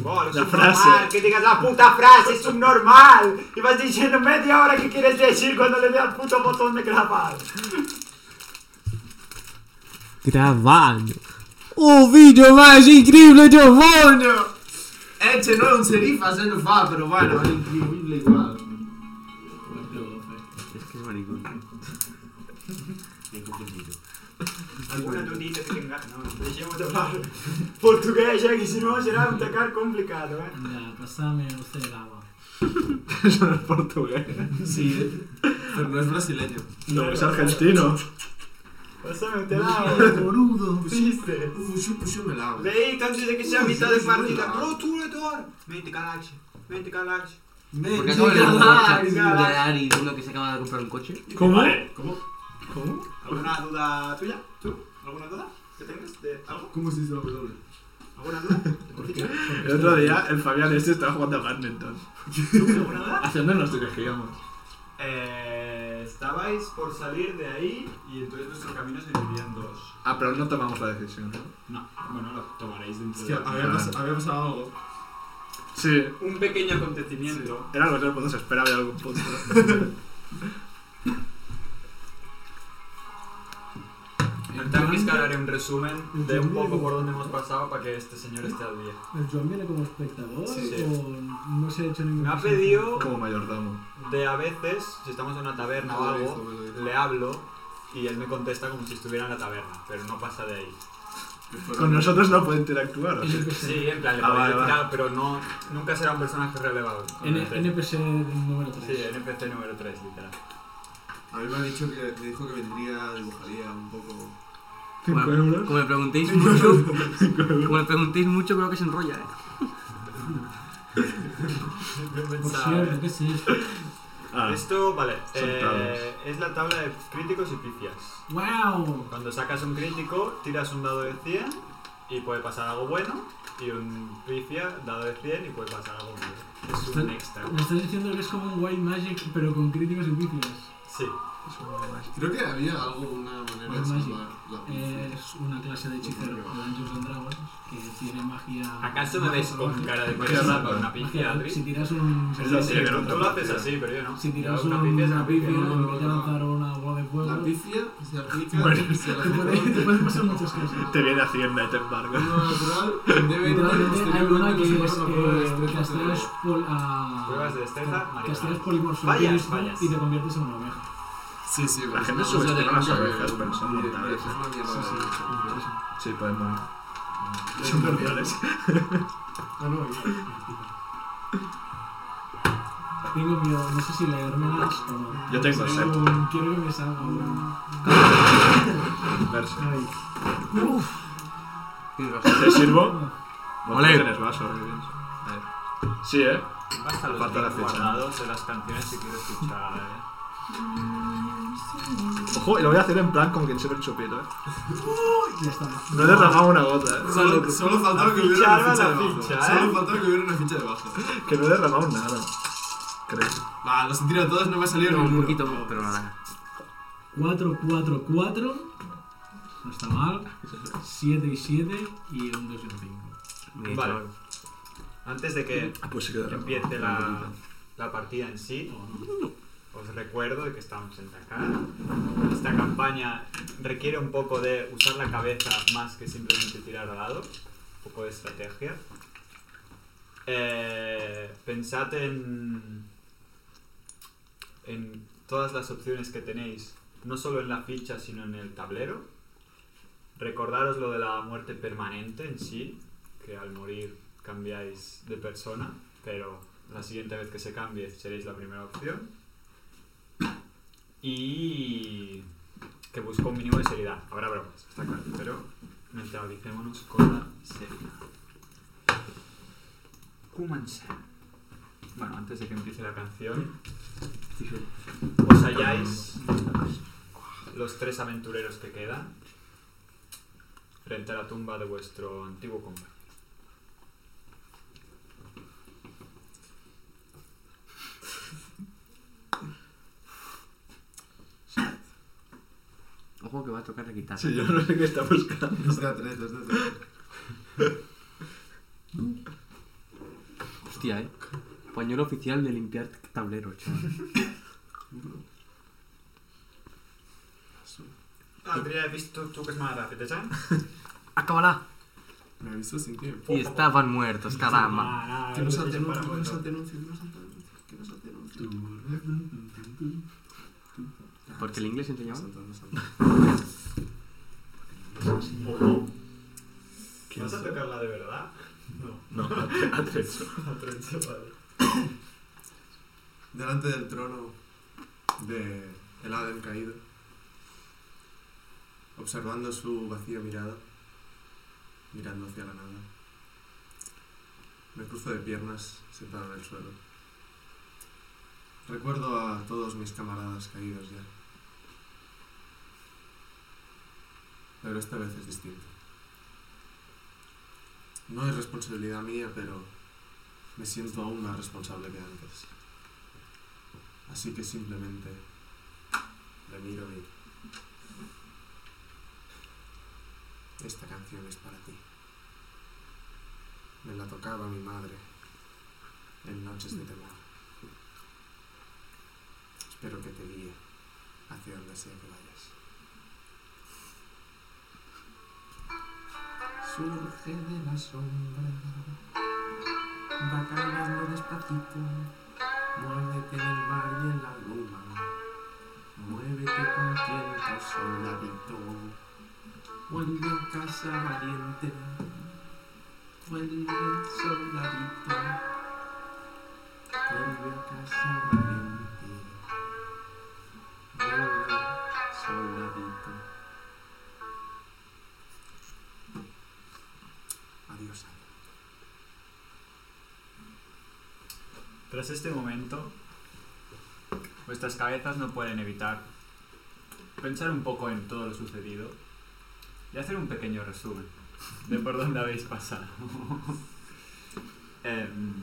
Bora, La subnormal, frase. que digas la puta frase, subnormal. Y vas diciendo media hora que quieres decir cuando le dé al puto botón de grabar. Gravando. O vídeo mais incrível do mundo! Edge non si rifà se non fa, però bueno, è incredibile qua. Alguna dudita que tenga. No, dejemos de hablar portugués ya que si no será un tacar complicado, eh. Dai, passami lo stai lava. Sono portoghese. Sí, pero no es brasileño. No, es argentino. Pásame un telado. Boludo. Viste. Pusciu, pusciu me lavo. Leí entonces de que sea mitad de partida. no. Pro Turador. Mente Galaxia. Mente Galaxia. Porque Mente acabo de ver un Ay, Snapchat carajo. de Ari, uno que se acaba de comprar un coche. ¿Cómo? Vale. ¿Cómo? ¿Alguna duda tuya? ¿Tú? ¿Alguna duda? ¿Que tengas de algo? ¿Cómo se hizo la W? ¿Alguna duda? El otro día el Fabián este estaba jugando a badminton. ¿Tú? ¿Alguna duda? ¿Hacia dónde nos dirigíamos? Eh, estabais por salir de ahí y entonces nuestros caminos se dividían en dos. Ah, pero no tomamos la decisión, ¿no? No, bueno, lo tomaréis dentro Hostia, de había, pas- había pasado algo. Sí, un pequeño acontecimiento. era algo que todo el mundo se esperaba de algún punto. Ahorita que haré un resumen de un poco por dónde hemos pasado para que este señor esté al día. El Joan viene como espectador Sí, sí. o no se ha hecho ningún Me ha personaje? pedido Como mayordomo. de a veces, si estamos en una taberna o algo, le hablo y él me contesta como si estuviera en la taberna, pero no pasa de ahí. Con nosotros no puede interactuar. o sea. NPC. Sí, en plan, le Ah, podéis vale, decir vale. algo, pero no, nunca será un personaje relevado. N- NPC número 3. Sí, NPC número 3, literal. A mí me, ha dicho que, me dijo que vendría, dibujaría un poco. Cinco Bueno, euros. Como me preguntéis mucho, como me preguntéis mucho, creo que se enrolla, eh. Por cierto, ¿qué es esto? Ah, eh, Esto, vale, Son eh, tablas. es la tabla de críticos y pifias. ¡Wow! Cuando sacas un crítico, tiras un dado de 100 y puede pasar algo bueno, y un pifia, dado de 100 y puede pasar algo malo. Es un extra. Me estás diciendo que es como un White Magic, pero con críticos y vicios. Sí, Creo que había algo, una manera de Pues magic. salvar la Es una clase de hechicero de Dungeons and Dragons que tiene magia. ¿acaso me ves con salvaje. cara de que Magia eres random. una Magia, pifia, Adri? Si tiras un. Es lo Sí, que pero otra tú lo haces pifia. así, pero yo no. Si tiras Yo, una, pifia es una pifia, pifia. no, en no, vez de no. lanzar una bola de fuego. La pifia se aplica Bueno. si a la Te puede, te gente pueden pasar muchas cosas. te viene Hacienda y te embarga. uno natural debe ir Literalmente hay una que es eh, castelas exterior. pol- a- Pruebas de destreza, marihuana. castelas polimorfismo Fallas, fallas. y te conviertes en una oveja. Sí, sí, La gente sube subestima las ovejas, pero son mortales. Es una mierda. Sí, sí, de- sí. Sí, pues, pueden morir. Son mortales. Ah, no, ya. Tengo miedo, no sé si leérmelas o no. Yo tengo Pero, Quiero que me salga. bueno. Verse. Ay. Tienes razón. ¿Te sirvo? Bueno, Ole. tú tienes vaso, ahora que pienso. A ver. Sí, eh. Basta los Falta la links fecha. guardados de las canciones si quiero escuchar, eh. Ojo, y lo voy a hacer en plan como quien se ve el chupito, eh. Ya está. No he derramado una gota, eh. Solo, solo faltaba que La hubiera una ficha ficha, la debajo. ficha, ¿eh? Solo faltaba que hubiera una ficha debajo. Que no he derramado nada. Creo. Va, los he tirado todos, no me ha salido No, un ninguno. poquito, pero nada. 4, 4, 4. No está mal. 7 y 7 y un 2 y un 5. Bien, Vale. chaval. Antes de que Ah, pues sí que he derramado. empiece la, la partida en sí, os recuerdo de que estamos en Dakar. Esta campaña requiere un poco de usar la cabeza más que simplemente tirar al lado, un poco de estrategia. Eh, pensad en, en todas las opciones que tenéis, no solo en la ficha, sino en el tablero. Recordaros lo de la muerte permanente en sí, que al morir cambiáis de persona, pero la siguiente vez que se cambie seréis la primera opción. Y que busco un mínimo de seriedad. Habrá bromas, está claro, pero mentalicémonos con la seriedad. Cúmanse. Bueno, antes de que empiece la canción, os halláis los tres aventureros que quedan frente a la tumba de vuestro antiguo compañero. Ojo que va a tocar la guitarra. Sí, yo no sé qué está buscando. Los de a tres, los de a tres. Hostia, eh. Pañuelo oficial de limpiar tableros, chaval. Adrià, he vist tu, tu que has m'ha ràpid, eh? ¡Acábala! Me ha visto sin tiempo. Y estaban muertos, caramba. Que no salte anuncio, que no salte anuncio, que no salte anuncio, que no salte anuncio. Porque el inglés enseñaba. Saltando, saltando. Ojo. ¿Vas a tocarla de verdad? No, atrecho. Atrecho, vale. Delante del trono de el Adem caído, observando su vacía mirada, mirando hacia la nada. Me cruzo de piernas sentado en el suelo. Recuerdo a todos mis camaradas caídos ya. Pero esta vez es distinto. No es responsabilidad mía, pero me siento aún más responsable que antes. Así que simplemente le miro y... Esta canción es para ti. Me la tocaba mi madre en noches de temor. Espero que te guíe hacia donde sea que vayas. Surge de la sombra, va caminando despacito. Muévete en el mar y en la luna, muévete con tiento soldadito. Vuelve a casa valiente, vuelve soldadito. Vuelve a casa valiente, vuelve soldadito. Adiós. Tras este momento, vuestras cabezas no pueden evitar pensar un poco en todo lo sucedido y hacer un pequeño resumen de por dónde habéis pasado. Em,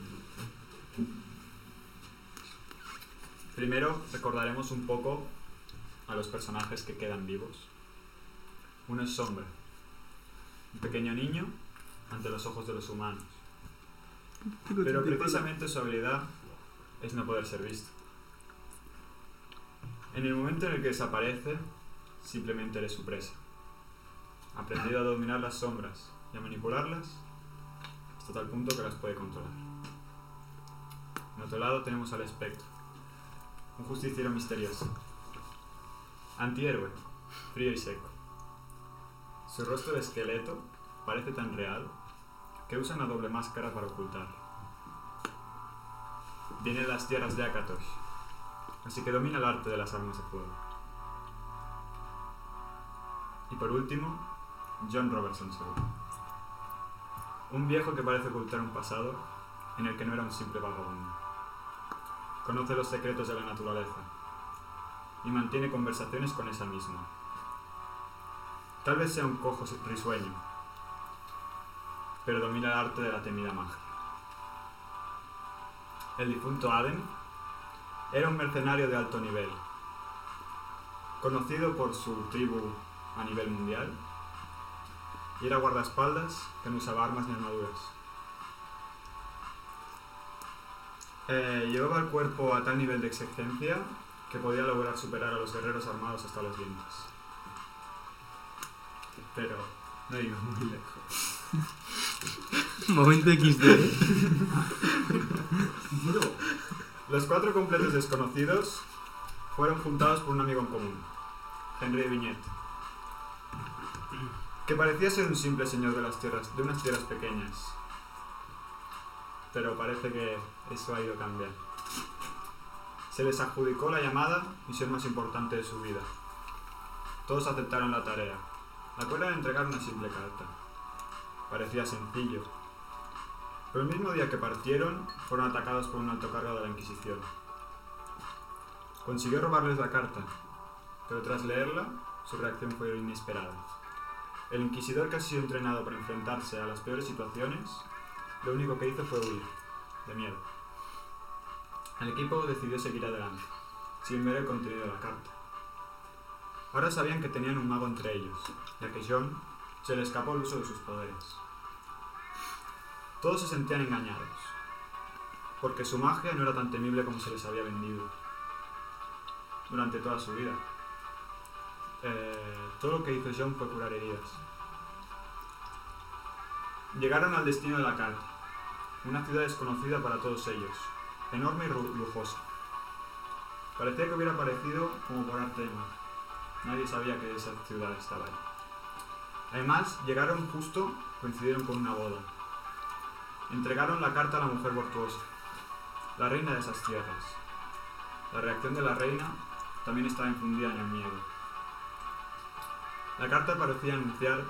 primero recordaremos un poco a los personajes que quedan vivos. Uno es Sombra, un pequeño niño ante los ojos de los humanos. Pero precisamente su habilidad es no poder ser visto. En el momento en el que desaparece, simplemente eres su presa. Aprendido a dominar las sombras y a manipularlas hasta tal punto que las puede controlar. En otro lado tenemos al espectro, un justiciero misterioso, antihéroe, frío y seco. Su rostro de esqueleto parece tan real que usan la doble máscara para ocultarlo. Viene de las tierras de Akatosh, así que domina el arte de las armas de fuego. Y por último, John Robertson II. Un viejo que parece ocultar un pasado en el que no era un simple vagabundo. Conoce los secretos de la naturaleza y mantiene conversaciones con esa misma. Tal vez sea un cojo risueño, pero domina el arte de la temida magia. El difunto Adem era un mercenario de alto nivel, conocido por su tribu a nivel mundial, y era guardaespaldas que no usaba armas ni armaduras. Eh, llevaba el cuerpo a tal nivel de exigencia que podía lograr superar a los guerreros armados hasta los dientes. Pero no iba muy lejos. Momento ¿eh? XD. Los cuatro completos desconocidos fueron juntados por un amigo en común, Henry de Viñet, que parecía ser un simple señor de las tierras, de unas tierras pequeñas. Pero parece que eso ha ido cambiando. Se les adjudicó la llamada misión más importante de su vida. Todos aceptaron la tarea. La cual era entregar una simple carta. Parecía sencillo, pero el mismo día que partieron, fueron atacados por un alto cargo de la Inquisición. Consiguió robarles la carta, pero tras leerla, su reacción fue inesperada. El inquisidor que ha sido entrenado para enfrentarse a las peores situaciones, lo único que hizo fue huir, de miedo. El equipo decidió seguir adelante, sin ver el contenido de la carta. Ahora sabían que tenían un mago entre ellos, ya que John se le escapó el uso de sus poderes. Todos se sentían engañados. porque su magia no era tan temible como se les había vendido durante toda su vida. Eh, todo lo que hizo John fue curar heridas. Llegaron al destino de la carta, una ciudad desconocida para todos ellos, enorme y ru- lujosa. Parecía que hubiera aparecido como por arte de magia. Nadie sabía que esa ciudad estaba ahí. Además, llegaron justo, coincidieron con una boda. Entregaron la carta a la mujer virtuosa, la reina de esas tierras. La reacción de la reina también estaba infundida en el miedo. La carta parecía anunciar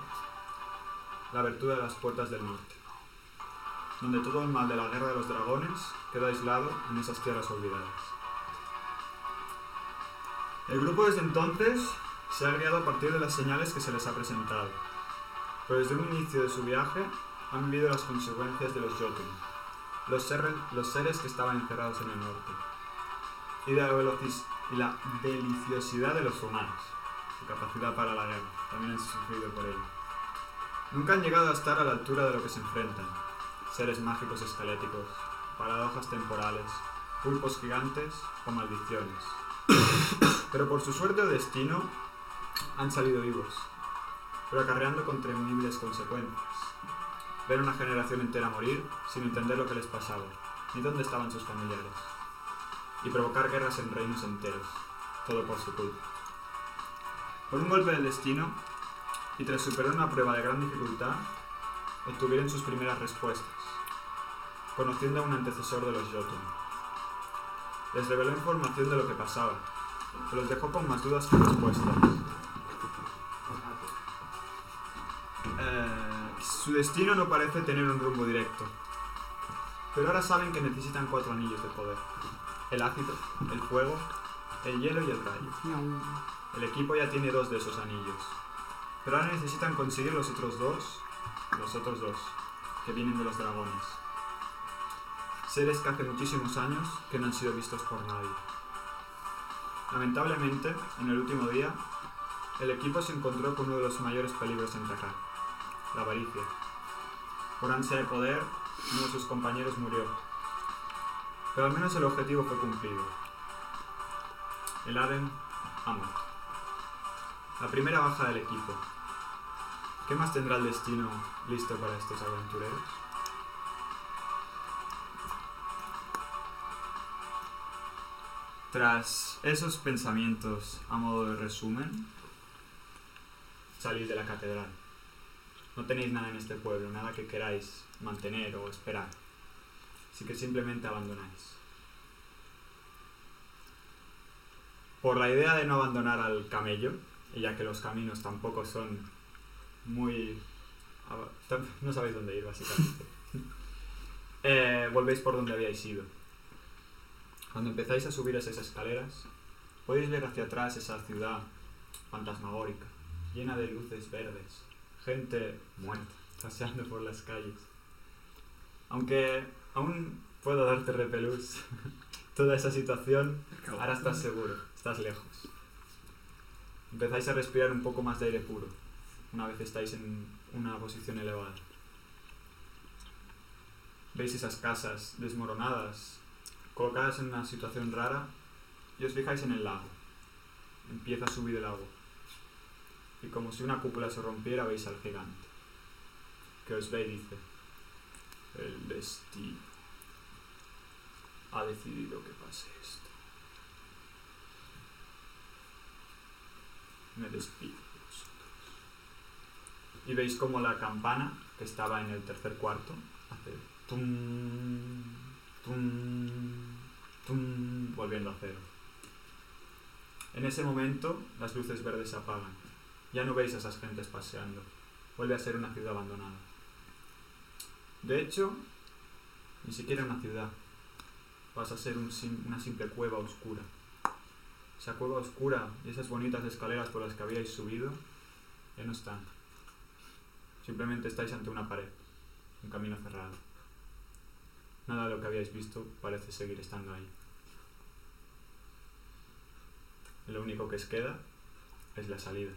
la abertura de las puertas del norte, donde todo el mal de la guerra de los dragones quedó aislado en esas tierras olvidadas. El grupo desde entonces se ha guiado a partir de las señales que se les ha presentado, pero desde un inicio de su viaje han vivido las consecuencias de los Jotun, los, ser- los seres que estaban encerrados en el norte, y de la, velocis- y la deliciosidad de los humanos, su capacidad para la guerra, también han sufrido por ello. Nunca han llegado a estar a la altura de lo que se enfrentan, seres mágicos esqueléticos, paradojas temporales, pulpos gigantes o maldiciones. Pero por su suerte o destino, han salido vivos, pero acarreando contenibles consecuencias. Ver una generación entera morir sin entender lo que les pasaba, ni dónde estaban sus familiares, y provocar guerras en reinos enteros, todo por su culpa. Por un golpe del destino, y tras superar una prueba de gran dificultad, obtuvieron sus primeras respuestas, conociendo a un antecesor de los Jotun. Les reveló información de lo que pasaba, que los dejó con más dudas que respuestas. Eh, su destino no parece tener un rumbo directo. Pero ahora saben que necesitan cuatro anillos de poder. El ácido, el fuego, el hielo y el rayo. El equipo ya tiene dos de esos anillos. Pero ahora necesitan conseguir los otros dos. Los otros dos. Que vienen de los dragones. Seres que hace muchísimos años que no han sido vistos por nadie. Lamentablemente, en el último día, el equipo se encontró con uno de los mayores peligros en Dakar, la avaricia. Por ansia de poder, uno de sus compañeros murió. Pero al menos el objetivo fue cumplido. El Aden ha muerto. La primera baja del equipo. ¿Qué más tendrá el destino listo para estos aventureros? Tras esos pensamientos, a modo de resumen, salís de la catedral. No tenéis nada en este pueblo, nada que queráis mantener o esperar. Así que simplemente abandonáis. Por la idea de no abandonar al camello, y ya que los caminos tampoco son muy... ava- tam- No sabéis dónde ir, básicamente. Eh, volvéis por donde habíais ido. Cuando empezáis a subir esas escaleras, podéis ver hacia atrás esa ciudad fantasmagórica, llena de luces verdes, gente muerta, paseando por las calles. Aunque aún puedo darte repelús, toda esa situación, ahora estás seguro, estás lejos. Empezáis a respirar un poco más de aire puro, una vez estáis en una posición elevada. Veis esas casas desmoronadas, colocadas en una situación rara y os fijáis en el lago. Empieza a subir el agua. Y como si una cúpula se rompiera, veis al gigante. Que os ve y dice, el destino ha decidido que pase esto. Me despido de vosotros. Y veis como la campana, que estaba en el tercer cuarto, hace tum, tum, tum, volviendo a cero. En ese momento, las luces verdes se apagan. Ya no veis a esas gentes paseando. Vuelve a ser una ciudad abandonada. De hecho, ni siquiera una ciudad. Pasa a ser un sim- una simple cueva oscura. Esa cueva oscura y esas bonitas escaleras por las que habíais subido ya no están. Simplemente estáis ante una pared, un camino cerrado. Nada de lo que habíais visto parece seguir estando ahí. Lo único que os queda es la salida.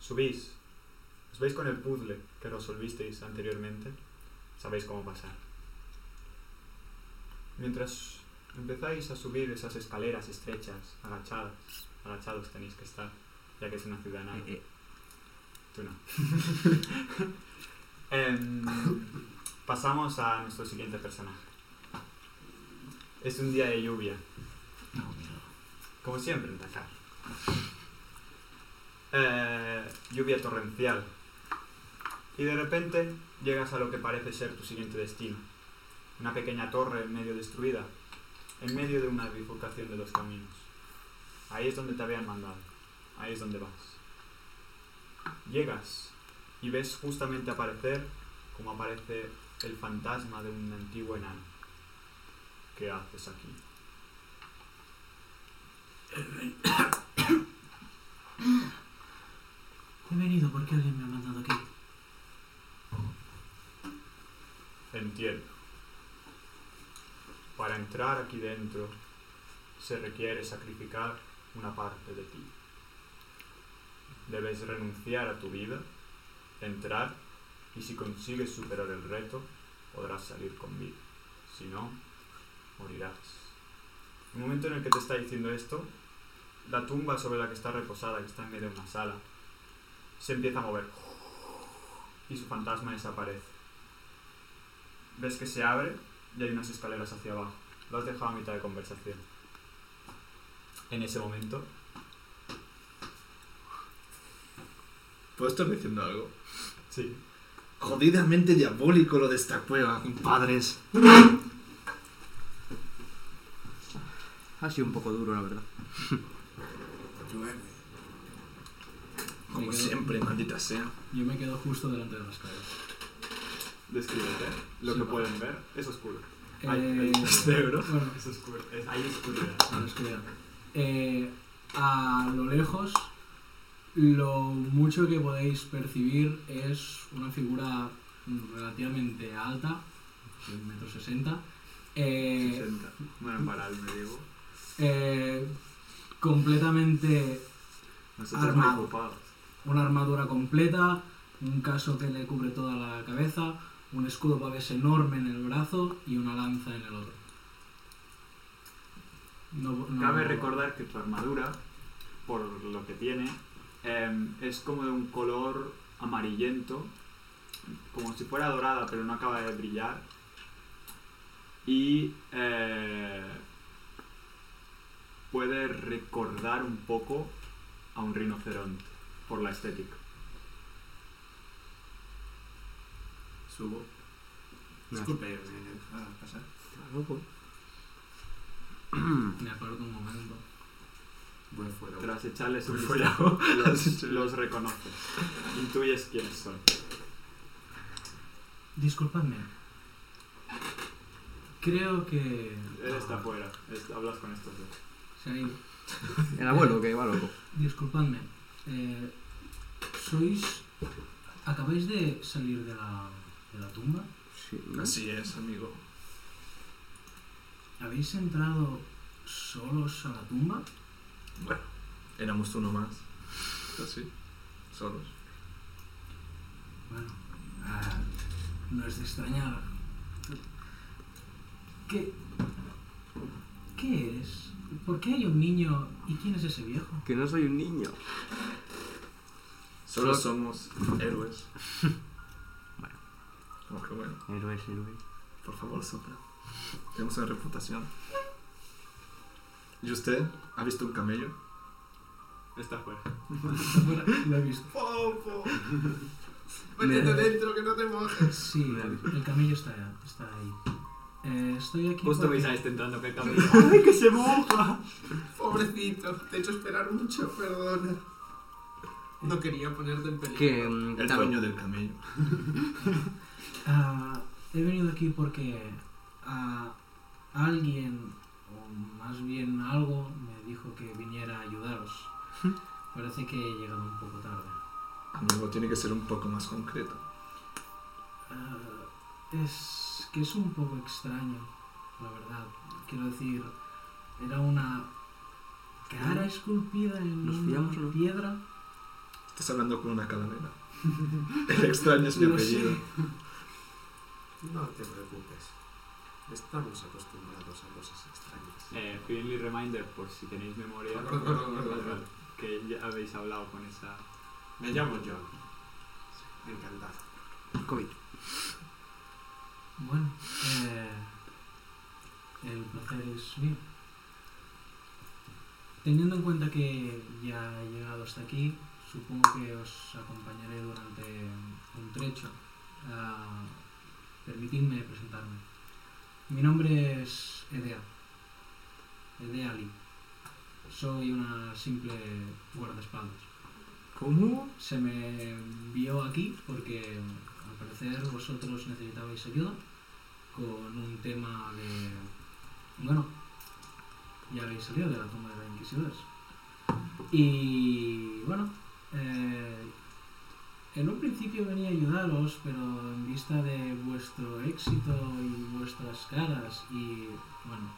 Subís. Os veis con el puzzle que resolvisteis anteriormente. Sabéis cómo pasar. Mientras empezáis a subir esas escaleras estrechas, agachadas, agachados tenéis que estar, ya que es una ciudad nada. Eh, Tú no. Em, pasamos a nuestro siguiente personaje. Es un día de lluvia. Ah, Como siempre en Dakar. Eh, lluvia torrencial. Y de repente llegas a lo que parece ser tu siguiente destino. Una pequeña torre medio destruida, en medio de una bifurcación de los caminos. Ahí es donde te habían mandado. Ahí es donde vas. Llegas y ves justamente aparecer como aparece el fantasma de un antiguo enano. ¿Qué haces aquí? He venido porque alguien me ha mandado aquí. Entiendo. Para entrar aquí dentro se requiere sacrificar una parte de ti. Debes renunciar a tu vida, entrar y si consigues superar el reto podrás salir con vida. Si no, morirás. En el momento en el que te está diciendo esto, la tumba sobre la que está reposada, que está en medio de una sala, se empieza a mover y su fantasma desaparece. Ves que se abre y hay unas escaleras hacia abajo. Lo has dejado a mitad de conversación. En ese momento, ¿Puedo estar diciendo algo? sí. Jodidamente diabólico lo de esta cueva, compadres. Ha sido un poco duro, la verdad. Llueve. Como Me quedo- siempre, maldita sea. Yo me quedo justo delante de las escaleras. Descríbete. Lo Sí, que va. pueden ver es oscuro. Ay, Eh, Este euro. bueno, Es oscuro. Es- hay oscuridad. a los que- eh, a lo lejos, lo mucho que podéis percibir es una figura relativamente alta, un metro sesenta, eh, 60. Bueno, para el medievo. eh, completamente Nosotros Armado. muy ocupados. una armadura completa, un caso que le cubre toda la cabeza, un escudo pavés enorme en el brazo y una lanza en el otro. No, no- Cabe recordar que tu armadura, por lo que tiene, em, es como de un color amarillento, como si fuera dorada, pero no acaba de brillar. Y eh, puede recordar un poco a un rinoceronte, por la estética. Subo. Disculpe, eh, ah, pasa. Me acuerdo un momento. Buen fuego. Tras echarles un Muy vistazo, los, los reconoces. Intuyes quiénes son. Disculpadme. Creo que. Él está fuera, es- hablas con estos dos. Se ha ido. El abuelo que va loco. Disculpadme. eh, ¿Sois. ¿Acabáis de salir de la, de la tumba? Sí, ¿no? Así es, amigo. ¿Habéis entrado solos a la tumba? Bueno, éramos uno más. Así. Solos. Bueno, ah, no es de extrañar. ¿Qué. ¿Qué eres? ¿Por qué hay un niño y quién es ese viejo? Que no soy un niño. Solo Solo- somos héroes. bueno. Aunque bueno. Héroes, héroes. Por favor, sopla. Tenemos una reputación. ¿Y usted ha visto un camello? Está fuera. Lo he visto. Fofo. Métete dentro que no te mojes. Sí, el camello está, está ahí. Eh, estoy aquí. Justo porque- veis a este entrando que camina. ¡Ay, que se moja! Pobrecito, te he hecho esperar mucho, perdona. No quería ponerte en peligro. Que. mm, El claro, dueño del camello. Ah, he venido aquí porque ah, alguien, o más bien algo, me dijo que viniera a ayudaros. Parece que he llegado un poco tarde. Amigo, tiene que ser un poco más concreto. Ah, es que es un poco extraño, la verdad. Quiero decir, era una cara esculpida en ¿Nos una fiamos o no? piedra. Estás hablando con una calavera. El extraño es mi Lo apellido. sé. No te preocupes. Estamos acostumbrados a cosas extrañas. Eh, friendly reminder, por si tenéis memoria, Acuerdo, acuerdo, acuerdo, Vale, acuerdo. vale, que ya habéis hablado con esa... Me llamo John. Encantado. COVID. Bueno, eh, el placer es mío. Teniendo en cuenta que ya he llegado hasta aquí, supongo que os acompañaré durante un trecho. Ah, permitidme presentarme. Mi nombre es Edea. Edea Lee. Soy una simple guardaespaldas ¿Cómo? se me envió aquí porque al parecer vosotros necesitabais ayuda con un tema de... Bueno, ya habéis salido de la tumba de los inquisidores. Y bueno, eh, en un principio venía a ayudaros, pero en vista de vuestro éxito y vuestras caras y... bueno,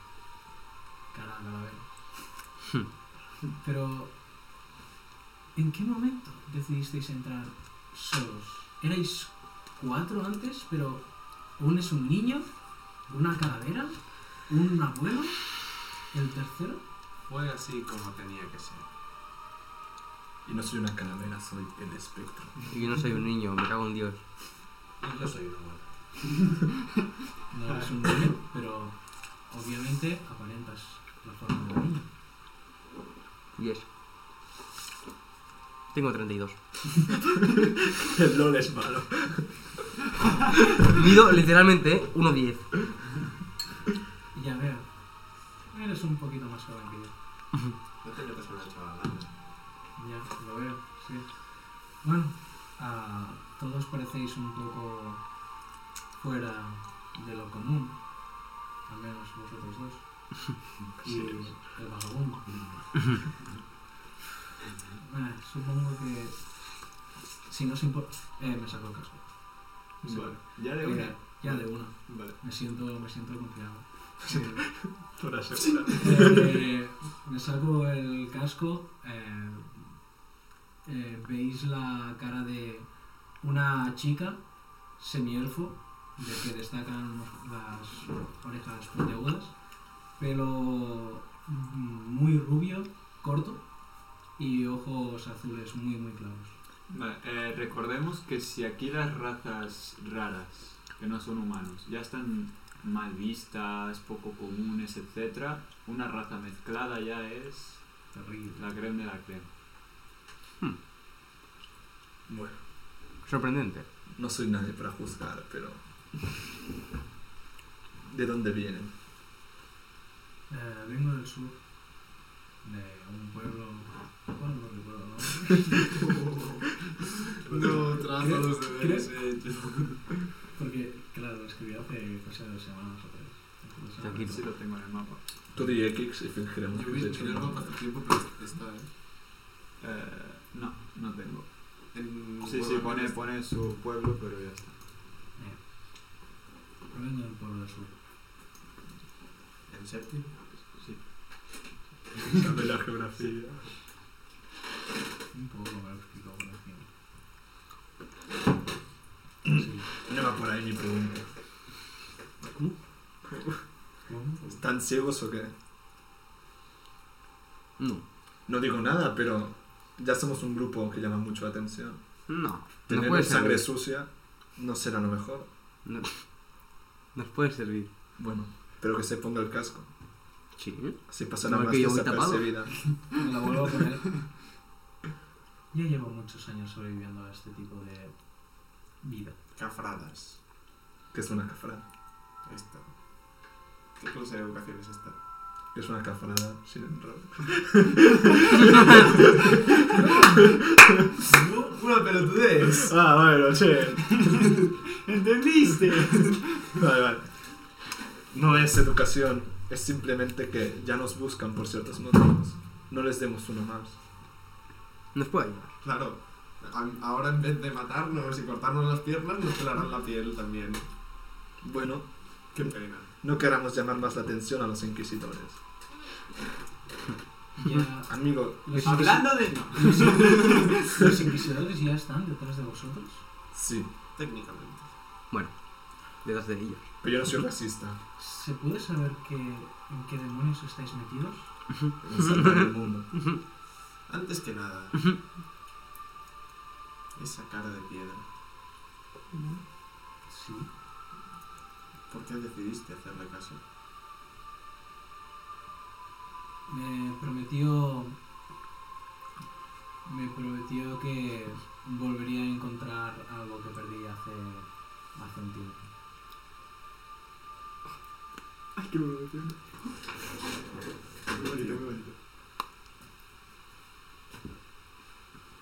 cara a calavera. Pero ¿En qué momento decidisteis entrar solos? ¿Erais cuatro antes, pero uno es un niño, una calavera, un abuelo, el tercero? Fue así como tenía que ser. Y no soy una calavera, soy el espectro. Y Yo no soy un niño, me cago en Dios. Y yo soy una buena. No eres un niño, pero obviamente aparentas la forma de un niño. Yes. Tengo 32. El LOL es malo. Mido literalmente, ¿eh? 1.10. Ya veo. Eres un poquito más joven que yo. No te metas con la chavalada. Ya, lo veo, sí. Bueno, ah, todos parecéis un poco fuera de lo común, al menos vosotros dos. Y el vagabundo. Bueno, supongo que si no os importa... Eh, me saco el casco. Sí. Vale, ya de una. Mira, ya de una. Vale, Me siento, me siento confiado. Eh, por asegurar. eh, me saco el casco. eh, eh, Veis la cara de una chica semielfo, de que destacan unos- las orejas puntiagudas, pelo mm, muy rubio, corto y ojos azules muy, muy claros. Vale, eh, recordemos que si aquí las razas raras, que no son humanos, ya están mal vistas, poco comunes, etc., una raza mezclada ya es Terrible. la crema de la crema. Bueno, Sorprendente. no soy nadie para juzgar, pero. ¿De dónde vienen? Eh, vengo del sur, de un pueblo. Bueno, no recuerdo el nombre. No, trazo los deberes eh, hechos. Porque, claro, lo escribí hace cosa de dos semanas o tres. Entonces, A ver si lo tengo en el mapa. Tú dirías Kix y fingiremos Yo que vi has el hecho un mapa nombre. hace tiempo, pero está, ¿eh? Eh, no, no tengo. En Sí, sí, pone, pone su pueblo, pero ya está. Provengo del pueblo del sur. En séptimo. Sí. Sabe la geografía. Un poco me lo explicó por encima. No va por ahí mi pregunta. ¿Están ciegos o qué? No. No digo nada, pero ya somos un grupo que llama mucho la atención. No. Nos Tener puede sangre servir. sucia no será lo mejor. No- Nos puede servir. Bueno, pero que se ponga el casco. Sí. Así pasará Igual más que yo voy tapado. desapercibida. Me la vuelvo a poner. Yo llevo muchos años sobreviviendo a este tipo de vida. Cafradas. Que es una cafrada. Esta. ¿Qué clase de educación es esta? Que es una cafrada sin enrol. ¡Una pelotudez! Ah, bueno, che. ¿Entendiste? Vale, vale. No es educación, es simplemente que ya nos buscan por ciertos motivos. No les demos uno más. Nos puede ayudar. Claro. a- Ahora en vez de matarnos y cortarnos las piernas, nos pelarán la piel también. Bueno, Qué pena. no queramos llamar más la atención a los inquisidores. Ya. Amigo, Los, Hablando de... No. inquis- los inquisidores ya están detrás de vosotros. sí. Técnicamente. Bueno. de dos de ellos. Pero yo no soy racista. ¿Se puede saber qué, en qué demonios estáis metidos? En salvar el mundo. Antes que nada, esa cara de piedra, Sí. ¿por qué decidiste hacerle caso? Me prometió. Me prometió que volvería a encontrar algo que perdí hace. hace un tiempo. Ay, qué bonito. Qué bonito, qué bonito.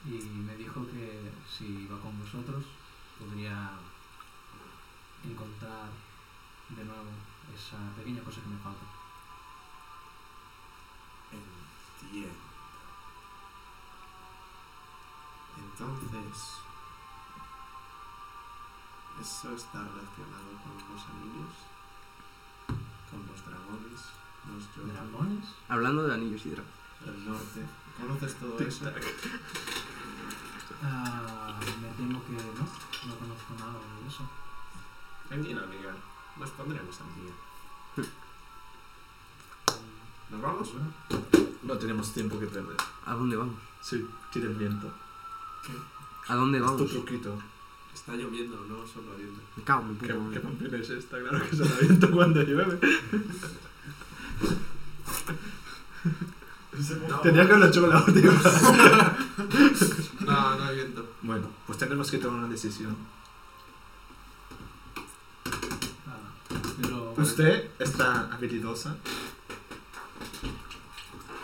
Y me dijo que si iba con vosotros podría encontrar de nuevo esa pequeña cosa que me falta. Entiendo. Entonces, ¿eso está relacionado con los anillos? ¿Con los dragones? ¿Los Jotun? ¿Dragones? Hablando de anillos y dragones. ¿El norte? ¿Conoces todo eso? Ah, me temo que no, no conozco nada de eso. Tranquila, amiga. Nos pondremos al día. ¿Nos vamos? No tenemos tiempo que perder. ¿A dónde vamos? Sí, tira el viento. ¿A dónde Es tu vamos? truquito. Está lloviendo, no solo viento. Me cago en mi ¿Qué, puta madre. qué campeón es esta? Claro que será viento cuando llueve. Tenía que haberlo hecho con la última. No, no hay viento. Bueno, pues tenemos que tomar una decisión. Ah, pero Usted está habilidosa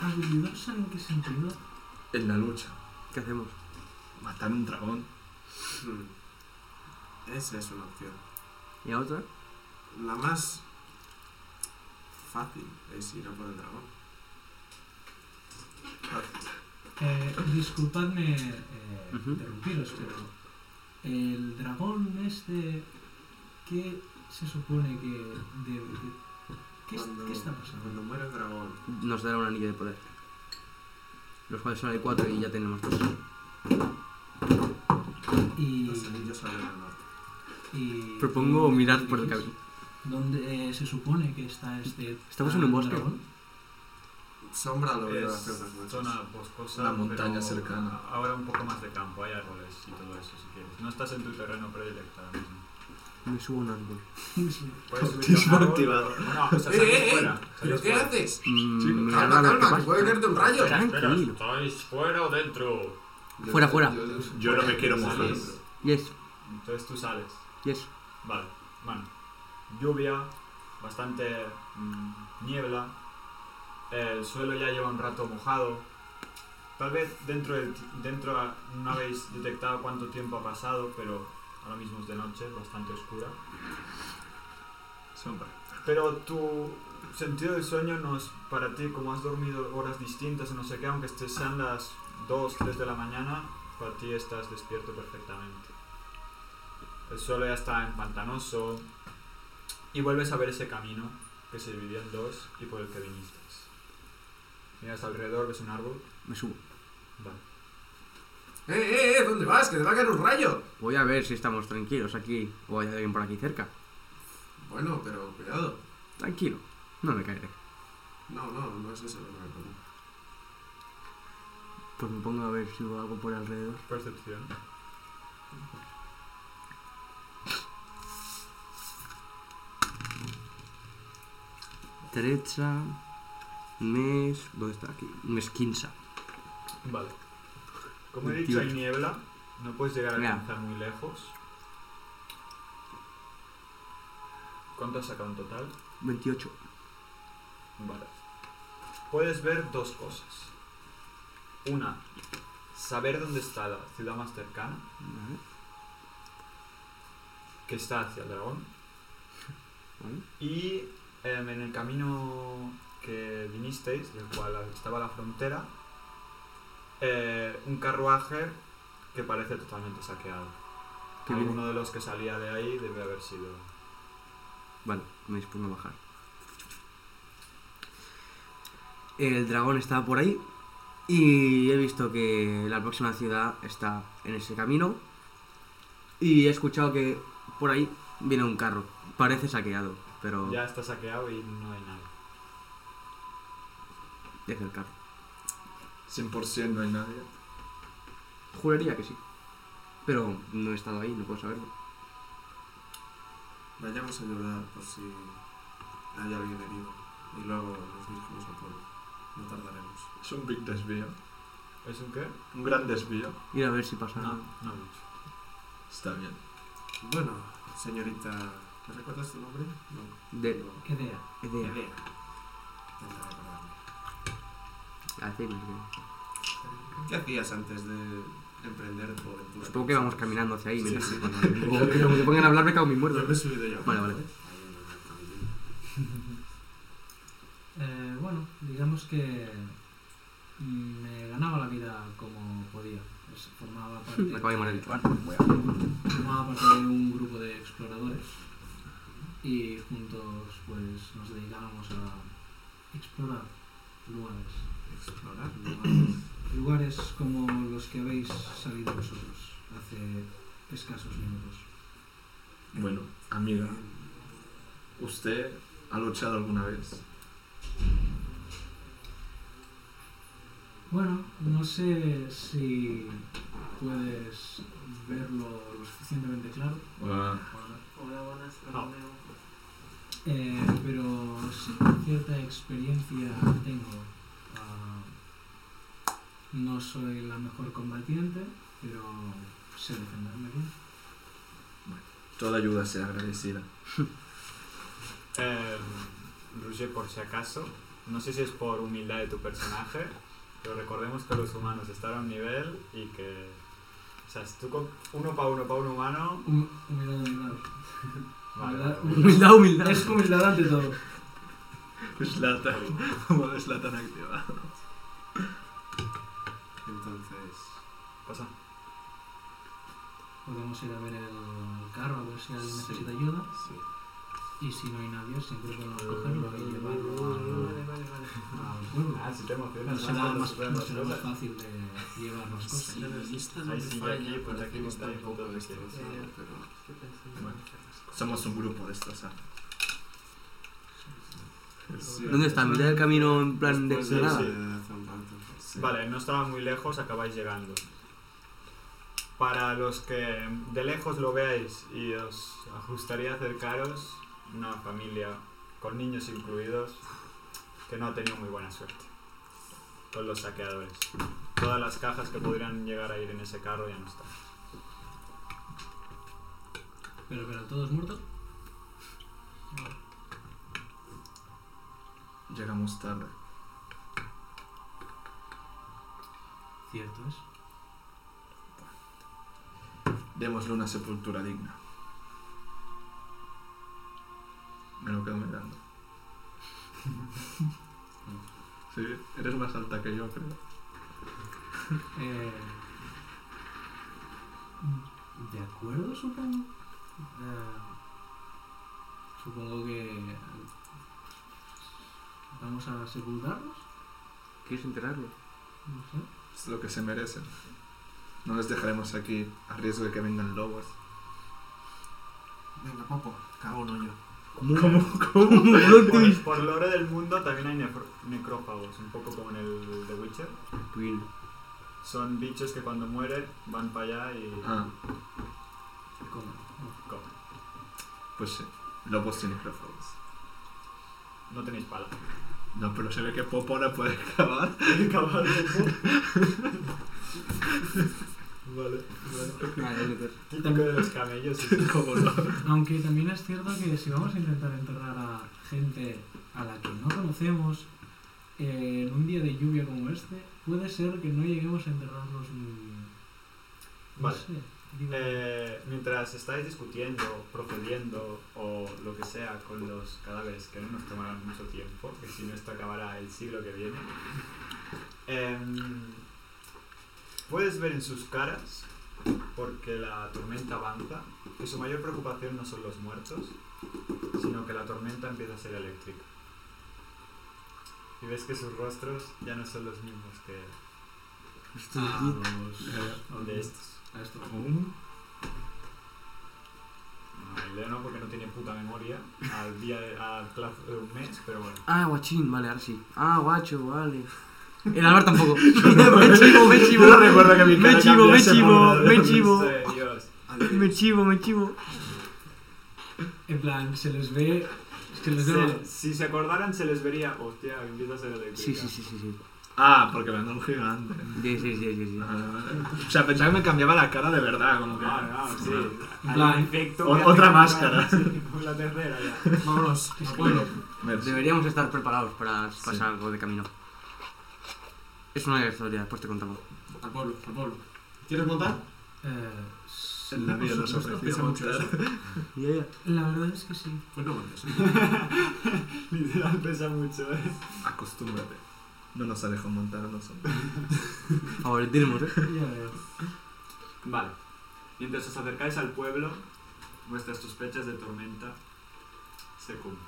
¿habilidosa en qué sentido? en la lucha. ¿Qué hacemos? Matar un dragón. Hmm. Esa es una opción. ¿Y a otra? La más fácil es ir a por el dragón. Eh, disculpadme eh, Ujú. interrumpiros, pero el dragón este, ¿qué se supone que... De, de- ¿qué, es- Cuando- ¿Qué está pasando? Cuando muere el dragón, Nos dará un anillo de poder. Los cuales son hay cuatro y ya tenemos dos. Y, los anillos salen al norte. y- Propongo ¿dónde mirar por el diréis? camino. ¿Dónde eh, se supone que está este Estamos en un ah, bosque. dragón? Sombra lo veo hace unas Es noches. zona boscosa. Una montaña pero cercana. a- Ahora un poco más de campo, hay árboles y todo eso si quieres. No estás en tu terreno predilecto ahora mismo. Me subo a un árbol. Puedes subirte a un Autismo árbol, activado. pero- No, o sea, ¡Eh, sales eh, eh! fuera. ¿Pero sales qué fuera. haces? Mm, Chico, me Calma, agrada lo calma, que pasa. puede caerte un rayo. Espera. Espera, Tranquilo. ¿Estáis fuera o dentro? Fuera, fuera. Yo no me quiero mojar. Salís, Yes, entonces tú sales. yes. Vale, bueno. Lluvia, bastante mm, niebla, el suelo ya lleva un rato mojado. Tal vez dentro, del, ti- dentro a- no habéis detectado cuánto tiempo ha pasado, pero ahora mismo es de noche, bastante oscura. Sombra. Pero tu sentido del sueño no es para ti, como has dormido horas distintas o no sé qué, aunque este- sean las 2, 3 de la mañana, para ti estás despierto perfectamente. El suelo ya está empantanoso y vuelves a ver ese camino que se dividía en dos y por el que vinisteis. Miras alrededor, ves un árbol. Me subo. Vale. ¡Eh, eh, eh! ¿Dónde vas? ¡Que te va a caer un rayo! Voy a ver si estamos tranquilos aquí o hay alguien por aquí cerca. Bueno, pero cuidado. Tranquilo, no me caeré. No, no, no es eso lo que me preocupa. Pues me pongo a ver si veo algo por alrededor. Percepción. Derecha, mes. ¿Dónde está aquí? Mes 15. Vale. Como he dicho, hay 28. niebla. No puedes llegar a Mira. alcanzar muy lejos. ¿Cuánto has sacado en total? 28. Vale. Puedes ver dos cosas. Una, saber dónde está la ciudad más cercana, Vale, que está hacia el dragón. vale. Y em, en el camino que vinisteis, del cual estaba la frontera, eh, un carruaje que parece totalmente saqueado. ¿Qué viene? Alguno de los que salía de ahí debe haber sido. Vale, me dispongo a bajar. El dragón estaba por ahí y he visto que la próxima ciudad está en ese camino y he escuchado que por ahí viene un carro. parece saqueado, pero Ya está saqueado y no hay nada. es el carro. 100% no hay nadie. Juraría que sí. Pero no he estado ahí, no puedo saberlo. Vayamos a llorar por si hay alguien herido. Y luego nos dirigimos al pueblo. No tardaremos. Es un big desvío. ¿Es un qué? Un gran desvío. Ir a ver si pasa No, algo. no mucho. Está bien. Bueno, señorita, ¿me recuerdas tu nombre? No. De, no. ¿Qué idea? de, Elea. Intenta recordarme. a decirles que- ¿Qué hacías antes de emprender tu aventura? Supongo que vamos caminando hacia ahí. Sí, mientras sí. cuando- Como se pongan a hablar, me cago en mi Yo muerto. me he subido yo. Vale, vale. Ahí en el camellín. Eh, bueno, digamos que mm, me ganaba la vida como podía. Es- Formaba parte, Me acabo de morir el chuan. formaba parte de un grupo de exploradores y juntos pues nos dedicábamos a explorar lugares. Explorar lugares. Lugares como los que habéis salido vosotros hace escasos minutos. Bueno, amiga, ¿usted ha luchado alguna vez? Bueno, no sé si puedes verlo lo suficientemente claro. Hola, buenas No. tardes. Eh, pero sí, cierta experiencia tengo. Ah, no soy la mejor combatiente, pero sé defenderme bien. Toda ayuda será agradecida. Eh, Roger, por si acaso, no sé si es por humildad de tu personaje, pero recordemos que los humanos están a un nivel y que. O sea, si tú con uno para uno para un humano. Hum- Humildad, humildad. Vale, Humildad, vale. Humildad, humildad. Es humildad ante todo. Slatan, como Slatan activa. Entonces, Pasa. Podemos ir a ver el carro a ver si alguien Sí. necesita ayuda. sí. Y si no hay nadie, siempre podemos cogerlo y llevarlo al- vale, vale. al pueblo. Ah, si te No emocionas, será más más, cuando no se pueden será más las cosas. fácil de llevar las Pues cosas. Sí, las listas no Ahí me sí, fallan, aquí, pues, parece aquí que está está un bien, poco todo lo este, que destrozado, quieras. eh, pero Bueno, somos un grupo destrozado. Sí. ¿Dónde está? ¿En mitad del camino en plan de Después de- nada? sí, de hace un rato. Vale, no estaba muy lejos, acabáis llegando. Para los que de lejos lo veáis y os gustaría acercaros, una familia con niños incluidos que no ha tenido muy buena suerte con los saqueadores. Todas las cajas que podrían llegar a ir en ese carro ya no están. Pero, pero, ¿todos muertos? Llegamos tarde. Cierto es. Démosle una sepultura digna. Me lo quedo mirando. Sí, eres más alta que yo, creo. Eh, de acuerdo, supongo. Eh, supongo que eh, vamos a sepultarlos. ¿Quieres enterarlo? No sé. Es lo que se merecen. No les dejaremos aquí a riesgo de que vengan lobos. Venga, Popo, cago un hoyo. Por, por lore del mundo también hay nefro- necrófagos, un poco como en el The Witcher. Twin. Son bichos que cuando mueren van para allá y Ah, ¿Cómo? comen. pues sí. Lobos y necrófagos. No tenéis pala. No, pero se ve que Popo ahora puede acabar. Caballo. vale, vale. Típico de los camellos. sí, sí. Como no. Aunque también es cierto que si vamos a intentar enterrar a gente a la que no conocemos eh, en un día de lluvia como este, puede ser que no lleguemos a enterrarlos muy. No Vale. sé, digo- Eh, mientras estáis discutiendo, procediendo o lo que sea con los cadáveres, que no nos tomará mucho tiempo, que si no esto acabará el siglo que viene, em, puedes ver en sus caras, porque la tormenta avanza, que su mayor preocupación no son los muertos, sino que la tormenta empieza a ser eléctrica. Y ves que sus rostros ya no son los mismos que a los- eh, de a los- estos. a estos. No No, el Leo no, porque no tiene puta memoria al día de, al plazo de un mes, pero bueno. Ah, guachín, vale, ahora sí. Ah, guacho, vale. El Álvaro tampoco. me chivo, me chivo. Yo recuerdo que mi cara me chivo, cambió me ese chivo, momento. me chivo. Sí, Dios. Me chivo, me chivo. En plan, se les ve. Se les ve mal. Se- si se acordaran, se les vería. Hostia, empieza a ser eléctrica. Sí, sí, sí, sí, sí. Ah, porque me ando un gigante. Ah, Sí, sí, sí, sí, sí. Vale, vale. O sea, pensaba que me cambiaba la cara de verdad, como que. Ah, ah, sí. En Hay plan, un efecto o- que otra hace- máscara. Sí, la tercera ya. Vámonos, al pueblo. Merci. Deberíamos estar preparados para pasar algo de camino. Es una historia, después te contamos. Al pueblo, al pueblo. ¿Quieres montar? Eh, sí, El navío por nos supuesto, ofreció pesa mucho montar. eso. La verdad es que sí. Pues no mandes. Literal pesa mucho, eh. Acostúmbrate. No nos ha dejado montar a nosotros. Favoritismos, eh. Ya veo. Vale. Mientras os acercáis al pueblo, vuestras sospechas de tormenta se cumplen.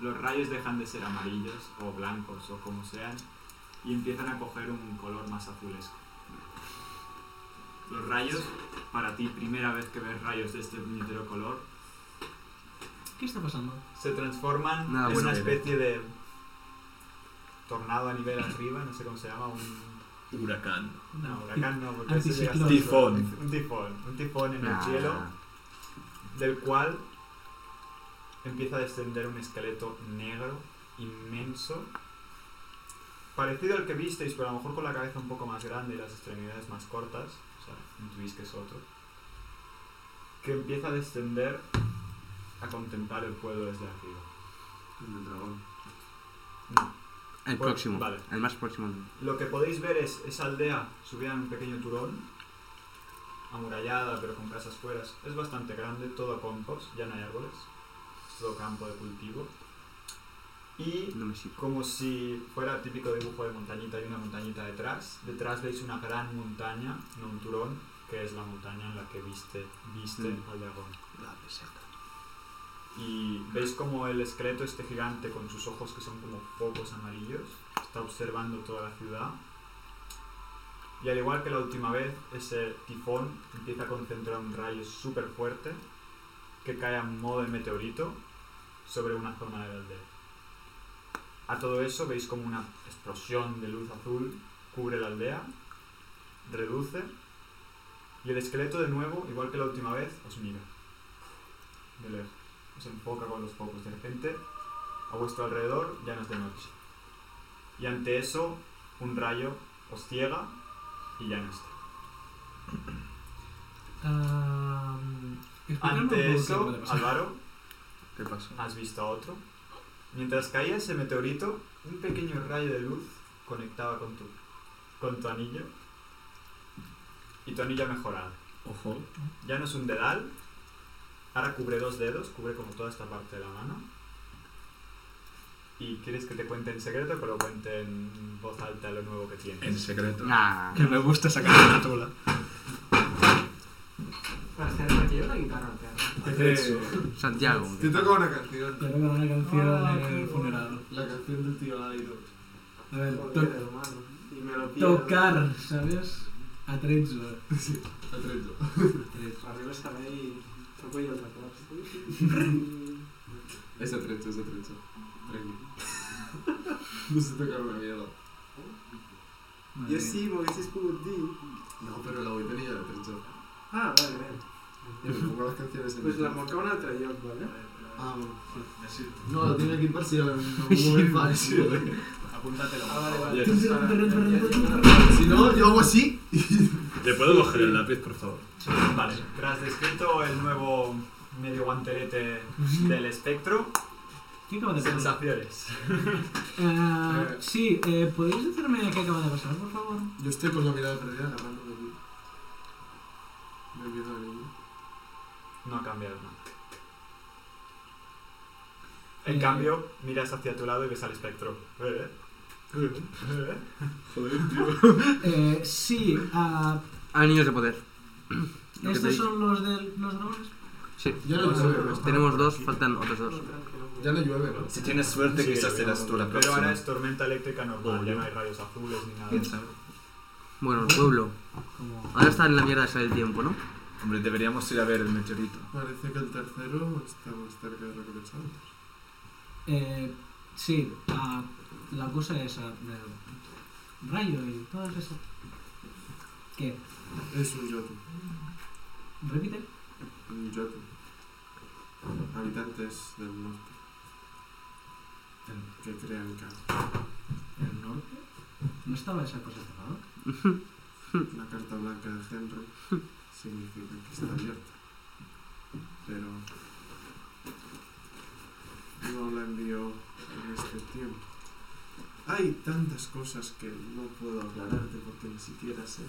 Los rayos dejan de ser amarillos o blancos o como sean y empiezan a coger un color más azulesco. Los rayos, para ti, primera vez que ves rayos de este puñetero color, ¿Qué está pasando? se transforman Nada en bueno una que ver. especie de tornado a nivel arriba, no sé cómo se llama, un Huracán. no, huracán no, porque eso llega Anticiclón. hasta- Tifón. Un tifón, un tifón en Nah. el cielo. del cual empieza a descender un esqueleto negro, inmenso, parecido al que visteis, pero a lo mejor con la cabeza un poco más grande y las extremidades más cortas, o sea, intuís que es otro, que empieza a descender a contemplar el pueblo desde arriba. El dragón. No. El Pues, próximo. vale. El más próximo. Lo que podéis ver es esa aldea subida en un pequeño turón, amurallada pero con casas fueras. Es bastante grande, todo compost, ya no hay árboles, es todo campo de cultivo. Y No me sirve. como si fuera el típico dibujo de montañita y una montañita detrás, detrás veis una gran montaña, no un turón, que es la montaña en la que viste, viste Mm. al dragón. Y veis como el esqueleto, este gigante con sus ojos que son como focos amarillos, está observando toda la ciudad. Y al igual que la última vez, ese tifón empieza a concentrar un rayo súper fuerte que cae a modo de meteorito sobre una zona de la aldea. A todo eso veis como una explosión de luz azul cubre la aldea, reduce y el esqueleto de nuevo, igual que la última vez, os mira. De lejos os enfoca con los focos. De repente, a vuestro alrededor ya no es de noche. Y ante eso, un rayo os ciega y ya no está. Ah, explícame un poco Ante qué eso, puede pasar. Álvaro, ¿Qué pasó? has visto a otro. Mientras caía ese meteorito, un pequeño rayo de luz conectaba con tu, con tu anillo. Y tu anillo ha mejorado. Ojo. Ya no es un dedal. Ahora cubre dos dedos, cubre como toda esta parte de la mano. ¿Y quieres que te cuente en secreto o que lo cuente en voz alta lo nuevo que tienes? En secreto. Nah. me gusta sacar la tula. Marcial, ¿me la guitarra al teatro? Eso. Santiago. Eh, Te toca una canción. Te voy a dar una canción Ah, en qué el funeral. La canción del tío Airo. A ver, to- Joder, hermano. Y me lo pierdo. tocar, ¿sabes? Atrezzo. Atrezo. Atrezzo. Arriba está ahí. Toco yo el teclado. Es atrezo, es atrezo. Tranquilo. No sé tocar una mierda. Madre Yo mía. sí, porque ese es como un ti. No, pero la voy tenía de atrezo. Ah, vale, vale. Ya me pongo las canciones en Pues la YouTube. mocona trae yo, ¿vale? Ah, bueno. No, la tiene que ir parcial. No me fácil. Apúntatelo. Ah, vale, vale. Yes. Para- ya- ya- Si no, yo hago así. ¿Le puedo coger el lápiz, por favor? Vale, tras descrito el nuevo medio guantelete del espectro, ¿Qué acaba de pasar? sensaciones. Ah, sí, eh, ¿podéis decirme qué acaba de pasar, por favor? Yo estoy con la mirada perdida, la mano de mí. Me olvido de ninguno. No ha cambiado nada. En Eh. cambio, miras hacia tu lado y ves al espectro. Eh, eh, eh. Joder, tío. Eh, sí, ah, Anillos de poder. Lo que te ¿estos dije. son los de los dragones? Sí. Ya no llueve, ¿no? Tenemos dos, faltan otros dos. Ya no llueve, ¿no? Si tienes suerte, Sí, quizás lo serás veo. tú la Pero próxima. ahora es tormenta eléctrica normal, Bueno, ya yo- no hay rayos azules ni nada. de ¿Quién eso. sabe? Bueno, el pueblo. Como... Ahora está en la mierda esa del tiempo, ¿no? Hombre, deberíamos ir a ver el meteorito. Parece que el tercero está más cerca de lo que pensábamos. Eh, sí, ah, la cosa esa del rayo y todo eso. ¿Qué? Es un yotu. ¿Repite? Un yotu. Habitantes del norte. Que crean cartas. ¿El norte? ¿No estaba esa cosa cerrada? La carta blanca de Henry significa que está abierta. Pero no la envió en este tiempo. Hay tantas cosas que no puedo aclararte porque ni siquiera sé.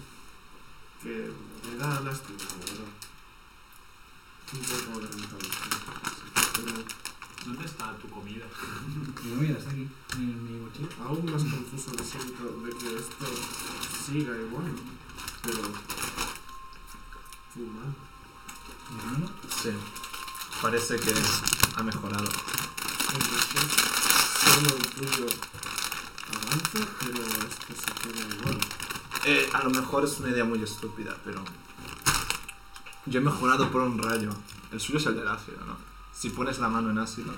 Que me da lástima, la verdad. Un poco adelantado. sí, Pero ¿Dónde está tu comida? Digo, mira, está aquí, en mi mochila. aún más confuso me siento de que esto siga igual. Pero fumado. Mi hermano. Sí. Parece que ha mejorado. Entonces, solo el tuyo avanza, pero esto se queda igual. Eh, a lo mejor es una idea muy estúpida, pero. Yo he mejorado por un rayo. El suyo es el del ácido, ¿no? Si pones la mano en ácido,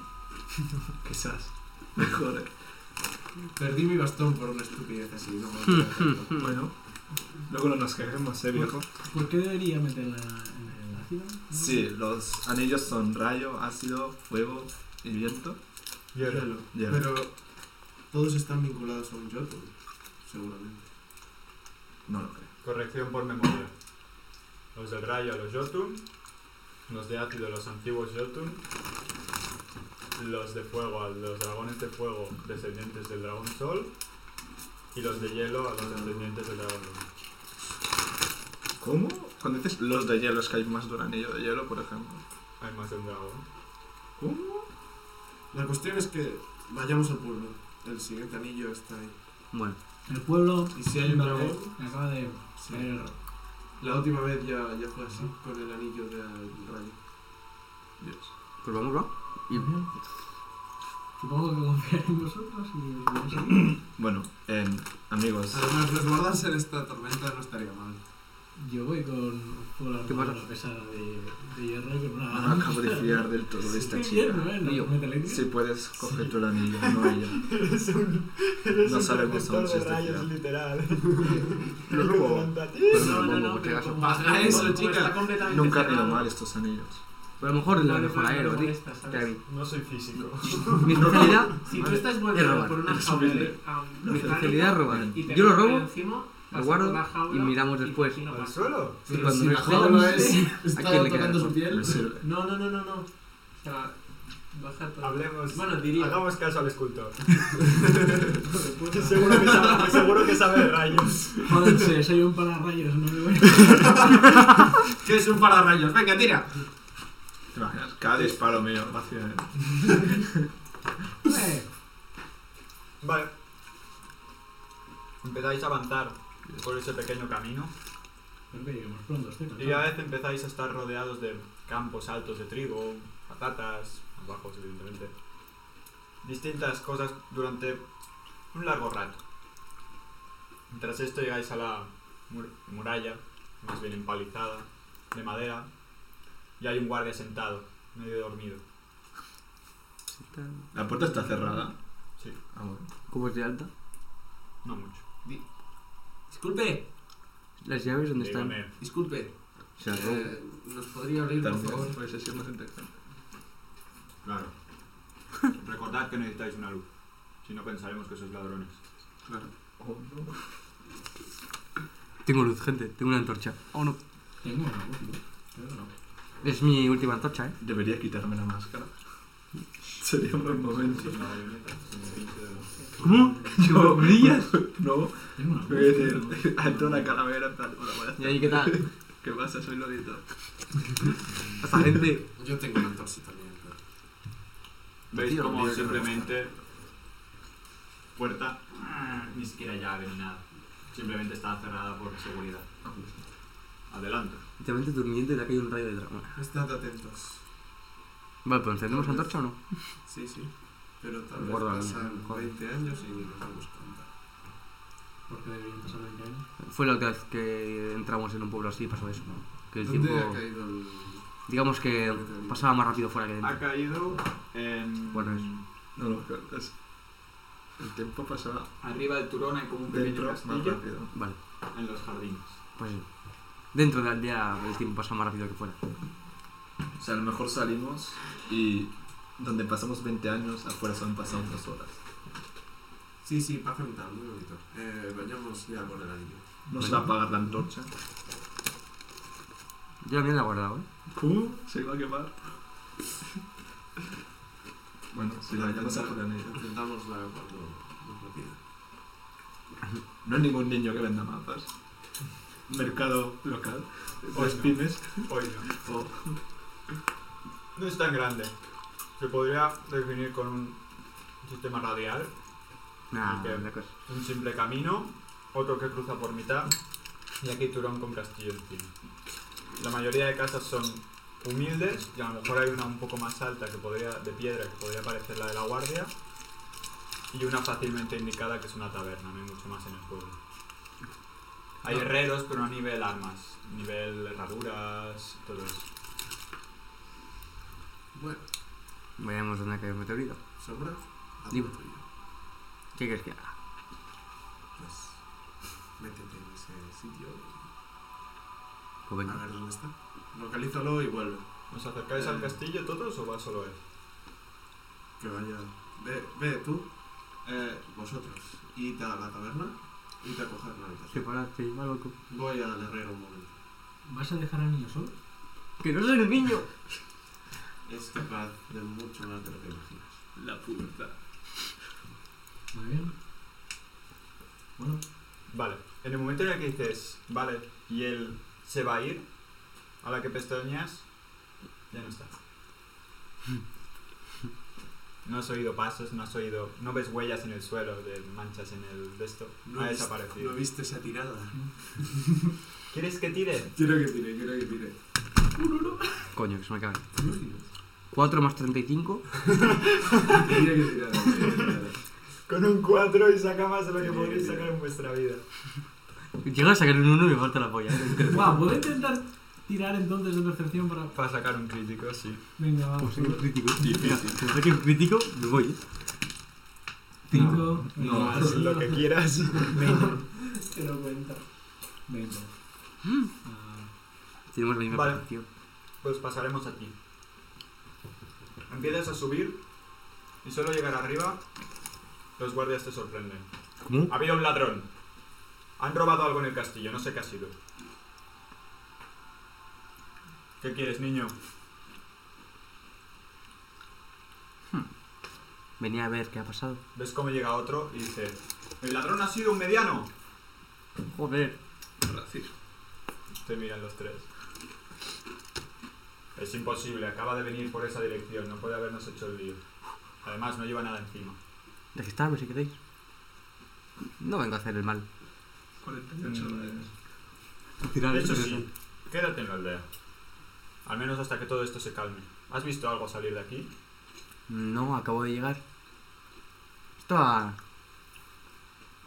quizás mejore. Perdí mi bastón por una estupidez así, no me voy a hacerlo. Bueno, luego no nos quejemos, ¿eh, viejo? ¿Por qué debería meterla en el ácido? Sí, los anillos son rayo, ácido, fuego y viento. Hielo. Hielo. Pero todos están vinculados a un Jotun, seguramente. No lo creo. Corrección por memoria. Los del rayo a los Jotun. Los de ácido a los antiguos Jotun. Los de fuego a los dragones de fuego descendientes del dragón sol. Y los de hielo a los descendientes del dragón luna. ¿Cómo? Cuando dices los de hielo, es que hay más de un anillo de hielo, por ejemplo. Hay más de un dragón. ¿Cómo? La cuestión es que vayamos al pueblo. El siguiente anillo está ahí. Bueno, El pueblo ¿Y si hay un Vale, dragón? me acaba de Sí. caer el rojo. La última vez ya, ya fue así, con el anillo del rayo. Dios. pues vamos, va. Y Supongo que confiar en vosotros y os vais a ir. Bueno, em, amigos, Además, resguardarse en esta tormenta no estaría mal. Yo voy con con la ¿Qué armadura pasa? Ah, pesada de, de hierro y con una no me acabo de fiar del todo de esta Qué chica. hierro, ¿eh? Tío. No, métele. Si puedes, coge tú el anillo, no ella. Eres un. Eres No un sabemos aún protector si de es de rayos, fiar. literal. Pero El que luego- levanta a ti. Pero No, no, no, no, no, por si pero acaso. como- Baja eso, chica. Nunca han ido mal estos anillos. Pero a lo mejor la mejor aero, tío. Espera, mi- No soy físico. Mi especialidad Si tú ¿vale? estás es volviendo robar. por una es jaula horrible. de- Ah, a un Mi metálico especialidad es robar. y te Yo lo cae robo, encima, lo vas a guardo la jaula y miramos después. y no ¿Al pasa. suelo? Y cuando si no la es jaula joven, es, ¿a quién estaba le queda tocando su mejor? piel. No, no, no, no, no. O sea, baja todo. Hablemos. Bueno, diría. Hagamos caso al escultor. seguro, que sabe, seguro que sabe de rayos. Jódense, soy un pararrayos, no me voy ¿Qué es un pararrayos? Venga, tira. ¿Te imaginas? Cada disparo mío, vacía, ¿eh? Eh, Vale. Empezáis a avanzar por ese pequeño camino Creo que lleguemos pronto, y estoy a cansado. veces empezáis a estar rodeados de campos altos de trigo, patatas, más bajos evidentemente, distintas cosas durante un largo rato. Tras esto llegáis a la mur- muralla, más bien empalizada, de madera, y hay un guardia sentado, medio dormido. La puerta está cerrada. Sí. Ah, bueno. ¿Cómo es de alta? No mucho. Disculpe, ¿Las llaves dónde están? Dígame, disculpe. Se ha roto. Eh, ¿Nos podría abrir, por favor? También puede ser más interesante. Claro. Recordad que necesitáis una luz, si no pensaremos que sois ladrones. Oh, no. Tengo luz, gente. Tengo una antorcha. Oh, no. Tengo una voz, ¿no? Creo que no. Es mi última antorcha, ¿eh? Debería quitarme la máscara. Sería un buen momento. ¿Cómo? Yo, brillas. No, Tengo una voz, voy a decir, alto una calavera, en plan, hola, buenas ¿Y ahí qué tal? tardes. ¿Qué pasa? Soy Lolito. Hasta gente. Yo tengo una antorcha también. pero- ¿Veis Tío, Pues como tío, tío. simplemente puerta, ah, ni siquiera llave ni nada? Simplemente está cerrada por seguridad. Adelante. Literalmente durmiendo y le ha caído un rayo de dragón. Estad atentos. Vale, pero ¿encendemos antorcha o no? Sí, sí. Pero tal vez Guarda la pasan mía, joder. 20 años y no nos damos cuenta. Porque debería pasar 20 años. Fue la última vez que entramos en un pueblo así y pasó eso. ¿no? Que el ¿Dónde tiempo, ha caído el.? digamos que pasaba más rápido fuera que Ha dentro. caído en... Bueno, es- No lo acuerdas. El tiempo pasaba Arriba del turón hay como un pequeño dentro más castillo rápido. Vale, en los jardines. pues dentro de la aldea el tiempo pasa más rápido que fuera. O sea, a lo mejor salimos y donde pasamos 20 años, afuera se han pasado 3 horas. Sí, sí, pasa un tal, muy bonito. Eh, vayamos ya por el anillo. No se va a apagar la antorcha. Yo también la he guardado, ¿eh? ¿Cómo? Se iba a quemar. Bueno, si la llamas a por el anillo. Intentamos la cuando nos lo pida. No hay ningún niño que venda mapas. Mercado local. Las Oye. pymes. Hoy no. O No es tan grande. Se podría definir con un sistema radial, Nada, Ok. la Ah, cosa. un simple camino, otro que cruza por mitad y aquí turón con castillo encima. La mayoría de casas son humildes y a lo mejor hay una un poco más alta que podría de piedra que podría parecer la de la guardia y una fácilmente indicada que es una taberna, no hay mucho más en el pueblo. Hay herreros pero no a nivel armas, nivel herraduras, todo eso. Bueno, Veamos dónde ha caído el meteorito. sombra. haz Dime. lo tuyo. ¿Qué quieres que haga? Pues. Métete en ese sitio. Joven. A ver dónde está. Localízalo y vuelve. ¿Nos acercáis al castillo todos o va solo él? Que vaya. Ve, ve tú, eh, vosotros, id a la taberna y te acoger la habitación. Separate, va loco. Voy al herrero un momento. ¿Vas a dejar al niño solo? ¡Que no soy un niño! Es capaz Este de mucho más de lo que imaginas. la pubertad. Muy bien. Bueno, Vale, en el momento en el que dices, vale, y él se va a ir, a la que pestañas, ya no está. No has oído pasos, no has oído, no ves huellas en el suelo de manchas en el de esto. No ha he visto- desaparecido. No viste esa tirada. ¿Quieres que tire? Quiero que tire, quiero que tire. Uh, Coño, que se me cae. ¿Te imaginas? 4 más 35. Tenía que tirar. tenía que tirar. Con un 4 y saca más de lo que Sí, podéis sí. sacar en vuestra vida. Llego a sacar un 1 y me falta la polla. ¿eh? va, ¿puedo intentar tirar entonces de percepción para. Para sacar un crítico, sí. Venga, va. por Pues saco un favor. crítico. Mira, Como saque un crítico, me voy. ¿eh? Cinco. No, Venga, haz lo que quieras. Te lo cuento. Veinte. Ah, Tenemos la misma Vale. percepción. Pues pasaremos aquí. Empiezas a subir y solo llegar arriba, los guardias te sorprenden. ¿Cómo? Ha habido un ladrón. Han robado algo en el castillo, no sé qué ha sido. ¿Qué quieres, niño? Venía a ver qué ha pasado. ¿Ves cómo llega otro y dice, el ladrón ha sido un mediano? Joder. Racismo. Te miran los tres. Es imposible, acaba de venir por esa dirección, no puede habernos hecho el lío. Además, no lleva nada encima. Registrarme si queréis. No vengo a hacer el mal. 48 Mm. horas. Tirar Eso sí, quédate en la aldea. Al menos hasta que todo esto se calme. ¿Has visto algo salir de aquí? No, acabo de llegar. Estaba.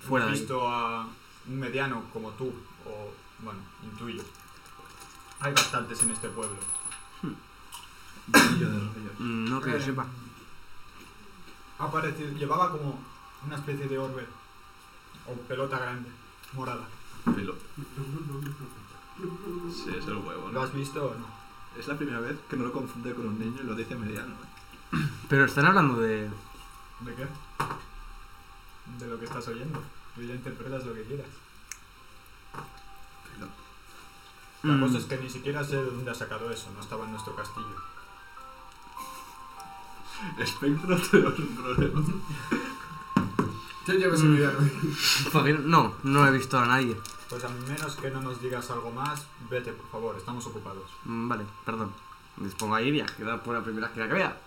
Fuera de ¿Has ahí. visto a un mediano como tú? O, bueno, intuyo. Hay bastantes en este pueblo. Brillo de rayos. Mm, No que yo Eh. sepa. Ha aparecido, llevaba como una especie de orbe. O pelota grande, morada. Pelota. Sí, es el huevo, ¿Lo ¿no? has visto o no? Es la primera vez que no lo confunde con un niño y lo dice mediano. ¿eh? Pero están hablando de. ¿De qué? De lo que estás oyendo. Tú ya interpretas lo que quieras. Pelota. La Mm, cosa es que ni siquiera sé de dónde ha sacado eso. No estaba en nuestro castillo. Espectro tenemos un problema. Yo ya me he olvidado. fucking- No, no he visto a nadie. Mm. Pues a menos que no nos digas algo más, vete, por favor, estamos ocupados. Mm, Vale, perdón. Les pongo ahí y a quedar por la primera que la que vea.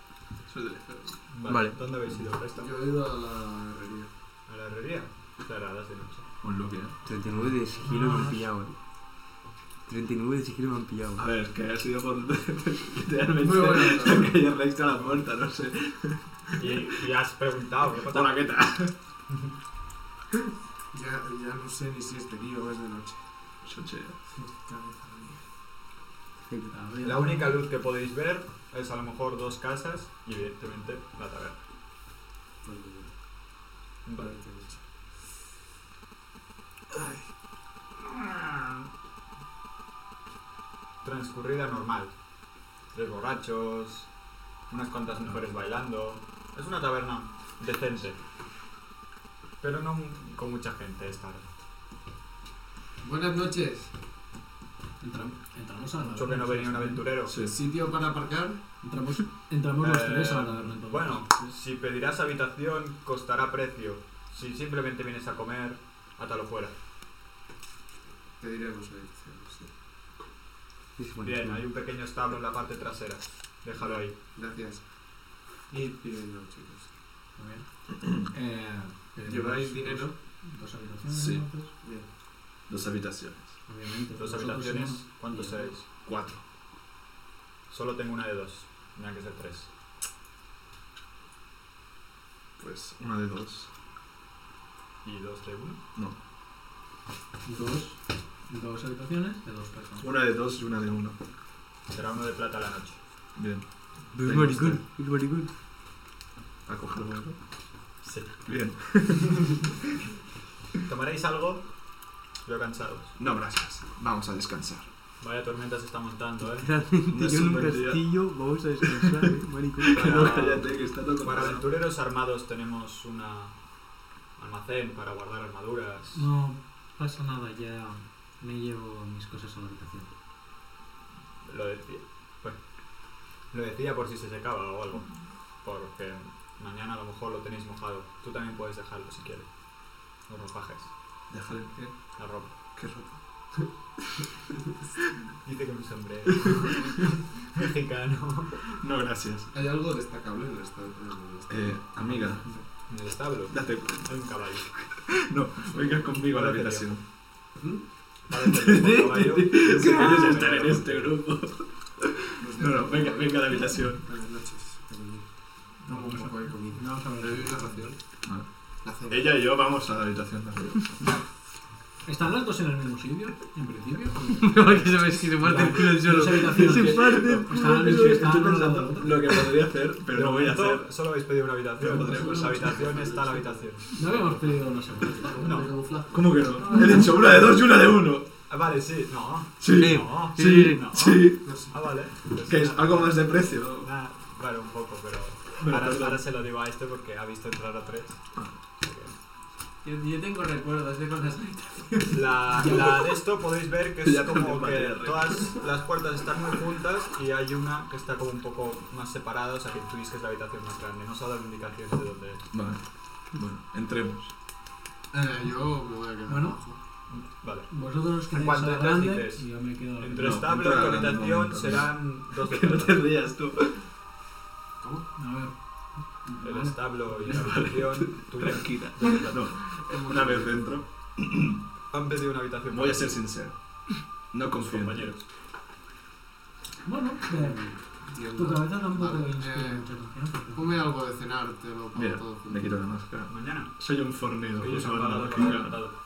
Soy del F. Vale. ¿Dónde habéis ido? ¿Presta? Yo he ido a la herrería. A la herrería. Cerradas de noche. Un look, ¿eh? 39 de sigilo me han pillado, eh. 39 de sigilo me han pillado. A ver, que ha sido por. literalmente. Muy bueno, claro. Que ya recta la puerta, no sé. Y, y has preguntado, ¿qué pasa? Hola, ¿qué tal? Ya, ya no sé ni si este lío es de noche. Chochea. Cabeza mía. espectacular. La única luz que podéis ver es a lo mejor dos casas y evidentemente la taberna. Pues, Vale. vale, que- Transcurrida normal. Tres borrachos, unas cuantas mujeres bailando. Es una taberna decente. Pero no con mucha gente esta vez. Buenas noches. Entram- entramos a la Mucho que taberna, no venía un ¿sabes? aventurero. Sí. ¿Sitio para aparcar? Entramos, entramos los Eh, tres a la taberna. entonces. Bueno, si pedirás habitación, costará precio. Si simplemente vienes a comer, átalo fuera. Pediremos la edición, sí. Sí, sí, bueno, Bien, sí. hay un pequeño establo en la parte trasera. Déjalo ahí. Pues Gracias. Ir pidiendo, chicos. Muy bien. Eh, tenemos ¿Lleváis dos- dinero? Dos habitaciones. Sí. entonces, Bien. Dos habitaciones. Obviamente. Dos Nosotros habitaciones, somos- ¿cuántos Bien. seréis? Cuatro. Solo tengo una de dos. Tendrán que ser tres. Pues una de dos. ¿Y dos de uno? No. Dos, dos habitaciones de dos personas. Una de dos y una de uno. Será uno de plata a la noche. Bien. It's very good, este. it's very good. A coger vuelo. Sí. Bien. ¿Tomaréis algo? Veo cansados. No, gracias. Vamos a descansar. Vaya tormenta se está montando, ¿eh? No Realmente es yo un en un buen día. castillo, vamos a descansar, eh, maricón. Para- que está todo Para aventureros armados tenemos una almacén para guardar armaduras. No pasa nada, ya me llevo mis cosas a la habitación. Lo decía. bueno, lo decía por si se secaba o algo. Porque mañana a lo mejor lo tenéis mojado. Tú también puedes dejarlo si quieres. Los ropajes, Déjale que. la ropa. ¿Qué ropa? Dice con un sombrero. Mexicano. No, gracias. ¿Hay algo destacable en esta en esta- Eh, amiga, En el establo. date. Hay un caballo. Venga conmigo a la Vale, habitación. Parece que es un caballo. Quieres estar en este grupo. Los de- No, no, venga, venga a la habitación. Buenas noches. Carolina. Tomo un poco de comida. Vamos a ver. ¿Tenéis la ración? Ah. La cena. Ella y yo vamos a la habitación también. ¿Están las dos en el mismo sitio? En principio. No, que se me- que se parte el culo el Dos suelo. habitaciones. Se parte el Están- están- culo el suelo. Estoy pensando lo que podría hacer, pero este De no voy a momento, hacer. Solo habéis pedido una habitación. No podremos. Pues la habitación está la habitación. No habíamos pedido una segunda. No. ¿Cómo que no? He dicho una de dos y una de uno. Ah, vale, sí. No. Sí, No. sí, no. sí. No sé. Ah, vale. Pues Que es nada. algo más de precio. Nah, vale, un poco, pero. Bueno, ahora, perdón. ahora se lo digo a este porque ha visto entrar a tres. Yo, yo tengo recuerdos de cosas. La, la de esto podéis ver que es Ya ¿eh? como que también vale, Rick. todas las puertas están muy juntas y hay una que está como un poco más separada, o sea que intuís que es la habitación más grande. No os ha dado indicaciones de dónde es. Vale. Bueno, entremos. Eh, yo me voy a quedar Bueno. abajo. Vale. Vosotros os quedáis cuanto a la entras, grande dices, y yo me quedo a la Entre No, establo entra y en algún habitación momento. serán dos de Que no plata. te rías tú. A ver. El Vale. establo y la habitación tuya. Tranquila. dos de plata. No, una vez dentro, Han pedido una habitación. voy para a ser ti, sincero. No tus confío en ti. compañeros. Bueno, eh, Entiendo. tu cabeza tampoco Vale, inspira eh, mucha confianza. pero- Come algo de cenar, te lo Mira, pongo todo junto. me quito la máscara. Mañana. Soy un fornido. pues Oye, se como han una parado con vaca. el atado.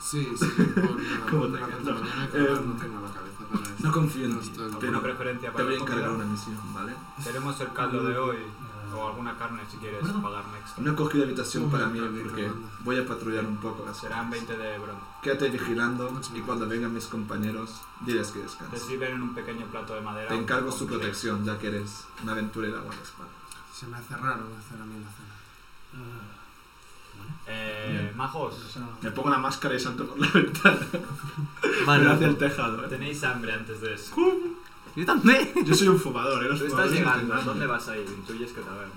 Sí, sí, por ¿Cómo por te la quedas? tarde mañana que Eh, ahora no tengo la cabeza para eso. No confío en No ti, estoy- ¿Alguna pero preferencia te para voy a la encargar comida? una misión, ¿vale? Tenemos el caldo de hoy Eh, o alguna carne si quieres Bueno. pagarme extra. No he cogido habitación Hombre, para mí Carlito, porque anda. voy a patrullar un poco las Serán calles. 20 de bronce. Quédate vigilando y cuando vengan mis compañeros, diles que Te descanses. sirven en un pequeño plato de madera. Te encargo con su chile. protección, ya que eres una aventurera guardaespaldas. Se me hace raro hacer a mí la cena. Ah. eh, Eh, majos, esa- Me pongo la máscara y salto por la ventana. Vale, Pero hacia el tejado, ¿eh? tenéis hambre antes de eso. Yo también. Yo soy un fumador, ¿eh? Los Tú estás fumadores no llegando, ¿a tienen dónde hambre. vas a ir? Intuyes que taberna.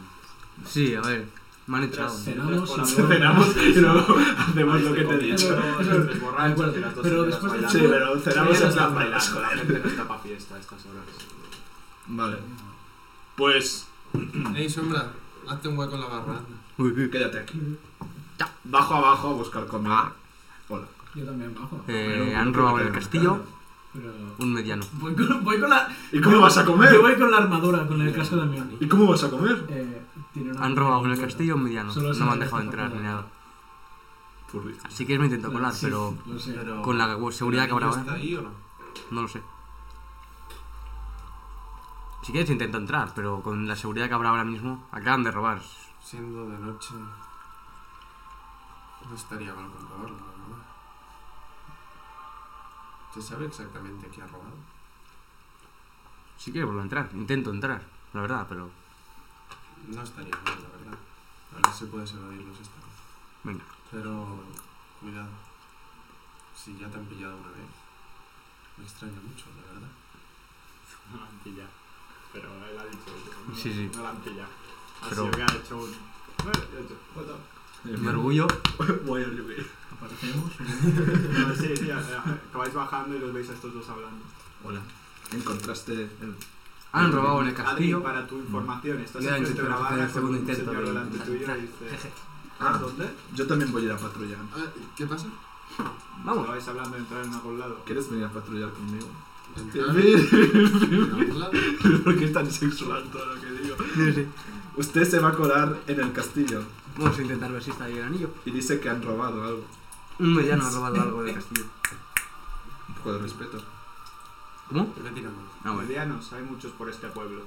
Sí, a ver, me han echado. Tras- Cenamos tras y por la luego- Cenamos noche, y luego hacemos vais lo de que te he comiendo, dicho. los tres borrachos y las dos Pero señoras después de bailando. Sí, pero cenamos Ellas en están bailando, plan bailas, la joder. gente no está para fiesta a estas horas. Vale. Pues Ey, sombra, hazte un hueco en la barra. Uy, uy. quédate aquí. Bajo abajo a buscar comida. Hola. Yo también bajo. Eh, han robado en el castillo Pero un mediano. voy con, voy con la. ¿Y cómo vas a Yo comer? voy con la armadura, con el casco de Mioni. ¿Y cómo vas a comer? Eh, tiene una- Han robado en el castillo un mediano. Solo se No me han les dejado escapa entrar nada. ni nada. Furry. Así que me intento colar, Sí, pero Lo sé. con la seguridad que habrá ¿Está ahora, ahí o no? no lo sé. Si quieres intento entrar, pero con la seguridad que habrá ahora mismo, acaban de robar. Siendo de noche, no estaría mal comprobarlo, la verdad. ¿Se sabe exactamente qué ha robado? Si quieres vuelvo a entrar, intento entrar, la verdad, pero No estaría mal, la verdad. A ver si puedes evadirlos esta vez. venga. Pero cuidado. Si ya te han pillado una vez, me extraña mucho, la verdad. No la han pillado. Pero él ha dicho eso. No, Sí, sí. No la han pillado. Ha Pero- sido que ha hecho un. Eh, hecho, what up. Mi orgullo, Voy a llover. Aparecemos. No, sí, sí, eh, que vais bajando y los veis a estos dos hablando. Hola. Encontraste el. han robado en el Adri, castillo. para tu información, estás Yo ya enfrente de una intenté barra hacer el con segundo un intento señor de delante intentar tuyo y entrar. dice... Ah, ¿A dónde? yo también voy a ir a patrullar. Ah, ¿Qué pasa? Vamos. Estabais hablando de entrar en algún lado. ¿Quieres venir a patrullar conmigo? ¿Entrar? ¿Por qué es tan sexual todo lo que digo? Usted se va a colar en el castillo Vamos a intentar ver si está ahí el anillo. y dice que han robado algo. Un mediano ha robado algo del castillo. Un poco de respeto. ¿Cómo? Me tiramos. Ah, bueno. Medianos, hay muchos por este pueblo.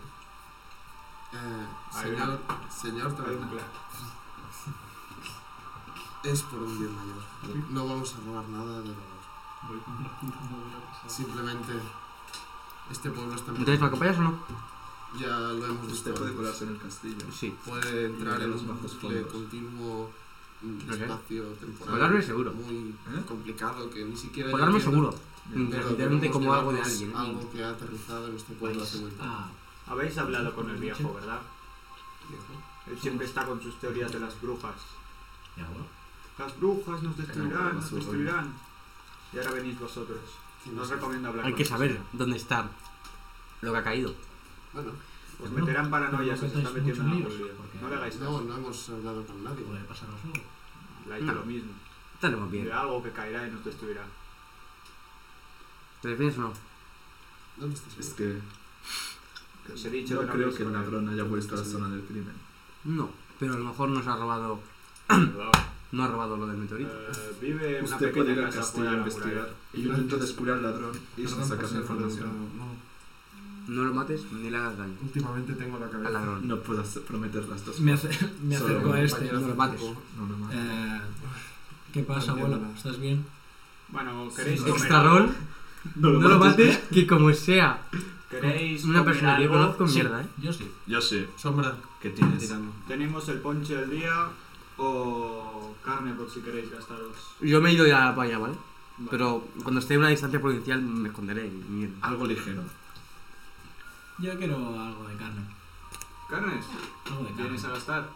Eh, Ahí señor, señor Hay un Taberna, plan. es por un bien mayor. No vamos a robar nada de valor. Simplemente, este pueblo está... ¿Entonces me acompañas o no? Ya lo hemos Usted visto. Este puede antes. colarse en el castillo. Sí. puede entrar Y en los un bajos bucle fondos. continuo mm, ¿Lo qué? espacio temporal Colarme seguro. muy ¿Eh? complicado que ni siquiera yo Colarme entiendo, seguro. pero Realmente debemos como algo de llevarnos alguien. ¿eh? algo que ha aterrizado en este pueblo hace muy poco Ah, Habéis hablado con el viejo, ¿verdad? viejo. Él siempre está con sus teorías de las brujas. ya bueno. Las brujas nos Pero, destruirán, nos su destruirán. Y ahora venís vosotros. Sí, No os sí. recomiendo hablar Hay con que ellos. saber dónde está lo que ha caído. bueno Os Pero Pues no- meterán paranoia, no os está contáis metiendo en muchos algún líos, lío. porque- No le hagáis no caso. no hemos hablado con nadie Puede pasarnos algo. La hizo No. lo mismo. Estaremos De bien. algo que caerá y nos destruirá. ¿Te refieres o no? dónde está el Es señor? que. Os he dicho no que no creo habléis que el con él. ladrón haya vuelto a la zona del crimen. No. Pero a lo mejor nos ha robado. Perdón. No ha robado lo del meteorito. Eh, vive en una Usted puede ir pequeña al casa fuera castillo de a la investigar. muralla. Y yo intento descubrir al ladrón y Perdón por sacar la ser información. malvado, no. No lo mates ni le hagas daño. últimamente tengo la Al cabeza ladrón. No puedo hacer- prometer las dos. Pues Me, ace- me Solo acerco un a este. compañero. no lo mates. No, no, no. Eh, ¿Qué pasa, Entiendo abuelo? nada. ¿Estás bien? Bueno, ¿queréis comer Extra algo? roll. No No lo mates, que como sea ¿Queréis una comer persona que yo algo? conozco, Sí, mierda, ¿eh? Yo sí. Yo sé sombra que tienes. tirando Tenemos el ponche del día o carne por si queréis gastaros. Yo me he ido ya para allá, ¿vale? Vale. Pero cuando esté a una distancia provincial me esconderé. y Mierda. Algo ligero. Yo quiero algo de carne. ¿Carnes? Algo de carne. ¿Vienes a gastar?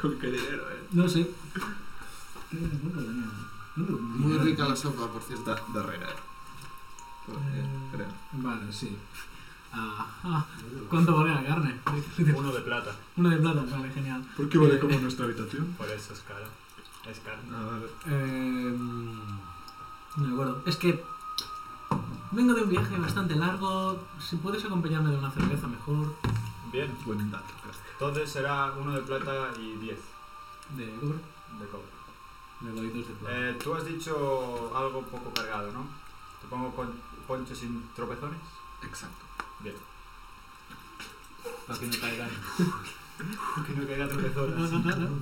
Con qué dinero, eh. No sé. ¿Qué bueno tenía? muy rica la sopa por cierto Da, da regalo. Eh, creo. Vale, sí. Ajá. ¿Cuánto vale la carne? Uno de plata. Una de plata, vale, genial. ¿Por qué vale como nuestra habitación? Por eso es caro. Es carne. Ah, vale. Eh, no me acuerdo. Es que vengo de un viaje bastante largo. Si puedes acompañarme de una cerveza, mejor. Bien, Buen dato, gracias. entonces será uno de plata y diez De cobre. de cobre. Le doy dos de plata. Eh, tú has dicho algo poco cargado, ¿no? Te pongo con ponche sin tropezones Exacto. para que no caigan. Para que no caigan tropezones.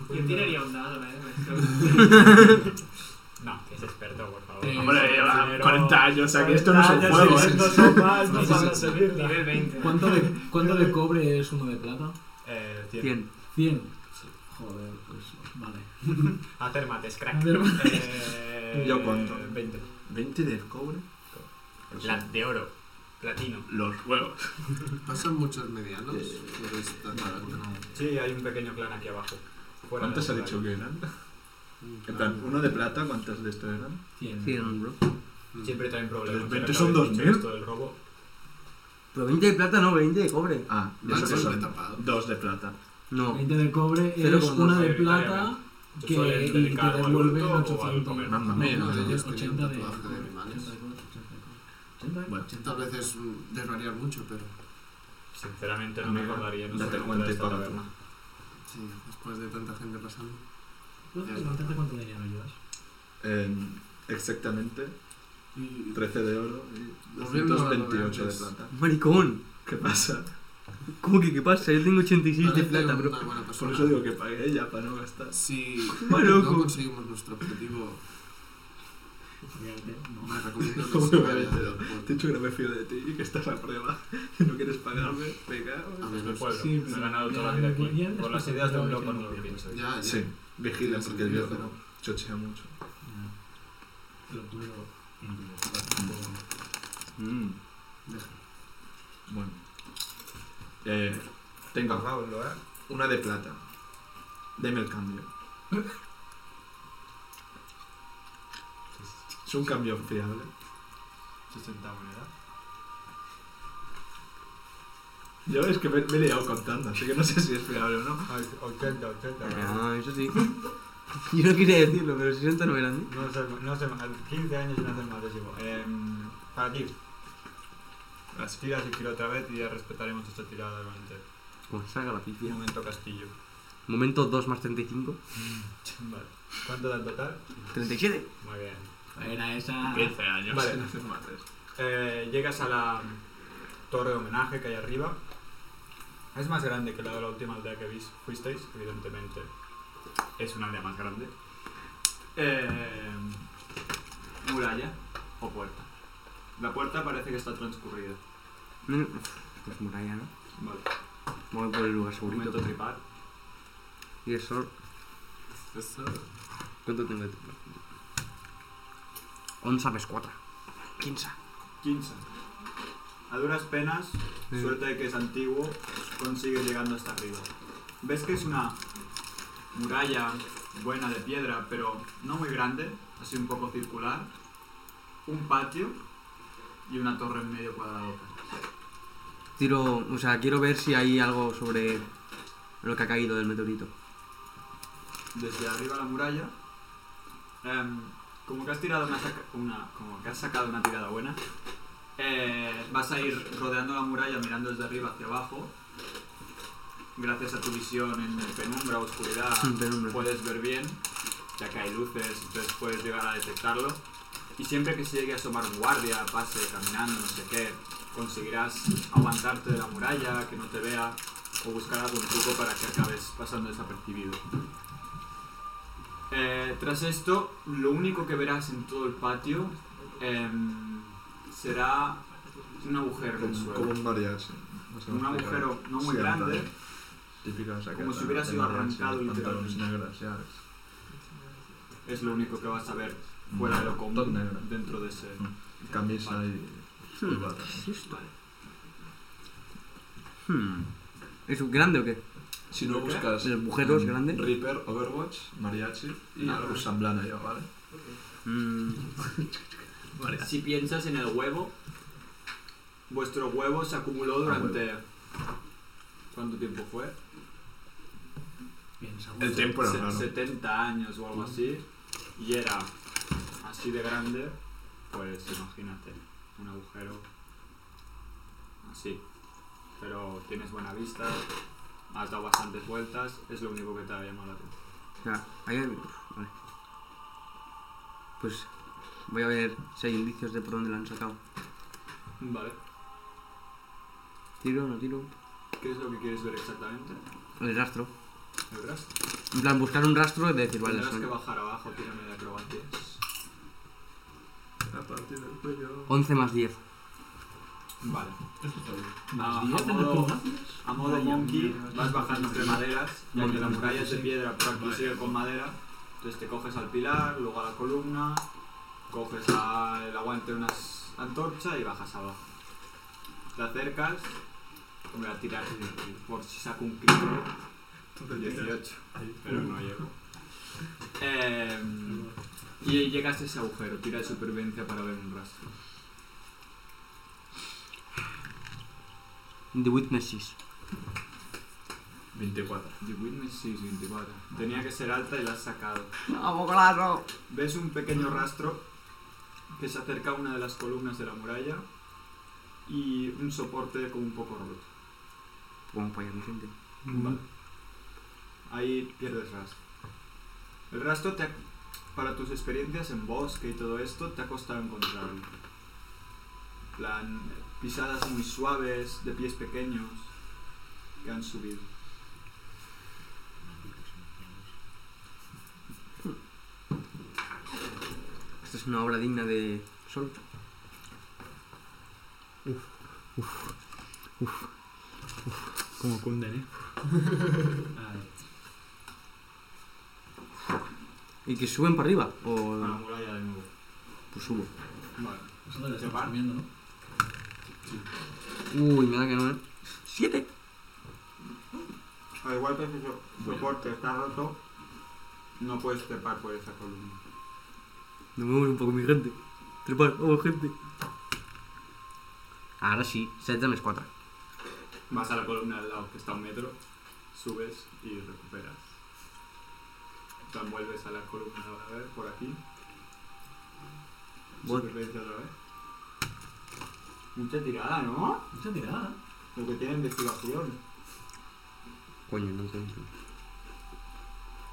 Yo tiraría un dado, ¿eh? No, que es experto, por favor. Eh, Hombre, lleva Primero- 40 años, o sea que esto no es un 40 juego, años, ¿eh? No son más, no Sí, van a sí, sí. seguirla. Nivel 20. ¿Cuánto de, ¿Cuánto de cobre es uno de plata? Eh, cien. 100. 100. Sí. Joder, pues vale. Hacer mates, crack. Hacer Eh, ¿Yo cuánto? Pues 20. 20 de cobre. Plat- de oro. Platino. Los huevos. pasan muchos medianos Eh, por esta taberna Sí, hay un pequeño clan aquí abajo. Fuera ¿Cuántos ha del dicho lugar. que eran? Mm, En plan, uno de plata, ¿cuántos de estos eran? 100. 100, bro. mm. Siempre traen problemas. Los 20 Ahora que son habéis dicho 2000. esto del robo. Pero 20 de plata no, 20 de cobre. Ah, Me han esos son sobretapado. dos de plata. No. 20 de cobre Cero es con una dos, de eh, plata claramente. Se que suelen y te dedicar o al devuelven hurto o al 800. comer. Mamma No, mía, no, uno de no. ellos 80 tenía un de- tatuaje de animales 80 de cobre, 80 de cobre, 80 de cobre. Bueno, Tal vez es mm, desvariar mucho, pero Sinceramente no me Amigo, acordaría. No date sé cuenta y esta paga tú. taberna. sí, después de tanta gente pasando. Entonces, ¿cuánto- ¿Cuánto dinero llevas? En- exactamente, Y 13 de oro y Volviendo a lo de 228 de antes. plata. Maricón. ¿Qué pasa? ¿Cómo que qué pasa? Yo tengo 86 de Parece plata, una bro. buena Por persona. eso digo que pague ella, para no gastar. Si Va no loco. conseguimos nuestro objetivo, me recomiendo que ¿Cómo se me vaya metes? del pueblo. Te he dicho que no me fío de ti y que estás a prueba. Si no quieres pagarme, pega. A Desde el menos- pueblo. Sí, Me he pero- ganado toda la ya, vida ya, ya aquí. les Por las pasó ideas de todo un el loco no tiempo. lo pienso. Ya, ya. Sí, vigila porque el viejo no. Chochea mucho. Lo juro. Mm. Deja. Bueno. Eh, tengo Pablo, ¿eh? una de plata. Deme el cambio. Es un cambio fiable. 60 monedas. Yo es que me, me he liado contando, así que no sé si es fiable o no. Ay, 80, 80. Ah, eso sí. Yo no quería decirlo, pero 60 no eran, ¿eh? No sé, no sé, a los 15 años no hace malísimo. Eh, para ti. Las tiras y tiro otra vez y ya respetaremos esta tirada durante Como salga un Pues la pifia. momento castillo. Momento 2 más 35. Vale. ¿Cuánto da en total? 37. Muy bien. Era esa. 15 años. Vale. no haces mates. Eh, llegas a la torre de homenaje que hay arriba. Es más grande que la de la última aldea que vis- fuisteis, evidentemente. Es una aldea más grande. Eh, muralla o puerta. La puerta parece que está transcurrida. No, no. Pues muralla, ¿no? Vale. Vamos por el lugar segurito. Momento tripar. Y el sol. Eso. ¿Cuánto tengo de tu 11 más 4. 15. 15. A duras penas, Sí. suerte de que es antiguo, consigues llegando hasta arriba. Ves que es una muralla buena de piedra, pero no muy grande, así un poco circular, un patio y una torre en medio cuadradota. Tiro, o sea, quiero ver si hay algo sobre lo que ha caído del meteorito. Desde arriba la muralla, em, como que has tirado una, saca- una- como que has sacado una tirada buena, eh, vas a ir rodeando la muralla mirando desde arriba hacia abajo. Gracias a tu visión en penumbra, oscuridad, Penumbra. puedes ver bien, ya que hay luces, entonces puedes llegar a detectarlo. Y siempre que se llegue a asomar un guardia, pase caminando, no sé qué, conseguirás aguantarte de la muralla, que no te vea, o buscar algún truco para que acabes pasando desapercibido. Eh, tras esto, lo único que verás en todo el patio em, será un agujero en el Como, suelo. como un mariachi. No sé un cómo explicarlo. agujero no muy Sí, grande. andar. Típico de esa Como si cara, hubiera de sido mariachi, arrancado Pantalones literalmente. negros, ya ves. Es lo único que vas a ver fuera de lo Todo común negro. dentro de ese. Camisa y corbata. Hmm. ¿Es grande o qué? Si no ¿Por qué? buscas ¿El agujero es mm, grande? Reaper, Overwatch, Mariachi y Nada. algo semblante ya, ¿vale? Mm, Si piensas en el huevo, vuestro Ah, huevo se acumuló durante. ¿Cuánto tiempo fue? Piensa, El tiempo era Se- raro. 70 años o algo así. Y era así de grande, pues imagínate, un agujero así. Pero tienes buena vista, has dado bastantes vueltas, es lo único que te ha llamado la atención. ya, ahí hay- Vale. Pues voy a ver si hay indicios de por dónde lo han sacado. Vale. Tiro, no tiro. ¿Qué es lo que quieres ver exactamente? El rastro. ¿El rastro? En plan, buscar un rastro y decir, vale, Tendrás que son bajar abajo, tírame de acrobacias. A partir del cuello. 11 más 10. Vale. Más Ah, 10 de modo- acrobacias. A modo Vaya monkey mierda. vas bajando entre maderas, ya que Monkey, la muralla es sí. de piedra, pero aquí sigue con madera. Entonces te coges al pilar, luego a la columna, coges a- el aguante de una s- antorcha y bajas abajo. Te acercas, me voy a tirar por si saco un crítico, Entonces, 18, ahí. pero no llego. Em, y llegas a ese agujero, tira de supervivencia para ver un rastro. The Witnesses. 24. The Witness 624. Tenía que ser alta y la has sacado. ¡Vamos, golazo! Ves un pequeño rastro que se acerca a una de las columnas de la muralla y un soporte como un poco roto. Vamos para allá, mi gente. Vale. Ahí pierdes rastro. El rastro te ha- para tus experiencias en bosque y todo esto te ha costado encontrarlo. Plan, pisadas muy suaves, de pies pequeños, que han subido. Esto es una obra digna de Sol. Como cunden, ¿eh? ¿Y que suben para arriba? O Ah. A la muralla de nuevo. pues subo. Vale. Nosotros ¿Te estamos van? comiendo, ¿no? Uy, me da que no, ¿eh? ¡Siete! Al igual que ese so- soporte está roto, no puedes trepar por esa columna. Nos movemos un poco, mi gente. Trepar, vamos, gente. Ahora sí, 7 más 4. Vas a la columna al lado, que está a un metro, subes y recuperas. Te vuelves a la columna a ver, por aquí. Voy. Supervivencia otra vez. Mucha tirada, ¿no? Mucha tirada. Lo que tiene investigación. Coño, no encuentro.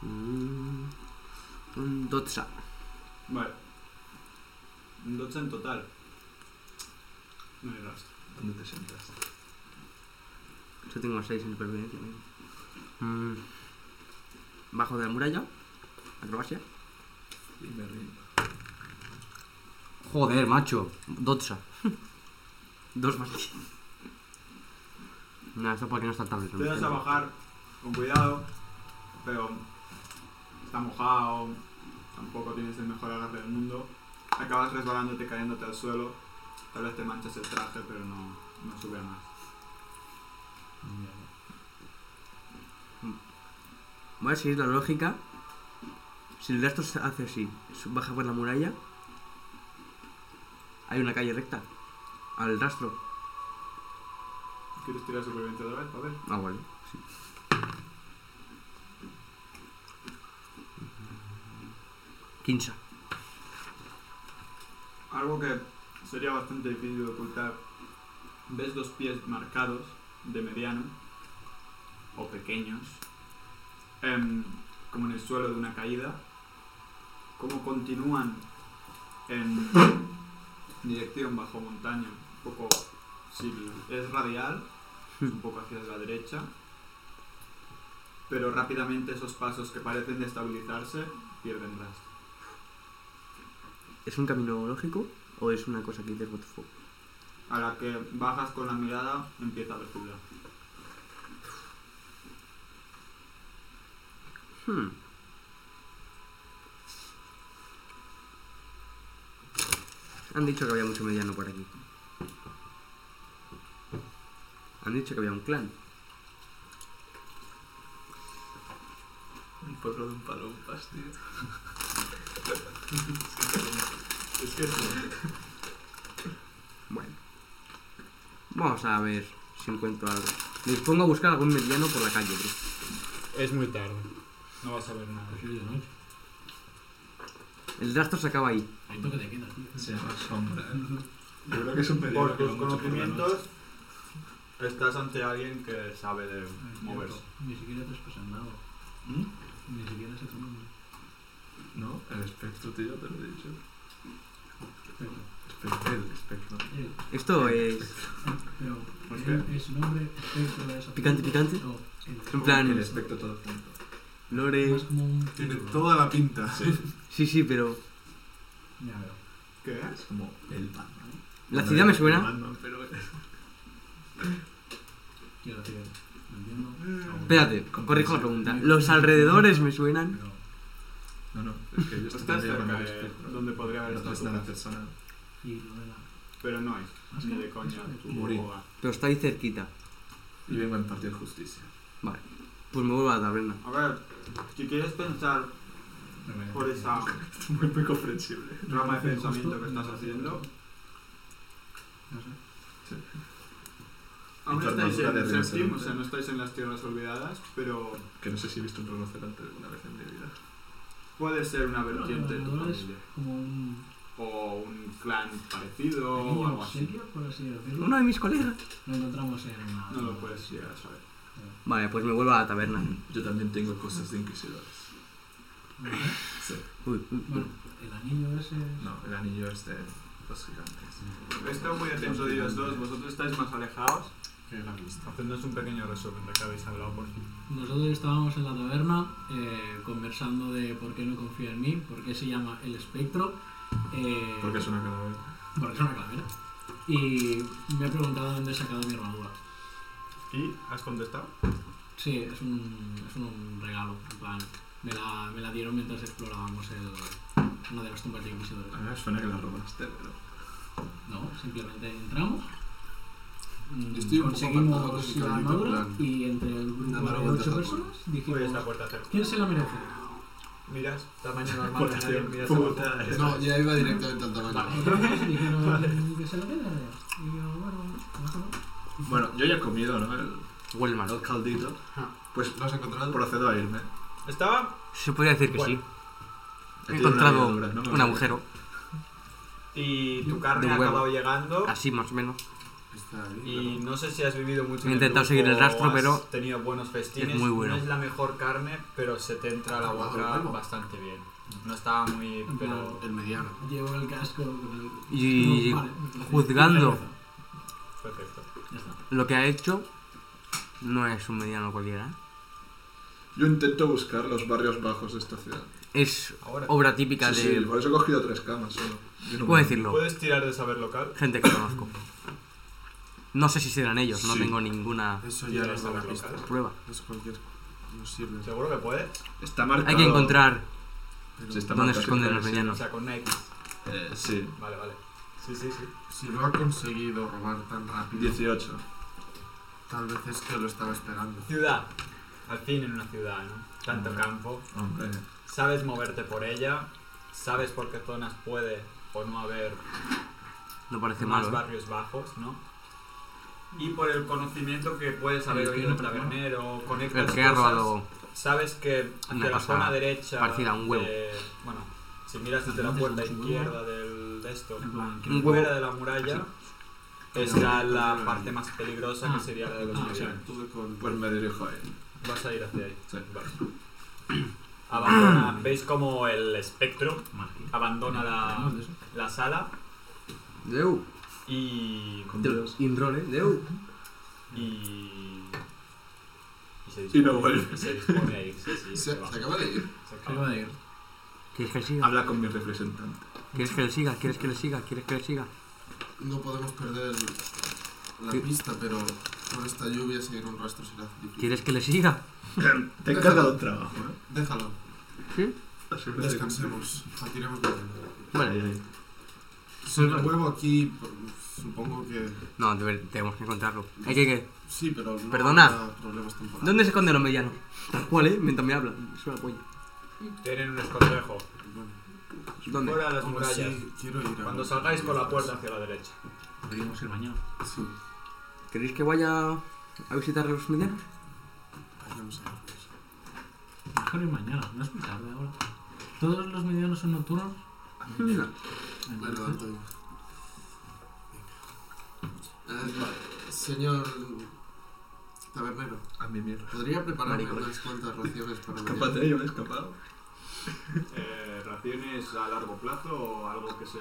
Mm, Un Dotsa. Vale. Un 12 en total. No hay rastro. ¿Dónde te sientas? Yo tengo 6 en supervivencia. venga. Mm, Bajo de la muralla. Acrobacia. Y me rindo. Joder, macho. Dotsa. Dos más. Nada, eso porque no está el tablero. Te das a bajar con cuidado, pero está mojado, tampoco tienes el mejor agarre del mundo. Acabas resbalándote, cayéndote al suelo. Tal vez te manchas el traje, pero no, no sube a más. Voy a seguir la lógica. Si el resto se hace así, su- baja por la muralla, hay una calle recta al rastro. ¿Quieres tirar supervivencia otra vez? A ver. Ah, vale, sí. Quincha. Algo que sería bastante difícil de ocultar. Ves dos pies marcados de mediano o pequeños, em, como en el suelo de una caída, como continúan en dirección bajo montaña, un poco sí, es radial, es un poco hacia la derecha, pero rápidamente esos pasos que parecen destabilizarse pierden rastro. ¿Es un camino lógico o es una cosa que dices what the fuck? a la que bajas con la mirada empieza a vertebrar. Hmm. Han dicho que había mucho mediano por aquí. Han dicho que había un clan. Un pueblo de un palo, un pastillo. Es que es Bueno. Vamos a ver si encuentro algo. Me dispongo a buscar algún mediano por la calle, bro. Es muy tarde. No vas a ver nada. Pero sí, de noche. El rastro se acaba ahí. Hay toque de queda, tío. Se llama sombra. ¿eh? Yo creo que es un peligro. Por que va tus mucho la noche. conocimientos, estás ante alguien que sabe de Ay, moverse. cierto, Ni siquiera te has presentado. ¿Mm? Ni siquiera sé tu nombre. No, el espectro, tío, te lo he dicho. Pero, Espe- El espectro. eh, Esto es. pero Pues es, es nombre, espectro de esa Picante, figura. picante. No, el- En plan. El espectro todo junto. Lore. Más como un Tiene título. toda la pinta. Sí, sí, pero. Ya veo. ¿Qué? Es como el Batman. La Bueno, ciudad me el suena, Batman, pero es Quiero decir, lo entiendo. espérate, corrijo la pregunta. Los alrededores me suenan. Pero No, no, es que yo estoy Estás cerca el de espectro. donde podría haber No estado es tu nada casa, personal. Y lo de la... Pero no es, ¿Has ni de quedado? coña Eso es. tu Morir. hogar. Pero está ahí cerquita. Y vengo a impartir justicia. Pues me vuelvo a la taberna. A ver, si quieres pensar No me- por esa Es muy poco comprensible. rama de Me parece pensamiento justo, que me estás parece haciendo, correcto. No sé. aún tu estáis armadura en de Septim, o sea, rinoceronte. no estáis en las tierras olvidadas, pero Que no sé si he visto un rinoceronte alguna vez en mi vida. puede ser una No, vertiente de tu no, no es familia. como un O un clan parecido o pequeño algo así. obsequio, por así decirlo. Uno de mis colegas. Lo encontramos en una... No lo puedes llegar a saber. Vale, pues me vuelvo a la taberna. Yo también tengo cosas de inquisidores. Uy, uy, Bueno, el anillo ese... es- No, el anillo es de los gigantes. Está muy atento de ellos dos, vosotros estáis más alejados, que la amistad. Hacednos un pequeño resumen de que habéis hablado por fin. Nosotros estábamos en la taberna eh, conversando de por qué no confía en mí, por qué se llama el espectro. eh, Porque es una calavera. porque es una calavera. Y me ha preguntado dónde he sacado mi armadura. ¿Y has contestado? Sí, es un, es un regalo, en plan. Me la, me la dieron mientras explorábamos el, una de las tumbas de inquisidores. A ver, suena que la robaste, pero. No, simplemente entramos. mm, Estoy un poco apartado conseguimos con mi cabrito, la armadura en plan, y entre el grupo dándole de vueltas ocho al personas Pues la dijimos puerta cerca. ¿Quién se la merece? Miras, tamaño normal de nadie, Población, miras puta, abajo. es- No, ya iba directamente al tamaño. Entonces dijeron que se la quede. Y yo, bueno, bueno. Bueno, yo ya he comido, ¿no? El, Huele mal. el caldito. Ah. Pues ¿Lo has encontrado? procedo a irme. Estaba Se podría decir que Bueno, He sí. He tenido una encontrado vida dura, no me un voy a- agujero, y tu carne De ha huevo. Ah, acabado llegando. así más o menos. Está ahí, Y no sé si has vivido mucho. He en el intentado seguir el grupo o rastro, has pero tenido buenos festines. es muy bueno. No es la mejor carne, pero se te entra a la Ah, boca bueno. bastante bien. No estaba muy. Pero. pero El mediano. Llevo el casco con el. Y Vale, me parece. juzgando Perfecto. Ya está. lo que ha hecho, no es un mediano cualquiera. Yo intento buscar los barrios bajos de esta ciudad. Es Ahora, obra típica Sí, de... sí, por eso he cogido tres camas solo. Yo no ¿Cómo me- decirlo? puedes tirar de saber local. Gente que conozco. No sé si serán ellos, no Sí. tengo ninguna Eso Ya ya está no es una colocado. pista. prueba. Es cualquier. No sirve. Seguro que puedes. Está marcado. Hay que encontrar Pero Sí, está dónde se marcado, esconden sí, los sí. O medianos. sea, con una X. Eh, sí, Vale, vale. Sí, sí, sí. Si lo ha conseguido robar tan rápido, 18. tal vez es que lo estaba esperando. Ciudad. Al fin en una ciudad, ¿no? Tanto Mm. Hombre. campo. Hombre. Sabes moverte por ella. Sabes por qué zonas puede o no haber No parece más malo. ¿eh? barrios bajos, ¿no? Y por el conocimiento que puedes haber El que oído del no perdona. tabernero, El conectas que ha cosas, robado... sabes que Una hacia la cosa zona derecha, parecida a un huevo. de- bueno, si miras desde la Entonces, puerta es un izquierda del, de esto, En plan, que- Un huevo. fuera de la muralla, está la parte más peligrosa que Ah. sería la de los Ah, medianos. Tuve con. Pues me dirijo a él. Vas a ir hacia ahí. Sí. Vale. Abandona, veis como el espectro abandona la, Hablamos de eso. la sala Deu. y, Con Dios. Indrone. Deu. y, y se Y no vuelve. y se dispone a irse, sí, Se, se va. se acaba de ir. Se acaba. Acaba de ir. ¿Quieres que le siga? Habla con mi representante. ¿Quieres que le siga? ¿Quieres que le siga? ¿Quieres que le siga? No podemos perder la Sí. pista, pero con esta lluvia seguir un rastro será difícil. ¿Quieres que le siga? Te he encargado un trabajo, ¿eh? Déjalo. Así me- Descansemos. Patiremos la Ay, Bueno, ay. Soy el huevo aquí, p- supongo que. no, debe- tenemos que encontrarlo. Hay que... que- Sí, pero no Perdona. habrá problemas temporales. ¿Dónde se esconden los medianos? Tal cual, ¿eh? Mientras me hablan. Es una polla. Tienen un escondrijo. Bueno, ¿Dónde? Fuera de las aún murallas. así, quiero ir a- Cuando salgáis con la puerta hacia la derecha. Podríamos ir mañana. Sí, ¿Queréis que vaya a visitar a los medianos? vayamos a verlos. Mejor ir mañana, no es muy tarde ahora. ¿Todos los medianos son nocturnos? No. Entonces, Perdón, estoy- Eh, vale. Señor tabernero, A mi mierda. ¿podría prepararme Maricón. unas cuantas raciones para mañana? Escápate, yo me he escapado. Eh, ¿Raciones a largo plazo o algo que se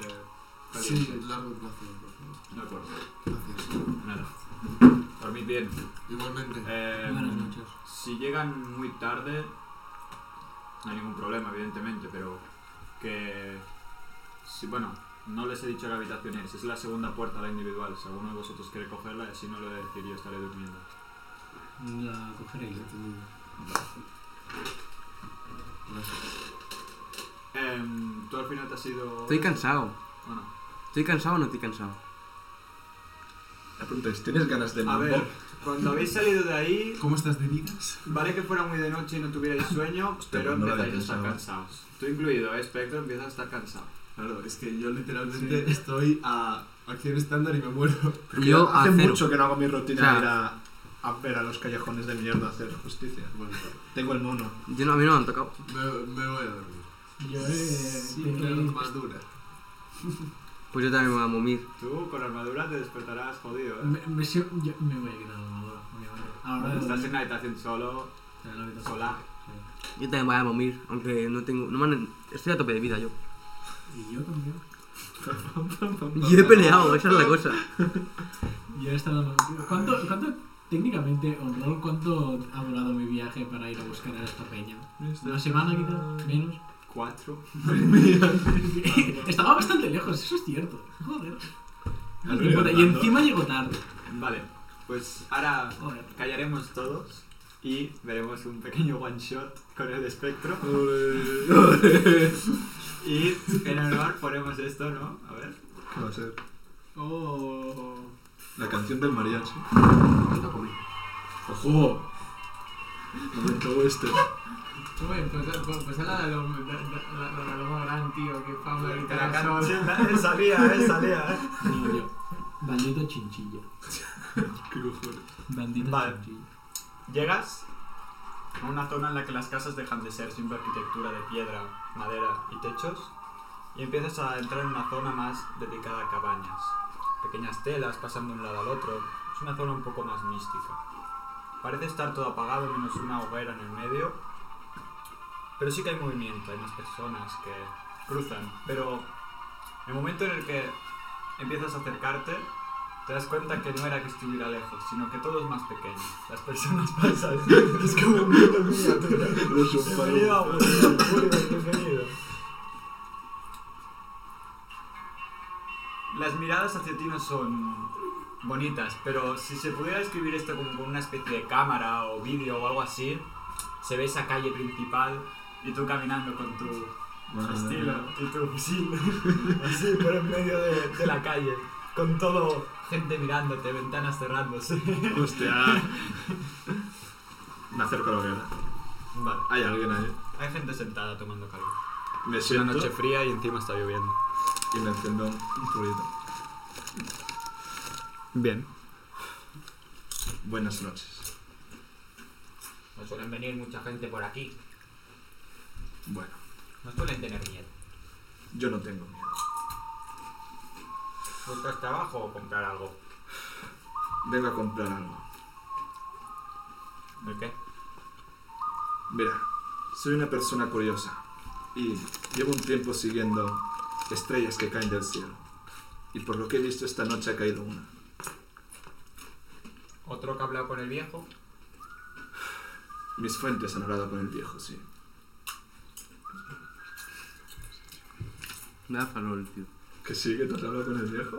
Sí, largo plazo, por favor. De acuerdo. Gracias. Nada. Dormid bien. Igualmente. Eh, Buenas noches. Si llegan muy tarde, no hay ningún problema, evidentemente, pero que... Si, bueno, no les he dicho qué habitación es, es la segunda puerta, la individual. Si alguno de vosotros quiere cogerla, si no lo he decidido, yo estaré durmiendo. La cogeré yo. Gracias. Em, ¿Tú al final te has ido...? Estoy cansado. Bueno, ¿Estoy cansado o no estoy cansado? La pregunta es, ¿tienes ganas de a mambo? ver, cuando habéis salido de ahí, ¿Cómo estás de vidas? vale que fuera muy de noche y no tuvierais sueño, pero pues no lo había empezáis a estar pensado. cansados. Tú incluido, ¿eh? Spectro, empiezas a estar cansado. Claro, es que yo literalmente estoy a, aquí en estándar y me muero. Porque Yo hace a cero. mucho que no hago mi rutina O sea- de ir a, a ver a los callejones de mierda a hacer justicia. Bueno, Tengo el mono. Yo no, a mí no me han tocado. me, me voy a dormir. Yo, eh. Sin la tengo- armadura. Pues yo también me voy a momir. Tú con armadura te despertarás jodido, ¿eh? Me, me, sio- yo me voy a quitar la armadura. obviamente. Ahora Estás en una habitación solo, en la habitación. sola. Yo también voy a momir, aunque no tengo. No me han- estoy a tope de vida yo. Y yo también. Yo he peleado, esa es la cosa. Yo he estado. ¿Cuánto, cuánto técnicamente, o no, cuánto ha durado mi viaje para ir a buscar a esta peña? ¿Una semana quizás? ¿Menos? Cuatro. Estaba bastante lejos, eso es cierto. Joder. Has Y venido puta, y andando. encima llegó tarde. Vale, pues ahora Joder. callaremos todos y veremos un pequeño one shot con el espectro. y en honor ponemos esto, ¿no? A ver. ¿Qué va a ser? Oh. La canción del mariachi. ¡Ojo! Momento este. Hombre, pues, pues, pues es la de los la, la, la de Lomo Gran, tío, que fama la Te la guitarra can- sol. Él salía, él salía, ¿eh? No, yo. Bandito chinchilla. ¿Qué cojones? Bandito Vale. chinchilla. Llegas a una zona en la que las casas dejan de ser simple arquitectura de piedra, madera y techos y empiezas a entrar en una zona más dedicada a cabañas. Pequeñas telas pasando de un lado al otro. Es una zona un poco más mística. Parece estar todo apagado menos una hoguera en el medio. Pero sí que hay movimiento, hay más personas que cruzan. Pero el momento en el que empiezas a acercarte, te das cuenta que no era que estuviera lejos, sino que todo es más pequeño. Las personas pasan. es como un mundo en miniatura. Los Bienvenido a un Bolivia, bienvenido. Las miradas hacia ti no son bonitas, pero si se pudiera describir esto como con una especie de cámara o vídeo o algo así, se ve esa calle principal y tú caminando con tu Ah. estilo y tu fusil así por en medio de, de la calle, con todo gente mirándote, ventanas cerrándose. Hostia. Me acerco a la hoguera. Vale, Hay alguien ahí. hay gente sentada tomando calor. Me Es una siento noche fría y encima está lloviendo. y me enciendo un ruido. Bien. Buenas noches. No suelen venir mucha gente por aquí. Bueno, No suelen tener miedo. yo no tengo miedo. ¿Buscas trabajo o comprar algo? Vengo a comprar algo. ¿El qué? Mira, soy una persona curiosa y llevo un tiempo siguiendo estrellas que caen del cielo. Y por lo que he visto esta noche ha caído una. ¿Otro que ha hablado con el viejo? Mis fuentes han hablado con el viejo, sí. Me da farol, tío. ¿Que sí? ¿Que te has hablado con el viejo?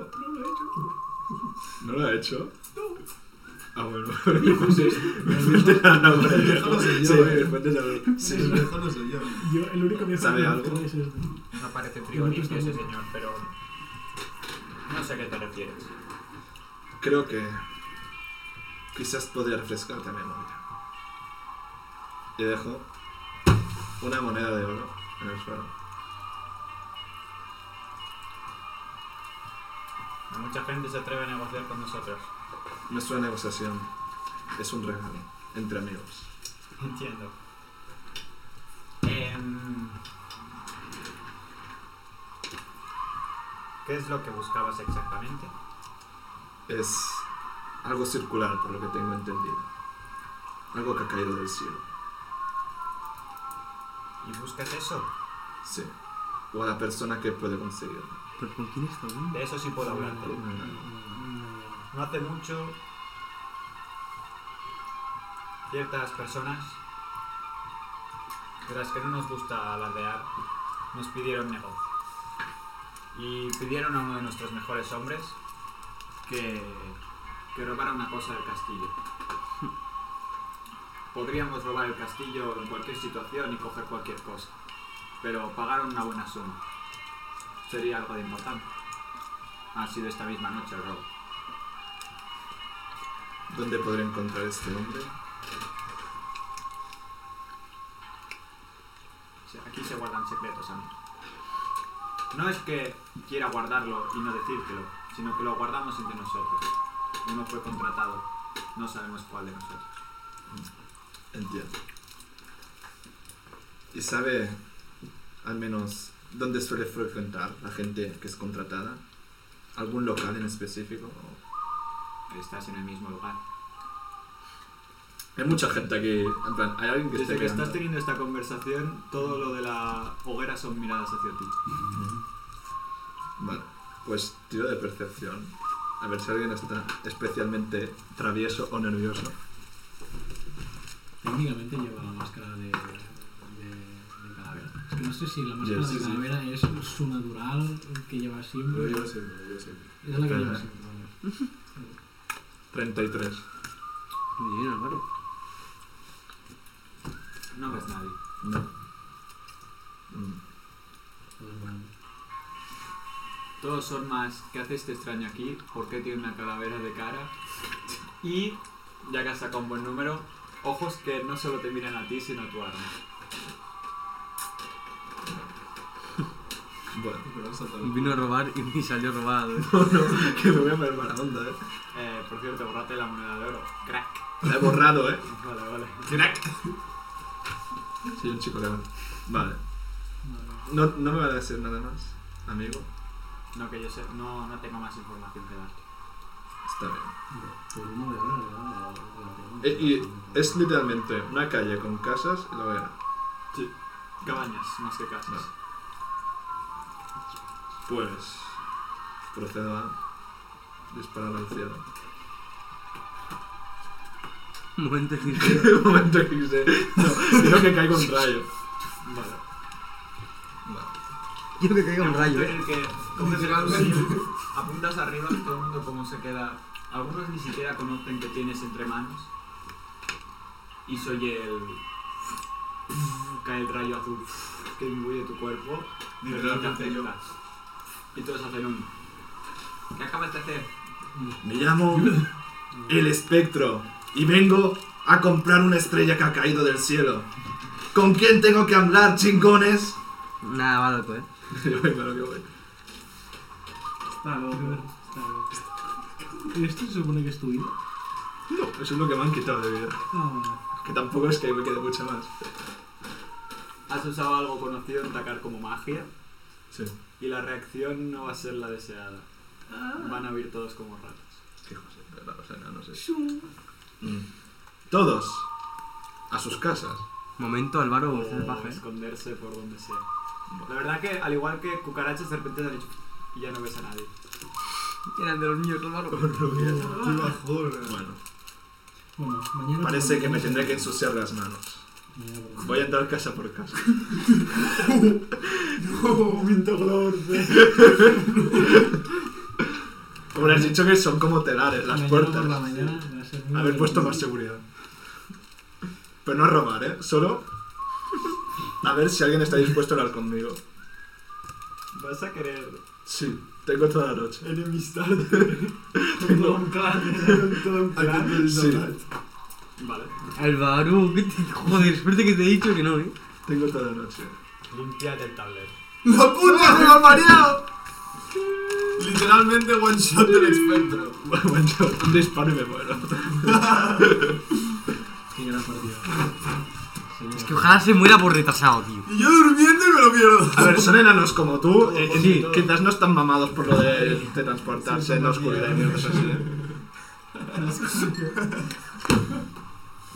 No lo he hecho. ¿No lo ha hecho? Ah, bueno. Mis fuentes han hablado con el viejo. No sé yo, Sí, eh. mis fuentes han hablado. Sí. El viejo no soy yo. Yo, el único que ¿Sabe sabe algo? es este. No parece frigorífico ese señor, pero... No sé a qué te refieres. Creo que quizás podría refrescarte la memoria. Y dejo una moneda de oro en el suelo. No mucha gente se atreve a negociar con nosotros. Nuestra negociación es un regalo entre amigos. Entiendo. Em, ¿Qué es lo que buscabas exactamente? Es algo circular, por lo que tengo entendido. Algo que ha caído del cielo. ¿Y buscas eso? Sí. O a la persona que puede conseguirlo. ¿Pero con quién está hablando? De eso sí puedo hablarte. No hace mucho, ciertas personas, de las que no nos gusta alardear, nos pidieron negocio. Y pidieron a uno de nuestros mejores hombres que, que robara una cosa del castillo. Podríamos robar el castillo en cualquier situación y coger cualquier cosa, pero pagaron una buena suma. Sería algo de importante. Ha sido esta misma noche el robo. ¿Dónde podré encontrar a este hombre? Se- Aquí se guardan secretos, amigo. No es que quiera guardarlo y no decírtelo, sino que lo guardamos entre nosotros. Uno fue contratado, no sabemos cuál de nosotros. Entiendo. ¿Y sabe al menos dónde suele frecuentar la gente que es contratada? ¿Algún local en específico? Estás en el mismo lugar. Hay mucha gente aquí. En plan, hay alguien que Desde esté que estás mirando? teniendo esta conversación, todo lo de la hoguera son miradas hacia ti. Vale, pues tiro de percepción. A ver si alguien está especialmente travieso o nervioso. Técnicamente lleva la máscara de, de, de calavera. Es que no sé si la máscara Yes, de sí. calavera es su natural que lleva Lo siempre. llevo siempre, lo llevo siempre. Es la que lleva Espera. siempre. vale. 33. Divino, claro. No ves nadie. No. Mm, Pues bueno. Todos son más, ¿qué hace este extraño aquí? ¿Por qué tiene una calavera de cara? Y, ya que has sacado un buen número, ojos que no solo te miran a ti, sino a tu arma. Bueno, Pero vamos a tal- Vino a robar y, y salió robado. eh. que me voy a poner mala onda, eh. Eh, por cierto, borrate la moneda de oro. Crack. La he borrado, eh. Vale, vale. Soy un chico león. Vale. No, no me van a decir nada más, amigo. No, que yo sé, no, no tengo más información que darte. Está bien. Por uno de oro le da la- la pregunta. E- y es literalmente una calle con casas y la hoguera. Cabañas, más que casas. Pues procedo a disparar al cielo. Momento de Un momento que sé. No, creo que caigo un rayo. Vale. Vale. Yo que caiga un rayo, En eh. el que Como desde que algo el cuchillo apuntas arriba y todo el mundo como se queda. Algunos ni siquiera conocen que tienes entre manos. Y se oye el. cae el rayo azul que imbuye tu cuerpo. pero no te Literalmente yo. afecta. Y todos hacen un. ¿Qué acabas de hacer? Me llamo El Espectro y vengo a comprar una estrella que ha caído del cielo. ¿Con quién tengo que hablar, chingones? Nada, va loco, eh. Yo voy, claro que voy. Está loco, está loco. ¿Esto se supone que es tu vida? No, eso es lo que me han quitado de vida. No, Que tampoco es que me quede mucha más. Has usado algo conocido en atacar como magia. Sí. Y la reacción no va a ser la deseada. Van a huir todos como ratas. Hijos de perra, o sea, no, no sé. Mm. Todos a sus casas. Momento Álvaro O salvaje. eh. esconderse por donde sea. La verdad que al igual que cucarachas de repente te han hecho y ya no ves a nadie. Era el de los niños, Álvaro. Qué bajón, eh. Bueno, Bueno, mañana. parece que me tendré que ensuciar las manos. Mañana por la Voy a entrar casa por casa. Como les he dicho que son como telares las mañana puertas. por la mañana va a ser muy Haber puesto más seguridad. Pero no robar, ¿eh? Solo a ver si alguien está dispuesto a hablar conmigo. Vas a querer Sí, tengo toda la noche. enemistad Tengo- todo un clan, con todo un clan. Sí, Vale. Álvaro, que te- joder, espérate que te he dicho que no, eh. tengo toda la noche. Limpiate el tablero. ¡Oh, ¡La puta se me ha mareado! Literalmente one shot del espectro. Bueno, yo un disparo y me muero. Qué gran partida. Es que ojalá se muera por retrasado, tío. Y yo durmiendo y me lo pierdo. A ver, son enanos como tú. eh, eh, Sí. Quizás no están mamados por lo de, de transportarse en la oscuridad y mierdas así, ¿eh?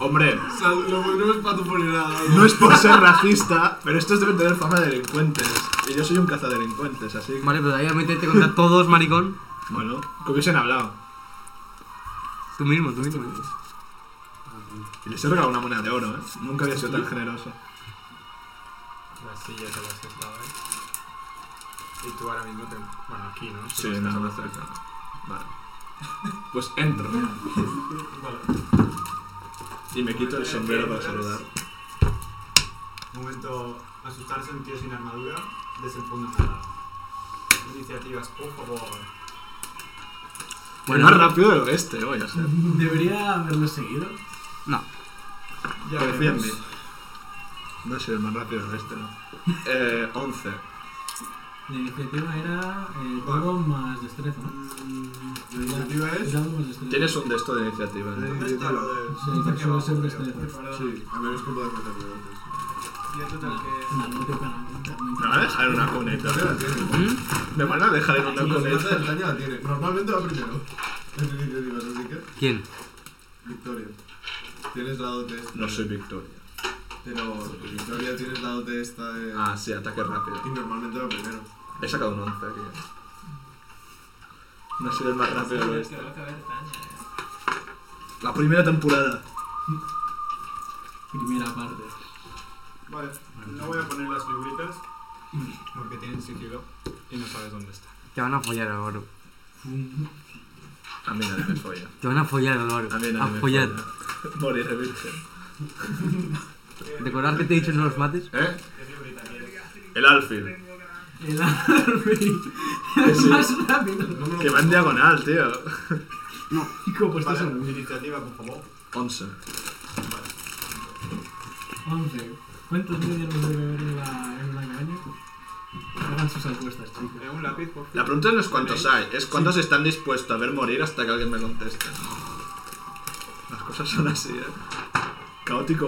Hombre, O sea, lo pondremos para tu funeral. no es por ser racista, pero estos deben tener fama de delincuentes. Y yo soy un cazadelincuentes, así que... Vale, pero ahí a meterte contra todos, maricón. Bueno, que hubiesen hablado. Tú mismo, tú mismo. eh. Y les he regalado una moneda de oro, ¿eh? Nunca había sido tan generoso. Las sillas a las que estaba, eh. Y tú ahora mismo te. Bueno, aquí, ¿no? nos hemos Vale. Pues entro. Y me quito el sombrero para saludar. Momento, asustarse un tío sin armadura desde el fondo de la Iniciativas, por favor. Bueno. más rápido del oeste, voy a ser. Debería haberlo seguido. No. Ya Confía en veremos. mí. No soy el más rápido del oeste, ¿no? Eh, 11. La iniciativa era eh, dado más destreza, ¿no? Mm, La iniciativa es. Dado más destreza. Tienes un de esto de iniciativa, ¿no? ¿Dónde está lo de.? este Sí, que suele ser destreza. Sí, a menos que puedas meterlo antes. No, no, no te para- no Me te- van a dejar en una cuneta. Tania la tiene. ¿Mm? Me van a dejar en una Los cuneta. de Tania la tiene. Normalmente va primero. En iniciativas, así que. ¿Quién? Victoria. Tienes la dote esta. No soy Victoria. Pero Victoria tienes la dote esta de. Ah, sí, ataque rápido. Y normalmente va primero. He sacado un 11 aquí. Una ciudad más rápida al oeste. va a caber Tania, eh. La primera temporada. Primera parte. Vale, no voy a poner las figuritas porque tienen sigilo y no sabes dónde está. Te van a follar al oro. A mí nadie me folla. Te van a follar al oro. A mí A nadie me follar. folla. Moriré virgen. Recordad que te he dicho no los mates. ¿Eh? El alfil. El árbol. Sí. más rápido. Que va en diagonal, tío. Chico, pues Vale, estás en iniciativa, por favor. 11. 11. ¿Cuántos medios nos debe haber en la, en la cabaña? Hagan sus apuestas, chicos. Eh, un lápiz, por La favor. pregunta no es cuántos hay, es cuántos están dispuestos a ver morir hasta que alguien me conteste. Las cosas son así, ¿eh? Caótico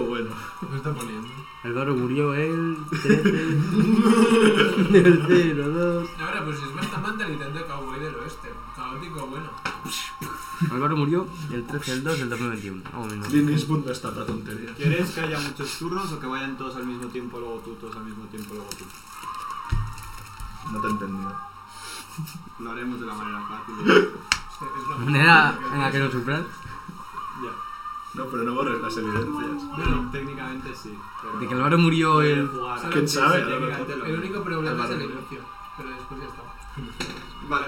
bueno. ¿Qué está poniendo? El oro murió el 13. el 0, 2. Ahora, pues es bastante mentalidad de cowboy del oeste. Caótico, bueno. Álvaro murió el 13 del 2 del 2021. Vamos, menos. Clint Eastwood no está para tonterías. ¿Quieres que haya muchos turnos o que vayan todos al mismo tiempo, luego tú, todos al mismo tiempo, luego tú? No te he entendido. Lo haremos de la manera fácil. Este es la Manera en la que nos suplan. No, pero no borres las evidencias. Bueno, técnicamente sí. Pero De que Álvaro murió puede el. jugar. Solo ¿Quién sí, sabe? sí, A lo mejor. técnicamente lo- El único problema es Álvaro. el inicio. Pero después ya está. Vale.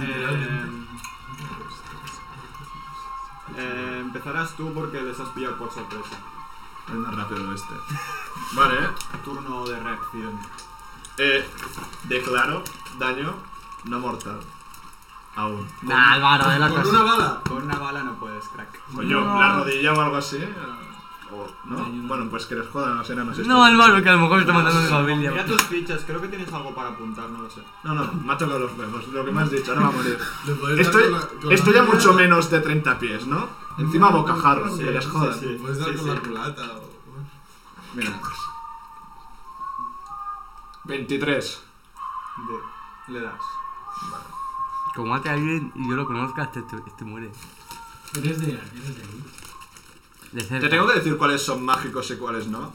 Eh, eh, empezarás tú porque les has pillado por sorpresa. El más rápido este. Vale, ¿eh? Turno de reacción. eh declaro daño no mortal. Aún. Nah, Álvaro, de las Con una cosas. bala. Con una bala no puedes, crack. Coño, No. la rodilla o algo así. eh, O, ¿No? Daño no. Bueno, pues que les jodan a los enanos. estos. No, Álvaro, que a lo mejor está matando a mi Mira familia. tus fichas, creo que tienes algo para apuntar, no lo sé. No, no, me ha tocado los huevos, lo que me has dicho, ahora va a morir. Le puedes dar Estoy, con la- con la estoy a mierda, mucho menos de 30 pies, ¿no? Encima bocajarro, Sí, que les sí, jodan. sí. le Puedes dar Sí, con sí. la culata o. Mira. 23. De- le das. Como mate a alguien y yo lo conozca, este, este- este muere. Eres de, eres de ahí. De Te cerca. tengo que decir cuáles son mágicos y cuáles no.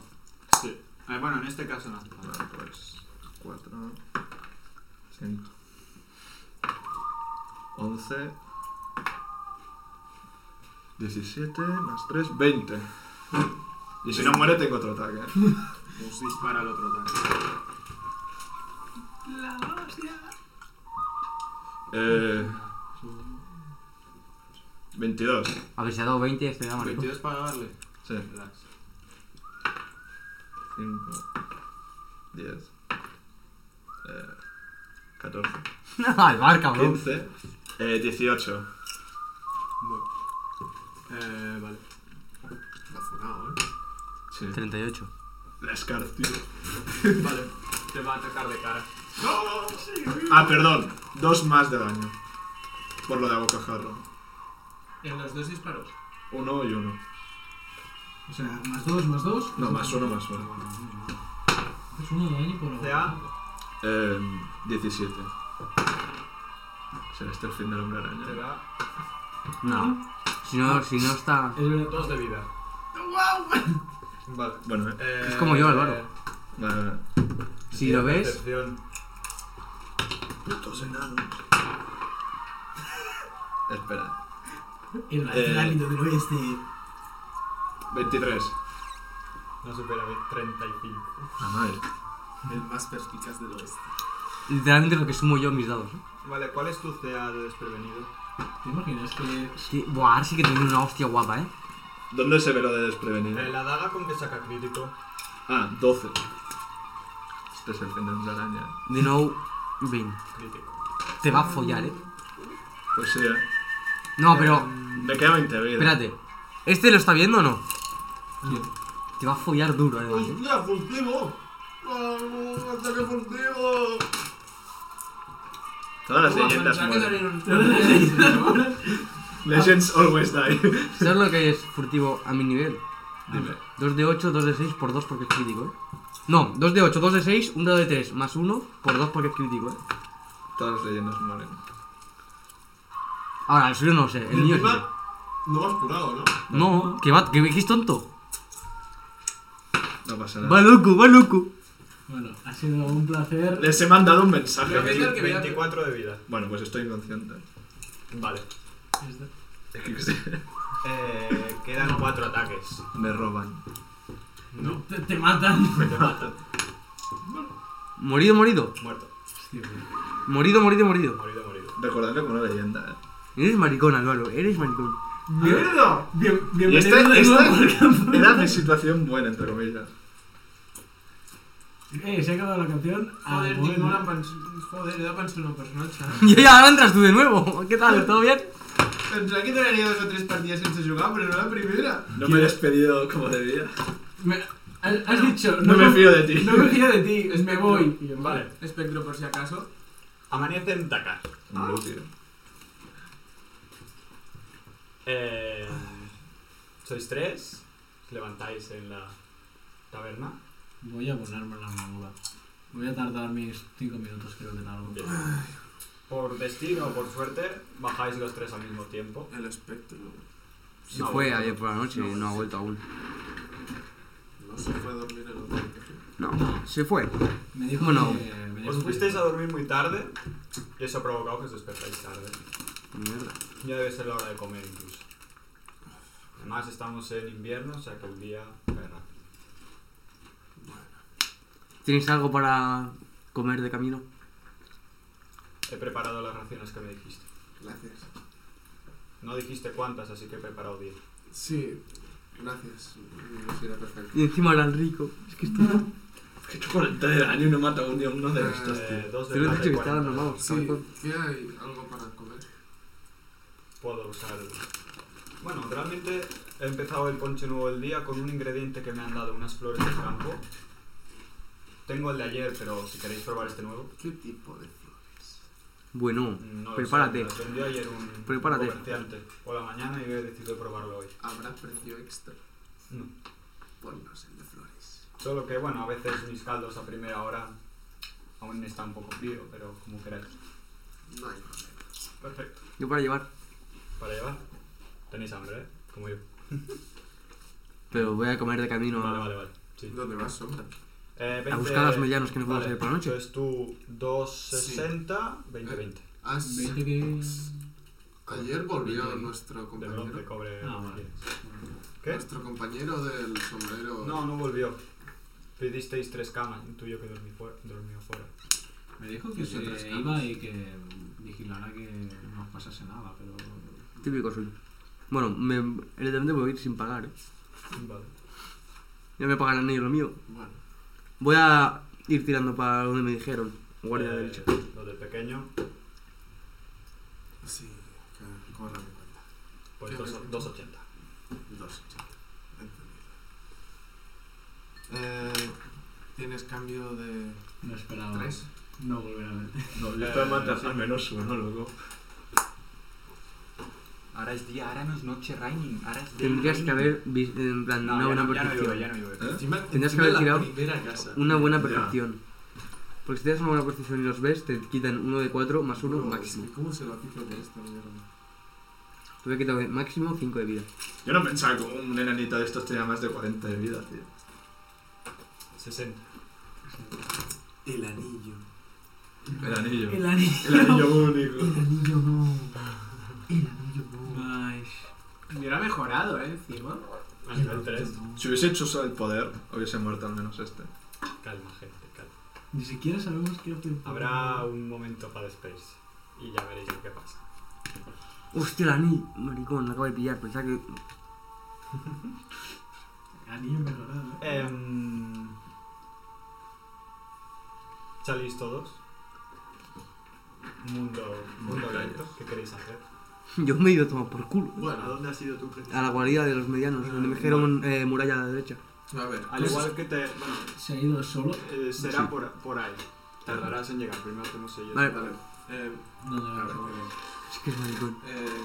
Sí. Eh, bueno, en este caso no hace falta. Bueno, pues 4, 5, 11, 17, más 3, 20. Y si no muere, tengo otro ataque. Pues dispara al otro ataque. Eh, 22. A ver si ha dado 20 y este da marico. 22 para darle. Sí. Le das. 5, 10, eh, 14, Álvaro, cabrón. 15, eh, 18. Eh, vale. Razonado, ¿eh? Sí. 38. La Scar, tío. ¿eh? Vale. Te va a atacar de cara. Ah, perdón, dos más de daño. Por lo de abocajarro. En los dos disparos. Uno y uno. O sea, más dos, más dos. No, más uno, más uno. Es uno de daño por Sea. Eh, 17. Será este el fin del hombre Te araña. da No. Si no, si no está. Es verdad. 2 de vida. Vale. Bueno, eh. Eh, Es como yo, Álvaro. eh, Vale, vale. Si lo ves. percepción. Putos enanos. Espera. El Eh. árbitro del oeste. 23. No supera bien, 35. Ah, madre. El más perspicaz del oeste. Literalmente lo que sumo yo en mis dados. ¿eh? Vale, ¿cuál es tu CA de desprevenido? ¿Te imaginas que Sí, buah, ahora sí que tengo una hostia guapa, eh. ¿Dónde se ve lo de Eh, desprevenido? la daga con que saca crítico. Ah, 12. Este es el fin del hombre araña. De nuevo, Vin. Crítico. Te va a follar, eh. Pues sí, eh. No, pero. Me queda 20 vida. Espérate. ¿Este lo está viendo o no? Te va a follar duro, además, eh. ¡Hostia, furtivo! ¡Vamos, ataque furtivo! Todas las leyendas mueren. Legends always die. ¿Sabes lo que es furtivo a mi nivel? Dime. 2 de 8, 2 de 6 por 2 porque es crítico, eh. No, 2 de 8, 2 de 6, 1 de 3 más 1 por 2 porque es crítico, eh. Todas las leyendas mueren. Ahora, el suyo no lo sé, el mío sí. encima, No vas curado, ¿no? No, que va, que es tonto. No pasa nada. Va loco, va loco. Bueno, ha sido un placer. Les he mandado un mensaje. Creo que es el que me da- 24 de vida. Bueno, pues estoy inconsciente. Vale. Es de- Yo qué sé. Eh, quedan cuatro ataques. Me roban. No, Te, te matan. te matan. Morido, morido. Muerto. Hostia, tío. Morido, morido, morido. Morido, morido. Recordarlo como una leyenda. ¿eh? Eres maricón, Álvaro. Eres maricón. ¡Mierda! Bien, Y bienvenido esta, de nuevo al esta campo. era mi situación buena, entre comillas. Eh, se ha acabado la canción. Ah, Joder, bueno. tinc una pens... Joder, he de pensar en un personatge. Y ahora entras tú de nuevo. ¿Qué tal? ¿Todo bien? Pensava que duraria dos o tres partides sense jugar, però no la primera. No me he despedido como debía. Me- has, has dicho, No me fío de ti. No me fío de ti, Es me mi- voy. Y yo, Vale. Espectro, por si acaso. Amanece en Dakar. Un glúteo. Eh, sois tres. Os levantáis en la taberna. Voy a ponerme la armadura. Voy a tardar mis 5 minutos, creo, de largo. Bien. Por destino o por suerte, bajáis los tres al mismo tiempo. El espectro. Se No, fue no. ayer por la noche y no ha vuelto aún. No se fue a dormir el otro día. No, se fue. Me dijo Bueno, que. Me dijo Os que- fuisteis a dormir muy tarde y eso ha provocado que os despertáis tarde. Mierda. Ya debe ser la hora de comer incluso. Además estamos en invierno, o sea que el día cae rápido. ¿Tienes algo para comer de camino? He preparado las raciones que me dijiste. Gracias. No dijiste cuántas, así que he preparado 10. Sí, gracias. Nos irá perfecto. Y encima era el rico. Es que esto. Que tú 40 de daño y no mata a un dios, no de estos. Eh, dos Te de lo he plata dicho y que estaban 40. normal. Sí, ¿qué hay? ¿Algo para comer? Puedo usar... Bueno, realmente he empezado el ponche nuevo del día con un ingrediente que me han dado, unas flores de campo. Tengo el de ayer, pero si queréis probar este nuevo... ¿Qué tipo de flores? Bueno, No lo sé, Prepárate. me las vendió ayer un Prepárate. comerciante por la mañana y he decidido probarlo hoy. ¿Habrá precio extra? No. Ponnos el de flores. Solo que, bueno, a veces mis caldos a primera hora aún está un poco frío, pero como queráis. No hay problema. Perfecto. yo para llevar. Para llevar. Tenéis hambre, ¿eh? Como yo. Pero voy a comer de camino Vale, a, vale, vale. Sí. ¿Dónde vas, sombra? Eh, a 20, buscar a los medianos que no podemos vale, ir por la noche. Entonces tú 260, 20, 20. Has- 20 que. Ayer volvió nuestro De bronce, compañero. cobre. Ah, vale. ¿Qué? Nuestro compañero del sombrero. No, no volvió. Pedisteis tres camas, el tuyo que dormí fuera, dormió fuera. Me dijo que Hizo tres se iba y que vigilara que no os pasase nada, pero. Típico suyo. Bueno, me, evidentemente voy a ir sin pagar, ¿eh? Vale. Ya me pagarán ellos lo mío. Bueno, Voy a ir tirando para donde me dijeron. Guardia Eh, derecha. Lo del pequeño, sí, que corra mi cuenta. pues ¿Qué dos- ves? 280. Dos, chaval. Entendido. Eh, ¿Tienes cambio de ¿Eh? No esperaba. tres? No volver a verte. No, Eh, esto mata sí. al menos uno, loco. Ahora es día, ahora no es noche, Raining. Ahora es Tendrías que haber vis- en plan No, una ya, buena no, ya no llueve, percepción. ya no llueve. ¿Eh? Encima, Tendrías que encima haber la tirado primera casa. Una buena Ya. percepción. Porque si te das una buena percepción y los ves, te quitan uno de 4 más uno Bro, máximo. es que ¿Cómo se lo aplica por esta mierda? Te voy a quitar de máximo 5 de vida. Yo no pensaba que un enanito de estos tenía más de 40 de vida, tío. 60. El anillo. El anillo. El anillo. El anillo único. anillo no. El anillo no. Hubiera mejorado, eh, encima. A nivel 3. Si hubiese hecho solo el poder, hubiese muerto al menos este. Calma, gente, calma. Ni siquiera sabemos qué hace. Habrá un momento para Space. Y ya veréis lo que pasa. Hostia, la ni. Maricón, la acabo de pillar. Pensaba que. Anillo mejorado. ¿eh? Em, ¿Salís todos? Mundo, mundo abierto. ¿Qué queréis hacer? Yo me he ido a tomar por culo. Bueno, ¿a dónde has ido tú, A la guarida de los medianos, donde me dijeron eh, muralla a la derecha. Ah, A ver, Al pues- igual que te. Bueno, Se ha ido solo. eh, será Sí. por, por ahí. Tardarás en llegar. Primero tenemos ellos. Vale, Ah, Vale. Eh, No, a no, ver, no. Es que es maricón. eh,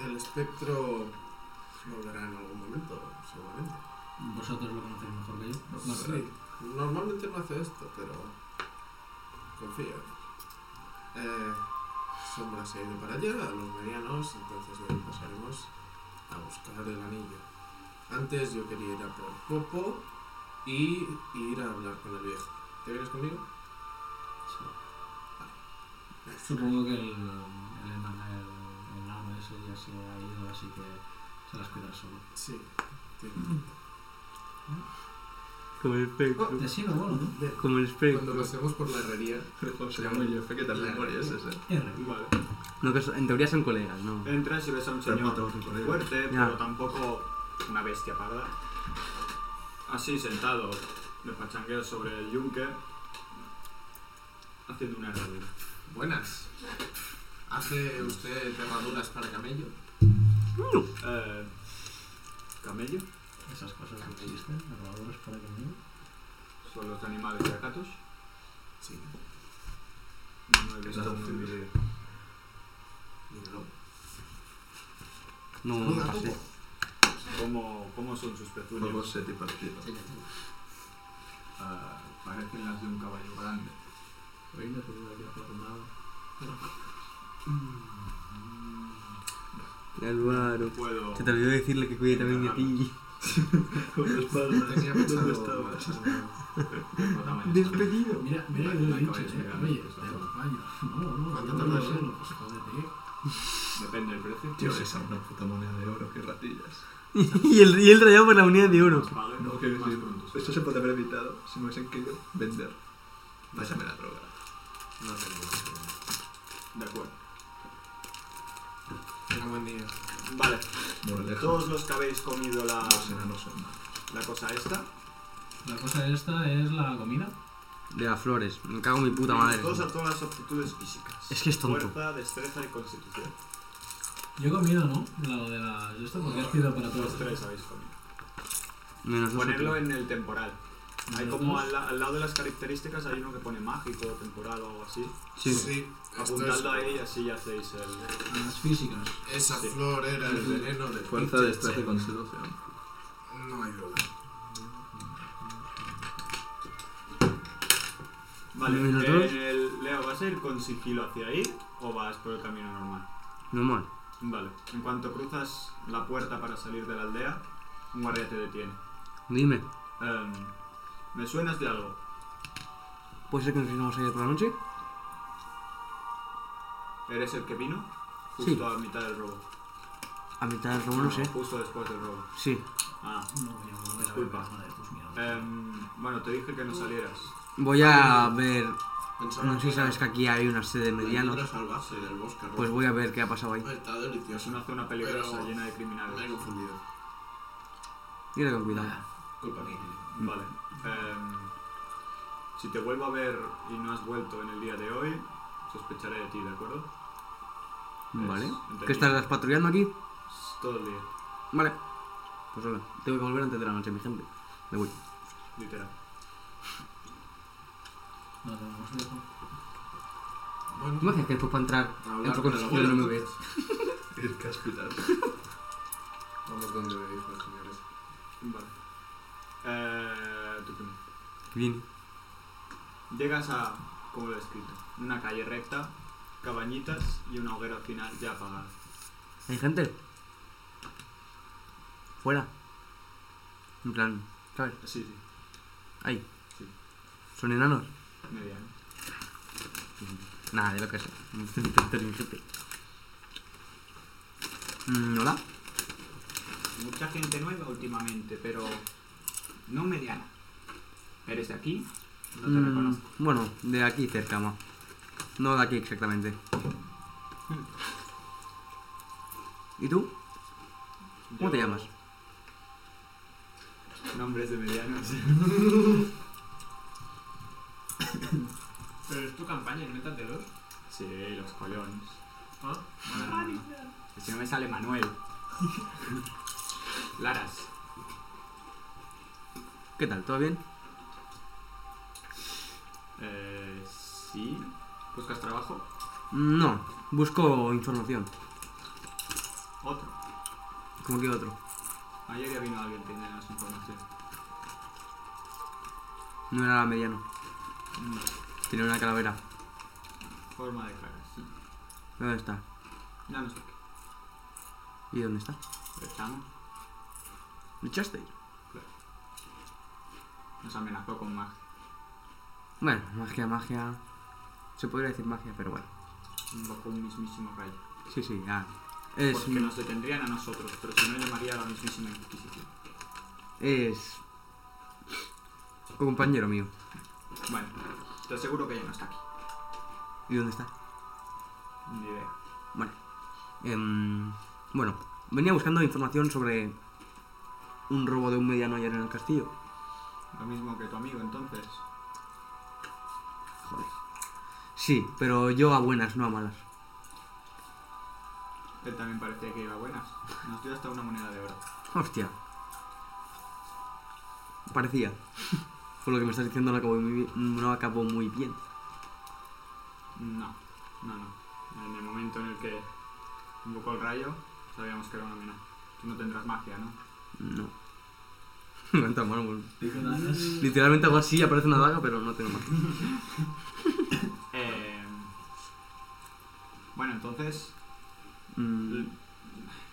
el espectro volverá en algún momento, seguramente. Vosotros lo conocéis mejor que yo. No Bueno, sé. Normalmente no hace esto, pero confío. Eh, Sombra se ha ido para allá, a los medianos, entonces hoy pasaremos a buscar el anillo. Antes yo quería ir a por Popo y ir a hablar con el viejo. ¿Te vienes conmigo? sí. Supongo que el, el Emanuel ese ya se ha ido, así que se las cuidará solo. Sí. tiene- Como el espectro. Te sigo, bueno, ¿no? Como el espectro. Cuando pasemos por la herrería, Joder, Sería muy jefe que también murieses, eh. R. Vale. No, que son- en teoría son colegas, ¿no? Entras y ves a un Pero señor no te vas a correr. fuerte, Ya. pero tampoco una bestia parda. Así sentado, de pachangueo sobre el yunque, haciendo una herradura. buenas. ¿Hace usted herraduras para camello? Eh, ¿Camello? Esas cosas que existen, narradores para que me ¿Son los animales acatos? Sí. No he visto Entonces- en mi vida. Míralo. No, no pasé. ¿Cómo, cómo son sus pezuñas? Luego set y partido. Ah, parecen las de un caballo grande. Hoy no tuve aquí afortunado. Álvaro. Puedo... Se te olvidó decirle que cuide también de ti. Con la espalda. Tenía pensado... ¿Dónde estabas? tengo tamaño estándar. Despedido. Mira, mira que Hay lo he dicho, caballos eh. gigantes, Oye, pues, te tampoco. acompaño. No, no, ¿Cuánto yo no tardas? lo sé, no, pues jódete. Depende del precio. Tío, esa una puta moneda de oro, qué ratillas. y el, y el rayado por la unidad de oro. Más pague, No, quiero más decir, pronto. esto se puede haber evitado si me hubiesen querido vender. Pásame la droga. No tengo. De acuerdo. Tenga buen día. Vale, Moraleja. todos los que habéis comido la, Los enanos son malos. la cosa esta, La cosa esta es la comida. De las flores. Me cago en mi puta madre. todos a todas las aptitudes físicas. Es que es tonto. Fuerza, destreza y constitución. Yo he comido, ¿no? Lo de la. Esto porque has pedido para todos. Los tres habéis comido. Menos Ponerlo nosotros. en el temporal. Hay Menos como dos. al, la- al lado de las características hay uno que pone mágico, temporal o algo así. Sí. esto es- Apuntadlo ahí y así ya hacéis el... Las físicas. Esa Sí. flor era el veneno de Fuerza, Pinche destreza y Chen. constitución. No hay duda. Vale, ¿Menos dos? el, Leo, ¿vas a ir con sigilo hacia ahí o vas por el camino normal? No mal. Vale, en cuanto cruzas la puerta para salir de la aldea, un guardia te detiene. Dime. Em, ¿Me suenas de algo? ¿Puede ser que nos vamos ayer por la noche? ¿Eres el que vino? Sí. Justo a mitad del robo. Ah, A mitad del robo no sé. Justo después del robo. Sí. Ah. No voy a volver a ver Disculpa. nada de tus mierdas. em, bueno, te dije que no salieras. Voy a ver. Pensaba No sé si que era sabes que aquí hay una sede de la medianos. libra salvaje del bosque rojo. Pues voy a ver qué ha pasado ahí. Está Es una delicioso. zona peligrosa Pero- llena de criminales. Me he confundido. Mira con cuidado. Culpa mía. Vale. em, si te vuelvo a ver y no has vuelto en el día de hoy, sospecharé de ti, ¿de acuerdo? Vale. Es ¿Qué estás patrullando aquí? Todo el día, Vale. Pues hola. Tengo que volver antes de la noche, mi gente. Me voy. literal. No tenemos viejo. ¿Tú me crees que después para entrar Hablar entro con con el el abuelo, no me ves? El caspilar. Vamos donde me dijo pues, el señor ese. Vale. Eh, tú primero. Bien. Llegas a, como lo he escrito, una calle recta, cabañitas y una hoguera final ya apagada. ¿Hay gente? Fuera. En plan, ¿sabes? Sí, sí, Ahí. Sí. ¿Son enanos? mediano. Nada, de lo que sé. No estoy intentando mi gente. Mm, Hola. Mucha gente nueva últimamente, pero no mediana. ¿Eres de aquí? No te Mm, reconozco. Bueno, de aquí cerca más. No de aquí exactamente. ¿Y tú? ¿Cómo te Yo- llamas? Nombres de medianos. Pero es tu campaña, métatelos. Sí, los colones. Ah, Si no me sale Manuel. Laras. ¿Qué tal? ¿Todo bien? Eh, sí. ¿Buscas trabajo? No, busco información. Otro. Como que otro. Ayer ya vino alguien teniendo más información. No era mediano. Mm, Tenía una calavera. Forma de caras. ¿Dónde está? Ya no sé. ¿Y dónde está? Lo echamos. ¿Lo echaste? Nos amenazó con magia. Bueno, magia, magia. Se podría decir magia, pero bueno. Invocó un mismísimo rayo. Sí, sí, ya. Es, Porque nos detendrían a nosotros, pero si no llamaría a la mismísima Inquisición. es compañero mío. Bueno, te aseguro que ya no está aquí. ¿Y dónde está? Ni idea. Em, bueno, venía buscando información sobre un robo de un mediano ayer en el castillo. Lo mismo que tu amigo, entonces. Joder. Sí, pero yo a buenas, no a malas. Él también parecía que iba a buenas. Nos dio hasta una moneda de oro. Hostia. Parecía. Por lo que me estás diciendo no acabó muy bien. No acabó muy bien. No, no, no. En el momento en el que invocó el rayo, sabíamos que era una amenaza. Tú no tendrás magia, ¿no? No. Levanta la mano, boludo. ¿Qué dañas? Literalmente hago así, aparece una daga, pero no tengo más. Eh, bueno, entonces Mm, l-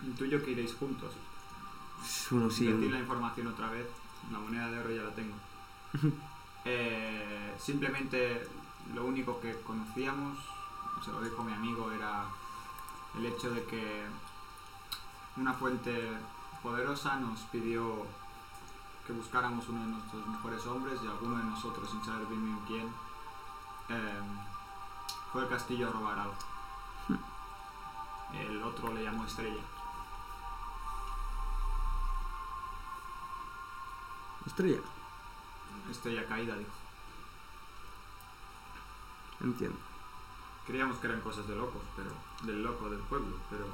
intuyo que iréis juntos. uno Pues sí. Decir uno- la información otra vez. La moneda de oro ya la tengo. Eh, simplemente lo único que conocíamos, se lo dijo mi amigo, era el hecho de que una fuente poderosa nos pidió que buscáramos uno de nuestros mejores hombres y alguno de nosotros, sin saber bien bien quién, eh, fue al castillo a robar algo. El otro le llamó Estrella. Estrella. Estrella caída, dijo. Entiendo. Creíamos que eran cosas de locos, pero del loco del pueblo, pero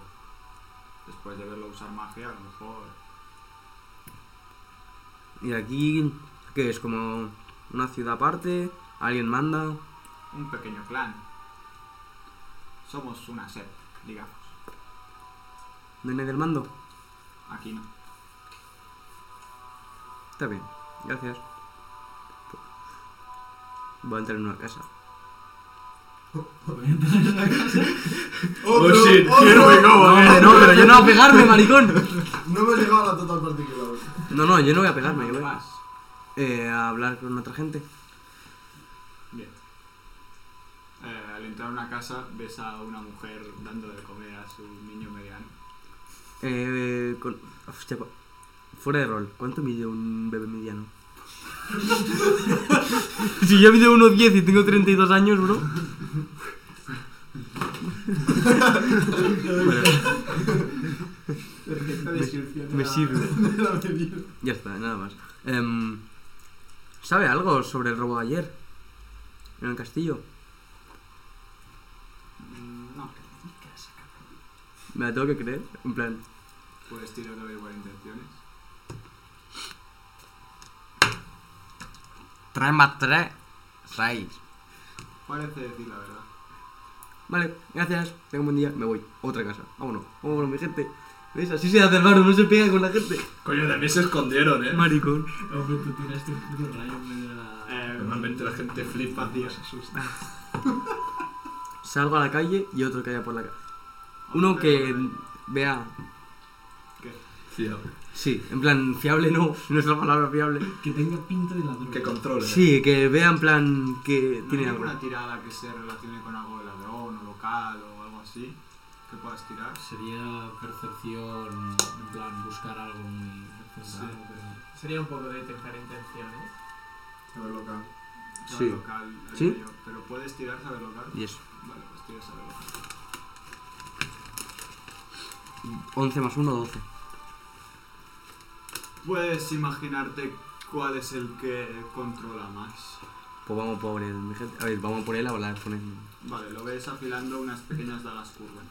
después de verlo usar magia, a lo mejor Y aquí, ¿qué es? Como una ciudad aparte, alguien manda. un pequeño clan. Somos una sed, digamos. Nene del mando. Aquí no. Está bien, gracias. Voy a entrar en una casa. Voy a entrar en la casa. ¡Otro! ¡Otro! Oh, No, no, pero yo no voy a pegarme, maricón. No hemos llegado a la total partícula. aún. No, no, yo no voy a pegarme, yo ¿Dónde voy a, vas? eh, a hablar con otra gente. Bien. Eh, al entrar a una casa ves a una mujer dando de comer a su niño mediano. Eh, con... Hostia, pa- fuera de rol, ¿cuánto mide un bebé mediano? si yo mido 1,10 y tengo 32 años, bro. Bueno, Perfecta descripción de me la- sirve. de la bebida. Ya está, nada más. Em, ¿Sabe algo sobre el robo de ayer? En el castillo. Mm, No, Me la tengo que creer. En plan, puedes tirar de averiguar intenciones. trae más tres. Seis. Parece decir la verdad. Vale, gracias. Tengo un buen día. Me voy. Otra casa. Vámonos. Vámonos, mi gente. ¿Ves? Así se hace el barro, no se pega con la gente. Coño, también se escondieron, ¿eh? Maricón. Hombre, tú tiraste un puto rayo en medio de la. Eh, Normalmente la gente flipa, tío, se asusta. Salgo a la calle y otro que haya por la calle. Uno que vea. Fiable. Sí, en plan, fiable no. No es la palabra fiable. Que tenga pinta de ladrón. Que controle. Sí, que vea en plan que ¿No tiene hay algo. alguna tirada que se relacione con algo de ladrón o local o algo así que puedas tirar? Sería percepción, en plan, buscar algo muy. centrado, pero- Sería un poco de detectar intenciones. Saber local. Saber Sí. local, haría ¿Sí? yo. Pero puedes tirar saber local. Y eso. Vale, pues tira saber local. 11 más 1, 12. Puedes imaginarte cuál es el que controla más. Pues vamos por él, mi gente. A ver, vamos por él a hablar con él. Vale, lo ves afilando unas pequeñas dagas curvas.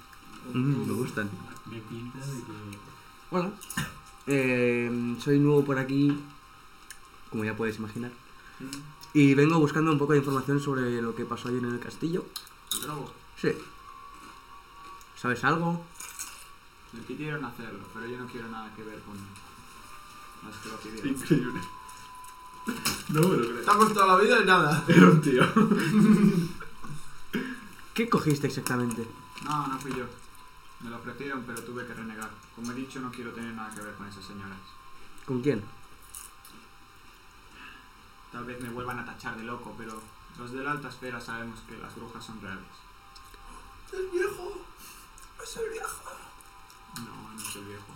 Mm, me gustan. Me pinta de que. Hola. Eh, soy nuevo por aquí, como ya puedes imaginar. Mm, Y vengo buscando un poco de información sobre lo que pasó ayer en el castillo. Bravo, Sí. ¿Sabes algo? me pidieron hacerlo, pero yo no quiero nada que ver con las que lo pidieron. Increíble. No me lo creo. Estamos toda la vida y nada. Era un tío. ¿Qué cogiste exactamente? No, no fui yo. Me lo ofrecieron, pero tuve que renegar. Como he dicho, no quiero tener nada que ver con esas señoras. ¿Con quién? Tal vez me vuelvan a tachar de loco, pero los de la alta esfera sabemos que las brujas son reales. ¡Es viejo! ¡Es el viejo! No, no es el viejo.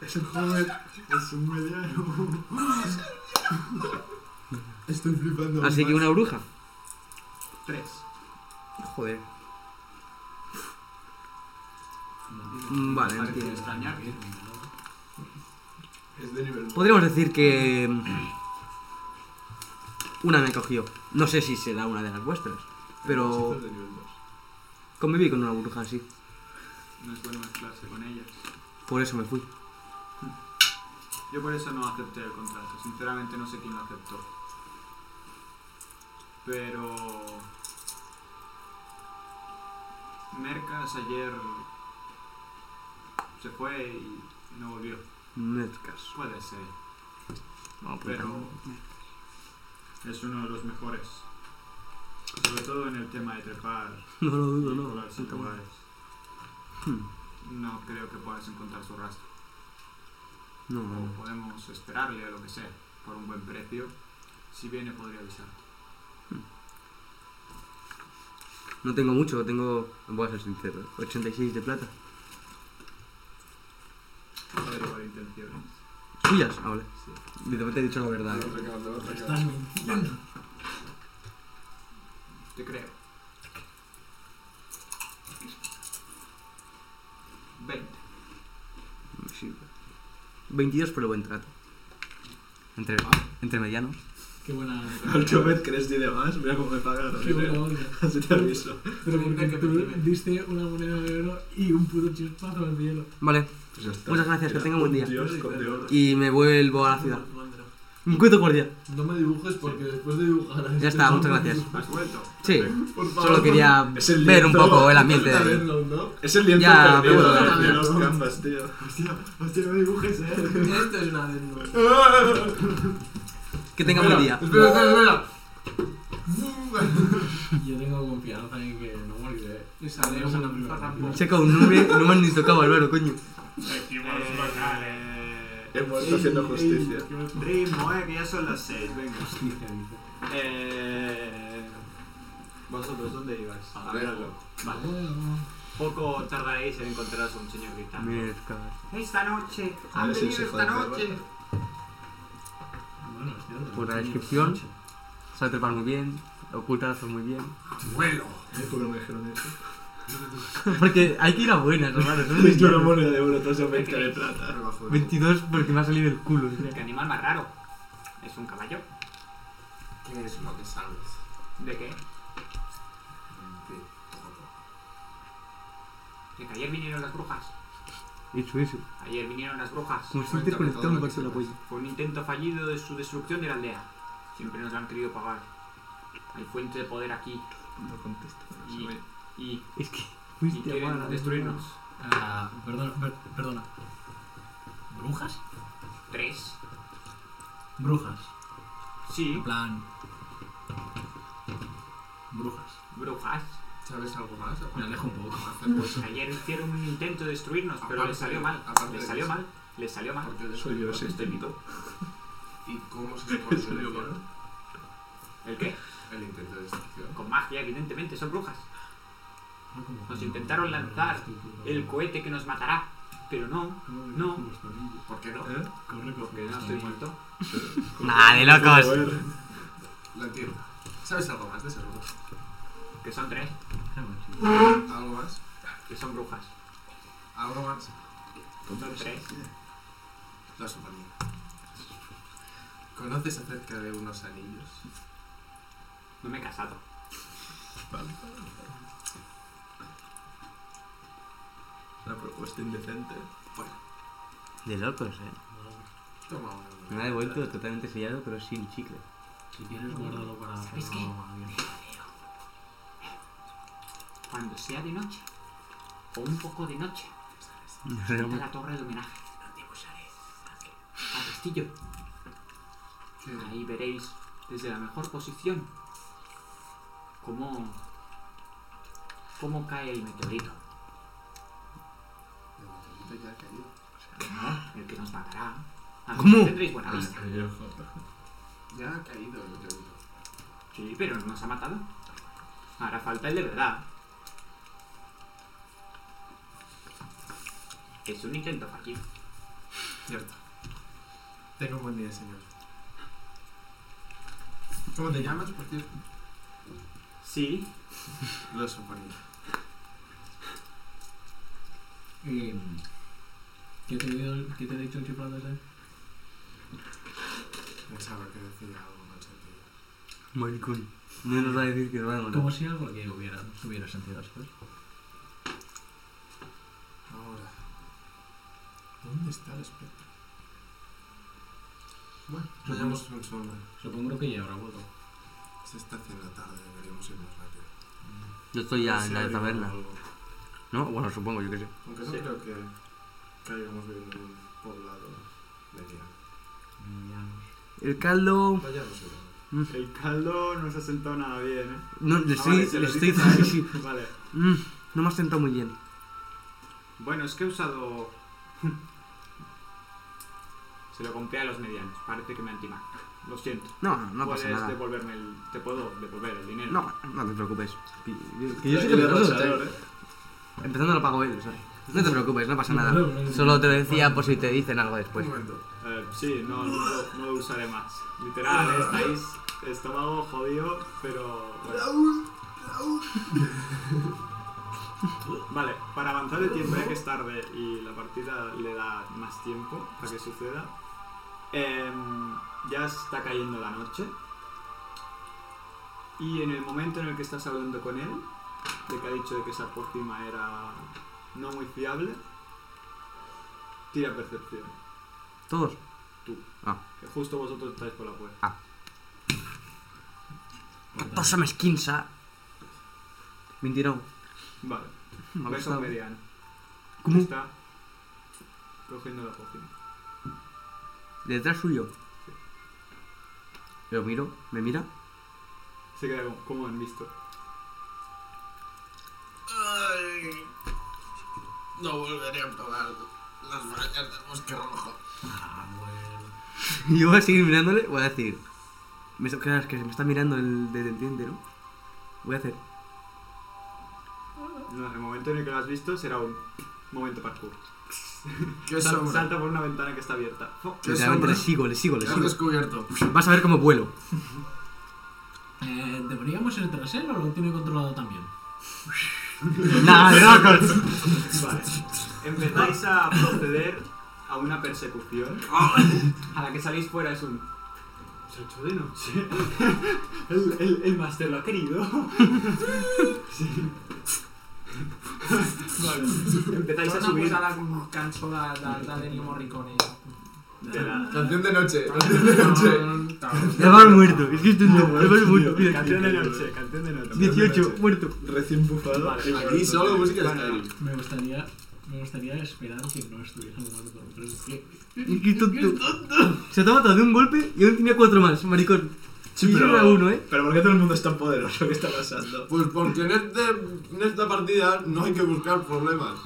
Es el joven. Es un mediano. Estoy flipando. Así que una bruja. Tres. Joder. Mm, Vale, Parece entiendo. ¿eh? extrañar. Es de nivel uno. Podríamos decir que. mm, Una me cogió. No sé si será una de las vuestras. Pero- Es de nivel dos. Conviví con una bruja así. No es bueno mezclarse con ellas. Por eso me fui. Yo por eso no acepté el contrato. Sinceramente no sé quién lo aceptó. Pero... Mercas ayer se fue y no volvió. Netcas. Puede ser, Vamos a apuntar. pero es uno de los mejores. Sobre todo en el tema de trepar No lo y dudo, no. colarse en Puta madre. lugares. No creo que puedas encontrar su rastro. No, O no. podemos esperarle o lo que sea, por un buen precio. Si viene podría avisar. No tengo mucho, tengo. Voy a ser sincero. 86 de plata. Averiguar intenciones. ¿Suyas? Ah, vale. Sí. De repente he dicho la verdad. Otra que más, otra que más. Estás mintiendo. Te creo. 20. Sí. 22 por el buen trato. Entre, entre medianos. Qué buena. La última vez que les di de más, mira cómo me pagaron. Qué buena mira. onda. Así te aviso. Pero porque Ahorita que tú percibe. diste una moneda de oro y un puto chispazo al cielo. Vale, Pues ya está. Muchas gracias, que Mira, tengan buen un día. Dios con de oro. y me vuelvo a la ciudad. Me encuentro guardia. No me dibujes porque después de dibujar. a este Ya está, hombre- muchas gracias. ¿Has vuelto? Sí, Por favor, solo quería Es el ver un lienzo. poco el ambiente de Intenta ahí. verlo, ¿no? Es el lienzo Ya, perdido pero- de- de pero- los gambas, tío. Hostia, hostia, no dibujes, eh. Esto es una desnuda. Que tengan buen día. Espera, espera, espera. Yo tengo confianza en que no moriré. Le sale Vamos a la una primera. rápido. Checa un nube, no me han ni tocado, Álvaro, coño. Eh, He muerto haciendo justicia. Ritmo, eh, que ya son las 6, venga. Justicia, dice. Eh, ¿Vosotros dónde ibais? A A verlo. Vale. Poco tardaréis en encontraros a un señor gritando. Mierda. Esta noche, A han ver si venido se esta puede noche. Bueno, es cierto. Por la descripción, sabe trepar muy bien, oculta lazos muy bien. Ay, ¿Por qué no me dijeron eso? Porque hay que ir a buenas, hermano. Es son una 22. moneda de oro, tras 20 de plata. 22 porque me ha salido el culo. o sea. ¿Qué animal más raro? ¿Es un caballo? Es lo que sabes. ¿De qué? De todo. De que ayer vinieron las brujas. Eso, eso. Ayer vinieron las brujas. Como si estés conectado, me parece la polla. Fue un intento fallido de su destrucción de la aldea. Siempre nos la han querido pagar. Hay fuente de poder aquí No contesto. Y- y, pues, Es que y fuiste a quieren mala. destruirnos. Ah, perdona, per- perdona. ¿Brujas? Tres. Brujas. En Sí, plan. Brujas. brujas. ¿Sabes algo más? Me alejo un poco. Aparte- Ayer hicieron un intento de destruirnos, pero Aparte les salió de- mal. aparte Les de salió eso. mal. Les salió mal. Porque de- Soy yo, este. Porque sí. estoy vivo. ¿Y cómo se supone que lo hicieron? ¿El qué? El intento de destrucción. Con magia, evidentemente, son brujas. Nos intentaron lanzar El cohete que nos matará. Pero no, no. ¿Por qué no? ¿Eh? Corre, porque corre. no estoy muerto. Nah, de locos. Joder. Lo entiendo. ¿Sabes algo más de ese robot? Que son tres. ¿Algo más? Que son brujas. ¿Algo más? Son tres. Lo suponía. ¿Conoces acerca de unos anillos? No me he casado. Una propuesta indecente. Ah, De locos, eh. Toma uno. Me ha devuelto totalmente sellado, pero sin chicle. Si quieres, guárdalo para. ¿Sabes qué? Cuando sea de noche, o un poco de noche, No vete sé. a la torre de homenaje. Al castillo. ¿Qué? Ahí veréis desde la mejor posición cómo, cómo cae el meteorito. El meteorito ya ha caído. El que nos matará. Así ¿Cómo? que Tendréis buena Pues, vista. Ya ha caído el meteorito. Sí, pero nos ha matado. Ahora falta el de verdad. Es un intento fallido. Cierto. Tengo un buen día, señor. ¿Cómo te llamas, por cierto? Sí, Lo suponía. Eh, ¿qué, te he dicho- ¿Qué te he dicho el chiflado ese? Pensaba que decía algo con sentido. Maricón. No nos va a decir que nos van a matar. Como si algo que hubiera, hubiera sentido después. Ahora, ¿dónde está el espectro? Bueno, pues vayamos con Sona. Supongo que ya habrá vuelto. Se está haciendo tarde, deberíamos ir más rápido. Yo estoy ya en Sí, la abrimos taberna. algo. ¿No? Bueno, supongo, yo qué sé. Aunque no creo que, que hayamos vivido en un poblado mediano. El caldo. Vayamos ir. El caldo no se ha sentado nada bien, ¿eh? No, le Ah, estoy. vale, se le lo estoy dices a sí, él. sí. Vale. Mm, no me has sentado muy bien. Bueno, es que he usado... Se lo compré a los medianos. Parece que me han timado. Lo siento. No, no pasa Puedes nada. devolverme el... Te puedo devolver el dinero. No, no te preocupes. Que yo- que yo Yo soy sé que me el lo doy, rachador, ¿eh? ¿sabes? Empezando lo pago él, ¿sabes? No te preocupes, no pasa nada. No, no, no. Solo te lo decía por si te dicen algo Un después. momento. Eh, sí, no, no, lo- no lo usaré más. Literal, ¿eh? estáis estómago jodido, pero... bueno. Vale, para avanzar el tiempo, ya que es tarde y la partida le da más tiempo para que suceda, em, ya está cayendo la noche. Y en el momento en el que estás hablando con él, de que ha dicho de que esa pócima era no muy fiable, tira percepción. ¿Todos? Que justo vosotros estáis por la puerta. 14 más 15. 29. Vale, Me ha ves a gustado. un mediano. ¿Cómo? Está cogiendo la pócima. Detrás suyo. Lo miro, me mira. Se queda como, como han visto. No volveré a probar las vallas del bosque rojo. Ah, bueno. Y yo voy a seguir mirándole, voy a decir. Me, está- claro, es que me está mirando el detentiente, ¿no? Voy a hacer. No, en el momento en el que lo has visto será un momento parkour. ¿Qué Sal- sombra? salta por una ventana que está abierta. Fo- ¿Qué Literalmente sombra? le sigo, le sigo, le ¿Qué has sigo. descubierto? Vas a ver cómo vuelo. Eh, ¿Deberíamos ir tras él o lo tiene controlado también? Nada, de locos. Vale. Empezáis a proceder a una persecución. A la que salís fuera es un. Se ha hecho de noche. El, el, el máster lo ha querido. Sí. Vale. Empezáis pues, a Torna a subir. posar alguna cançó de, de, de Lenny Morricone. De la, Canción de noche. Ya vas muerto, es que esto es no, ya vas muerto. Mira, Canción de noche, canción de noche. 18, muerto. Recién bufado. Vale, y aquí muerto. solo música de Bueno, Skyrim. Me gustaría, me gustaría esperar que no estuviera muerto. Pero es que. Es que es tonto. Se te ha matado de un golpe y aún tenía cuatro más, maricón. Sí, Y yo pero, era uno, ¿eh? pero ¿por qué todo el mundo es tan poderoso? ¿Qué está pasando? Pues porque en, este, en esta partida no hay que buscar problemas.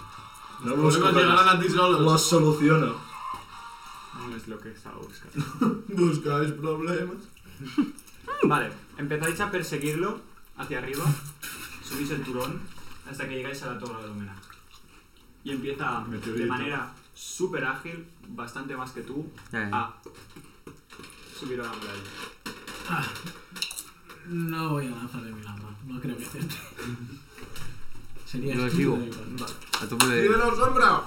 No Los busco problemas llegarán problemas. a ti solos. Los soluciono. No es lo que estaba buscando. ¿Buscáis problemas? Vale, empezáis a perseguirlo hacia arriba, subís el turón hasta que llegáis a la torre del homenaje. Y empieza de Meteorito. manera súper ágil, bastante más que tú, Ya, ya. a subir a la muralla. No voy a lanzarle mi lanza, no creo que acepte. Sería Lo estúpido sigo. igual. Vale. A tope de. ¡Libero sombra!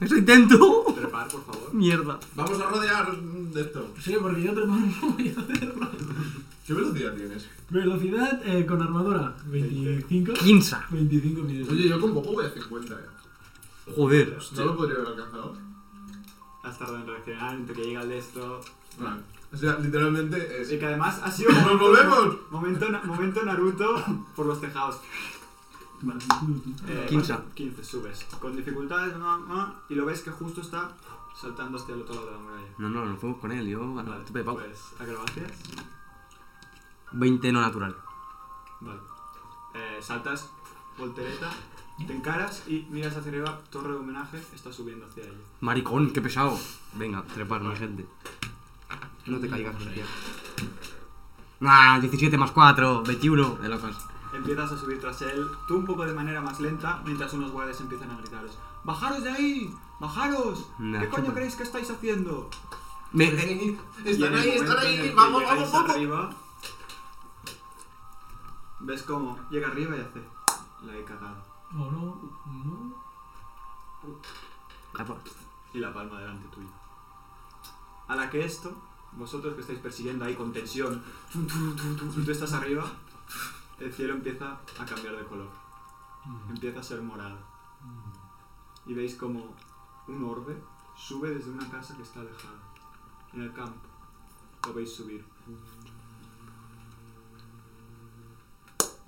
¡Eso intento! Trepar, por favor. Mierda. Vamos a rodear de esto. Sí, porque yo trepar no voy a hacerlo. ¿Qué velocidad tienes? Velocidad eh, con armadura: 25. 15. 25 minutos. Oye, yo con poco voy a 50 ya. Joder. No lo podría haber alcanzado. Has tardado en reaccionar, entre que llega el de esto. Vale. O sea, literalmente Y es. que además ha sido. ¡Nos volvemos! Momento, na- momento Naruto por los tejados. Vale. Eh, 15. 15, subes. Con dificultades, ah, ah, y lo ves que justo está saltando hacia el otro lado de la muralla. No, Ah, no, nos fuimos con él, yo a Vale, tope de pau. pues acrobacias. 20 no natural. Vale. Eh, saltas, voltereta, te encaras y miras hacia arriba, torre de homenaje, está subiendo hacia ella. Maricón, qué pesado. Venga, trepar, mi gente. No te caigas, hostia. Nah, 17 más 4, 21. De locos. Empiezas a subir tras él, tú un poco de manera más lenta, mientras unos guardias empiezan a gritaros: ¡Bajaros de ahí! ¡Bajaros! Nah, ¿Qué coño chupa. creéis que estáis haciendo? Me, eh, Y en Están el ahí, están momento en el ahí, que vamos, llegáis vamos, vamos. Arriba, ¿Ves cómo? Llega arriba y hace. La he cagado. No, no, no. apa, Y la palma delante tuya. A la que esto, vosotros que estáis persiguiendo ahí con tensión, tum, tum, tum, tum, y tú estás arriba, el cielo empieza a cambiar de color. Empieza a ser morado. Y veis como un orbe sube desde una casa que está alejada. En el campo. Lo veis subir.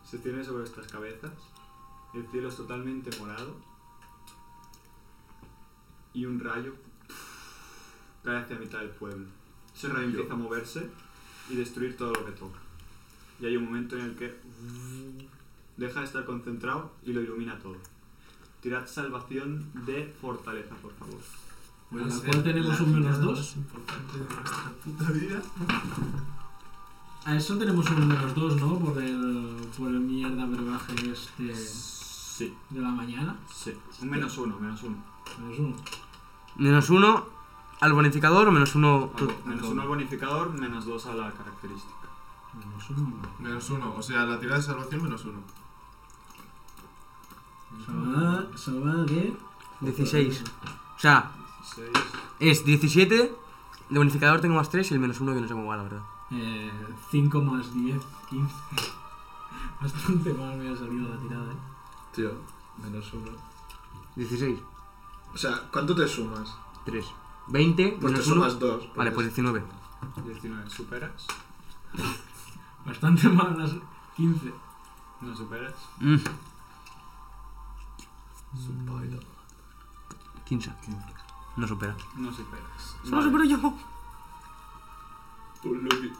Se tiene sobre vuestras cabezas. El cielo es totalmente morado. Y un rayo cae hacia mitad del pueblo. Ese rayo empieza a moverse y destruir todo lo que toca. Y hay un momento en el que deja de estar concentrado y lo ilumina todo. Tirad salvación de fortaleza, por favor. Puede A la ser cual tenemos la un menos tirada dos. más importante de nuestra puta vida. A eso tenemos un menos dos, ¿no? Por el, por el mierda brebaje este Sí, de la mañana. sí. Un menos uno, menos uno. Menos uno. menos uno al bonificador o menos uno. to- Algo- Menos uno al bonificador, menos dos a la característica. Menos uno. Menos uno, o sea, la tirada de salvación menos uno. Ah. Salvada, salvada de... 16. O sea, 16. es 17. De bonificador tengo más 3 y el menos uno que no sé cómo va, la verdad. Eh, 5 más 10, 15. Bastante mal me ha salido la tirada, ¿eh? Tío, menos uno. 16. O sea, ¿cuánto te sumas? 3. 20 Pues te menos uno. sumas dos. Vale, pues 19. 19. ¿Superas? Bastante mal las 15. ¿No superas? Mm, Supero. 15. No supera. No superas. Solo Vale. supero yo. Tú, Lucky.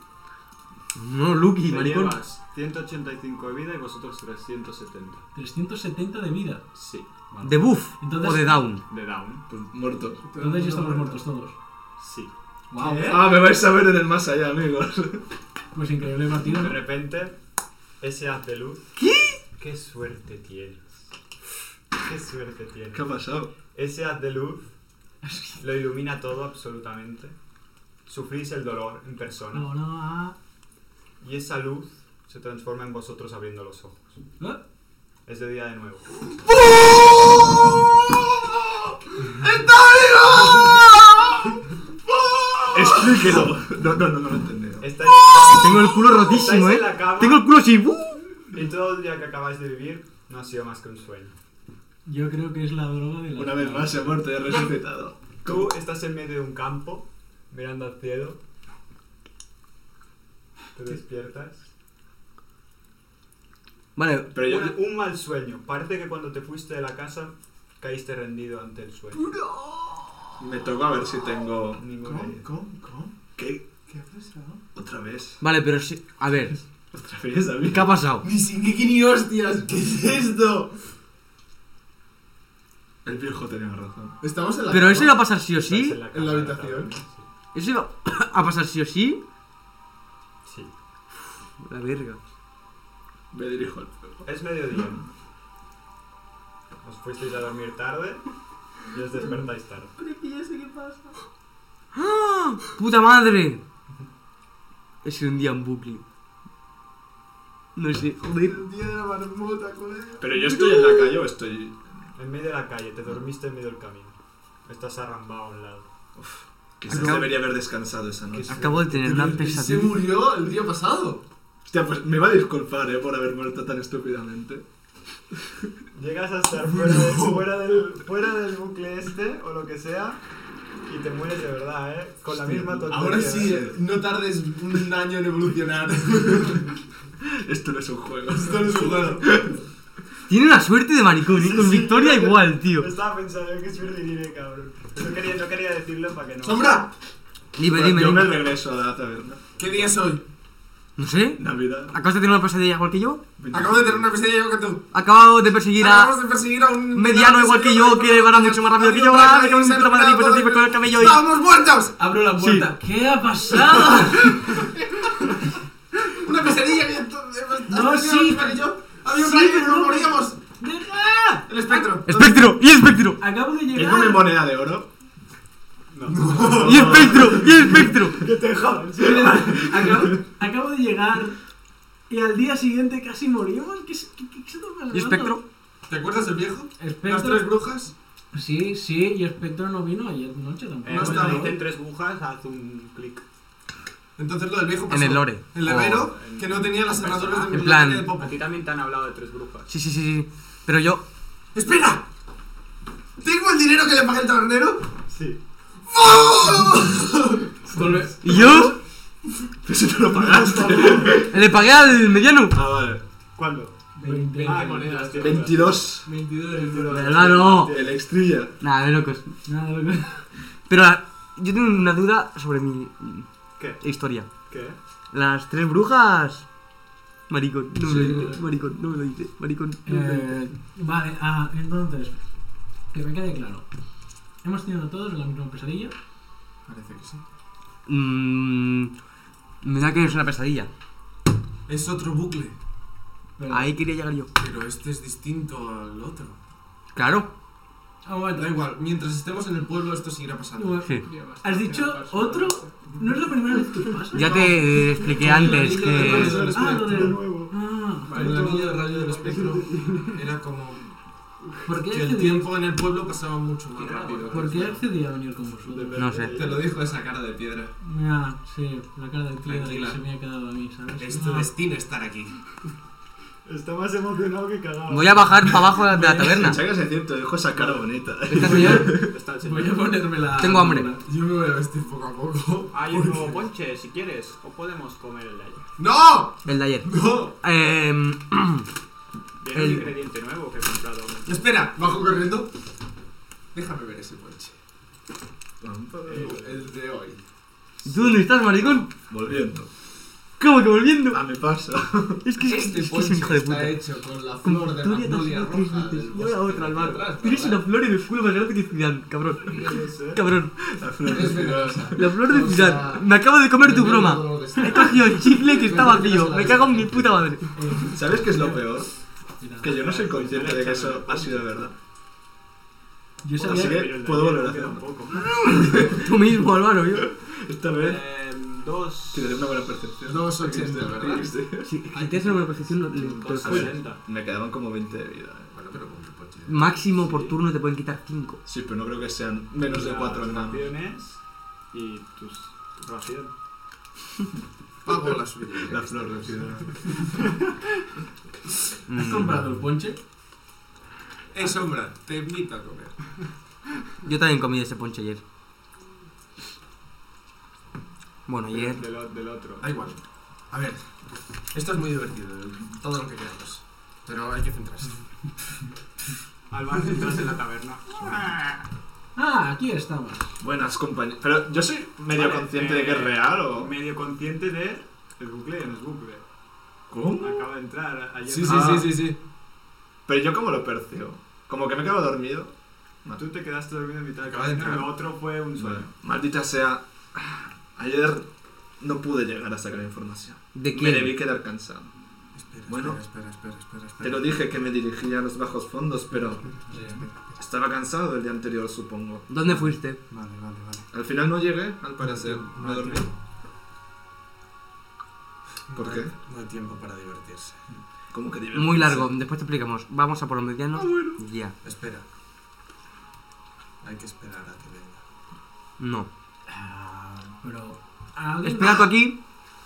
No, Lucky, Te maricón. llevas 185 de vida y vosotros 370. 370 de vida. Sí, ¿De buff Entonces- o de down? de down. Pues muertos. Entonces ya estamos muertos todos. Sí. ¿Eh? Wow. Ah, me vais a ver en el más allá, amigos. Pues increíble De partida. ¿no? repente, ese haz de luz. ¿Qué? ¡Qué suerte tienes! ¡Qué suerte tienes! ¿Qué ha pasado? Ese haz de luz lo ilumina todo absolutamente. Sufrís el dolor en persona. No, no, ah. Y esa luz se transforma en vosotros abriendo los ojos. ¿Eh? Es de día de nuevo. Explíquelo. No, no, no, no lo he entendido. Estáis, Tengo el culo rotísimo, estáis en eh. la cama Tengo el culo así. ¡uh! y todo el día que acabáis de vivir no ha sido más que un sueño. Yo creo que es la droga de la. Una vez más eh. se ha muerto y ha resucitado. Tú estás en medio de un campo, mirando al cielo. Te despiertas. Vale, Pero yo. Un, un mal sueño. Parece que cuando te fuiste de la casa caíste rendido ante el sueño. Me toca a ver si tengo. Ninguno de ¿Cómo? ellos. ¿Cómo? ¿Cómo? ¿Qué? ¿Qué ha pasado? ¿Otra vez? vale, pero sí. A ver, ¿Otra vez, ¿qué ha amigo? pasado? ¡Ni Shingeki ni hostias! ¿Qué es esto? El viejo tenía razón. Estamos en la Pero cama. eso iba a pasar sí o Estáis sí. ¿En la cama, habitación? cama, Eso iba a pasar sí o sí. Sí. Sí. La verga. Me dirijo al fuego. Es mediodía. Os fuisteis a dormir tarde y os despertáis tarde. ¡Ah! ¡Puta madre! He sido un día en bucle. No sé, joder. El día de la marmota, colega. Pero yo estoy en la calle o estoy. En medio de la calle, te dormiste en medio del camino. Estás arrambado a un lado. Quizás Acabo- debería haber descansado esa noche. Acabo de tener una Pero Se pesadilla. murió el día pasado. Hostia, pues me va a disculpar, eh, por haber muerto tan estúpidamente. Llegas a estar fuera, de- fuera del, fuera del bucle este o lo que sea y te mueres de verdad, ¿eh? Con la misma tontería. Ahora sí, ¿eh? eh, no tardes un año en evolucionar. Esto no es un juego. Esto no es un juego. Tiene una suerte de maricón, ¿eh? Sí, Con sí, victoria yo te- igual, tío. Estaba pensando que es tiene, cabrón. No quería, no quería decirlo para que no. ¡Sombra! Dime, Bueno, dime, yo me dime. regreso a la taberna. ¿Qué día es hoy? No sé. Navidad. ¿Acabas de tener una pesadilla igual que yo? Acabo de tener una pesadilla igual que tú. Acabo de perseguir a Acabamos de perseguir a un mediano igual que yo, que va mucho más rápido que yo. Ah, me cago en mi puta madre, pero tipo con el cabello y... ¡Vamos muertos! Abro la puerta. ¿Qué ha pasado? Una pesadilla que tú- has No, tenido sí. igual que yo. ¡Había un rayo que nos moríamos! ¡Deja! ¡El espectro! Ah, ¡Espectro! ¡Y espectro! Acabo de ¿Es una llegar. moneda de oro? ¡Y espectro! ¡Y espectro! ¡Que te jodas! Eh, Acabo, acabo de llegar. Y al día siguiente casi morimos. ¿Qué, se- qué, qué se te pasa? ¿Y espectro? ¿Te acuerdas del viejo? Las tres Espectro. brujas. Pues Sí, sí, y Espectro no vino ayer noche tampoco. No Eh, está, cuando ¿no? dicen tres bujas, haz un clic. Entonces lo del viejo pasó. En el lore. Oh. El O- herrero que no tenía las cerraduras de En biblioteca plan- de Popo. A ti también te han hablado de tres brujas. Sí, sí, sí, sí. Pero yo. ¡Espera! ¿Tengo el dinero que le pagué al tabernero? ¡Oh! Sí. Volve- ¿Y yo? Pero si no lo pagaste. Le pagué al mediano. Ah, vale. ¿Cuándo? 20 Ah, monedas, tío. 22. 22 ¿Verdad? No. El extrilla. Nada, de locos. Nada, loco. Pero la- yo tengo una duda sobre mi ¿Qué? historia. ¿Qué? Las tres brujas. Maricón, no me lo Sí. dices. Maricón, no me lo dices. Maricón, no me lo dices. Eh, vale, ah, entonces, que me quede claro. Hemos tenido todos la misma pesadilla. Parece que sí. Mmm. Me da que es una pesadilla. Es otro bucle, Pero... Ahí quería llegar yo. pero este es distinto al otro. Claro. Ah, bueno. Da igual, mientras estemos en el pueblo esto seguirá pasando. Igual. Sí. ¿Has dicho otro? No es la primera vez que pasa. Ya te expliqué antes que. Ah, lo del... nuevo. Ah, Vale, el anillo de rayo del espectro era como ¿por qué que el accedí, tiempo en el pueblo pasaba mucho más rápido. ¿por qué accedí a venir con vosotros? No sé. Te lo dijo esa cara de piedra. Ah, sí, la cara de piedra que Tranquila. se me ha quedado a mí, ¿sabes? Es tu Ah, destino estar aquí. Está más emocionado que cagado. Voy a bajar para abajo de la taberna. Chagas el ciento, dijo esa cara bonita. Esta señora- Está el Ah, Voy señor. a ponerme la... Tengo hambre. Yo me voy a vestir poco a poco. Hay un nuevo ponche, si quieres. O podemos comer el de ayer. ¡No! El de ayer. ¡No! Em, Viene El- un ingrediente nuevo que he comprado. Espera, bajo corriendo. Déjame ver ese ponche. Eh, El de hoy. ¿Tú dónde estás, maricón? Volviendo. ¿Cómo que volviendo? A mi paso. Es que Este es, es que es ponche un hijo de está puta. hecho con la Con flor de Victoria tan magnolia solo tres roja. veces, del y ahora bosque de otra al aquí mar. atrás, Tienes una ¿verdad? flor en el culo más grande que Zidane, cabrón. puede ser. Cabrón, La flor de Es venenosa. Zidane. la flor de O sea, Zidane. Me acabo de comer tu Menudo broma. dolor de He estómago. cogido el chicle que está vacío. Me cago en mi puta madre. ¿Sabes qué es lo peor? Mira, Que yo no soy consciente de que eso ha sido verdad. Yo Así sabía... que Pero el de puedo ayer volver a queda un hacerlo. poco. Tú mismo, Álvaro, yo. Esta vez Eh, dos. tendré una buena percepción. 2,80, ¿verdad? Sí. Si si tienes una buena percepción, no- le- te lo Dos A ver. ¿eh? puedes- sesenta. Me quedaban como 20 de vida. eh. Bueno, pero con mi ponche. máximo por turno te pueden quitar 5. Sí, pero no creo que sean menos de Las 4 en nada. raciones y tus raciones. Pago la subida. La flor de ciudad. ¿Has comprado el ponche? Eh, Sombra, te invito a comer. Yo también comí ese ponche ayer. Bueno, ayer. Del, o- del otro. Da igual. A ver, esto es muy divertido, todo lo que queramos. Pero hay que centrarse. Al bar entras en la taberna. Ah, aquí estamos. Buenas compañías. Pero yo soy medio Vale, consciente eh, de que es real o. Medio consciente de. El bucle no es bucle. ¿Cómo? Acaba de entrar ayer. Sí, sí, Ah. sí, sí, sí. Pero yo como lo percibo. Como que me quedo dormido. Ah, Tú te quedaste dormido en mitad del Acaba de camino. entrar. Lo otro fue un sueño. Maldita sea. Ayer no pude llegar a sacar información. ¿De Me debí quién? quedar cansado. Espera, Bueno. espera, espera, espera, espera. Te lo dije que me dirigía a los bajos fondos, pero estaba cansado del día anterior, supongo. ¿Dónde fuiste? Vale, vale, vale. Al final no llegué, al parecer. Me hay dormí. tiempo. ¿Por No qué? hay- No hay tiempo para divertirse. Como que divertirse. Muy largo, después te explicamos. Vamos a por los medianos. Ah, Ya. Espera. Hay que esperar a que venga. No. Ah, pero... ¿alguien- Espera tú aquí,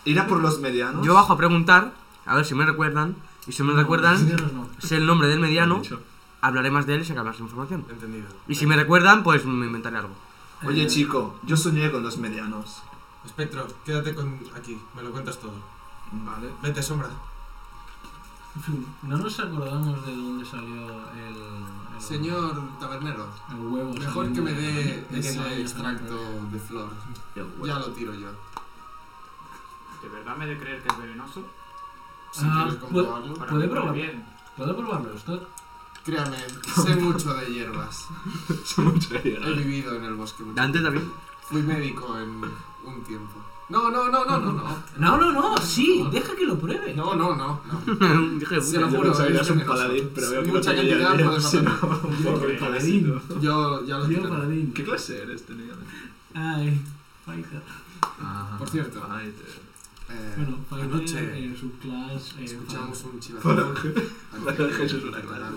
Ir a por los medianos. yo bajo a preguntar, a ver si me recuerdan. Y si me No, los recuerdan, medianos no. sé el nombre del mediano, Dicho. hablaré más de él y sacar más información. Entendido. Y si me recuerdan, pues me inventaré algo. Oye, Eh, chico, yo soñé con los medianos. Espectro, quédate con aquí. Me lo cuentas todo. Vale. Vete, Sombra. En fin, no nos acordamos de dónde salió el. el- Señor tabernero, El huevo. mejor que me dé saliendo de- de ese que extracto no haya- de flor. Yo, bueno. Ya lo tiro yo. ¿De verdad me he de creer que es venenoso? Si Ah, pues- quieres comprobarlo. Para Puede mí, muy probar. bien. ¿Puedo probarlo esto? Créame, sé mucho de hierbas. Mucho He vivido en el bosque mucho. Dante también. Fui médico en un tiempo. No, no, no, no, no, no. No, no, no, sí, deja que lo pruebe. No, no, no. no. Dije, Se lo Yo juro, pensaba que es eras eh, un venenoso. paladín, pero veo que Mucha no te cantidad bien, puede sino matar. un poco el paladín. Yo ya lo Tío, tengo. paladín. ¿Qué clase eres, tenía? Ay, fighter. Por cierto. Ay, te- Eh, Bueno, fighter, anoche eh, subclass, eh, escuchamos un chivato. Falange. Falange es una clara.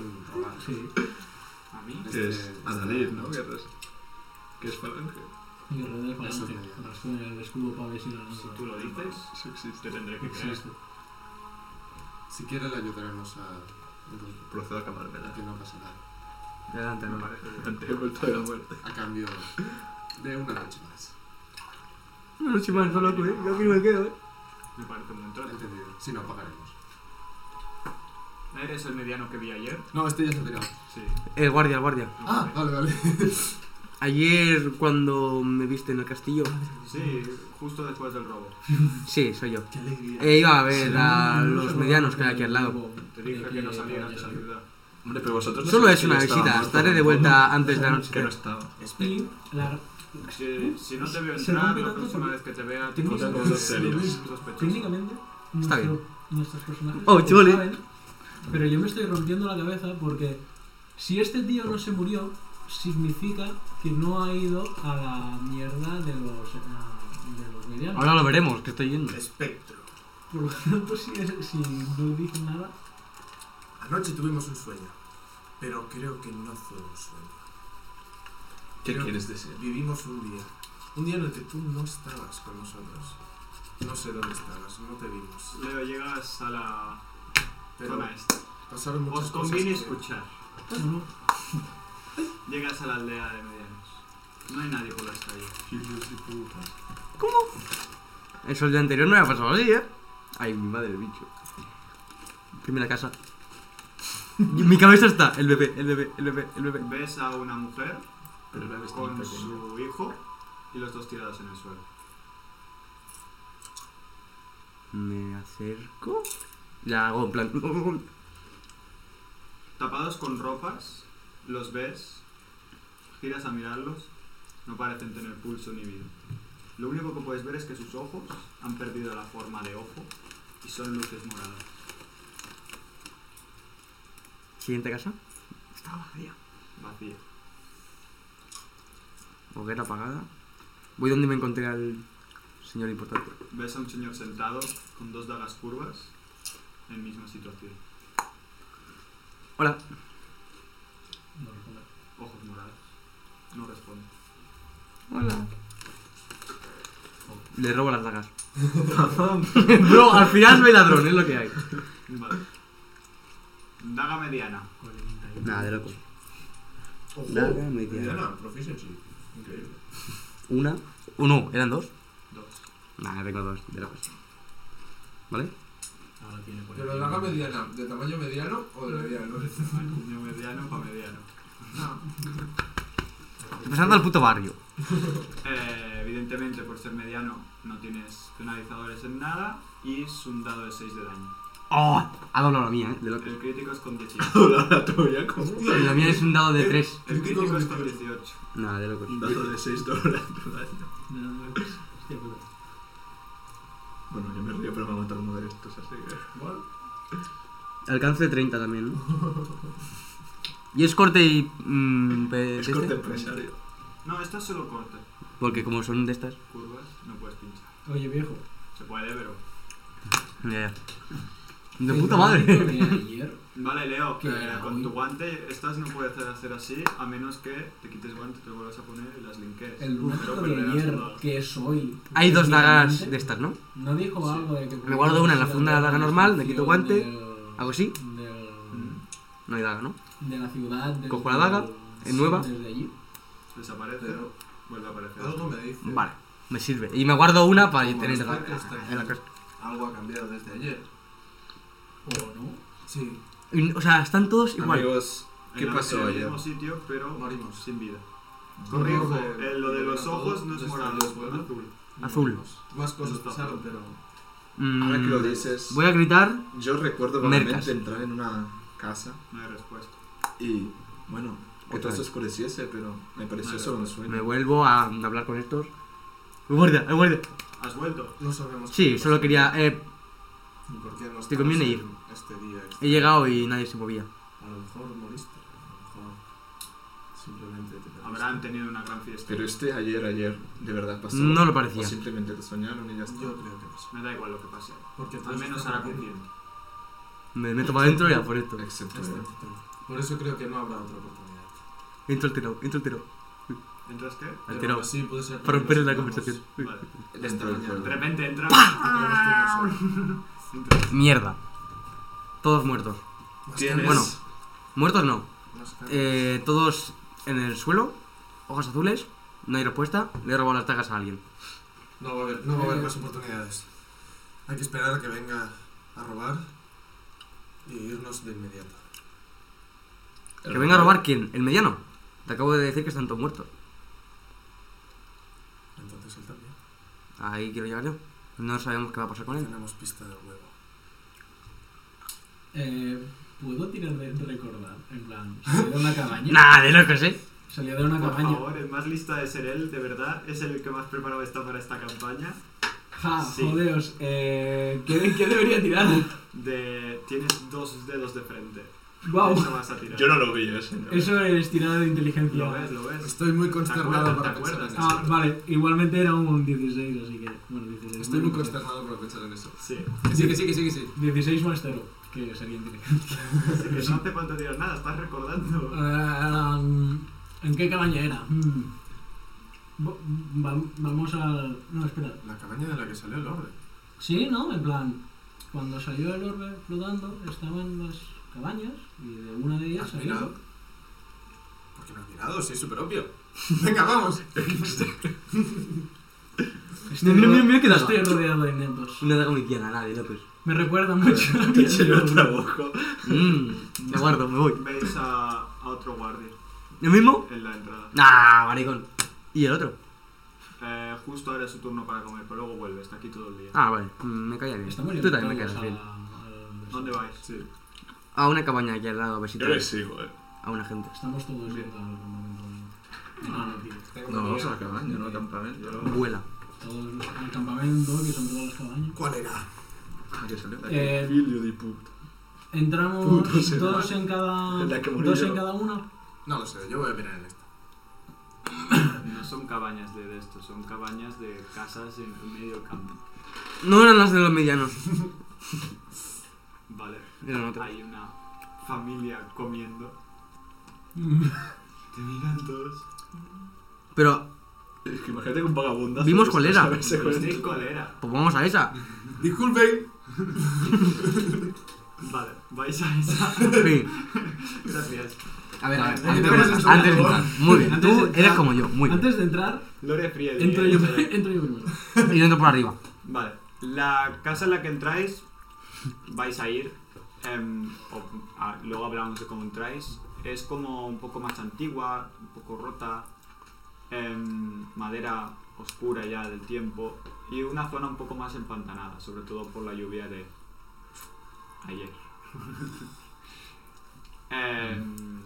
Sí, A mí. este, Que es Adalid, ¿no? Que es, que es Falange. guerrero de Eso falange. es medio. Rascuña el escudo para ver si la Si tú lo dices, Eso existe. te tendré que creer. Existe. Si quiere le ayudaremos a... Procedo a a cambiármela. que no pasa nada. Adelante, Me no. parece bien. Ante el vuelto de la muerte. A cambio de una noche más. Una noche más, no loco, eh. Yo aquí no me quedo, eh. Me parece un buen trato. Entendido. Si no, pagaremos. ¿Eres el mediano que vi ayer? No, este ya se ha tirado. Sí. Eh, guardia, guardia. Ah, vale, vale. Ayer, cuando me viste en el castillo. Sí, justo después del robo. Sí, soy yo. Qué alegría. Eh, iba a ver Sí, a no, no, los no, medianos no, que hay aquí al lado. Te dije aquí que no a- salieras de la a- ciudad. Hombre, pero vosotros Solo sabéis es que una yo estaba visita. muerto, Estaré de ¿no? vuelta antes de la Es que no noche. estaba. Y la Si, si no te veo Se entrar, rompe la tanto próxima porque vez que te vea, te tengo contaré dos de- serios. sospechoso. Técnicamente, Está nuestro- bien. nuestros personajes Oh, lo chole. saben, pero yo me estoy rompiendo la cabeza porque si este tío no se murió, significa que no ha ido a la mierda de los, a- de los medianos. Ahora lo veremos, que estoy yendo. Espectro. Por lo tanto, si, si no dicen nada, Anoche tuvimos un sueño, pero creo que no fue un sueño. ¿Qué Creo quieres decir? Vivimos un día, un día en el que tú no estabas con nosotros. No sé dónde estabas, no te vimos. Leo, llegas a la Pero zona esta. pasaron muchas Os cosas. conviene que- escuchar. no, Llegas a la aldea de medianos. No hay nadie por las calles. El sol de anterior no había pasado así, eh. Ay, mi madre, el bicho. Primera casa. mi cabeza está. El bebé, el bebé, el bebé, el bebé. Ves a una mujer Pero la ves tan con pequeña. su hijo y los dos tirados en el suelo. Me acerco. La hago en plan. Tapados con ropas, los ves, giras a mirarlos, no parecen tener pulso ni vida. Lo único que puedes ver es que sus ojos han perdido la forma de ojo y son luces moradas. Siguiente casa. Está vacía. Vacía. Hoguera apagada. Voy donde me encontré al señor importante. Ves a un señor sentado con dos dagas curvas en misma situación. Hola. no responde. Ojos morados. No responde. Hola. Le robo las dagas. Bro, al final soy ladrón, es lo que hay. Vale. Daga mediana. 41. Nada, de loco. Ojo, Daga, media. mediana, proficiency. Increíble. Una. o no, eran dos. Dos. Nada, tengo dos, de locos. ¿Vale? Ahora tiene Pero la haga mediana, ¿de tamaño mediano o de mediano? Tamaño mediano para mediano. Empezando al puto barrio. Eh, evidentemente, por ser mediano, no tienes penalizadores en nada y es un dado de 6 de daño. ¡Oh! Ha doblado la mía, eh, de locos. El crítico es con 18. Hola, la tuya, ¿cómo? Y la mía es un dado de tres. El crítico es con 18. Nada, de locos. Un dado Eh, de 6 dólares. Hostia puta. Bueno, yo me río, pero me ha matado uno de estos, así que. Alcance de 30 también, ¿no? Y es corte y. mm, pe- Es de corte este, empresario. No, esto es solo corte. Porque como son de estas. Curvas, no puedes pinchar. Oye, viejo. Se puede, pero. Ya, ya. De ¿es puta lo mismo madre. que ayer? Vale, Leo, ¿Qué eh, era con hoy? tu guante estas no puedes hacer así a menos que te quites guante, te lo vuelvas a poner y las linkees. El Pero brujo de perderás ayer, todo. que soy. Hay dos dagas técnicamente, de estas, ¿no? No dijo Sí. algo de que. Me guardo una en la funda de la daga normal, me quito guante, Del- Hago así. del- Mm, No hay daga, ¿no? de la ciudad. del- Cojo la daga, es nueva. Desde allí. Desaparece, Pero vuelve a aparecer. algo me dice. Vale, me sirve. Y me guardo una para Como tener los daga. fuertes también. en la casa. Algo ha cambiado desde ayer. ¿O no? Sí, Y- O sea, están todos igual. Amigos, ¿qué En la- pasó En el ayer? mismo sitio, pero morimos. sin vida. Corrijo, Corrijo, eh, lo de los ojos no es morado, es azul. Azul. Más cosas Está azul. pasaron, pero Mm, Ahora que lo dices, Voy a gritar. yo recuerdo Mercas. vagamente entrar en una casa No hay respuesta. y, bueno, que Otra todo se vez. oscureciese, pero me pareció Vale. solo un Me sueño. vuelvo a hablar con estos. ¡Guardia! ¡Guardia! ¿Has vuelto? No sabemos. Sí, solo quería. eh, ¿Y por qué no Te estabas conviene ir. en Este día, este- he llegado y nadie se movía. A lo mejor moriste. A lo mejor simplemente te perdiste. Habrán tenido una gran fiesta. Pero este ayer, ayer, de verdad pasó. No lo O parecía. simplemente lo soñaron y ya está. Yo creo que no sé. Me da igual lo que pase. Porque Al todos menos están ahora aquí. confío. Me meto para adentro y a por esto. Excepto Ya está, él. te tengo. Por eso creo que no habrá otra oportunidad. Entro al tirado, entro al tirado. ¿Entras qué? Al Pero tirado. aún así puede ser que Ah, Para romper nos la veamos. conversación. Vale. Dentro del mañana. De pueblo. repente entra. Ah. Tenemos que irnos hoy. Mierda. Todos muertos. Ah. Más Tienes- Bueno, muertos no. caras, más caras. Eh, todos en el suelo, hojas azules, no hay respuesta, le he robado las tagas a alguien. No va a haber, no va a haber Eh, más oportunidades. Hay que esperar a que venga a robar y irnos de inmediato. ¿Que venga a robar quién? ¿El mediano? Te acabo de decir que están todos muertos. Entonces él también. Ahí quiero llegar yo. No sabemos qué va a pasar con él. Tenemos pista de huevo. Eh, ¿Puedo tirar de de recordar? En plan, salí de una cabaña. Nada, de locos, ¿eh? Salí de una Por cabaña. favor, el más lista de ser él, de verdad, es el que más preparado está para esta campaña. Ja, Sí. jodeos. Eh, ¿qué, qué debería tirar? De... Tienes dos dedos de frente. Wow. Eso vas a tirar. Yo no lo vi, eh, ese. ¿no? Eso es tirada de inteligencia. Lo ves, lo ves. Estoy muy ¿Te consternado acuerdas? para ¿Te pensar acuerdas? en Ah, eso. vale, igualmente era un 16, así que. Bueno, 16. Estoy muy no sé. consternado para pensar en eso. Sí. Que sí, que sí, que sí, que sí. 16 más 0, que sería inteligencia. Así que no hace falta tirar nada, estás recordando. Ah, ¿En qué cabaña era? Mm. Hmm. Bo- va- vamos al. No, espera. La cabaña de la que salió el hombre. Sí, ¿no? En plan, cuando salió el orbe flotando, estaban las cabañas y de una de Ah, ellas ¿Has salió. mirado? ¿Por qué no has mirado? Sí, es súper obvio. Venga, vamos. Estoy, Mira, ro- mira, mira qué daga. estoy este rodeado de ineptos. Una daga mediana, nada, de locos. Me recuerda mucho a la Te eché piel el de trabajo. Mmm, me guardo, me voy. Veis a, a otro guardia ¿El mismo? en la entrada. Nah, maricón. ¿Y el otro? Eh, justo ahora es su turno para comer, pero luego vuelve, está aquí todo el día. Ah, vale, mm, me caía bien. Estamos Tú yendo también me todos caías a- bien. al- ¿Dónde vais? Sí. A una cabaña aquí al lado, a ver si Yo te- le sigo, eh. A una gente. Estamos todos yendo al campamento. No, no, tío. Tengo Ah, No, vamos a miedo. la cabaña, no al campamento. ¿no? Vuela. Todos los- al campamento, que son todas las cabañas. ¿Cuál era? Ah, que salió de aquí. Eh, Filio de puta. Entramos Puto ser dos humano. en cada. En la que morí dos yo. en cada una. No lo sé, yo voy a mirar en esta. No son cabañas de, de esto, son cabañas de casas en medio campo. No eran las de los medianos. Vale, Eran otras. hay una familia comiendo. Te miran todos. Pero, Es que imagínate que un vagabundo. Vimos cuál era. Pero estoy colera. pues vamos a esa. Disculpen. Vale, vais a esa. Sí. Gracias. A ver, a ver. Antes de Antes, entrar. antes de entrar. Muy bien. Antes de Tú entrar. eres como yo. Muy bien. Antes de entrar, Lore Friedrich. entro yo, entro yo primero. Y yo entro por arriba. eh, Vale, la casa en la que entráis, vais a ir, em, o- a- luego hablamos de cómo entráis, es como un poco más antigua, un poco rota, em, madera oscura ya del tiempo y una zona un poco más empantanada, sobre todo por la lluvia de ayer. Em,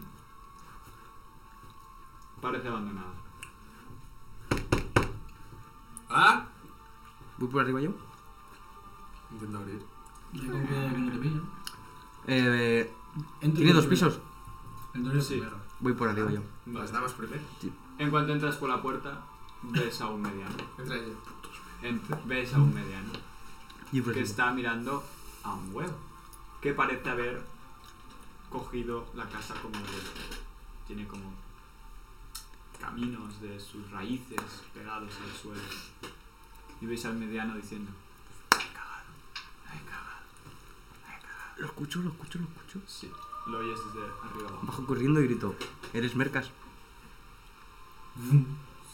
parece abandonada. Ah. Voy por arriba yo. Intento abrir. Yo confío de que no te pillan. Eh, Entro tiene yo dos primero. pisos. Entro yo Sí. primero. Voy por arriba yo. Las damas primero. En cuanto entras por la puerta, ves a un mediano. Entra ella. Ent- ves a un mediano Y por que arriba. está mirando a un huevo que parece haber cogido la casa como de- tiene como caminos de sus raíces pegados al suelo y veis al mediano diciendo la he cagado la he cagado Lo escucho, lo escucho, lo escucho. sí lo oyes desde arriba abajo Bajo corriendo y grito. Eres mercas.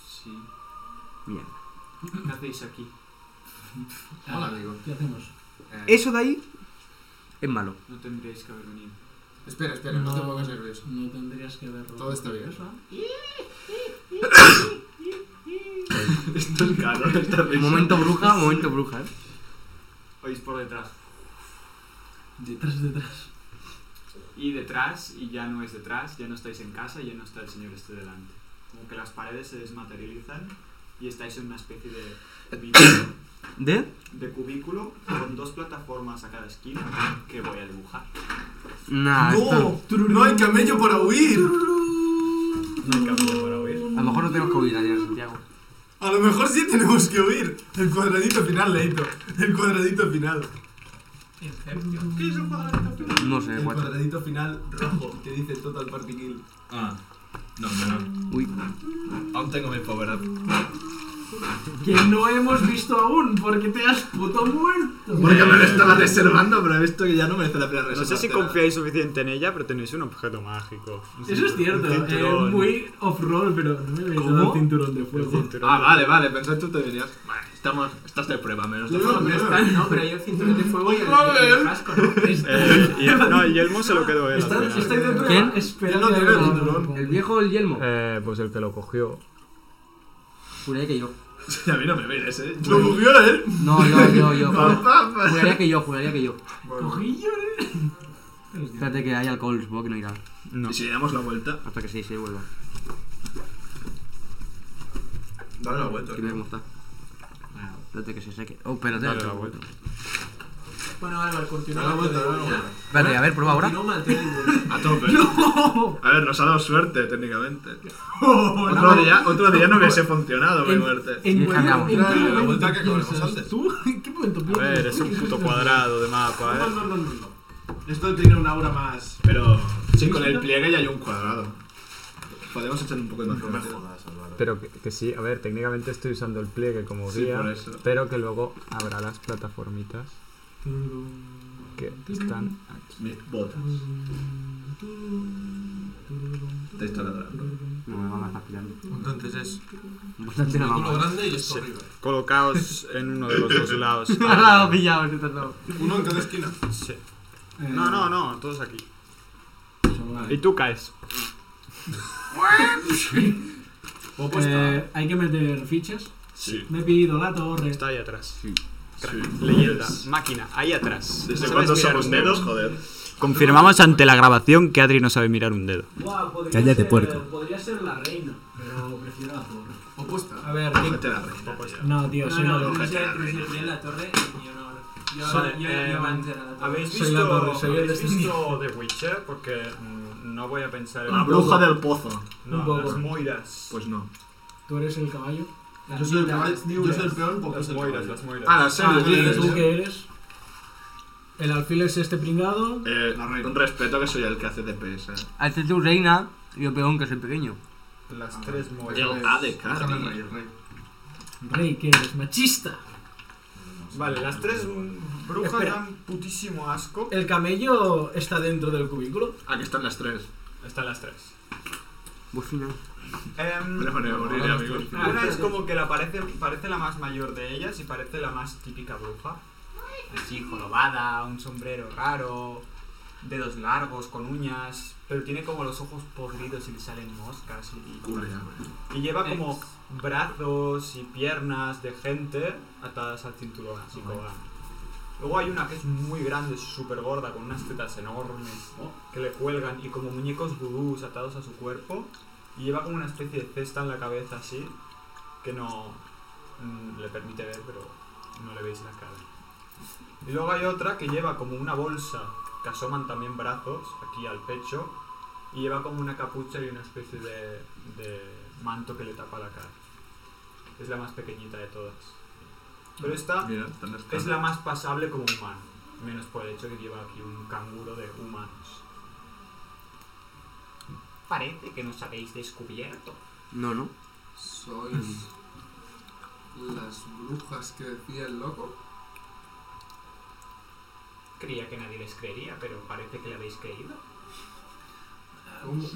sí Bien. ¿qué hacéis aquí? Ah, Hola, amigo. ¿Qué hacemos? Eh, Eso de ahí es malo. no tendríais que haber venido Espera, espera, no, te pongas nervioso. No tendrías que verlo. Todo está bien. Eso, ¿eh? Esto es caro, esta risa. Momento bruja, momento bruja. ¿eh? oís por detrás Detrás, detrás. Y detrás, y ya no es detrás, ya no estáis en casa, ya no está el señor este delante. Como que las paredes se desmaterializan y estáis en una especie de vidrio ¿De? de cubículo con dos plataformas a cada esquina que voy a dibujar. Ah, Nah, esto- No hay camello para huir. No hay camino para huir. A lo mejor no tenemos que huir ayer, Santiago. A lo mejor sí tenemos que huir. El cuadradito final, Leito. El cuadradito final. Eh, Inception. ¿Qué es un cuadradito final? No sé, El guacho. cuadradito final rojo que dice Total Party Kill. Ah. No, no, no. Uy. Aún tengo mi power up. Que no hemos visto aún, porque te has puto muerto. Porque me lo estaba reservando, pero he visto que ya no merece la pena No reservar. sé si confiáis suficiente en ella, pero tenéis un objeto mágico. Eso es cierto, Un cinturón. eh, muy off-roll, pero no me habéis dado ¿Cómo? el cinturón de Un fuego. cinturón Ah, de- vale, vale, pensé que tú te venías. Vale, estamos, estás de prueba, menos de Yo prueba. no- Pero está, no, pero hay el cinturón de fuego y el, y el casco, ¿no? Eh, y el, no, y Elmo se lo quedó él. al Está- final. está dentro de ¿Quién? la- Espera, Ya no que tiene ahora- cinturón. ¿El viejo o el yelmo? Eh, pues el que lo cogió. Juraría que yo. A mí no me mires, eh. Lo cogió él. No, yo, yo, yo. Pa, Juraría, pa, pa. juraría que yo, juraría que yo. Cojillo, eh. Espérate que hay alcohol, supongo que no irá. No. Y si le damos la vuelta, Hasta que sí, sí, vuelva. dale la vuelta. Quiero ver cómo está. Espérate que se seque. Oh, espérate. Dale la vuelta. Bueno, Álvaro, continúa. Da la vuelta, da la Ya. vuelta. Espérate, a ver, prueba ahora. Continúa, mantén el vuelo. A tope. A ver, nos ha dado suerte, técnicamente. no. otro, día, otro día no hubiese funcionado mi En- muerte. ¿En, Sí, qué- cambiamos. en qué Claro, la momento vuelta que acabamos piensas antes. ¿Tú? ¿En qué momento A ver, es un puto cuadrado de mapa, No, eh. no, no, no, no. Esto tiene una aura más. Pero sí, con el pliegue ya hay un cuadrado. Podemos echar un poco de más. Pero que, que sí, a ver, técnicamente estoy usando el pliegue como Sí, guía, por eso. pero que luego habrá las plataformitas que están aquí. Mis botas. Te está ladrando. No me van a estar pillando. Entonces es Bastante la uno mamá. grande y esto arriba. Colocaos en uno de los dos lados. Ah, lo pillado, este tratado. Uno en cada esquina. Sí. Eh, No, no, no, todos aquí. solo vale. Y tú caes. Poco está. Eh, hay que meter fichas. Sí. Me he pedido la torre. Está ahí atrás. Crack. Sí. Leyenda. Máquina, ahí atrás. ¿Desde ¿Sabes cuándo mirar somos un dedo? dedos, joder? Confirmamos ante la grabación que Adri no sabe mirar un dedo. Buah, podría Cállate, ser- puerco. Podría ser la reina, pero prefiero la torre. Poco está. A ver, Cógete la reina. tío. no, tío, No, soy no, la no torre. se no se pide la torre y yo no. Yo, Vale, yo, eh, yo avancé a la torre. ¿Habéis Soy la torre, visto, soy el ¿habéis descendiente. visto The Witcher? Porque mm, no voy a pensar en... La bruja del pozo. Un No, poco. las moiras. Pues no. ¿Tú eres el caballo? Yo soy el caballo. Yo soy el peón porque las soy el moiras, caballo. las moiras. Ah, la serie, Ah, ¿y ¿Tú dices. qué eres? El alfil es este pringado. Eh, La reina. un respeto que soy el que hace DPS. Hazte tu reina y yo peón que soy pequeño. Las tres moiras. El ADK. Déjame el rey, el rey. Rey, ¿qué eres? Machista. Vale, las tres mm, brujas Espera. dan putísimo asco. El camello está dentro del cubículo. Aquí Ah, están las tres. Están las tres. Buen final. Em, Pero me moriré, amigos. una es como que la parece, parece la más mayor de ellas y parece la más típica bruja. Así, jorobada, un sombrero raro, dedos largos, con uñas, pero tiene como los ojos podridos y le salen moscas. Y, Cura ya. y lleva como brazos y piernas de gente atadas al cinturón, así como- Luego hay una que es muy grande, súper gorda, con unas tetas enormes que le cuelgan y como muñecos vudús atados a su cuerpo y lleva como una especie de cesta en la cabeza así que no mm, le permite ver pero no le veis la cara y luego hay otra que lleva como una bolsa que asoman también brazos aquí al pecho y lleva como una capucha y una especie de, de manto que le tapa la cara es la más pequeñita de todas pero esta Mira, están las es tres. la más pasable como humano menos por el hecho que lleva aquí un canguro de humanos Parece que nos habéis descubierto. No, no. ¿Sois las brujas que decía el loco? Creía que nadie les creería, pero parece que le habéis creído. ¿Cómo?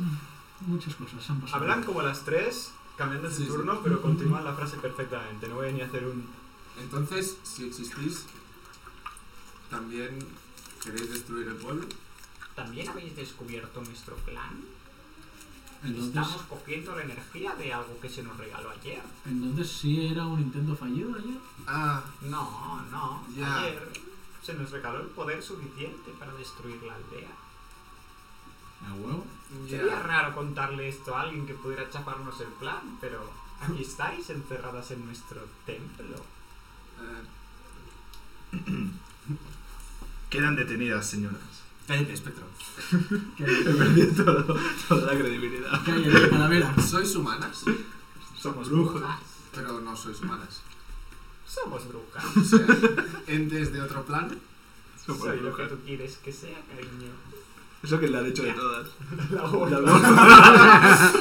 Muchas cosas han pasado. Hablan como a las tres, cambiando su Sí, sí. turno, pero continúan la frase perfectamente. No voy a ni a hacer un... Entonces, si existís, ¿también queréis destruir el pueblo? ¿También habéis descubierto nuestro plan? Entonces, Estamos cogiendo la energía de algo que se nos regaló ayer. entonces sí era un intento fallido ayer. Ah, No, no. Ya. Ayer se nos regaló el poder suficiente para destruir la aldea. ¿A huevo? ya. Sería raro contarle esto a alguien que pudiera chaparnos el plan, pero aquí estáis encerradas en nuestro templo. Eh, Quedan detenidas, señoras. Cállate, espectro. He perdido todo- toda la credibilidad. Cállate, calavera. ¿Sois humanas? Somos brujos. Pero no sois humanas. Somos brujas. O sea, entes de otro plano. Somos Soy lo que brujas. tú quieres que sea, cariño. Eso que le han hecho de todas. La Oh, La bola. broma.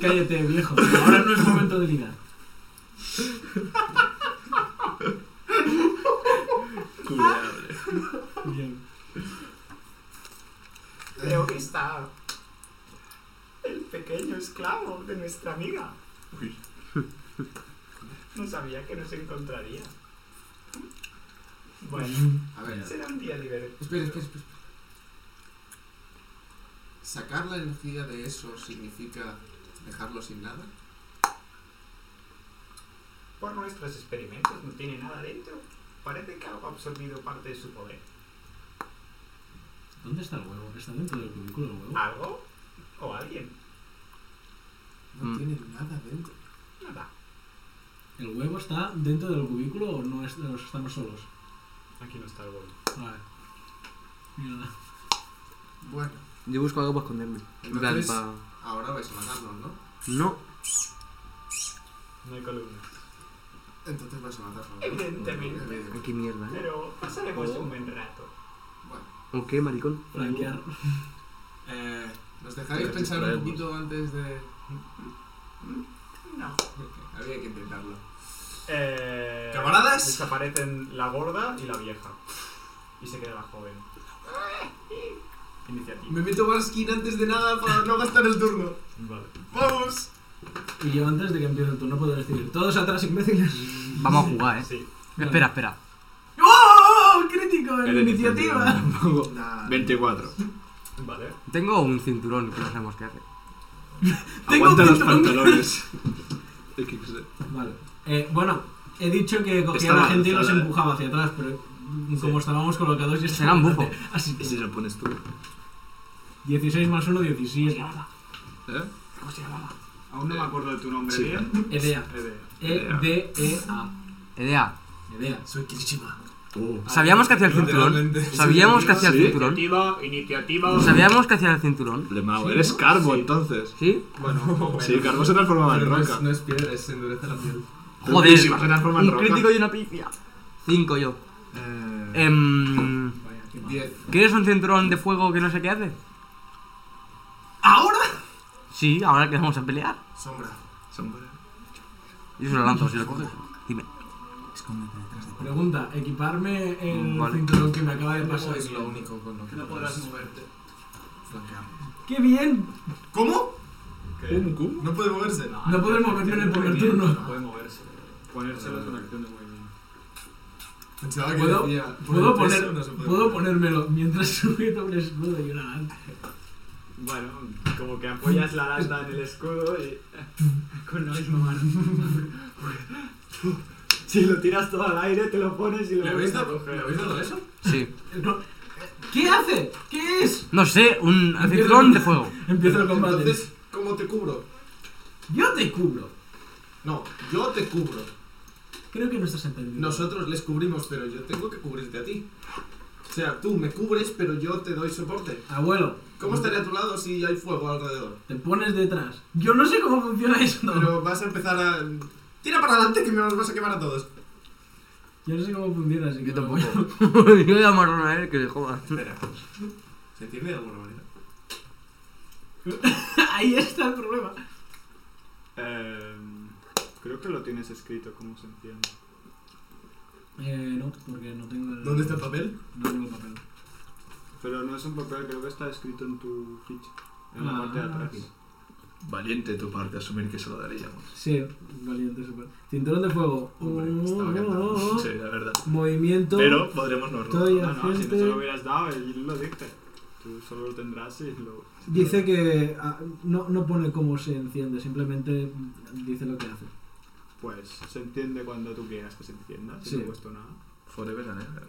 Cállate, viejo. Ahora no es momento de ligar. Culeable. Bien. Creo que está el pequeño esclavo de nuestra amiga. Uy. No sabía que nos encontraría. Pues, Bueno, A ver, será un día divertido. espera, espera, espera. ¿Sacar la energía de eso significa dejarlo sin nada? Por nuestros experimentos no tiene nada dentro. Parece que algo ha absorbido parte de su poder. ¿Dónde está el huevo? ¿Está dentro del cubículo el huevo? ¿Algo? ¿O alguien? No Mm. tiene nada dentro. Nada. ¿El huevo está dentro del cubículo o no es- nos estamos solos? Aquí no está el huevo. Vale. Mierda. Bueno, Yo busco algo para esconderme. En plan, Entonces- pa- ahora vais a matarnos, ¿no? No. No hay columnas. Entonces vais a matarnos. ¿no? Evidentemente. Evidentemente. Qué mierda, ¿eh? Pero pasaremos un buen rato. Bueno, ¿O qué, maricón? Franquear. Eh, ¿nos dejáis Pero pensar un distraemos. poquito antes de...? No. Había que intentarlo. Eh, ¿Camaradas? Desaparecen la gorda y la vieja. Y se queda la joven. Iniciativa. Me meto Barskin antes de nada para no gastar el turno. Vale. ¡Vamos! Y yo antes de que empiece el turno puedo decir, todos atrás imbéciles. Vamos a jugar, ¿eh? Sí. Espera, espera. ¡Oh! ¡Crítico en Eres iniciativa! 24. Vale. Tengo un cinturón que no sabemos qué hace. Tengo Aguanta los cinturón. pantalones. XD. Vale. Eh, bueno, he dicho que cogía a Estaba- la gente y los estaba- empujaba hacia atrás, pero mm, como estábamos colocados, yo estaba. Serán bufo. Así que. ¿Y si lo pones tú? 16 más 1, 17. ¿Eh? ¿Cómo se llamaba? Aún no me acuerdo de tu nombre Sí. bien. Edea. Edea. E E-D-E-A. EDA. Edea. Soy Kirishima. Oh. ¿Sabíamos que hacía el cinturón? literalmente. ¿Sabíamos que hacía el Sí. cinturón? Iniciativa, iniciativa. ¿Sabíamos que hacía el cinturón? Le mago, eres Carbo Sí. entonces. ¿Sí? Bueno, pues, Sí, Carbo se transformaba en Pero no roca. es, no es piedra, es endurece la piel. Pero Joder. si vas a transformar en Un roca. crítico y una pifia. Cinco yo. Eh, Em, Vaya, qué mal. Diez. ¿Quieres un cinturón de fuego que no sé qué hace? ¿Ahora? Sí, ahora que vamos a pelear. Sombra. sombra. Yo se lo lanzo si lo coges. Dime. Escóndete detrás de Pregunta, equiparme el Vale. cinturón que me acaba de Eso pasar. es lo único con lo que moverte. flanquearnos. ¡Qué bien! ¿Cómo? ¿Un cubo? No puede moverse. No podré moverme en el primer turno. No puede moverse. Eh, Ponérselo es una acción de movimiento. Pensaba que ¿Puedo, decía, por puedo, el peso poner, no se puede puedo mover. ponérmelo mientras sujeto un escudo y una lanza. Bueno, como que apoyas la lanza en el escudo y. con la misma mano. Si lo tiras todo al aire, te lo pones y lo ¿Le vuelves habéis a dado, ¿le coger. habéis dado eso? Sí. No. ¿Qué hace? ¿Qué es? No sé, un cinturón de fuego. Empieza el combate. Entonces, ¿cómo te cubro? Yo te cubro. No, yo te cubro. Creo que no estás entendiendo. Nosotros les cubrimos, pero yo tengo que cubrirte a ti. O sea, tú me cubres, pero yo te doy soporte. Abuelo, ¿Cómo estaré a tu lado si hay fuego alrededor? te pones detrás. Yo no sé cómo funciona eso. Pero vas a empezar a... Tira para adelante que me los vas a quemar a todos. Yo no sé cómo funciona, así que Yo no tampoco. voy a- Yo voy a amarrar a él que le joda. Espera. ¿Se entiende de alguna manera? Ahí está el problema. Em, creo que lo tienes escrito cómo se enciende. Eh, no, porque no tengo el... ¿Dónde está el papel? No tengo el papel. Pero no es un papel, creo que está escrito en tu ficha. En la Ah, parte de atrás. ok. Valiente de tu parte asumir que se lo daríamos. Sí, valiente, super. Cinturón de fuego. Hombre, estaba Oh, cantando. oh, oh. Sí, la verdad. Movimiento. Pero podremos no robar. Estoy No, no, si no agente. se lo hubieras dado, él lo dice. Tú solo lo tendrás y lo. Dice que ah, no, no pone cómo se enciende, simplemente dice lo que hace. Pues se enciende cuando tú quieras que se encienda. Si Sí. no he puesto nada. Forever and ever.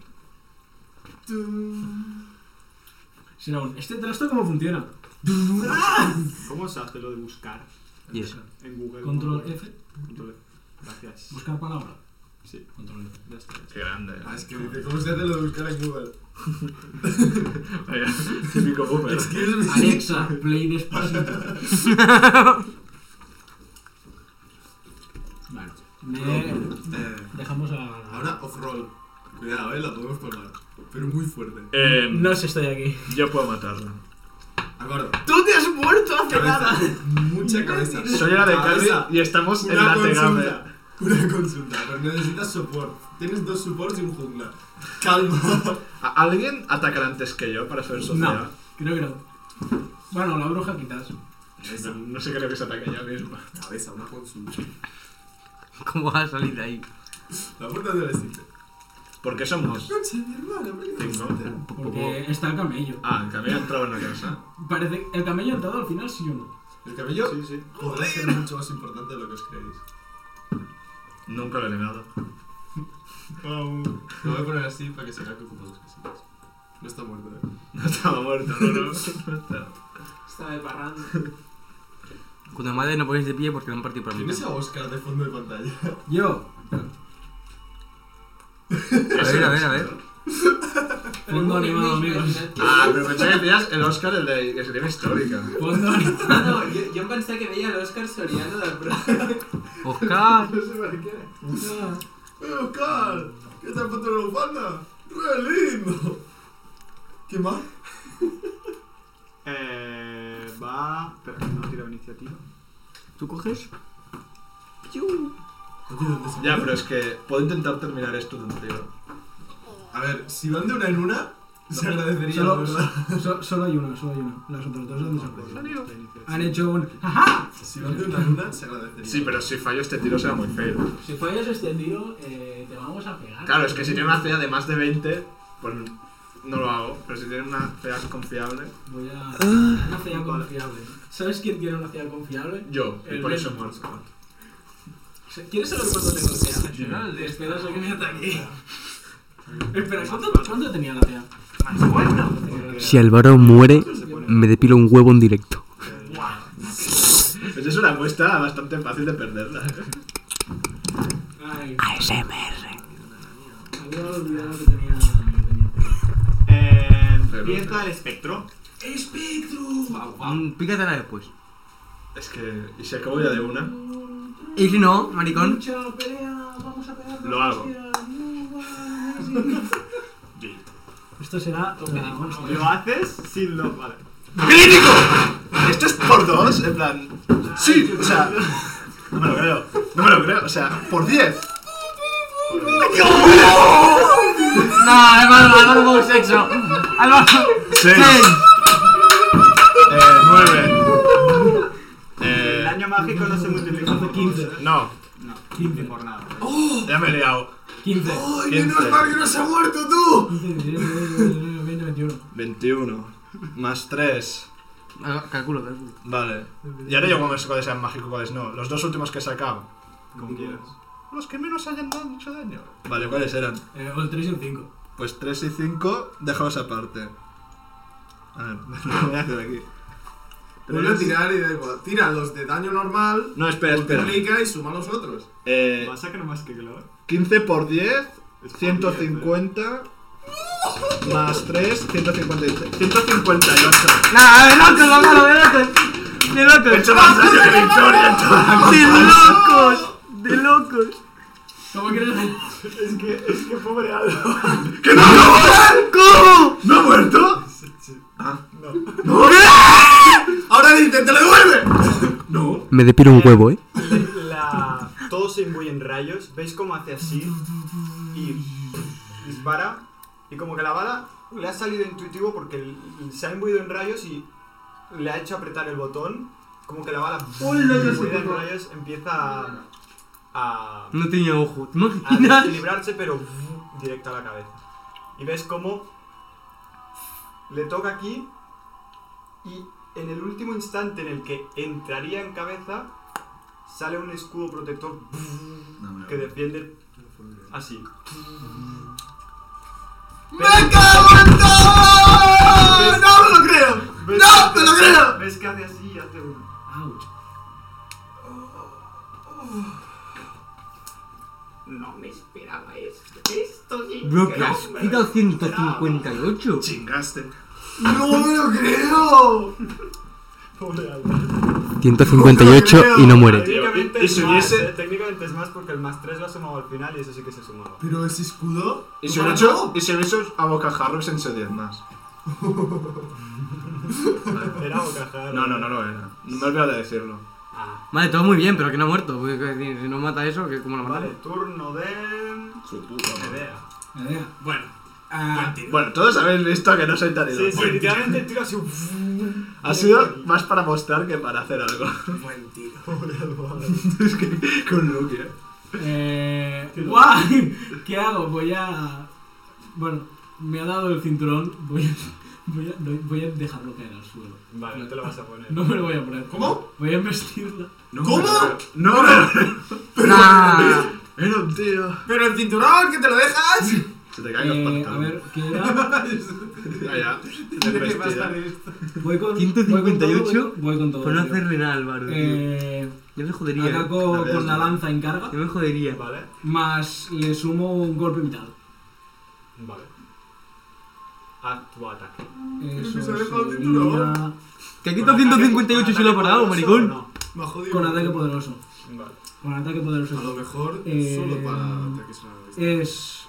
Será un, ¿Este trasto cómo funciona? ¿Cómo se hace lo de buscar Y eso. en Google? Control F, Control F. Gracias. buscar palabra. Sí. Control. Ya está. ya está. Qué grande. Ah, es que dice, ¿cómo se hace lo de buscar en Google? Vaya, Típico boomer. Excuse me. Alexa, play despacito. Vale. Me- Eh, Dejamos a. ahora off-roll. Cuidado, eh, la podemos palmar. Pero muy fuerte. Eh, No sé, estoy aquí. Yo puedo matarla. Acuerdo. ¡Tú te has muerto hace Cabeza. nada! Mucha cabeza. Soy la de Carly Cabeza. y estamos en Una la tegame. consulta. Una consulta, pero necesitas support. Tienes dos supports y un jungla. Calma. ¿A- ¿Alguien atacará antes que yo para ser sociedad? No, creo que no. Bueno, la bruja quizás. No, no sé, creo que se ataque ya mismo. Cabeza, una consulta. ¿Cómo vas a salir de ahí? La puerta del existe. ¿Por qué somos? Concha, mi hermana, ¿por qué no Tengo. existe? Porque está el camello. Ah, el camión ha entrado en la casa. Parece. ¿El camello ha entrado al final, sí o no? El cabello Sí, sí. podrá ser mucho más importante de lo que os creéis. Nunca lo he negado. Lo voy a poner así para que se vea que ocupa dos casitas. No está muerto, eh. No estaba muerto, no, no. no estaba. Estaba de parranda. Con tu madre no ponéis de pie porque lo han partido por la ¿Tienes mitad. a Oscar de fondo de pantalla? Yo. A ver, a ver, a ver. Fondo animado, amigos. Ah, pero pensé que decías el Oscar, el de que sería histórica. Fondo animado. Ah, no, yo, yo pensé que veía al Oscar Soriano del pro. Oscar. No sé para qué. ¡Eh, Oscar! ¿Qué te has puesto en la bufanda? ¡Re lindo! ¿Qué más? Eh, va. Espera, que no tiro iniciativa. ¿Tú coges? Oye, ¿dónde se Ya, pero es que puedo intentar terminar esto de un tiro. A ver, si van de una en una, se agradecería, la Solo, verdad. Ah, pues so- solo hay una, solo hay una. Las otras dos han desaparecido. Esta iniciativa. Han hecho un. ¡Ajá! Si van de una en una, se agradecería. Sí, pero si fallo este tiro será muy feo. Si fallas este tiro, eh, te vamos a pegar. Claro, es que si tiene una CA de más de 20, pues no lo hago. Pero si tiene una CA confiable, Voy a. Una fea confiable. ¿Sabes quién tiene una fea confiable? yo. Y El por eso Ben. muerto. ¿Quieres saber cuánto tengo de fea? Dime. Esperas a que me ataque. Espera, ¿cuánto, cuánto tenía la fea? Más bueno. Si Álvaro muere, me depilo un huevo en directo. Pues es una apuesta bastante fácil de perderla. Ay, ASMR. había olvidado que tenía. que tenía fea. Eh, empieza el espectro. Guau, guau. Mm, Pícatela después. Es que. Eh, ¿Y si acabo ya de una? Y si no, maricón. Lucha, pelea, vamos a pegar. Lo hago. Esto será la hostia. Lo haces sin los. Vale. ¡Clínico! ¿Esto es por dos? En plan. Sí, o sea. No me lo creo. No me lo creo. O sea, por 10. No, Álvaro, Álvaro, por sexo. Álvaro. 6. Eh, 9. El Eh, daño mágico no se multiplica por 15. no, No, 15 por nada. ¿eh? ya me he liado. 15. ¡Ay, 15. menos mal que no se ha muerto tú! 15, 19, 20, 21. 21. Más 3. Ah, Calculo, calculo. Vale. Y ahora yo como sé cuáles sean mágicos y cuáles no. Los dos últimos que he sacado. Como quieras. Los que menos hayan dado hecho daño. Vale, ¿cuáles eran? Eh, o el 3 y el 5. Pues 3 y 5, déjalos aparte. A ver, lo voy a hacer aquí. Vuelve a tirar y da igual. Tira los de daño normal, No, espera, espera. multiplica y suma los otros. Eh, Va a sacar más que Glor. 15 por 10, Es ¿eh? por 150. Más 3, 153. 158. Nada, de locos, Álvaro, de locos. De He locos. hecho más daño que Victoria en toda la De locos. De locos. ¿Cómo quieres Es que, es que pobre Aldo. ¡Que no, no, ¿Cómo? no ha muerto! Ahora dice, ¡te lo devuelve! No. Me depilo un huevo, eh. La, todo se imbuye en rayos. ¿Veis cómo hace así? Y dispara. Y como que la bala le ha salido intuitivo porque el- el- se ha imbuido en rayos y le ha hecho apretar el botón. Como que la bala imbuida en rayos empieza a, a, No tenía ojo. ¿Te a imaginas? desequilibrarse, pero directo a la cabeza. Y ves cómo le toca aquí y en el último instante en el que entraría en cabeza, sale un escudo protector que defiende así. ¡Me cago en todo! ¡No me lo creo! ¿Ves? ¡No te lo creo! Ves que hace así y hace un... Ouch. No me esperaba. Bro, que has quitado 158. Chingaste. ¡No me lo creo! Pobre Albert. 158 y no muere. Técnicamente, y- y es si más, hubiese- eh, técnicamente es más porque el más 3 lo ha sumado al final y eso sí que se sumaba. Pero ese escudo. Y si hubiera hecho, y si hubiera hecho a bocajarro, sense 10 más. Era bocajarro. No, no, no lo era. No me olvidé de decirlo. Ah, Vale, todo muy bien, pero que no ha muerto. porque, que, Si no mata eso, que ¿cómo lo mata? vale, turno de. Su puta madre. Medea. Medea. Bueno, Ah, Eh, Bueno, todos habéis visto que no soy tan Sí, idiota. sí, literalmente tiro así. Ha sido más para mostrar que para hacer algo. buen tiro. Pobre Albert. es que con Lucky, eh. Eh, guay, ¿qué hago? Voy a... Bueno, me ha dado el cinturón, voy a, voy a, no, voy a dejarlo caer al suelo. Vale, no te lo vas a poner. No me lo voy a poner. ¿Cómo? Voy a vestirla. No, ¿Cómo? pero- No, pero- Nah. Era un tío. Pero el cinturón, que te lo dejas. Se te caen los Eh, a pantalones. ver, ¿qué era? Ya, ya. Tiene que Vestida. pasar esto. Voy con, 158 voy con todo, voy con todo, Por Pues no tío. hacerle nada, Álvaro. tío. Eh, Yo me jodería. eh. ataco Navidad con la es lanza en carga, Yo me jodería. Vale, más le sumo un golpe vital. vale. Haz tu ataque. Eso se ha dejado el sería cinturón. Que ha quitado 158 y se lo ha parado, maricón. Me ha jodido. Con ataque poderoso. Vale. Con ataque A lo poderoso. mejor Eh, solo para ataques a la vista. eh, Es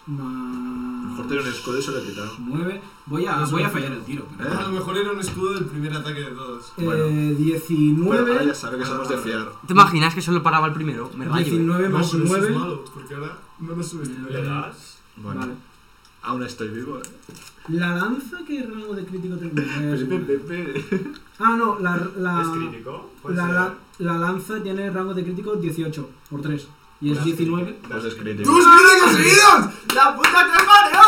más... Mejor tener un escudo y se lo he quitado. 9. Voy a, No se voy a me fallar fija. el tiro. pero- A lo mejor era un escudo del primer ataque de todos. Bueno. Eh, Pero ahora ya 19. sabe que somos de fiar. ¿Te imaginas que solo paraba el primero? Me rayo. eh. 19 más pero eso es 9. malo, porque ahora no nos subestimes. ¿Le das? Bueno, Vale. aún estoy vivo, eh. La lanza, ¿qué rango de crítico tengo? Pe, pe, pe, Eh, pe. Ah, no, la, la, ¿Es crítico? Puede la, ser. la, la lanza tiene rango de crítico 18 por 3. Y es Das 19. crítico. Dos Das es crítico. crítico. ¡Tus críticos seguidos! ¡La puta que mareo!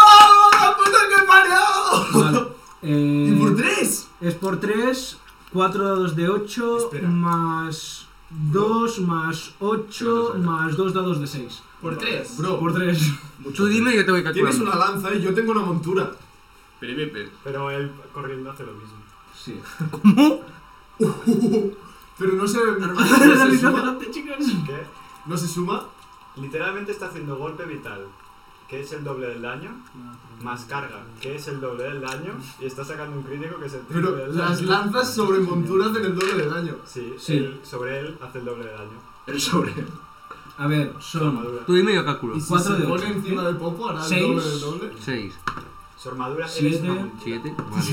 ¡La puta que mareo! Vale. Eh, Mm. ¡Y por tres! Es por 3. 4 dados de 8 Espera. más 2 más 8 sacar. más 2 dados de 6. Por tres. Bro, Por 3. Tú dime que yo te voy tienes calculando. una lanza y yo tengo una montura. Pe, pe, pe. Pero él corriendo hace lo mismo. Sí. Pero no se, no se suma. Adelante, chicas. ¿Qué? No se suma. Literalmente está haciendo golpe vital, que es el doble del daño, más carga, que es el doble del daño, y está sacando un crítico que es el triple Pero del las daño. lanzas sobre monturas hacen el doble de daño. Sí, Sí. él- sobre él hace el doble de daño. El sobre. A ver, Su son armadura, Tú dime que yo calculo. Y si Cuatro se de pone ocho. encima del popo hará el Seis. doble del doble. 6, su armadura él es Siete. una montura. 7, vale.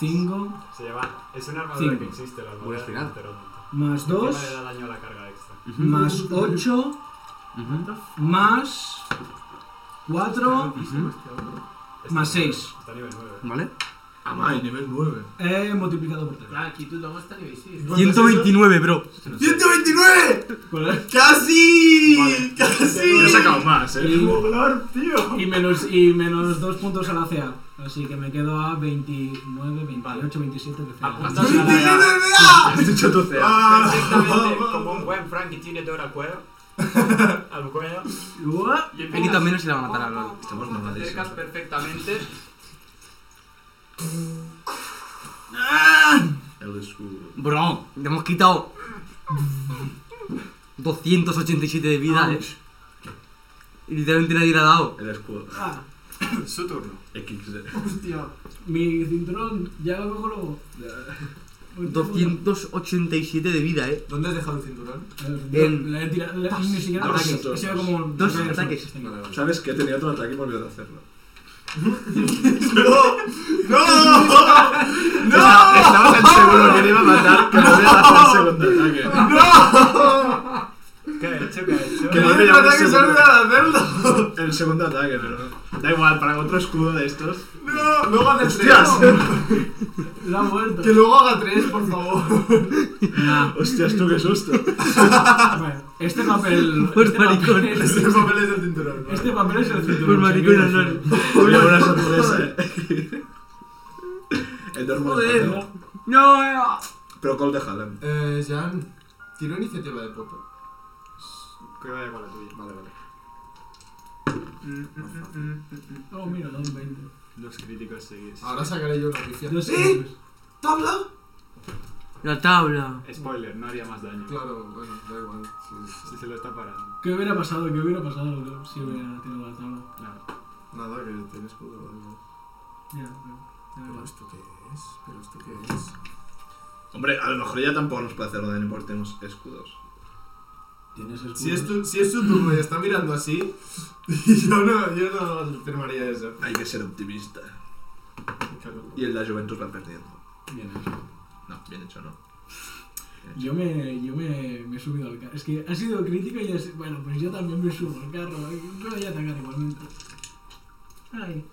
5 Se lleva, es una armadura Cinco. que existe, la Buen armadura del final. rinoceronte. más Encima le 2 da daño a la carga extra. más 8 más 4 Más seis. Está a nivel 9. ¿Vale? Amai, nivel 9. eh, multiplicado por 3. Claro, aquí tú tomas tan invisible. ¿Cuánto es eso? 129, bro. ¡129! Pues, ¡Casi! Vale. Yo he ¡Casi! sacado más, eh. Y, ¡Color, tío! y menos, y menos 2 puntos a la CA. Así que me quedo a 29, 28, 27 de CA. Apunta. ¡29 de edad! Has dicho tu CA. Ah, Perfectamente, como un buen Frankie tiene todo al cuello. al cuello. Uah. Le Aquí pegas, también se le va a matar a pum, Álvaro. pum, Estamos pum, te mamadísimos. acercas perfectamente. ¡Ah! El escudo. Bro, le hemos quitado 287 de vida, eh. Y literalmente nadie le ha dado. El escudo. Ah, Su turno. XD. Hostia. mi cinturón, ya lo cojo luego. 287 de vida, eh. ¿Dónde has dejado el cinturón? En- Le he tirado, le- ni siquiera Dos ataques. ataques. Ha sido como un- Dos un- ataques. ¿Sabes que Tenía otro ataque y me olvidé de hacerlo. ¡No! Estaba, estaba tan seguro que le iba a matar que me voy a hacer el segundo ataque. ¿Qué ha hecho? ¿Qué ha hecho? Que ¡No! no me llames ¡No! que se seguro. olvida de hacerlo! El segundo ataque, pero. Da igual, para otro escudo de estos. ¡No! Luego hace ¡Hostias! tres. La ha vuelto. Que luego haga tres, por favor. Nah, ¡Hostias, tú qué susto! bueno, este papel. Por este maricón. papel es- Ese papel es el cinturón. ¿no? Este papel es el cinturón. Por maricón, o sea, no, quiero decir- Había una sorpresa. El dormo Joder. de No, no. Pero Cole de Haaland. Eh, Jan, ¿tiene iniciativa de popo? Que vaya con la tuya. Vale, vale. Mm, Oh, mira, da un 20. Dos críticos seguidos. Ahora sacaré yo una pifia. Dos ¿Eh? cinturones. ¿Tabla? La tabla. Spoiler, no haría más daño. Claro, bueno, da igual. sí, sí. Si se lo está parando. ¿Qué hubiera pasado? ¿Qué hubiera pasado? Si hubiera tirado la tabla. Claro. Nada, que tiene escudo o algo. Ya, pero. da ¿Pero igual. esto qué es? ¿Pero esto qué es? Hombre, a lo mejor ya tampoco nos puede hacer daño porque tenemos escudos. Tienes escudo. Si es, tu, si es su turno y está mirando así, yo no, yo no firmaría eso. Hay que ser optimista. Y en la Juventus va perdiendo. Bien hecho. No, bien hecho, no. Yo me, yo me, me he subido al carro. Es que ha sido crítico y es. Bueno, pues yo también me subo al carro. ¿eh? Yo voy a atacar igualmente. Ay.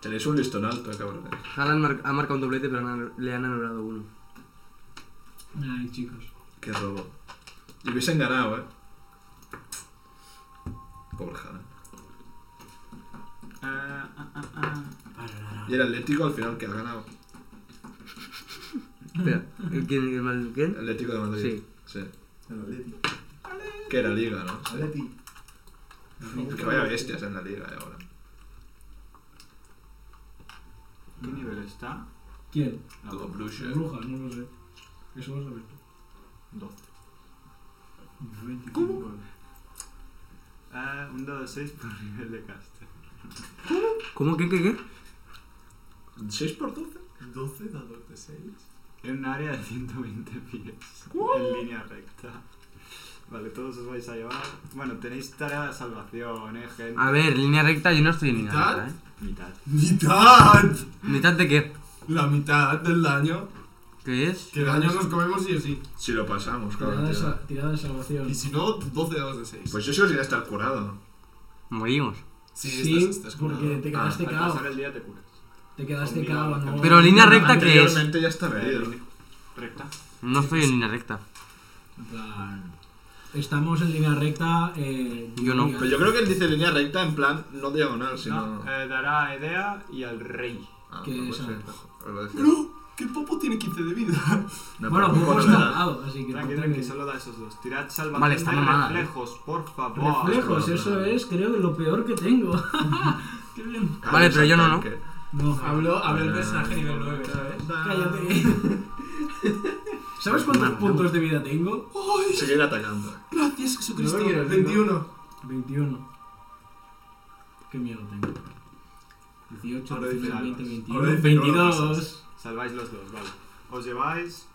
Tenéis un listón alto, cabrón. Haaland mar- ha marcado un doblete, pero han- le han anulado uno. Ay, chicos. Qué robo. Y hubiesen ganado, eh. Pobre Haaland. Ah, ah, ah, ah. Y el Atlético al final que ha ganado. Espera, ¿el quién? ¿El mal quién? El Atlético de Madrid. Sí. Sí. El Atleti. Que era Liga, ¿no? Atleti. Que vaya bestias en la Liga eh, ahora. ¿Qué nivel está? ¿Quién? Pues La Todo Bruce. La bruja, no lo sé. Eso lo sabes tú. 12. 25. Ah, un dado 6 por nivel de caster. ¿Cómo? ¿Qué? ¿Qué? ¿Qué? 6 por 12. 12 dados de 6. En un área de 120 pies. En línea recta. Vale, todos os vais a llevar. Bueno, tenéis tarea de salvación, eh, gente. A ver, línea recta, yo no estoy en línea ¿Mitad? recta, ¿eh? Mitad. ¡Mitad! ¿Mitad de qué? La mitad del daño. ¿Qué es? Que daño nos comemos sí o sí. Si lo pasamos, Tirada, claro. de tío. sa- tirada de salvación. Y si no, 12 dados de 6. Pues yo solo iría a estar curado. Morimos. sí, Sí, estás, estás porque curado. te quedaste Al cao. pasar el día te curas. Te quedaste Conmigo cao, abajo. ¿no? Ah, Pero línea recta, ¿qué es? Anteriormente ya está medido. Recta. No estoy en línea recta. En plan. Estamos en línea recta. Eh, Yo no. Pero Pues yo creo que él dice línea recta en plan no diagonal, sino. No, eh, dará a Edea y al rey. Ah, que no esa- puede ser. Os lo decía. Bro, que Popo tiene 15 de vida. No, Bueno, pues pero poco no está le da. dado, así que. Tranqui, no tranqui, creo solo da esos dos. Tirad salvación Vale, está de mamada, reflejos, por que- favor. Reflejos, Buah, eso espera. es, creo, lo peor que tengo. Qué bien. Ah, Vale, es pero yo no, ¿no? ataque. No, Hablo, hablo el personaje nivel 9, ¿sabes? Cállate. ¿Sabes cuántos puntos de vida tengo? Seguir atacando. Gracias, Jesucristo. No lo quiero, no. 21. 21. ¿Qué miedo tengo? 18, Ahora dice 19, 20, algo. 21, Ahora dice, no lo 22. Salváis los dos, vale. Os lleváis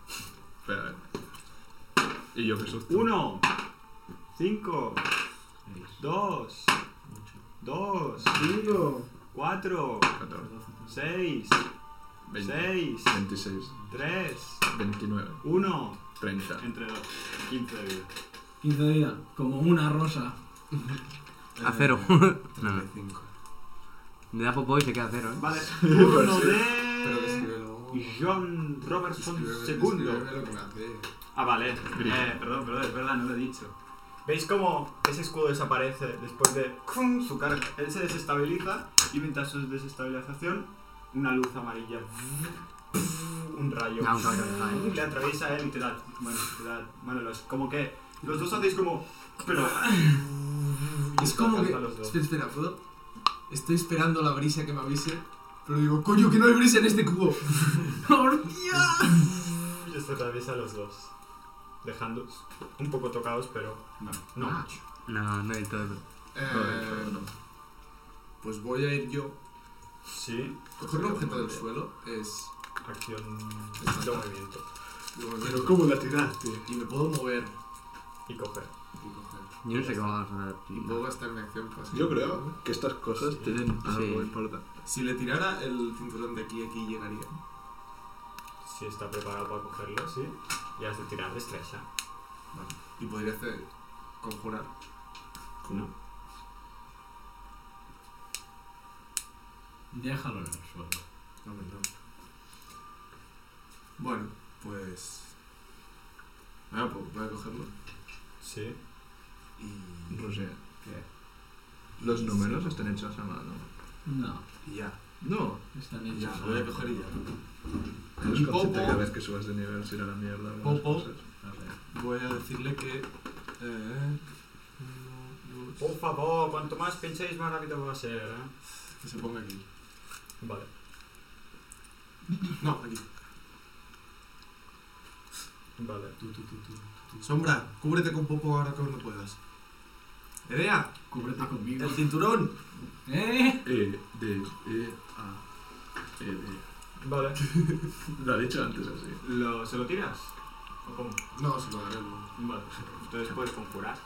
Espera, eh. Y yo Jesús. 1, 5, 2, 2, 5, 4, 14, 6, 20, 6, 26, 3, 29, 1, 30. entre 2, 15 de vida. 15 de vida, como una rosa. Eh. A cero. no, no. 35. Le da popo y se queda a cero, ¿eh? Vale, turno Pero de descríbelo. John Robertson Descríbelo II. lo que me hace. Ah, vale. Eh, perdón, perdón, es verdad, no lo he dicho. ¿Veis cómo ese escudo desaparece después de ¡cum! su carga? Él se desestabiliza y mientras su desestabilización, una luz amarilla. Ah, Un rayo. No, no, no, no. Le atraviesa a él y te da. Bueno, te da. Bueno, los, como que. Los dos hacéis como. Pero. Es como que. Alcanza los dos. Espera, espera, ¿puedo? Estoy esperando la brisa que me avise. Pero digo, coño, que no hay brisa en este cubo. ¡Hostia! Y esto atraviesa a los dos. Dejándolos un poco tocados, pero. No. No Ah, mucho. No, no del todo. Eh, pues voy a ir yo. Sí, Coger un objeto del suelo es. acción de movimiento. digo, Pero quiero- ¿cómo la tiraste? Y me puedo mover. Y coger. Y coger. Yo no sé cómo vas a Y puedo gastar mi acción para hacer- Yo creo que estas cosas tienen algo Sí. importante. Si le tirara el cinturón de aquí a aquí llegaría. Si está preparado para cogerlo, sí. Y has de tirar destreza. Y podría hacer. conjurar. No. Déjalo en el suelo. No, hombre, no. Bueno, pues. Ah, pues voy a cogerlo. Sí. Y. Roger, y- los números están hechos a mano. No, Y ya. No. están y ya, hechos. lo voy a coger y ya. Eres Y consciente Popo- cada vez que subas de nivel se irá a la mierda. algunas Popo- cosas. Voy a decirle que. Eh, no, no, Por favor, cuanto más pinchéis, más rápido va a ser, ¿eh? que se ponga aquí. Vale. No, aquí. Vale. Sombra, cúbrete con Popo ahora cuando puedas. Nerea, cúbrete conmigo. Ah, el cinturón. ¿Eh? E, D, E, A, E, D. Vale. Lo ha dicho antes así. ¿Lo, ¿Se lo tiras? ¿O cómo? No, se lo daremos. Vale. Entonces puedes conjurar.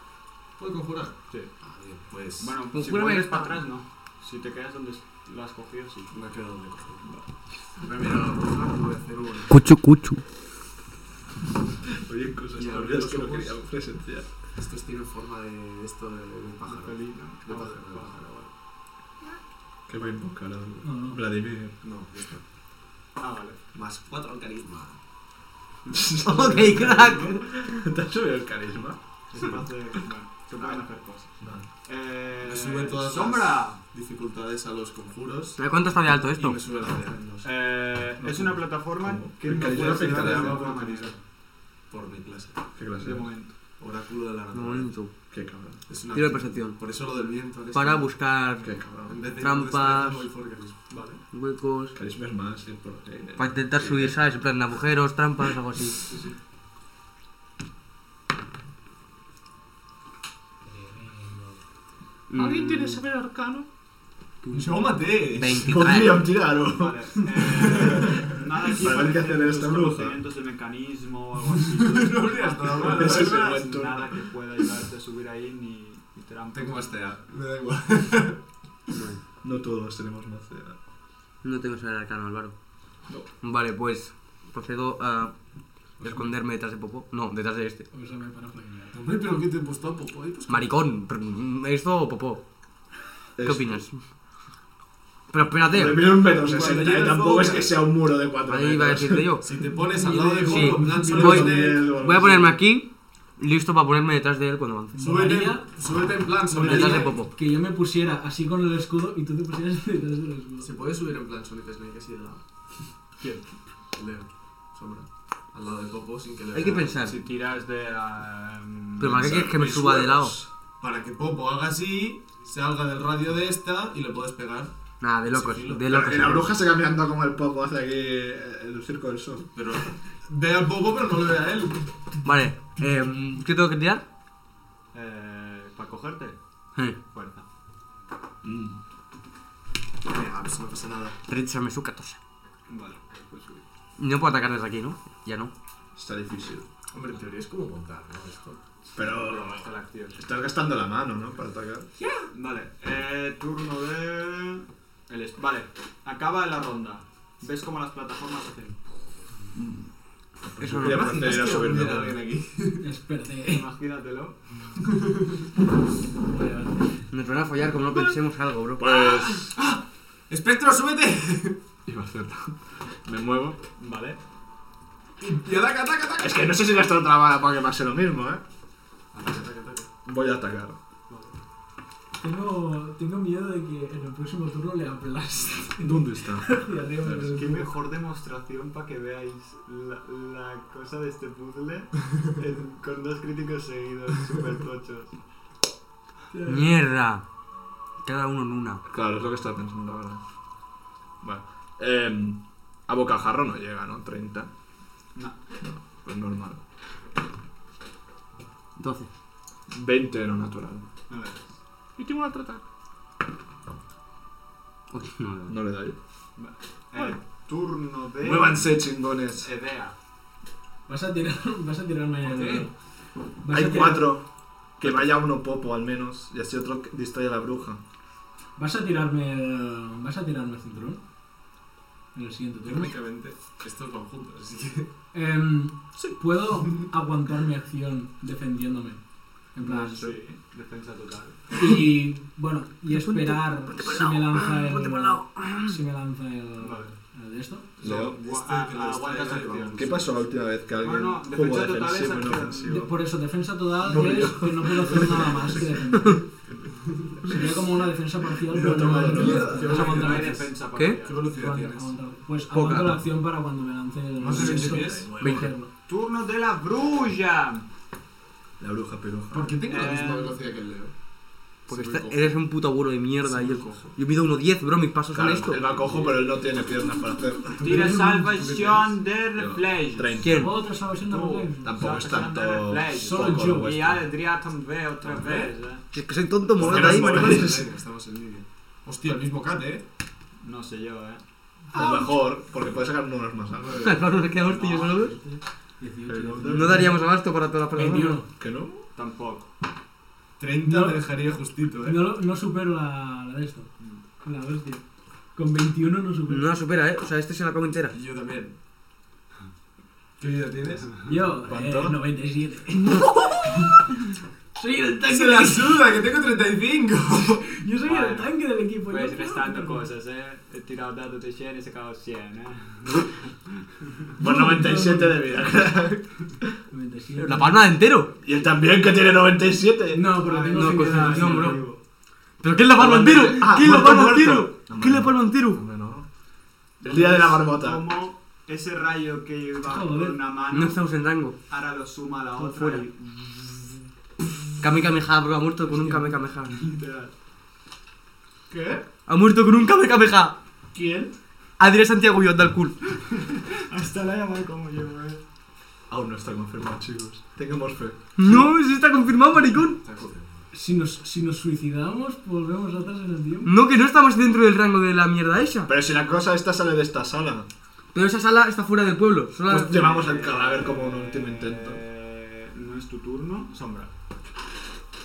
¿Puedo conjurar? Sí. Ah, bien, pues. Bueno, si Conjúrame vuelves esta. para atrás, no. Si te quedas donde lo has cogido, sí. Me ha quedado donde coger. Primero, voy a hacer un. Cuchu, cuchu. Oye, cosas Ya, turbias los que no ojos. queríamos presenciar. Estos tienen forma de esto de un pájaro. De Feliz, ¿no? pájaro, de Vale. pájaro, vale. Que va a invocar a No, no. Vladimir. No, ya está. Ah, vale. Más cuatro al carisma. Ok, crack. ¿Te has subido el carisma? Es más de- bueno, se pueden hacer cosas. Vale. Eh, Me sube todas ¡Sombra! las dificultades a los conjuros. ¿De cuánto está de alto Y esto? me sube la de no sé, Eh, es una plataforma ¿Cómo? que no Porque puede ya afectar de afectará a alguna la manera. por mi clase. ¿Qué clase? De momento. Oráculo de la naturaleza. Momento. Qué cabrón. Es una Tiro de percepción. Por eso lo del viento. Alex. Para buscar Qué En cabrón. vez de Trampas. destreza, voy por carisma. Vale. huecos. Carisma es más. es por- eh, eh, Para intentar eh, subir, eh, ¿sabes? En plan agujeros, trampas, algo así. ¿Alguien tiene Mm. saber arcano? ¡Sómate! 23. Podrían tirarlo. Vale. Eh, nada aquí Para ver qué hacer parecen esta tus bruja. conocimientos de mecanismo o algo así. no habría estado mal, Ese es el nada, buen turno. que pueda ayudarte a subir ahí ni, ni trampa. Tengo más tea. Me da igual. No todos tenemos macera. No tengo saber arcano, Álvaro. Vale, pues procedo a esconderme detrás de Popo. No, detrás de este. Úsame para flanquear. Hombre, pero ¿qué te he puesto a Popo ahí? Pues Maricón, pr- esto o Popo. ¿Qué Este. Es- opinas? Pero Le espérate, miro un metro Cuando sesenta llegue y el tampoco es fuego, que sea un muro de cuatro ahí iba a metros. decirte yo. si te pones al lado de Popo, Sí. en plan, solo Voy- con él, Voy a ponerme aquí, listo para ponerme detrás de él cuando avance. Súbete, María- súbete en plan Detrás de Solid Popo. Que yo me pusiera así con el escudo y tú te pusieras detrás del escudo. ¿Se puede subir en plan Solid Snake así de lado? ¿Quién? Leo. Sombra. Al lado de Popo sin que le Hay que vea. pensar. Si tiras de la. em, Pero ¿para qué quieres que me Mis suba de lado? huevos. Para que Popo haga así, salga del radio de esta y le puedes pegar. Nada, de locos, Sí, sí, lo- de Pero locos. que la bruja se cambiando como el popo hace aquí eh, el circo del sol. Pero ve al Popo, pero no le ve a él. Vale, eh, ¿qué tengo que tirar? Eh, ¿Para cogerte? Eh, Fuerza. Venga, pues no pasa nada. 30 me su 14. Vale, pues subir. No puedo atacar desde aquí, ¿no? Ya no. Está difícil. Hombre, en teoría es como montar, ¿no? Esto. Pero Pero hasta la acción. estás gastando la mano, ¿no? Para atacar. Vale, eh, turno de. el est- vale, acaba la ronda. ¿Ves cómo las plataformas hacen? Eso no. Voy pues a proceder a subir de Mira, nivel. ven aquí. Espérate. Imagínatelo. Nos van a follar como no pensemos algo, bro. Pues. ¡Espectro, súbete! Iba a hacerlo. Me muevo. Vale. Y ataca, ataca, ataca. Es que no sé si gastar otra bala para que pase lo mismo, ¿eh? Ataca, ataca, ataca. Voy a atacar. Tengo, tengo miedo de que en el próximo turno le aplaste ¿Dónde está? hacia arriba. Claro, pero Qué tú- mejor demostración para que veáis la, la cosa de este puzzle en- con dos críticos seguidos, super tochos. Mierda. Cada uno en una. Claro, es lo que estaba pensando ahora. Bueno. Eh, a bocajarro no llega, ¿no? 30. No. Pues normal. 12. 20 no natural. No le ves. Y tengo una tratar. Oye, no me vale. No le doy. Eh, turno de. Muévanse, chingones. Edea. Ah, Vas a tirar, vas a tirarme el dedo. Vas a Hay tirar- cuatro. Que vaya uno popo al menos. Y así otro que distrae a la bruja. Vas a tirarme el, vas a tirarme el cinturón en el siguiente turno. Técnicamente, estos van juntos, así que. Em, Puedo aguantar mi acción defendiéndome. En plan, Ah, Sí, defensa total. y bueno, y esperar si me lanza el. Si me lanza el. Vale. el de esto. Leo. Este Gua- que lo ah, distraiga aguantas y acción. vamos. ¿Qué pasó la última vez que alguien Bueno, no, jugó defensa total es defensivo y no acción. De- ofensivo? por eso, defensa total No, es yo. que no puedo hacer nada más que defender. Sería como una defensa parcial, pero no tomado hay nota. defensa. Yo Vas a No aguantar hay la defensa ¿Qué? ¿Qué parcial. velocidad acción. tienes? Aguanta- Pues Poca. aguanto la acción para cuando me lance el. Más de 20 esto, pies. Veinte. cogerlo. Turno de la bruja. La bruja piroja. ¿Por qué tengo la Eh, misma velocidad que el Leo? Porque está- eres un puto abuelo de mierda. y yo, Pues yo mido 1.10, bro, mis pasos Claro, son esto. él va cojo, pero él no tiene piernas para hacer. Tira salvación de reflex. Treinta. Otra salvación de reflex. Tampoco es tanto. Solo poco lo yo. Y vuestro. ya tendría también otra vez. eh. Que, que soy tonto, Pues morón que ahí, no maricón. mueres. Venga, estamos en línea. Hostia, el mismo can, ¿eh? No sé yo, eh. Pues mejor, porque puedes sacar números más altos. Álvaro se queda hostia, yo solo veo. No daríamos abasto para Eh, todas las personas. 21. ¿Que no? Tampoco. 30 No. te dejaría justito, ¿eh? No, lo- no supero la, la de esto. La bestia. Con 21 no supero. No la supera, eh. O sea, este se la come entera. Yo también. ¿Qué vida tienes? Yo, ¿Cuánto? eh, 97. soy el tanque ¡Se del la equipo. suda, que tengo 35! Yo soy el Bueno, tanque del equipo. yo Pues puedo restando hacerlo. cosas, eh. He tirado dados de 100 y he sacado 100, eh. Pues 97 de vida. 97. La palma de entero. Y él también, que tiene 97. No, Ah, pero tengo no, que pues, coño, quedar- no, sí, bro. vivo. ¿Pero qué es la palma Palma entero? entero. Ah, ¿Qué es la muerto, palma muerto. entero? No, ¿Qué es la no. palma entero? Hombre, no. El día de la marmota. Como ese rayo que iba Joder. ¿eh? con una mano, No estamos en rango. ahora lo suma a la Todo otra. fuera. y- Kame Kameha, bro, ha muerto con un Kame Kameha. Literal. ¿Qué? Ha muerto con un Kame Kameha. ¿Quién? Adrián Santiago y Ondal Cool. Hasta la llamada como llevo, eh. Aún no está confirmado, chicos. Tengamos fe. No, eso está confirmado, maricón. Si nos, si nos suicidamos, volvemos atrás en el tiempo. No, que no estamos dentro del rango de la mierda esa. Pero si la cosa esta sale de esta sala, Pero esa sala está fuera del pueblo. Solo pues llevamos el cadáver como un último intento. Eh, No es tu turno, sombra.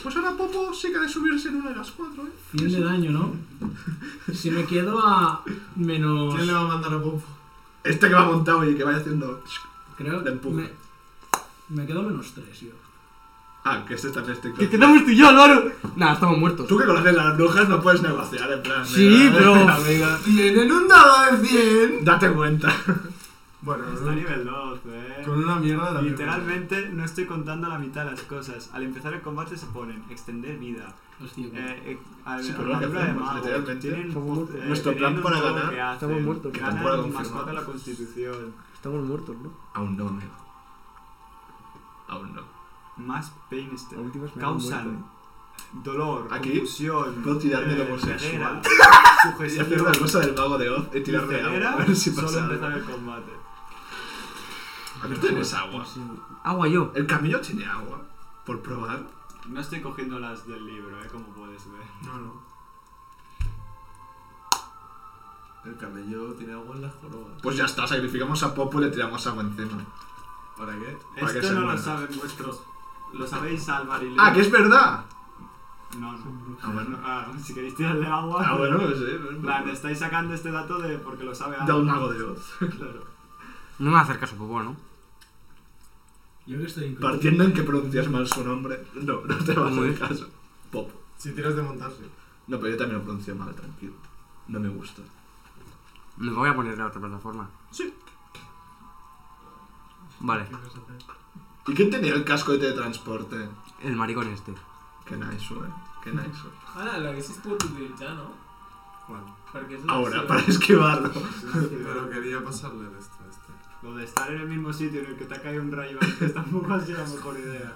Pues ahora Popo sí que ha de subirse en una de las cuatro, ¿eh? 100 de daño, ¿no? Si me quedo a menos... ¿Quién le va a mandar a Popo? Este que va montado y que vaya haciendo. Creo Le que empujo. me, me quedo a menos 3, yo. Ah, que este también está Que quedamos tú y yo, Álvaro. Nah, estamos muertos. Tú que conoces las brujas no puedes negociar, en plan. Sí, mira, pero- Amiga, ¡Tienen un dado de 100! date cuenta. Bueno, Está a nivel 12, eh. con una mierda de Literalmente no estoy contando la mitad de las cosas. Al empezar el combate se ponen extender vida. Hostia, Eh, eh, a- Sí, pero lo que armadura de hacemos, mago, literalmente, tienen estamos muertos. eh, Nuestro plan veneno para todo lo ganar, que hacen. estamos muertos. Ganan Estamos fuera más confirmados. cuatro la constitución. Estamos muertos, bro. Aún no, amigo. Aún no. Más pain este- La última es me Causan dolor, Aquí confusión. puedo tirarme de homosexual. ceguera, Y Sugestión. hacer una cosa del mago de Oz y y tirarle agua. ceguera, A ver si solo pasa. algo. empezar el combate. A ver, tienes agua. Agua yo. El camillo tiene agua. Por probar. No estoy cogiendo las del libro, eh, como puedes ver. No, no. El camello tiene agua en la joroba. Pues ya está, sacrificamos a Popo y le tiramos agua encima. ¿Para qué? Para que Esto se no lo muera. saben vuestros. Lo sabéis Álvaro y Leo. ¡Ah, que es verdad! No, no. Ah, bueno. Ah, si queréis tirarle agua. Ah, bueno, sí. En bueno. plan, estáis sacando este dato de porque lo sabe Del alguien. mago de Oz. Claro. No me va a hacer caso, Popo, ¿no? Yo que estoy incluido. Partiendo en que pronuncias mal su nombre, no, no te va a Muy hacer bien. caso. Popo. Si tiras de montarse. No, pero yo también lo pronuncio mal, tranquilo. No me gusta. Me voy a poner en la otra plataforma. Sí. Vale, ¿Y quién tenía el casco de teletransporte? el maricón este. Qué nice, eh. Qué nice. Ahora, lo Ah, que sí es puedo utilizar, ¿no? Bueno, Porque eso Ahora, sí, para esquivarlo. Pero quería pasarle el extra este. lo de estar en el mismo sitio en el que te ha caído un rayo antes tampoco ha sido la mejor idea.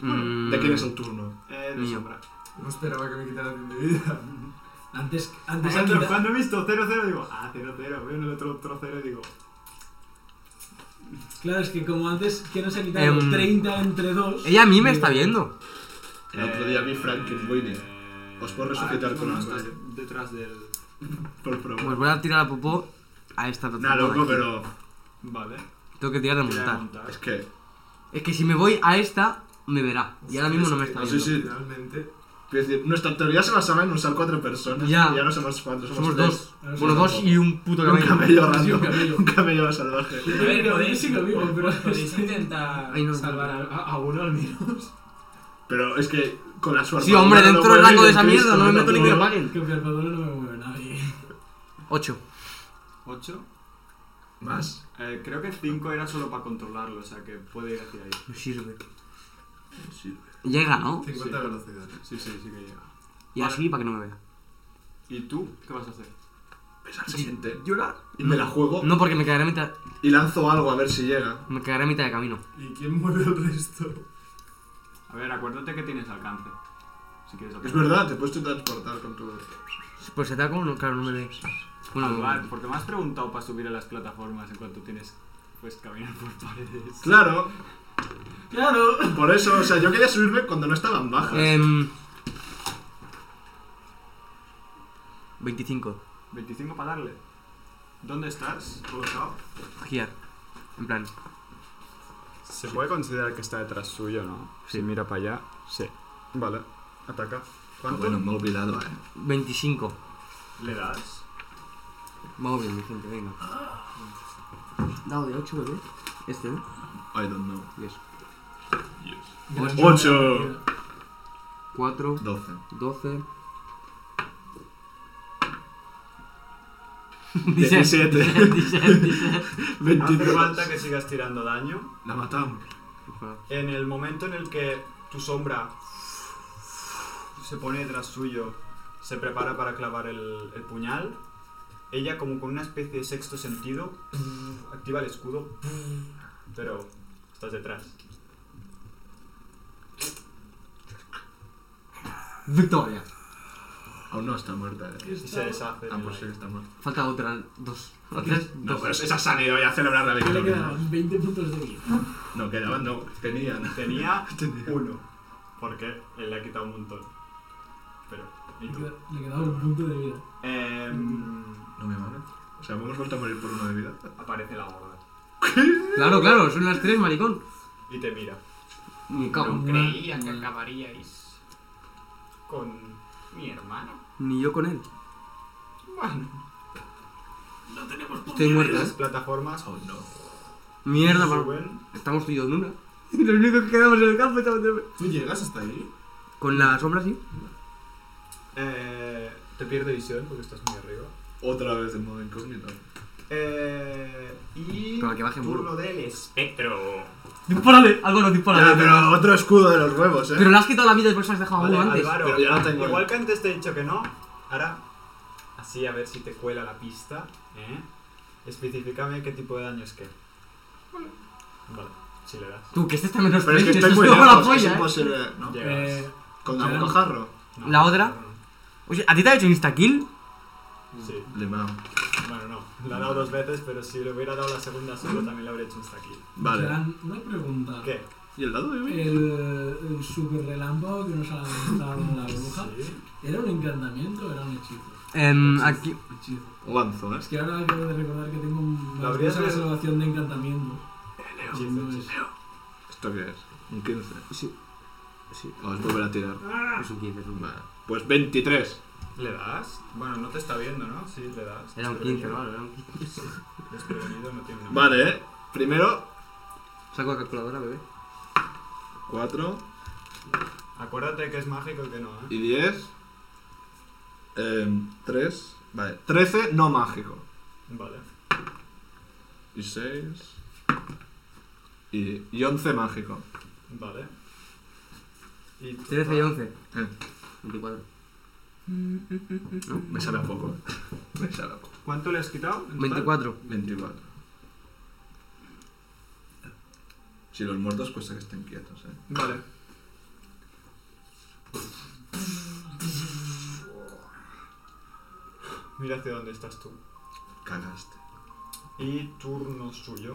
Mm, ¿De quién es el turno? Eh, de Mío. sombra. No esperaba que me quitara 100 de vida. Antes, antes han Cuando, quitado- cuando he visto 0-0 digo, ah, 0-0. Veo en el otro otro 0 y digo, Claro, es que como antes que nos ha quitado Em, 30 entre 2. Ella a mí me está viendo. El otro día vi Frankenweenie. eh, Os puedo resucitar ahora con mismo una estás raya. detrás del... Por probar. Pues voy a tirar a Popo a esta Nah, plataforma. loco, de aquí. pero Vale. Tengo que tirar de Tira de montar. montar. es que. Es que si me voy a esta, me verá. Y ahora mismo no me está No viendo. sé si. Realmente. Quiero decir, nuestra teoría se basaba en usar cuatro personas. Ya. Y ya no somos cuatro, somos, Somos tres. dos. Bueno, dos y un puto Un camello. camello Sí, random. un camello. Un camello salvaje. A A ver, ver, podéis- sí lo vivo, pero. Podéis intentar Ay, no. salvar a, a- a uno al menos. Pero es que con la suerte. Sí, hombre, dentro del rango de esa mierda no me meto ni que me paguen. Que el no me mueve nadie. Ocho. 8. Más. Eh, creo que 5 era solo para controlarlo, o sea que puede ir hacia ahí. Me sirve. Sí, Llega, ¿no? 50 Sí. velocidad. Sí, sí, sí que llega. Y así para que no me vea. ¿Y tú? ¿Qué vas a hacer? Pues al siguiente. ¿Llorar? Y me la juego No, porque me quedaré a mitad, y lanzo algo a ver si llega. me quedaré a mitad de camino. ¿Y quién mueve el resto? A ver, acuérdate que tienes alcance. Si quieres Es verdad, te puedes transportar con tu. Pues se ataca uno, claro, no me ve. Alvar, porque me has preguntado para subir a las plataformas en cuanto tienes pues caminar por paredes. Claro, Claro. por eso, o sea, yo quería subirme cuando no estaban bajas. Em, 25. 25 para darle. ¿Dónde estás? ¿Colocado? Giar. En plan, Se puede considerar que está detrás suyo, ¿no? Si mira para allá, sí. Vale, ataca. ¿Cuánto? Ah, Bueno, me he olvidado, eh. 25. ¿Le das? Vamos bien, mi gente, venga. Dado de 8, bebé. Este, ¿eh? I don't know. Yes. Yes. Ocho. Ocho. 4, 12. 12. 17. 17, 17. Hace 22. falta que sigas tirando daño. La matamos. Ojalá. En el momento en el que tu sombra se pone detrás suyo, se prepara para clavar el, el puñal, ella como con una especie de sexto sentido, activa el escudo, pero estás detrás. Victoria. Aún no está muerta, eh. Y se deshace. en Ah, el por sí que aire. está muerta. pues Falta otra, dos. ¿O tres? No, Dos. pero esa se han ido ya a celebrar la ¿Qué le victoria. quedaban? 20 puntos de vida. No, quedaban, no. Tenían. Tenía Tenía. uno, porque él le ha quitado un montón. Pero, ¿y Le tú? queda- Le quedaba un punto de vida. Em, No me mames. O sea, hemos vuelto a morir por uno de vida. aparece la gorda Claro, claro, son las tres, maricón. y te mira Me cago. No. Creía que acabaríais con mi hermano. Ni yo con él. Bueno, Estoy muerta, las ¿eh? plataformas Oh no. Mierda, mano. suben. Estamos tuyos en una. Los únicos que quedamos en el campo estamos de- ¿Tú llegas hasta ahí? Con la sombra, sí. Eh, te pierde visión porque estás muy arriba. Otra vez en modo incógnito. Eh, y Pero que baje muro. turno del espectro. Dispárale. Algo no dispara. Ya, pero otro escudo de los huevos, eh. Pero le has quitado la vida y por eso has dejado Vale, uno Ah, antes. Álvaro, pero ya no tengo igual el- que antes te he dicho que no, ahora así a ver si te cuela la pista. ¿eh? Específicame qué tipo de daño es que. Vale, si le das. Tú, que este está menos Pero es que tres, estoy eso muy es como lejos, la es polla, ¿eh? imposible, ¿no? Llegas. Eh, Con Claro. un jarro. No, ¿la otra? no, no. Oye, ¿a ti te ha hecho insta-kill? Sí, Le mao. bueno, no. La he dado dos veces, pero si le hubiera dado la segunda solo también le habría hecho un aquí. Vale. Gerard, una pregunta. ¿Qué? ¿Y el dado, Eh. bebé? El, el super relámpago que nos ha lanzado la bruja, Sí. ¿era un encantamiento o era un hechizo? Em, aquí. Hechizo. Lanzo, eh. Es que ahora acabo de recordar que tengo ¿Lo una habrías leído? salvación de encantamiento. Entonces, ¿Esto qué es? Un 15. Sí. Sí. Vamos a volver a tirar. Ah, Es un 15, es un- Vale. Pues 23. ¿Le das? Bueno, no te está viendo, ¿no? Sí, le das. Era un 15, Desprevenido. vale, era un 15. Desprevenido no tiene nada. Vale, eh. Primero, Saco la calculadora, bebé. 4 Acuérdate que es mágico y que no, ¿eh? y 10. 3. Vale. 13 no mágico. Vale. Y 6. Y, y 11 mágico. Vale. Y tú, 13 y 11. Eh. 24. Me sale a poco. Me sale a poco. ¿Cuánto le has quitado? en total? 24. 24. Si los muertos cuesta que estén quietos, eh. Vale. Mira hacia dónde estás tú. Cagaste. Y turno suyo.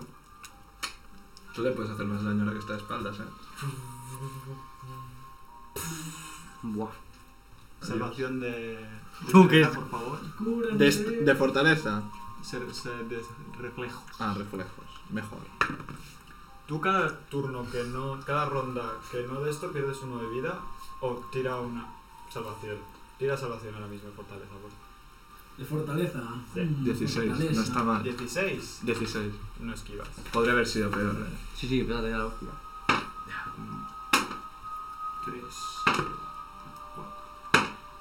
Tú le puedes hacer más daño a la que está de espaldas, eh. Buah. Adiós. Salvación de. ¿Tú qué? destreza, Por favor. cúbrame. De, est- de fortaleza. Se, se des- reflejo. Ah, reflejos. Mejor. Tú cada turno que no. Cada ronda que no de esto pierdes uno de vida o tira una salvación. Tira salvación ahora mismo, fortaleza. por favor. De fortaleza. Sí. Mm, 16. No está mal. 16. 16. No esquivas. Podría haber sido peor, eh. Sí, sí, espérate, ya la hostia. 3.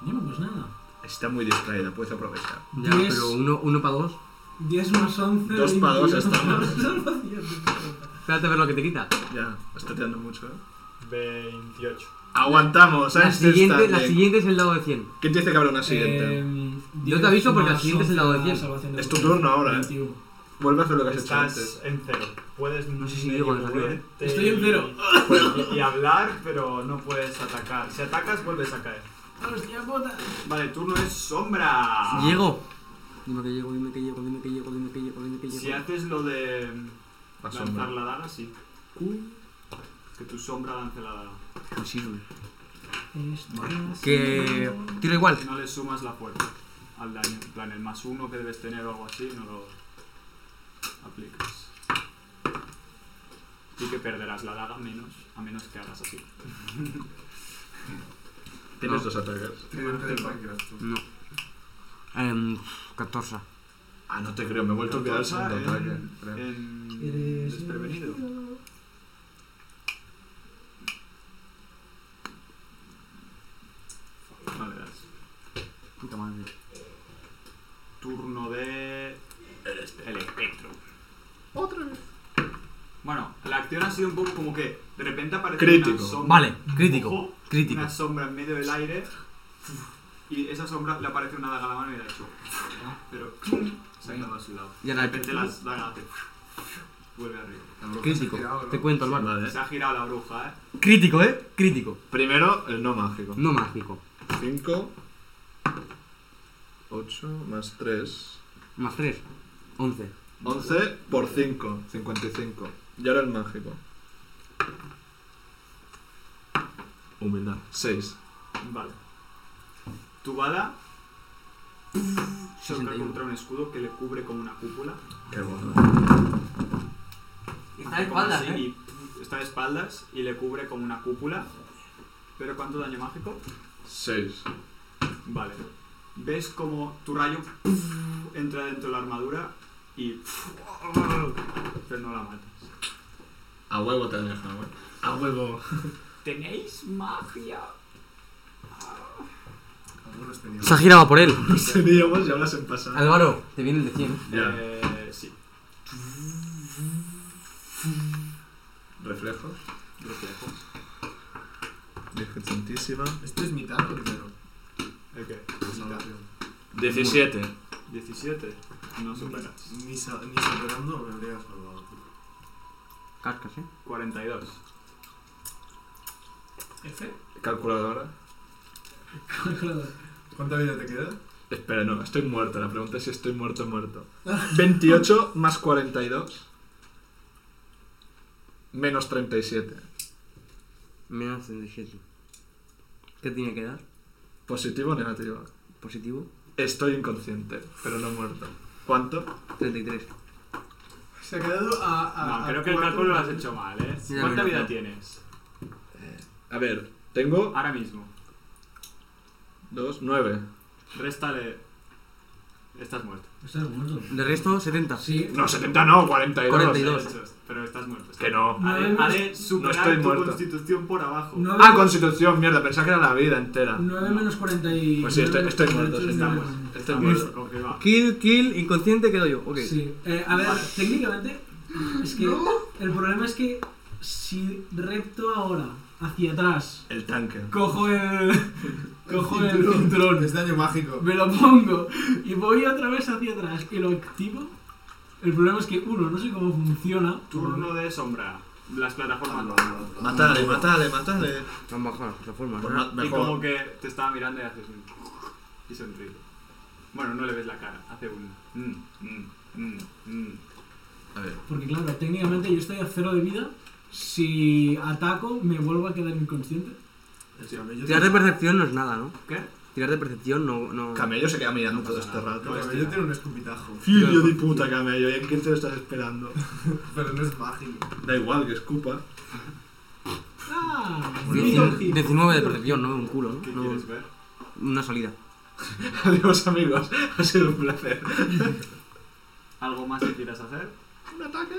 Bueno, pues nada. Está muy distraída, puedes aprovechar. Ya, Diez. pero uno, uno para dos. 10 más 11. Dos pa' dos estamos. Espérate a ver lo que te quita. Ya, está tirando mucho, eh. 28. Aguantamos, ¿eh? Este La ¿sabes? siguiente, la siguiente Eh, es el dado de 100. ¿Quién te dice Eh, que habrá una siguiente? Yo te aviso porque al siguiente es el dado de 100. Es tu turno ahora, eh. Vuelve a hacer lo que has hecho Estás antes. en cero. Puedes No sé si medio llego a salir, ¿eh? moverte Estoy en y- cero. Y, y hablar, pero no puedes atacar. Si atacas, vuelves a caer. ¡Hostia puta! Vale, turno es sombra. Llego. Dime que llego, dime que llego, dime que llego, dime que llego, dime que llego. Si haces lo de La lanzar sombra. la daga, sí. Que tu sombra lance la daga. No sirve. Estás Que tiro igual. No le sumas la fuerza al daño. En plan, el más uno que debes tener o algo así, no lo aplicas. Y que perderás la daga menos, a menos que hagas así. Tienes dos ataques. Tridente de Minecraft. tú. No. Em, 14. Ah, no te creo, me he vuelto a olvidar el segundo Torta en- ataque. eh. creo. en- Eres- desprevenido. Vale, das. Puta madre. Turno de. El espe- el espectro. Otra Bueno, la acción ha sido un poco como que de repente aparece una Crítico. sombra. Vale, crítico. Ojo, Crítico. Una sombra en medio del aire. Y esa sombra le aparece una daga a la mano y la hecho. Pero se ha quedado a su lado. Y De ahora repente la daga hace. Vuelve arriba. Crítico. Te cuento, Álvaro. Vale. Se ha girado la bruja, eh. Crítico, ¿eh? Crítico. Primero, el no mágico. No mágico. 5, 8 más 3, Más 3. 11. 11 por 5, 55. Y ahora el mágico. Humildad. 6. Vale. Tu bala choca 61. contra un escudo que le cubre como una cúpula. Qué bueno. Hace como así ¿eh? y está de espaldas y le cubre como una cúpula. Pero ¿cuánto daño mágico? 6. Vale. Ves como tu rayo entra dentro de la armadura y... Pero no la matas. A huevo te ¿eh? deja, güey. A huevo. ¿Tenéis magia? Algunos tenían. Se ha girado por él. Nos teníamos y hablas en Ah, pasado. Álvaro, te viene el de 100. Ya. Eh, sí. Reflejo. Reflejos. Virgen Santísima. Esto Este es mitad o primero. ¿El qué? Salvación. 17. 17. No superas. Ni, sa- ni superando me habría salvado. Cascas, ¿eh? 42. F. Calculadora. ¿Cuánta vida te queda? Espera, no, estoy muerto. La pregunta es si estoy muerto o muerto. 28 más 42. Menos 37. Menos 37. ¿Qué tenía que dar? ¿Positivo o negativo? Positivo. Estoy inconsciente, pero no muerto. ¿Cuánto? 33. Se ha quedado a. Ah, a No, a creo que el cuatro. cálculo lo has hecho mal, ¿eh? Sí, la ¿Cuánta verdad, vida no. tienes? A ver, tengo Ahora mismo. 2, 9. Réstale. Estás muerto. muerto. De resto, 70. Sí. No, 70 no, 42. 42. Pero estás muerto. estás eh, Que no. muerto. Ha de, No, ha de superar estoy tu muerto. constitución por abajo. No. Ah, constitución, mierda, pensaba que era la vida entera. 9 menos 40 y... Pues sí, estoy, estoy muerto, sí, Está estoy muerto. muerto. Estoy Está muerto. muerto. Confirmado. Kill, kill, inconsciente quedo yo. Ok. Sí. Eh, a ver, técnicamente, es que el problema es que si repto ahora hacia atrás, El tanque. cojo el... cojo el Cinturón. cinturón, Es daño mágico. me lo pongo y voy otra vez hacia atrás y lo activo, el problema es que, uno, no sé cómo funciona. Turno de sombra. Las plataformas no. Matale, matale, matale. Han bajado las plataformas. Pues ¿no? ma- Y como mejor. que te estaba mirando y haces un. Y sonríe. Bueno, no le ves la cara. Hace un. mm, mm, mm, mm. A ver. Porque claro, técnicamente yo estoy a cero de vida, si ataco me vuelvo a quedar inconsciente. El cabello Tirar de percepción no es nada, ¿no? ¿Qué? Tirar de percepción no. no... Camello se queda mirando No todo pasa este nada. tiene- rato. el cabello tiene un escupitajo. Filio de puta, camello, ¿y en qué te lo estás esperando? Pero no es mágico. Da igual que escupa. Ah, Diecin- 19 de percepción, no un culo, ¿no? ¿Qué No, quieres ver? una salida. Adiós, amigos. Ha sido un placer. ¿Algo más que quieras hacer? ¿Un ataque?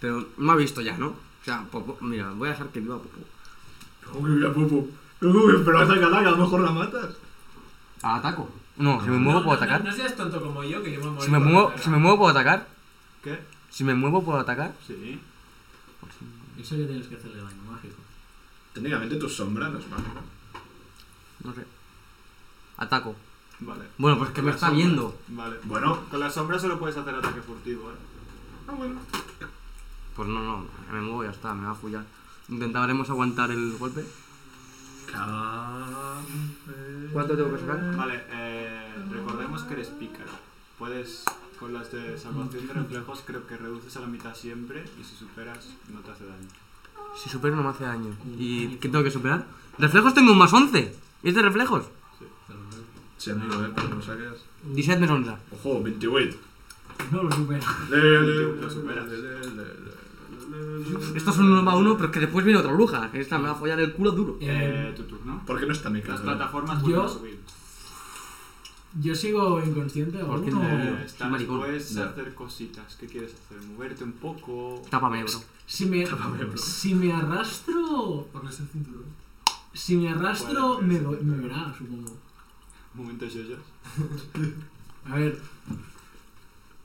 Pero me ha visto ya, ¿no? O sea, Popo- mira, voy a dejar que viva pues, Popo. ¿Cómo que voy a Pupu? Uy, pero ataca, ataca, a lo mejor la matas. Ah, ataco. No, si me muevo puedo atacar. No, no seas tonto como yo, que yo me muero. Si me muevo, si me muevo puedo atacar. ¿Qué? Si me muevo puedo atacar. Sí. Yo sé que tienes que hacerle daño mágico. Técnicamente tu sombra no es mala. No sé. Ataco. Vale. Bueno, pues que me Con está las sombras. viendo. Vale. Bueno. Con la sombra solo puedes hacer ataque furtivo, ¿eh? Pues no, no, me muevo y ya está, me va a follar. Intentaremos aguantar el golpe. ¿Cuánto tengo que sacar? Vale, eh, recordemos que eres pícaro. Puedes, con las de salvación de reflejos, creo que reduces a la mitad siempre y si superas, no te hace daño. Si supero no me hace daño. ¿Y qué tengo que superar? Reflejos tengo un más 11. Es de reflejos. Sí, amigo, eh, pero no saques. 17 menos 11. Ojo, 28. No lo supera. Le, le, le, Lo superas. le, le, le, le, le, le. Esto es un 1 1, pero es que después viene otra bruja. que Esta me va a follar el culo duro. Eh, tu turno. ¿Por qué no está mi Las casa? plataformas Yo- vuelven a subir. Yo sigo inconsciente o Porque algo. Eh, soy están maricón. puedes Ya. hacer cositas. ¿Qué quieres hacer? ¿Moverte un poco? Tápame, bro. Si me, Tápame, bro. si me arrastro. Pones el cinturón. Si me arrastro, Puede, me, puede do- ser. me verá, supongo. Momento yo A ver.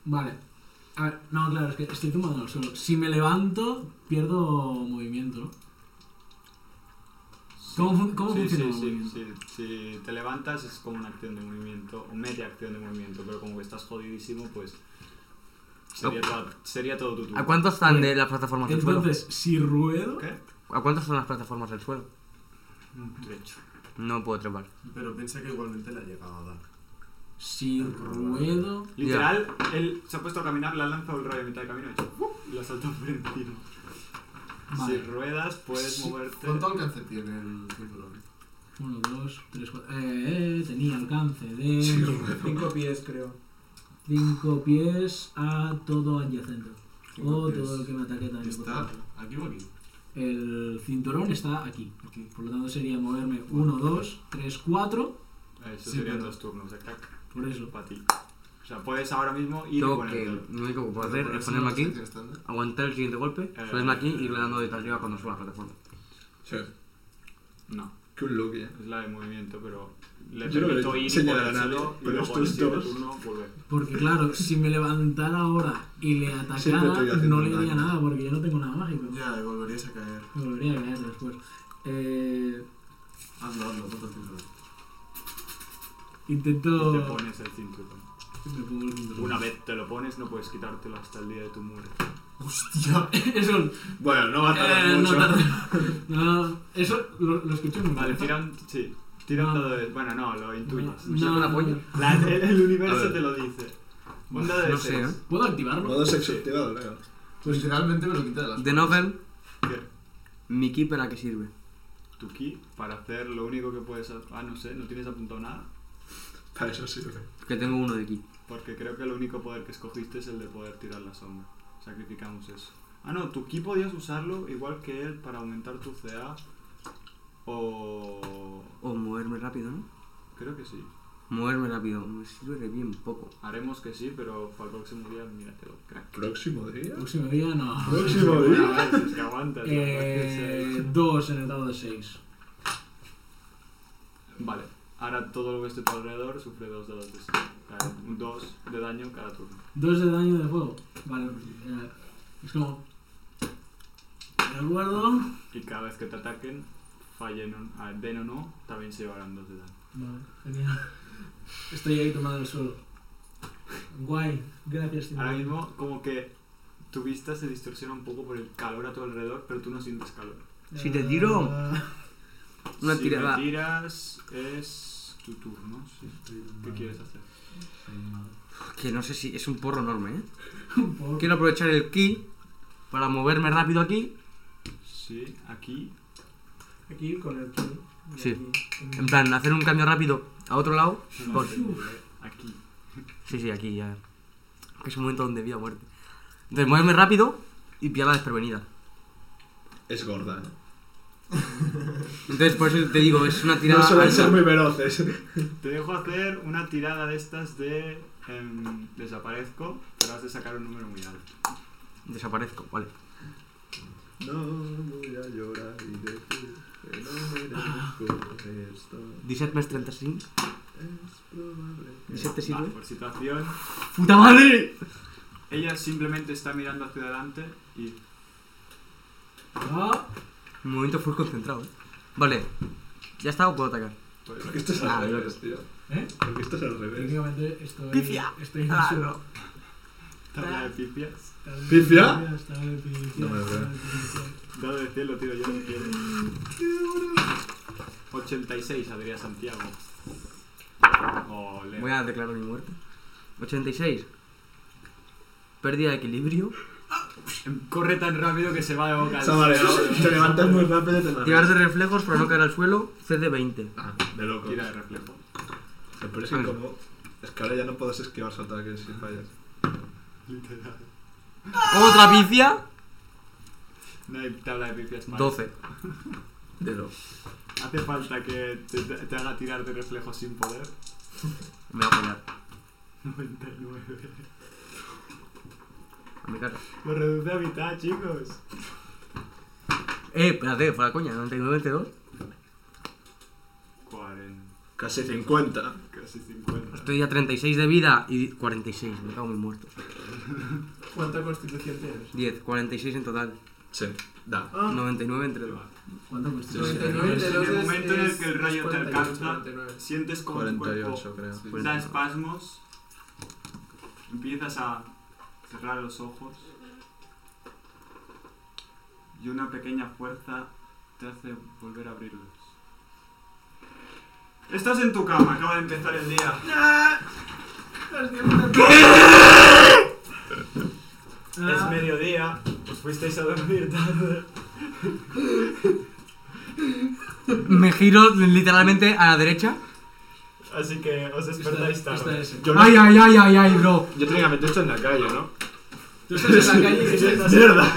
Vale. A ver, no, claro, es que estoy tumbado en el suelo. Si me levanto, pierdo movimiento, ¿no? ¿Cómo fun- cómo sí, funciona sí, el sí, movimiento? sí. Si te levantas es como una acción de movimiento, o media acción de movimiento, pero como que estás jodidísimo, pues sería, toda- sería todo tu turno. ¿A cuánto están de las plataformas del suelo? Entonces, si ruedo. ¿Qué? ¿A cuánto están las plataformas del suelo? Mm, De hecho. No puedo trepar. Pero piensa que igualmente le ha llegado a dar. Si ruedo. Literal, él se ha puesto a caminar, la ha lanzado el rayo a mitad de camino y ha hecho ¡puf! y la ha saltado por encima. Vale. Si ruedas, puedes Sí, moverte. ¿Cuánto alcance tiene el cinturón? 1, 2, 3, 4. Eh, eh, tenía alcance de. Sí, 5 ruedo. Cinco pies, creo. pies a todo adyacente. Cinco O pies. Oh, todo el que me ataque también. ¿Está aquí o aquí? El cinturón está aquí. Aquí. Por lo tanto, sería moverme 1, 2, 3, 4. Eh, Eso Sí, serían pero- dos turnos de ataque Por eso. para ti. O sea, puedes ahora mismo ir y Tengo que. ponerte. Lo único que Pero puedo hacer por es eso ponerme no sé aquí, si está, ¿no? aguantar el siguiente golpe, Eh, subirme aquí y irle dando de arriba cuando suba la plataforma. Sí, No, qué un look, eh. es la de movimiento, pero le Yo no le permito ir y enseñaré a nadie, ponérselo y pero luego al estos siguiente dos- turno volver. Porque claro, si me levantara ahora y le Siempre te voy atacara, haciendo no le diría daño. nada porque yo no tengo nada mágico. Ya, y volverías a caer. Me volvería a caer después. Eh, Hazlo, hazlo, ponte el cinturón. Y te intento... pones el cinturón. Me pongo el cinturón. Una vez te lo pones, no puedes quitártelo hasta el día de tu muerte. ¡Hostia! Es un... Bueno, no va a tardar eh, no, mucho. tarda- no, no, eso lo, lo escuché en mi Vale, cabeza. tira un... Sí, tira un No. dado de... Bueno, no, lo intuyes. ¿Me saco la polla? La- el, el A universo ver. te lo dice. Un dado de No sé, seis. ¿eh? ¿Puedo activarlo? Modo sexo activado, Leo. Pues literalmente me lo quita de las De Novel, ¿Qué? mi key para qué sirve. Tu ki para hacer lo único que puedes... ha- Ah, no sé, no tienes apuntado nada. Para eso sirve. Que tengo uno de key. Porque creo que el único poder que escogiste es el de poder tirar la sombra. Sacrificamos eso. Ah, no, tu ki podías usarlo igual que él para aumentar tu CA o... O moverme rápido, ¿no? Creo que sí. Moverme rápido. Me sirve de bien poco. Haremos que sí, pero para el próximo día míratelo, crack. Próximo día. Próximo día no. Próximo día. Una vez, es que aguantas. la verdad que sí. Eh, dos en el dado de seis. Vale, ahora todo lo que esté a tu alrededor sufre dos dados de seis. Cada- un dos de daño cada turno. Dos de daño de fuego. Vale. eh, es como... De acuerdo. Y cada vez que te ataquen, fallen un, ah, den o no, también se llevarán dos de daño. Vale, genial. Estoy ahí tomado el suelo. Guay, gracias. tío. Ahora mismo, como que tu vista se distorsiona un poco por el calor a tu alrededor, pero tú no sientes calor. Si te tiro- Ah, Una si tirada. me tiras, es tu turno. sí. ¿Qué quieres hacer? Que no sé si es un porro enorme, ¿eh? un poco. Quiero aprovechar el ki para moverme rápido aquí. Sí, aquí. Aquí con el key. y Sí. aquí, en- En plan, hacer un cambio rápido a otro lado. No, Por- no, eh, aquí. Sí, sí, aquí ya. Que es un momento donde vida o muerte. Entonces, moverme rápido y pillarla desprevenida. Es gorda. ¿eh? Entonces, por eso te digo, es una No tirada. suelen alta. ser muy veloces. Te dejo hacer una tirada de estas de em, desaparezco, pero has de sacar un número muy alto. Desaparezco, vale. No voy a llorar y decir que no merezco esto. 17 más 35. Es probable que... 17 Va, sirve. por situación, ¡Puta madre! ella simplemente está mirando hacia adelante y Ah, Un momento full concentrado, ¿eh? Vale. Ya está o puedo atacar. pues, ¿Por qué estás Ah, al yo- revés, tío? ¿Eh? Porque esto es al revés. Técnicamente estoy. Pifia. Estoy en Ah, su- no. Tabla de pipias. Está bien, ¿Pifia? pifia, está bien, pifia, No me lo está creo. bien, pifia. Dado de 100 lo tiro yo si quieres. 86, Adrián Santiago. Ole. Voy a declarar mi muerte. 86. Pérdida de equilibrio. Corre tan rápido que se va de boca. al- Se ha mareado. Te levantas muy rápido y te Tirar mareas. de reflejos para no caer al suelo. CD 20. Ah, de loco. Tira de reflejo. Pero es que como... Es que ahora ya no puedes esquivar su ataque si fallas. Literal. Otra pifia. No hay tabla de pipias. para 12. De dos. eso. Hace falta que te, te haga tirar de reflejo sin poder. Me voy a apoyar. 99. A mi casa. Lo reduce a mitad, chicos. Eh, espérate, fuera coña. 99-22. 40. Casi 50. Casi 50. Estoy a 36 de vida y 46. Me cago en mis muertos. ¿Cuánta constitución tienes? 10. 46 en total. Sí, da. 99 entre dos. ¿Cuánto Yo sé. constitución? 99 de En los el es- momento en el que el es rayo te 48, alcanza, 99. Sientes como tu cuerpo 48 creo. Pues da espasmos. Empiezas a cerrar los ojos. Y una pequeña fuerza te hace volver a abrirlos. Estás en tu cama, acaba de empezar el día. Ah, Ah. Es mediodía, os fuisteis a dormir tarde. Me giro literalmente a la derecha. Así que os despertáis Esta- esta tarde. es- Yo, no- Ay, ay, ay, ay, ay, bro. yo técnicamente estoy en la calle, ¿no? Tú estás en la calle y estás. ¡Mierda!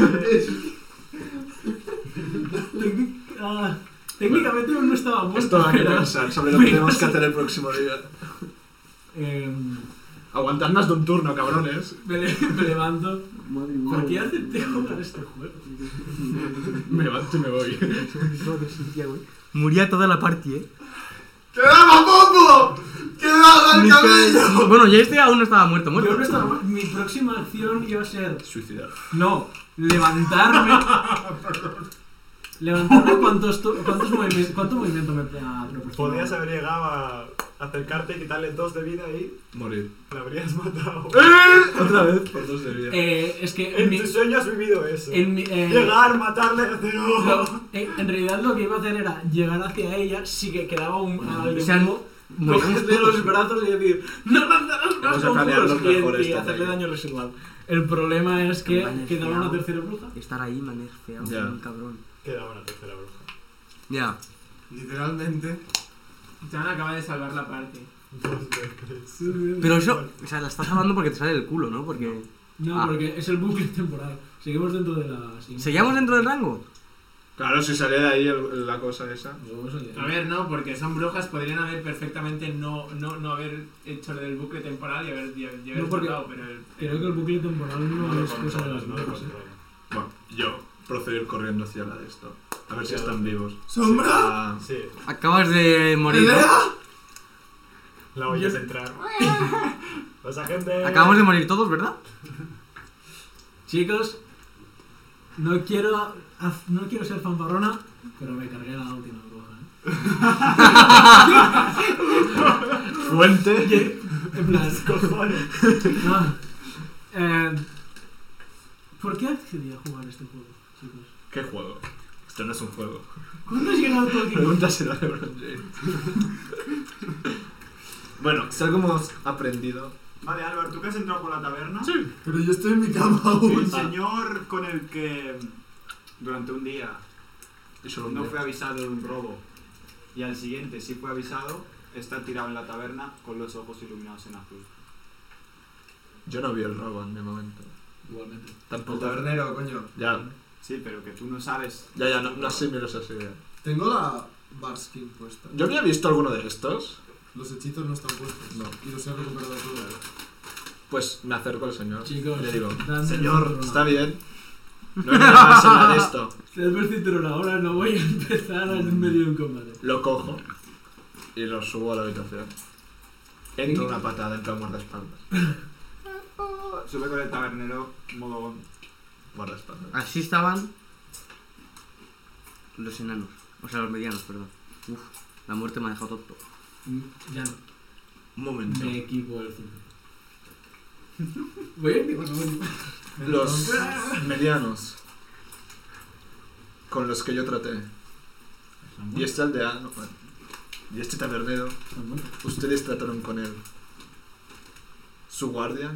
Técnic- ah, Técnicamente aún no estaba muerto. Esto da que pero- pensar sobre lo que tenemos que hacer el próximo día. Em, Aguantad más de un turno, cabrones. me, le- me levanto. Madre ¿Por qué acepté para este juego? Me levanto y me voy. Muría toda la party, eh. ¡Quedaba poco! ¡Quedaba el cabello! Bueno, ya este aún no estaba muerto, muerto. Yo no estaba muerto. Mi próxima acción iba a ser. Suicidar. No, levantarme. levantarme cuántos, tu- cuántos movimientos, cuánto movimiento me ah, proporcionaba. Podrías haber llegado a acercarte y quitarle dos de vida y Morir. la habrías matado. Otra vez. Por dos de vida. Eh, es que en En mi. tu sueño has vivido eso. En, mi eh, Llegar, matarle, hacer lo- oh. eh, en realidad lo que iba a hacer era llegar hacia ella, sí que quedaba un O alguien sea, vivo, morimos cogerle los todos. brazos y decir no lanzarás más Vamos a planear conjuros", los y- mejores y hacerle también. daño residual. El problema es que Vale, quedaba una fiao. tercera bruja. Estar ahí me ha nerfeado, Ya. un cabrón. Quedaba una tercera bruja. Ya. Literalmente, Jan acaba de salvar la parte. Dos veces. Pero eso, o sea, la estás hablando porque te sale del culo, ¿no? Porque. No, Ah. porque es el bucle temporal. Seguimos dentro de la. siguiente. ¿Seguíamos dentro del rango? Claro, si salía de ahí el- la cosa esa. Vamos allá. A ver, no, porque son brujas, podrían haber perfectamente no, no, no haber hecho lo del bucle temporal y haber, y haber y haber No, porque- tratado, pero el- Creo que el bucle temporal no, No lo es cosa de las controlas, no lo brujas. ¿eh? controlas. Bueno, yo procedir corriendo hacia la de esto. A ver si están vivos. ¡Sombra! Ah, Sí, Acabas de morir. ¿no? la oyes entrar. Pasa gente. Acabamos de morir todos, ¿verdad? Chicos, no quiero, haz- no quiero ser fanfarrona, pero me cargué la última bruja. ¿eh? Fuente. Oye, en plan, no. Eh, ¿Por qué accedí a jugar este juego, chicos? ¿Qué juego? Esto no es un juego. ¿Cuándo has llegado tú aquí? Pregúntaselo a LeBron James. bueno, si algo hemos aprendido. Vale, Álvaro, ¿tú que has entrado por la taberna? pero yo estoy en mi cama aún. El señor con el que durante un día Y solo un no día. fue avisado de un robo y al siguiente sí fue avisado, está tirado en la taberna con los ojos iluminados en azul. Yo no vi el robo en mi momento. Igualmente. El Tampoco. tabernero, coño. Ya, Sí, pero que tú no sabes. ya, ya, no, no asimilo esas ideas. Tengo la barskin puesta. ¿Yo había visto alguno de estos? Los hechizos no están puestos. No. Y los he recuperado todos. Pues me acerco al señor. Chicos, Le digo, dame señor, cinturón está ahora. bien. No hay nada más en la de esto. Dadme el cinturón ahora, no voy a empezar en medio de un combate. Lo cojo y lo subo a la habitación. Entro una patada, entro a guardaespaldas. Sube con el tabernero modo Guardaespaldas. Así estaban. Los enanos. O sea, los medianos, perdón. Uf, la muerte me ha dejado tonto. Mm, Ya no. Un momento. Me equipo el 5. Voy a ir, digo, no, no. Los medianos con los que yo traté. Y este aldeano bueno, y este tabernero, ustedes trataron con él. Su guardia,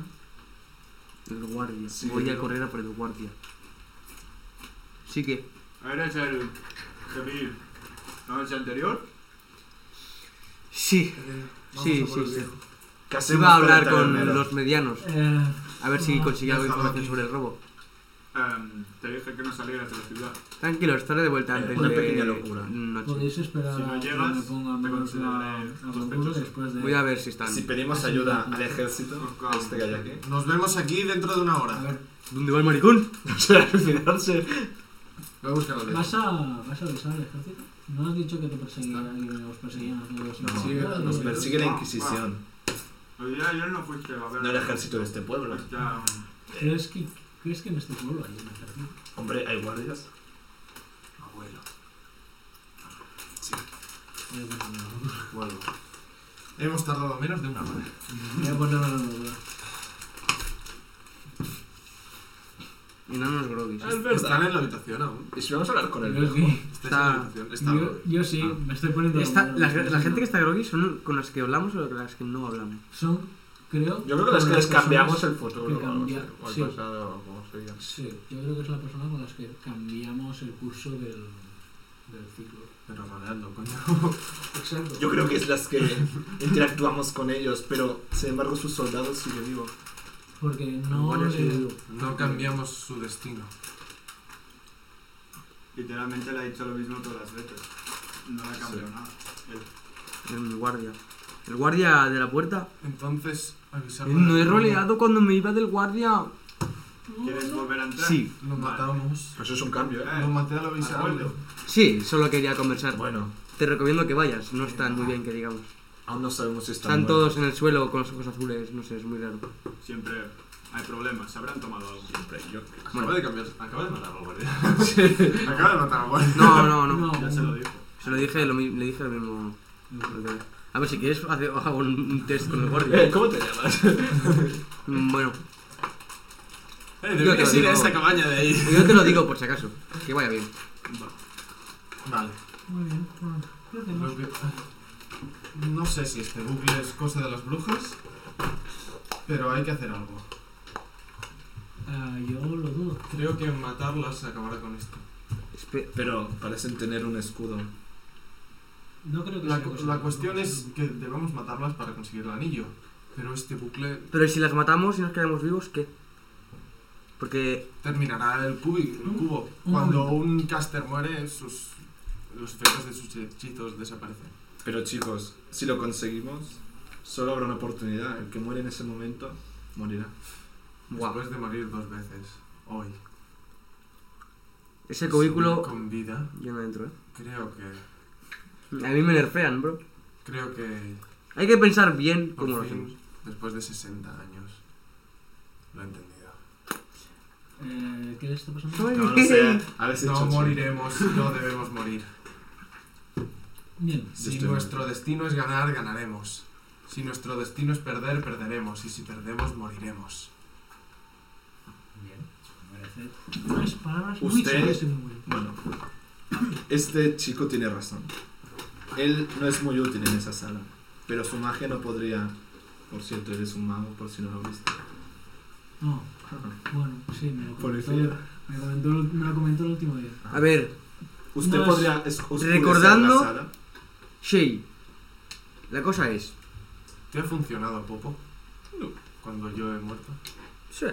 El guardia. Sí, Voy a yo- correr a por el guardia. Sí que. ¿Eres el de mí? ¿No es el anterior? Sí. Sí, sí, sí. ¿qué hacemos Iba a con el hablar con tabernero? los medianos. Eh, A ver si no, consigue algo de déjalo información aquí. sobre el robo. Em, te dije que no salieras de la ciudad. Tranquilo, estaré de vuelta Eh, antes una de pequeña locura. noche. Podéis esperar Si no a llegas, que me pongan te menos consideraré la- la sospechoso. concurso después de... Voy a ver si están. Si pedimos ayuda al ejército, este que hay aquí, Nos vemos aquí dentro de una A hora. ver, ¿Dónde va el maricón? o sea, al final se- Voy a buscar al ¿vas a, ¿vas a avisar al ejército? ¿No has dicho que te perseguían, que os perseguían a todos? No, Sí, Vale, nos vale. persigue la Inquisición, El día de ayer no fuiste a ver. no el ejército de este pueblo. Fuiste a un- ¿Crees que, ¿Crees que en este pueblo hay un ejército? Hombre, hay guardias. Abuelo. Voy a ponerme la duda. Vuelvo. Hemos tardado menos de una hora. Voy a ponerme la duda. Y no nos groguis. Están en la habitación aún. pues, Y si vamos a hablar con Yo él, sí, Estáis en la Está- habitación. Está yo, yo sí, Ah. me estoy poniendo... Esta- la- la, la gente que está groggy son con las que hablamos o con las que no hablamos. Son, creo... yo creo que las que con les personas- cambiamos el futuro, que o algo así, cambia- o el sí. pasado, o como se diga. Sí, yo creo que es la persona con las que cambiamos el curso del, del ciclo. Pero rodeando, coño. Exacto. Yo creo que es las que interactuamos con ellos, pero sin embargo sus soldados siguen vivos. Porque no Bueno, sí. le... No cambiamos su destino. Literalmente le ha dicho lo mismo todas las veces. No le ha cambiado nada. El guardia. El guardia de la puerta. Entonces, avisarle. No he roleado cuando me iba del guardia. ¿Quieres volver a entrar? Sí, Lo matamos. Eso es un cambio, ¿eh? Lo maté al avisarle. Abuelo. sí, solo quería conversar. Bueno, Te recomiendo que vayas, no están muy bien que digamos. aún no sabemos si están Están muertos. todos en el suelo con los ojos azules, no sé, es muy raro. Siempre hay problemas. Se habrán tomado algo. Hombre, yo- Acaba de cambiar. Acaba de matar al guardia. Acaba de matar al guardia. No, no, no. No, Ya se Mm. lo dijo. Se lo dije, lo mi- le dije lo mismo. A ver, si quieres, hace- hago un, un test con el Eh, guardia. ¿Cómo te llamas? Mm, Bueno, Eh, Yo te deberías lo ir a digo. esa cabaña de ahí. yo te lo digo por si acaso. Que vaya bien. Vale. Muy bien, bueno, ¿qué hacemos? Lo que- No sé si este bucle es cosa de las brujas, pero hay que hacer algo. Ah, yo lo dudo. Creo que matarlas acabará con esto. Espe- Pero parecen tener un escudo. No creo que La, sea cu- cosa la de- cuestión es que debemos matarlas para conseguir el anillo, pero este bucle Pero ¿y si las matamos y nos quedamos vivos, ¿qué? Porque terminará el, cubi- el Un- cubo. Mm. un Cuando un caster muere, sus, los efectos de sus hechizos desaparecen. Pero chicos, si lo conseguimos, solo habrá una oportunidad. El que muere en ese momento, morirá. Guau. Después de morir dos veces, hoy. ese cubículo. Con vida, Yo no entro, ¿eh? creo que. A mí me nerfean, bro. Creo que Hay que pensar bien Por cómo lo hacemos. fin, después de 60 años, lo he entendido. Eh, ¿Qué está pasando? No, no sé, a veces No chanchullo. moriremos, no debemos morir. Bien, pues, Si estoy nuestro destino es ganar, ganaremos. Si nuestro destino es perder, perderemos. Y si perdemos, moriremos. bien. Me parece unas palabras muy Usted- sabias y muy buenas. Bueno, este chico tiene razón. Él no es muy útil en esa sala, pero su magia no podría... Por cierto, eres un mago, por si no lo viste. No, bueno, sí, me lo comentó. Policía. Me, comentó, me lo comentó el último día. A ver, Usted No es- podría es- oscurecer Recordando- la sala. Shay. La cosa es. ¿Te ha funcionado, Popo? Cuando yo he muerto. Sí.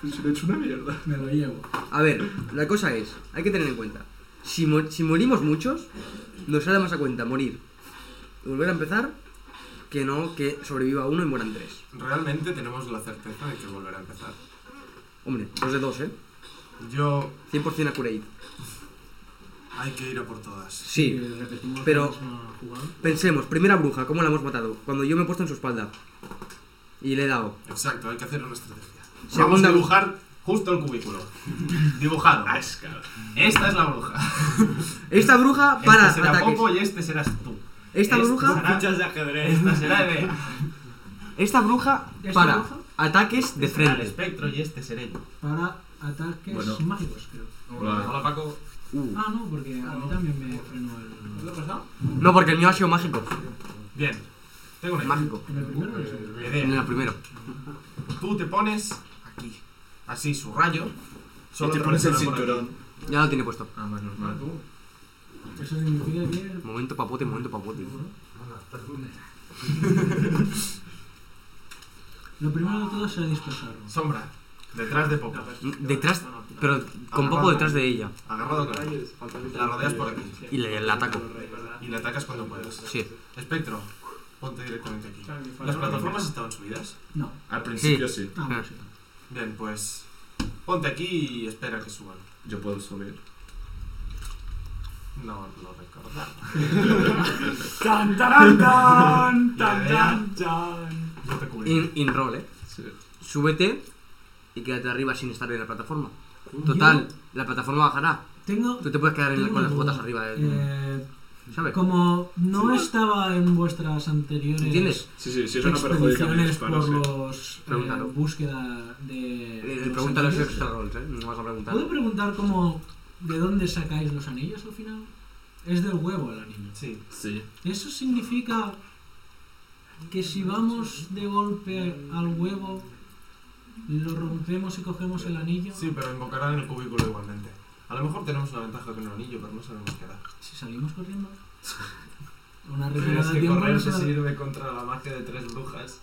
Pero si lo he hecho una mierda. Me lo llevo. A ver, la cosa es, hay que tener en cuenta, si, mo- si morimos muchos, nos sale más a cuenta morir y volver a empezar que no que sobreviva uno y mueran tres. Realmente tenemos la certeza de que volverá a empezar. Hombre, dos de dos, ¿eh? Yo... 100% accurate. Hay que ir a por todas. Sí. Y repetimos pero- la misma jugada. Pensemos, primera bruja, ¿cómo la hemos matado? Cuando yo me he puesto en su espalda. Y le he dado. Exacto, hay que hacer una estrategia. Vamos a Segunda bruja. dibujar justo el cubículo. Dibujado. Esta Ah, es la bruja. Esta bruja para este será ataques. Popo y este serás tú. Esta Es- bruja, será- Fichas de ajedrez. Esta será de. esta bruja ¿Esta para bruja? ataques de este será el frente. espectro y este seré yo. Para ataques Bueno. mágicos, creo. Hola. Hola Paco. Uh. Ah, no, porque a mí también me frenó el. ¿Lo he pasado? No, porque el mío ha sido mágico. Bien. Tengo una idea. Mágico. ¿En el primero o en el segundo? En idea. el primero. Tú te pones aquí. Así su rayo. Y Solo te pones el atravesará por cinturón. Ya lo tiene puesto. Ah, más aquí. Ah, normal. tú. Eso significa que. Momento papote, momento papote. Lo primero de todo será dispersarlo. Sombra. Detrás de Popo. Detrás, pero con poco detrás de ella. Agarrado con él. La rodeas por aquí. Y le, le ataco. Y le atacas cuando puedas. Sí. Espectro. Ponte directamente aquí. ¿Las plataformas estaban subidas? No. Al principio sí. Ah, bueno, sí. Bien, pues. Ponte aquí y espera que suban. Yo puedo subir. No lo recordaba. ¡Tan, tarán, tan! ¡Tan, Ya, ya. tan, tan! No te cubrí. In, in roll, eh. Sí. Súbete y quédate arriba sin estar en la plataforma. Total, la plataforma bajará. Tengo. Tú te puedes quedar en la- con las Tengo una botas duda. arriba, de- Eh, ¿sabes? como no estaba en vuestras anteriores. ¿Entiendes? Sí, sí, sí, eso no perjudica a mis expediciones por disparos. sí. los. Eh, Pregúntalo. búsqueda de. de Eh, los Pregunta los anillos. extra rolls, eh. No vas a preguntar. ¿Puedo preguntar cómo. de dónde sacáis los anillos al final? Es del huevo el anillo. Sí. Sí. Eso significa que si vamos de golpe al huevo, lo rompemos y cogemos el anillo. Sí, pero invocarán en el cubículo igualmente. A lo mejor tenemos una ventaja con el anillo, pero no sabemos qué hará. Si salimos corriendo. Una Tienes retirada de que tiempo. correr no se te la- sirve contra la magia de tres brujas.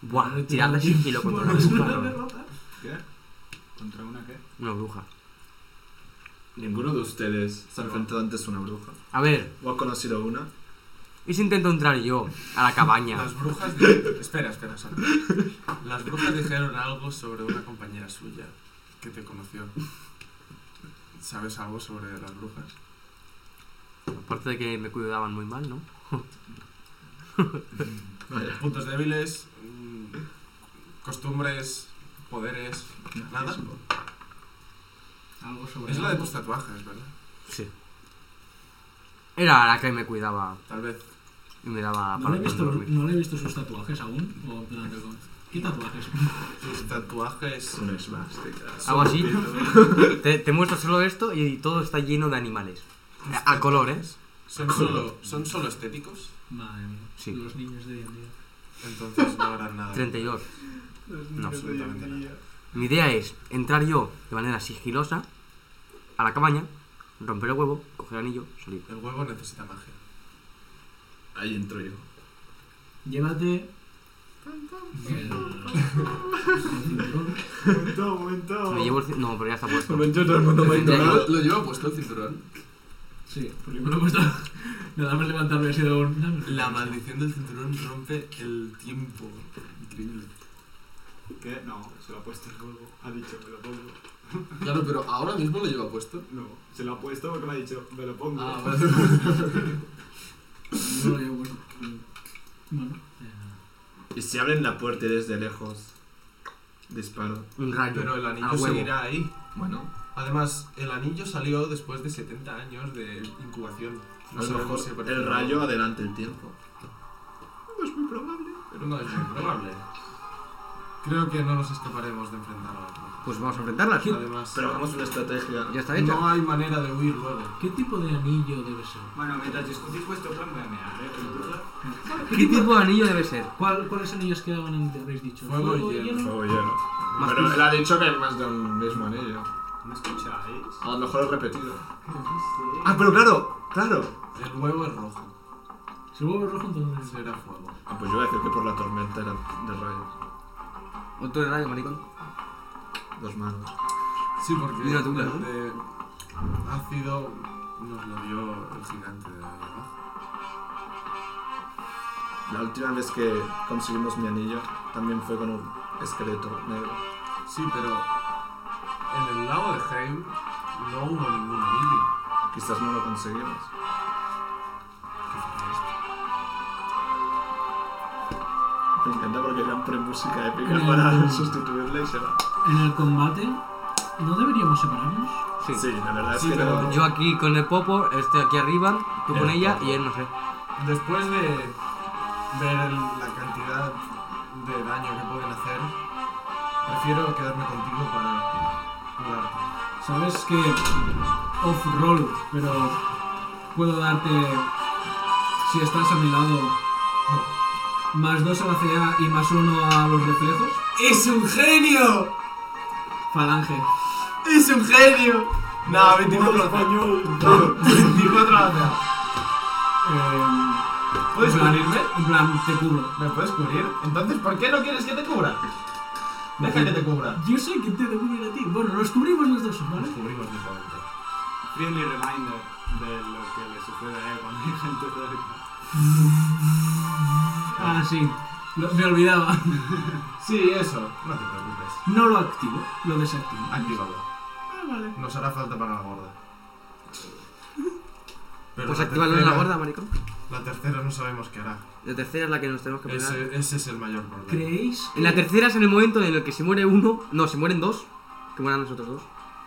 Buah, tirada de sigilo contra una bruja. ¿Qué? ¿Contra una qué? Una bruja. Ninguno de ustedes se ha enfrentado antes a una bruja. A ver, ¿O ha conocido una? y si intento entrar yo a la cabaña. Las brujas. di- espera, espera, Sandra. Las brujas dijeron algo sobre una compañera suya que te conoció. ¿Sabes algo sobre las brujas? Aparte de que me cuidaban muy mal, ¿no? Vaya. Puntos débiles, mm, costumbres, poderes. Nada. Algo sobre Es la de algo. tus tatuajes, ¿verdad? Sí. Era la que me cuidaba Tal vez. y me Ah, daba No le, he visto, pues dormir. no le he visto sus tatuajes aún. O en plan de- ¿Qué tatuajes? Tus tatuajes. Una esvástica. Ah. Algo así. Te, te muestro solo esto y todo está lleno de animales. A, a color, ¿eh? ¿Son solo, ¿Son solo estéticos? Madre mía. Sí. Los niños de hoy en día. Entonces no harán nada. 32. No, absolutamente nada. Mi idea es entrar yo de manera sigilosa a la cabaña, romper el huevo, coger el anillo, salir. El huevo necesita magia. Ahí entro yo. Llévate. El, el cinturón. Momento, momento. Me llevo el... cin- No, pero ya está puesto. todo el mundo me ha ignorado. ¿Lo lleva puesto el cinturón? Sí, porque me lo he puesto. Nada más levantarme ha sido un. La maldición del cinturón rompe el tiempo. Increíble. ¿Qué? No, se lo ha puesto el juego. Ha dicho, me lo pongo. Claro, pero ahora mismo lo lleva puesto. No, se lo ha puesto porque me ha dicho, me lo pongo. Ah, vale. No lo llevo puesto. Bueno. eh, Y si abren la puerta y desde lejos disparo. Un rayo. Pero el a Ah, anillo huevo. seguirá ahí. Bueno, Además, el anillo salió después de 70 años de incubación. No a lo sabemos mejor si aparecerá el o no. rayo adelante el tiempo. No es muy probable. Pero no es muy probable. Creo que no nos escaparemos de enfrentar a las brujas. Pues vamos a enfrentarla. sí. Además, Pero hagamos una estrategia. Ya está hecha. no hay manera de huir luego. ¿Qué tipo de anillo debe ser? Bueno, mientras discutís vuestro plan, voy a mirar, ¿eh? Pero- ¿Qué tipo de anillo debe ser? ¿Cuál, ¿Cuáles anillos quedaban antes? Habéis dicho. Fuego y hielo. Fuego y hielo. Más Pero pis- él ha dicho que hay más de un mismo anillo. ¿Me escucháis? A lo mejor es repetido. Sí. Ah, pero claro, claro. El huevo es rojo. Si el huevo es rojo, entonces. eh, Será fuego. Ah, pues yo voy a decir que por la tormenta era de rayos. Otro de rayo, maricón. Dos manos. Sí, porque Y una tula, ¿no? de ácido nos lo dio el gigante de abajo. La última vez que conseguimos mi anillo también fue con un esqueleto negro. Sí, pero en el lago de Heim no hubo ningún anillo. Quizás no lo conseguimos. Me encanta porque siempre música épica para sustituirle y se va. En el combate, ¿No deberíamos separarnos? Sí. Sí, la verdad Sí, es que pero no. Yo aquí con el popo, este aquí arriba, tú con El ella popo. y él no sé. Después de ver el- la cantidad de daño que pueden hacer, prefiero quedarme contigo para curarte. Sabes que off roll, pero puedo darte, si estás a mi lado, más 2 a la CA y más 1 a los reflejos. ¡Es un genio! Falange. ¡Es un genio! No, 24 español. 24 a la CA. Eh, ¿Puedes en plan- cubrirme? En plan, te cubro. ¿Me puedes cubrir? Entonces, ¿por qué no quieres que te cubra? Deja que te cubra. Yo sé que te debo cubrir a ti. Bueno, nos cubrimos los dos, ¿vale? Nos cubrimos mutuamente. Friendly reminder de lo que le sucede a él cuando hay gente cerca. Ah, sí. Lo- me olvidaba. Sí, eso. No te preocupes. No lo activo, lo desactivo. Actívalo. Nos hará falta para la gorda. Pero Pues la activarlo en la tercera- gorda, maricón. La tercera no sabemos qué hará. La tercera es la que nos tenemos que pegar. Ese, ese es el mayor problema. ¿Creéis? En la tercera es en el momento en el que se muere uno, no, se mueren dos, que mueran nosotros dos.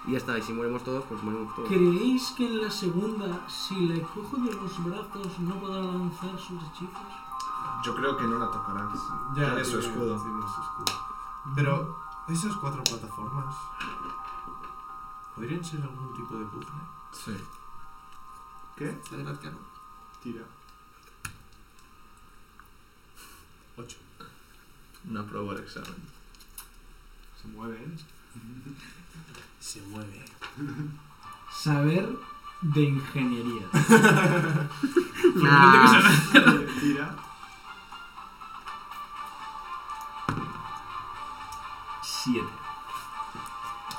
Y ya está, y si mueremos todos, pues morimos todos. ¿Creéis que en la segunda, si le cojo de los brazos, no podrá lanzar sus hechizos? Yo creo que no la tocarás. Ya Tiene su tiene- escudo. tiene su escudo. Pero esas cuatro plataformas podrían ser algún tipo de puzzle. Sí. ¿Qué? Sale el arcano. Tira. Ocho. No aprobó el examen. Se mueve él. Se mueve. Saber de ingeniería. Nah. Tira. Siete.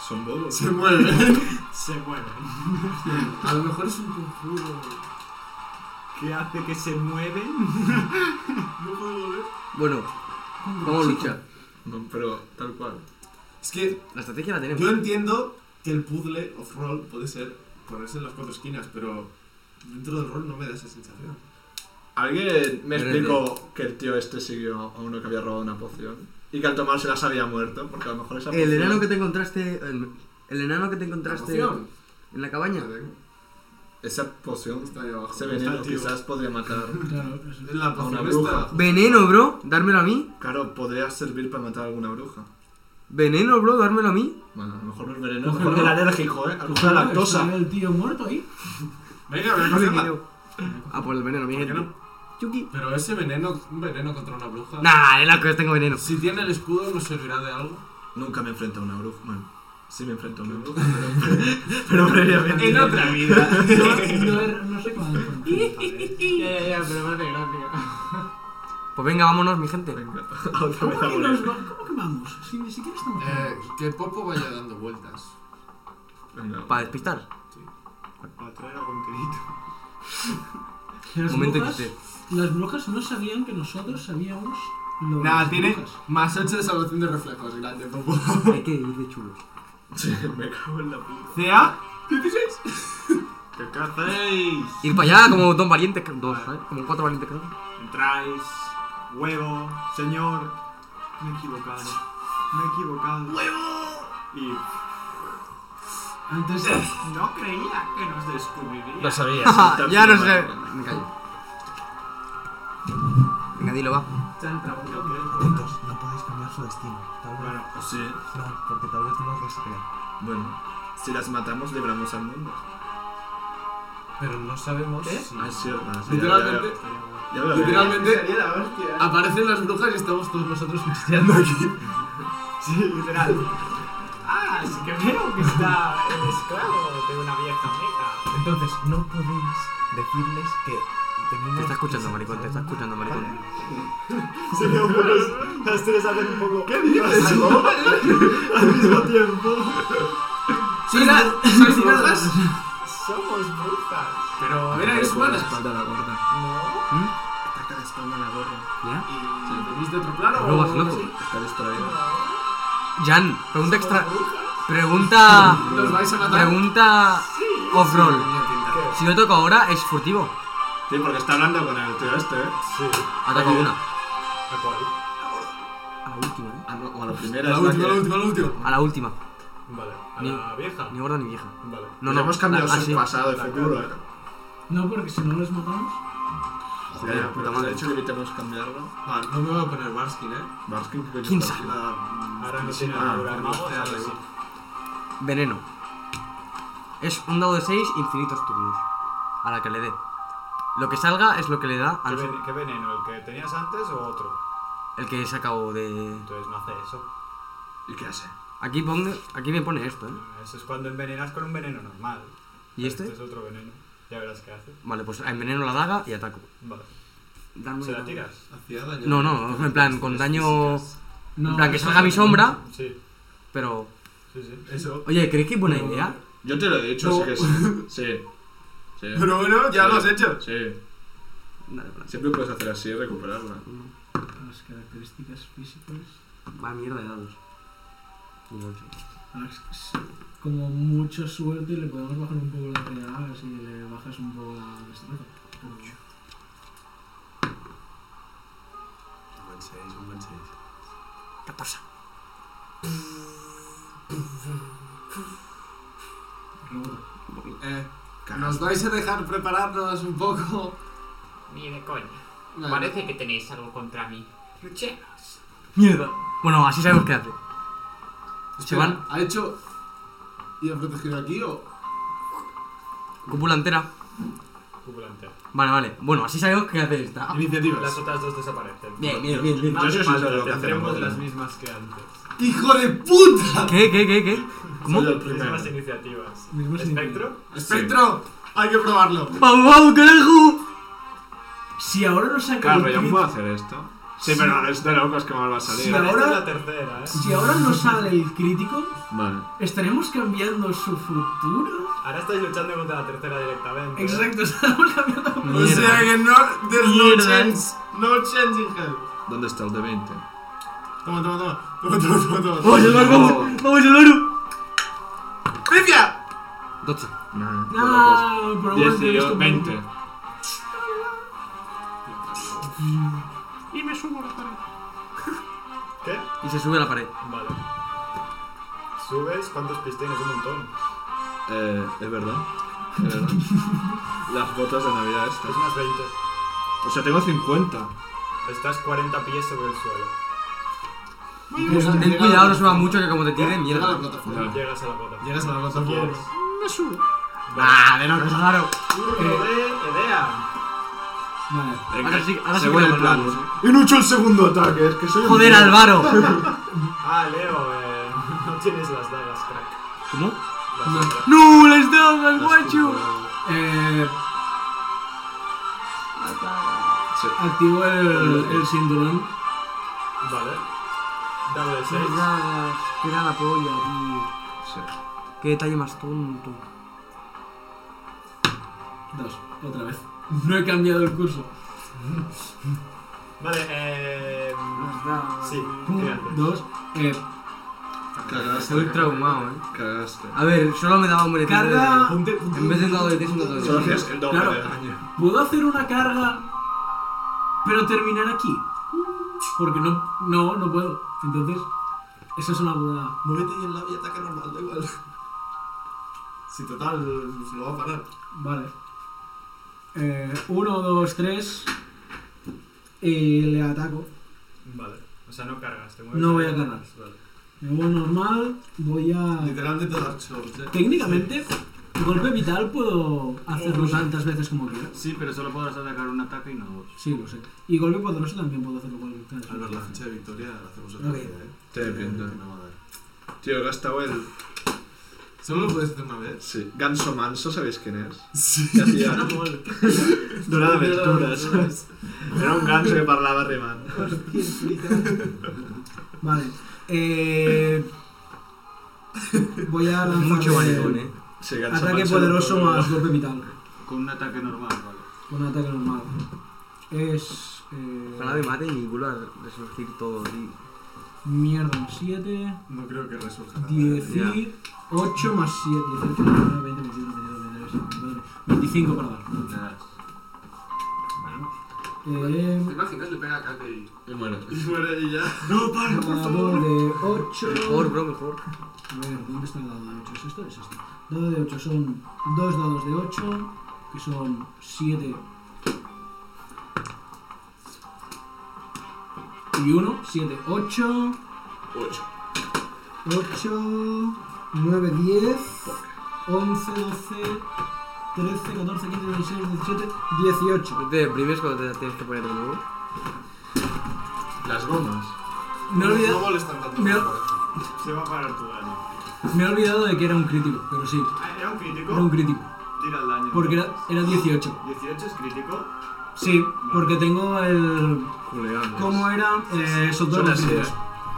Son bobos. Se mueve. Se mueve. A lo mejor es un conjuro. ¿Qué hace que se mueven? No puedo ver. Bueno, vamos a luchar. No, pero tal cual. Es que La estrategia la tenemos. yo Em. entiendo que el puzzle off-roll puede ser ponerse en las cuatro esquinas, pero dentro del rol no me da esa sensación. Alguien me Pero explicó que el tío este siguió a uno que había robado una poción. Y que al tomársela se había muerto, porque a lo mejor esa poción. El enano que te encontraste. El, el enano que te encontraste en Emoción. la cabaña. Esa poción. Está ahí abajo. Ese Está veneno activo. quizás podría matar. Claro, pues La una poción bruja. está... Veneno, bro, dármelo a mí. Claro, podría servir para matar a alguna bruja. Veneno, bro, dármelo a mí. Bueno, a lo mejor no es veneno, a lo mejor Cógelo. era alérgico, ¿eh? A lo mejor era ¿Está lactosa. el tío muerto ahí? Venga, voy a No le cogerla. quiero. Ah, por el veneno, mi ¿Por qué gente. no? Chucky. Pero ese veneno, un veneno contra una bruja. Nah, es la que tengo veneno. Si tiene el escudo, nos servirá de algo. Nunca me enfrento a una bruja. Bueno, sí me enfrento a una bruja, pero, pero previamente. En otra vida. No, era- no sé cómo. Ya, ya, ya, pero me hace gracia. Pues venga, vámonos, mi gente. Venga, otra ¿Cómo vez a que, nos morir. va- ¿Cómo que vamos? Si ni siquiera estamos. Eh, que Popo vaya dando vueltas. Venga. Para despistar. Para traer a Conquerito. Las Momento brujas- XT. Las brujas no sabían que nosotros sabíamos lo de Nada, las tiene brujas. más 8 de salvación de reflejos. Grande, Popo. Hay que ir de chulos. Sí, me cago en la puta. CA 16. ¿Qué cacéis? Ir para allá como dos valientes. que- Dos, ¿sabes? Como cuatro valientes cada uno. Entráis. Huevo. Señor. Me he equivocado. Me he equivocado. ¡Huevo! Y Antes no creía que nos descubriría. sabía. ya no sé. Me callo. Venga, dilo, va. Creo que- Juntos, no podéis cambiar su destino. Tal vez Bueno, Sí, no, porque tal vez no os vais a creer. bueno. Si las matamos, libramos al mundo. Pero no sabemos si... Ah, es cierto. ah, sí, ya- ya- Literalmente, Ya lo había- literalmente Sería la hostia. aparecen las brujas y estamos todos nosotros pisteando aquí. Sí, literal. Ah, sí que veo que está el esclavo de una vieja meca. Entonces, no podéis decirles que tenemos. Te está escuchando, maricón. Te está escuchando, maricón. Se me ocurre las tres hacen un poco. ¿Qué dices? Al mismo tiempo. ¿Sois brujas? Somos brujas. Pero Ataca erais con la buenas. espalda a la gorda. ¿Mm? No. Ataca la espalda a la gorda. ¿Ya? ¿Y venís de otro plano? No o vas algo loco. así? Está distraída. Jan, pregunta extra. Pregunta. ¿Los vais a matar? Pregunta off-roll. Tenía pinta. Si no toco ahora, es furtivo. Sí, porque está hablando con el tío este, ¿eh? Sí. Ataco a una. ¿A cuál? A la última, Ah, no, o a la primera. La es la última, que- la última, la última. A la última. Vale. ¿A la vieja? Ni gorda ni vieja. Vale. No, Pues no. hemos cambiado la- ah, su sí. pasado y La futuro, cara. ¿eh? No, porque si no los matamos. Joder, ya, puta pero madre. de hecho evitemos cambiarlo. Ah, no me voy a poner Barskin, ¿eh? Barskin, ¿qué coño ¿Quién es sabe? Barskin? Ahora no tiene ah, armadura de porque mago, este ahora arreglo. sí. Veneno. Es un dado de 6, infinitos turnos. A la que le dé. Lo que salga es lo que le da ¿Qué al ven- ¿Qué veneno? ¿El que tenías antes o otro? el que he sacado de. Entonces no hace eso. ¿Y qué hace? Aquí, pongo, aquí me pone esto, ¿eh? Eso es cuando envenenas con un veneno normal. ¿Y este? Este es otro veneno. Ya verás qué hace. Vale, pues enveneno la daga y ataco. Vale. Dame- ¿Se la tiras? Hacía daño. No, no, en plan, con daño. No, En plan, que eso salga mi no. sombra, Sí, pero. sí, sí. Eso. Oye, ¿crees que es buena idea? Yo te lo he dicho, No. sí que sí. Sí. Sí. Pero bueno, ya lo has hecho. Sí. Dale, plan. Siempre puedes hacer así y recuperarla. Las características físicas. Va mierda de dados. Las- Como mucha suerte le podemos bajar un poco la pegada si le bajas un poco la destreza. Un buen 6, un buen 6. 14. Rebota. Eh, ¿nos vais a dejar prepararnos un poco? Ni de coña. Vale. Parece que tenéis algo contra mí. Luchemos. Mierda. Bueno, así sabemos qué hace. Se Espera, van. ¿Ha hecho y ha protegido aquí o...? Cúpula entera. Cúpula entera. Vale, vale. Bueno, así sabemos qué hace esta. Las Iniciativas. otras dos desaparecen. Bien, bien, bien, bien. Más Yo sí falta, sé lo que hace la tendremos madre. las mismas que antes. ¡Hijo de puta! ¿Qué, qué, qué, qué? ¿Cómo? Soy el primero. Mismas iniciativas. Mismas ¿Espectro? Pues ¡Espectro! Hay que probarlo. ¡Vamos, vamos, carajo! Si ahora no saca Claro, el pero yo crit- no puedo hacer esto. Sí, Sí. pero es de locos que mal va a Sí, salir. Esta ahora- es la tercera, ¿eh? si ahora no sale el crítico, Vale. estaremos cambiando su futuro. Ahora estáis luchando contra la tercera directamente. ¿eh? Exacto, estaremos cambiando. O sea que no... There's no Mierda. chance. No chance in hell. ¿Dónde está el de 20? Toma, toma, toma. Toma, toma, toma, toma. ¡Vamos, Eduardo, vamos! ¡Vamos, Eduardo! ¡Limpia! 12. No, de locos. pues, Ah, pero bueno, tienes 18, tu 20. Y me subo a la pared. ¿Qué? Y se sube a la pared. Vale. Subes, ¿cuántos pies tienes? Un montón. Eh, es verdad. Es verdad. Las botas de Navidad Es estas. más 20. O sea, tengo 50. Estás 40 pies sobre el suelo. Pues Ten llega cuidado, la- no suba mucho que como te tire, Llega la mierda. plataforma. Llegas a la bota. Llegas a la Si quieres. plataforma. Ah, de locos, claro. Eh. Turno de Edea. Vale. Ahora sí, ahora sí Según que el lo plan. mandamos. Y no he hecho el segundo ataque, es que soy un Joder, mierda. Álvaro. Ah, Leo, eh, no tienes las dagas, crack. ¿Cómo? Las No. otras. ¡No! ¡Las dagas, guacho! Eh, Sí. activo el, el cinturón. Vale. Dame de 6. Que era la polla, tío. Sí. Qué detalle más tonto. Dos, otra vez. No he cambiado el curso. Vale, eh. Las dagas. Sí, ¿qué Uno, haces? dos. Eh, Cagaste. Estoy traumado, eh. Cagaste. A ver, solo me daba un boletín Carga. de- En vez de un dado de 3, un dado de Solo 6. hacías el doble Claro. de daño. puedo hacer una carga, pero terminar aquí. Porque no, no, no puedo. Entonces, eso es una buena. Muévete y en la y ataca normal, da igual. Si total, se lo va a parar. Vale. Eh, uno, dos, tres. Y le ataco. Vale. O sea, no cargas, te mueves. No voy a ahí. cargar. Vale. Me voy normal. Voy a. Literalmente Dark Souls, ¿eh? Técnicamente, golpe vital puedo hacerlo tantas veces como quiera. Sí, pero solo podrás atacar un ataque y no dos. Sí, lo sé. Y golpe poderoso también puedo hacerlo cual- tantas Al ver veces. la fecha de victoria, la hacemos otra Ok. vez, ¿eh? Te pinta. Que no va a dar. Tío, he gastado el. ¿Solo lo puedes hacer una vez? Sí. Ganso Manso, ¿sabéis quién es? Sí. Que hacía. Dorada Aventuras. Aventuras. Era un ganso que parlava rimando. Vale. Eh, voy a lanzar Mucho el maricón, eh. Sí, ganso Ataque Manso poderoso era un más golpe vital. Con un ataque normal, vale. Un ataque normal. Es. eh, Ojalá me mate y mi culo a resurgir todo, tío. mierda, más 7. No creo que resurja nada. 18 más 7. 18, 19, 20, 21, 22, 23, 24, 25 para dar. Le das. Eh, ¿Te imaginas? Le pega a Kate y... Y muere. Y muere y ya. No, para, por favor. de 8. Mejor, bro, mejor. A ver, ¿dónde está el dado de 8? ¿Es esto o es esto? Dado de 8 son dos dados de 8, que son 7 y 1. 7, 8. 8. 8, 9, 10, 11, 12, 13, 14, 15, 16, 17, 18. ¿No te deprimes cuando te tienes que poner de nuevo? Las gomas. Me he olvidado. No molestan tanto. Me he- Se va a parar tu daño. Me he olvidado de que era un crítico, pero sí. Ah, ¿Era un crítico? Era un crítico. Tira el daño. Porque era, entonces. era 18. 18 es crítico. Sí, porque tengo el. Culeables. ¿Cómo era? Eh, esos dos Son los así, críticos.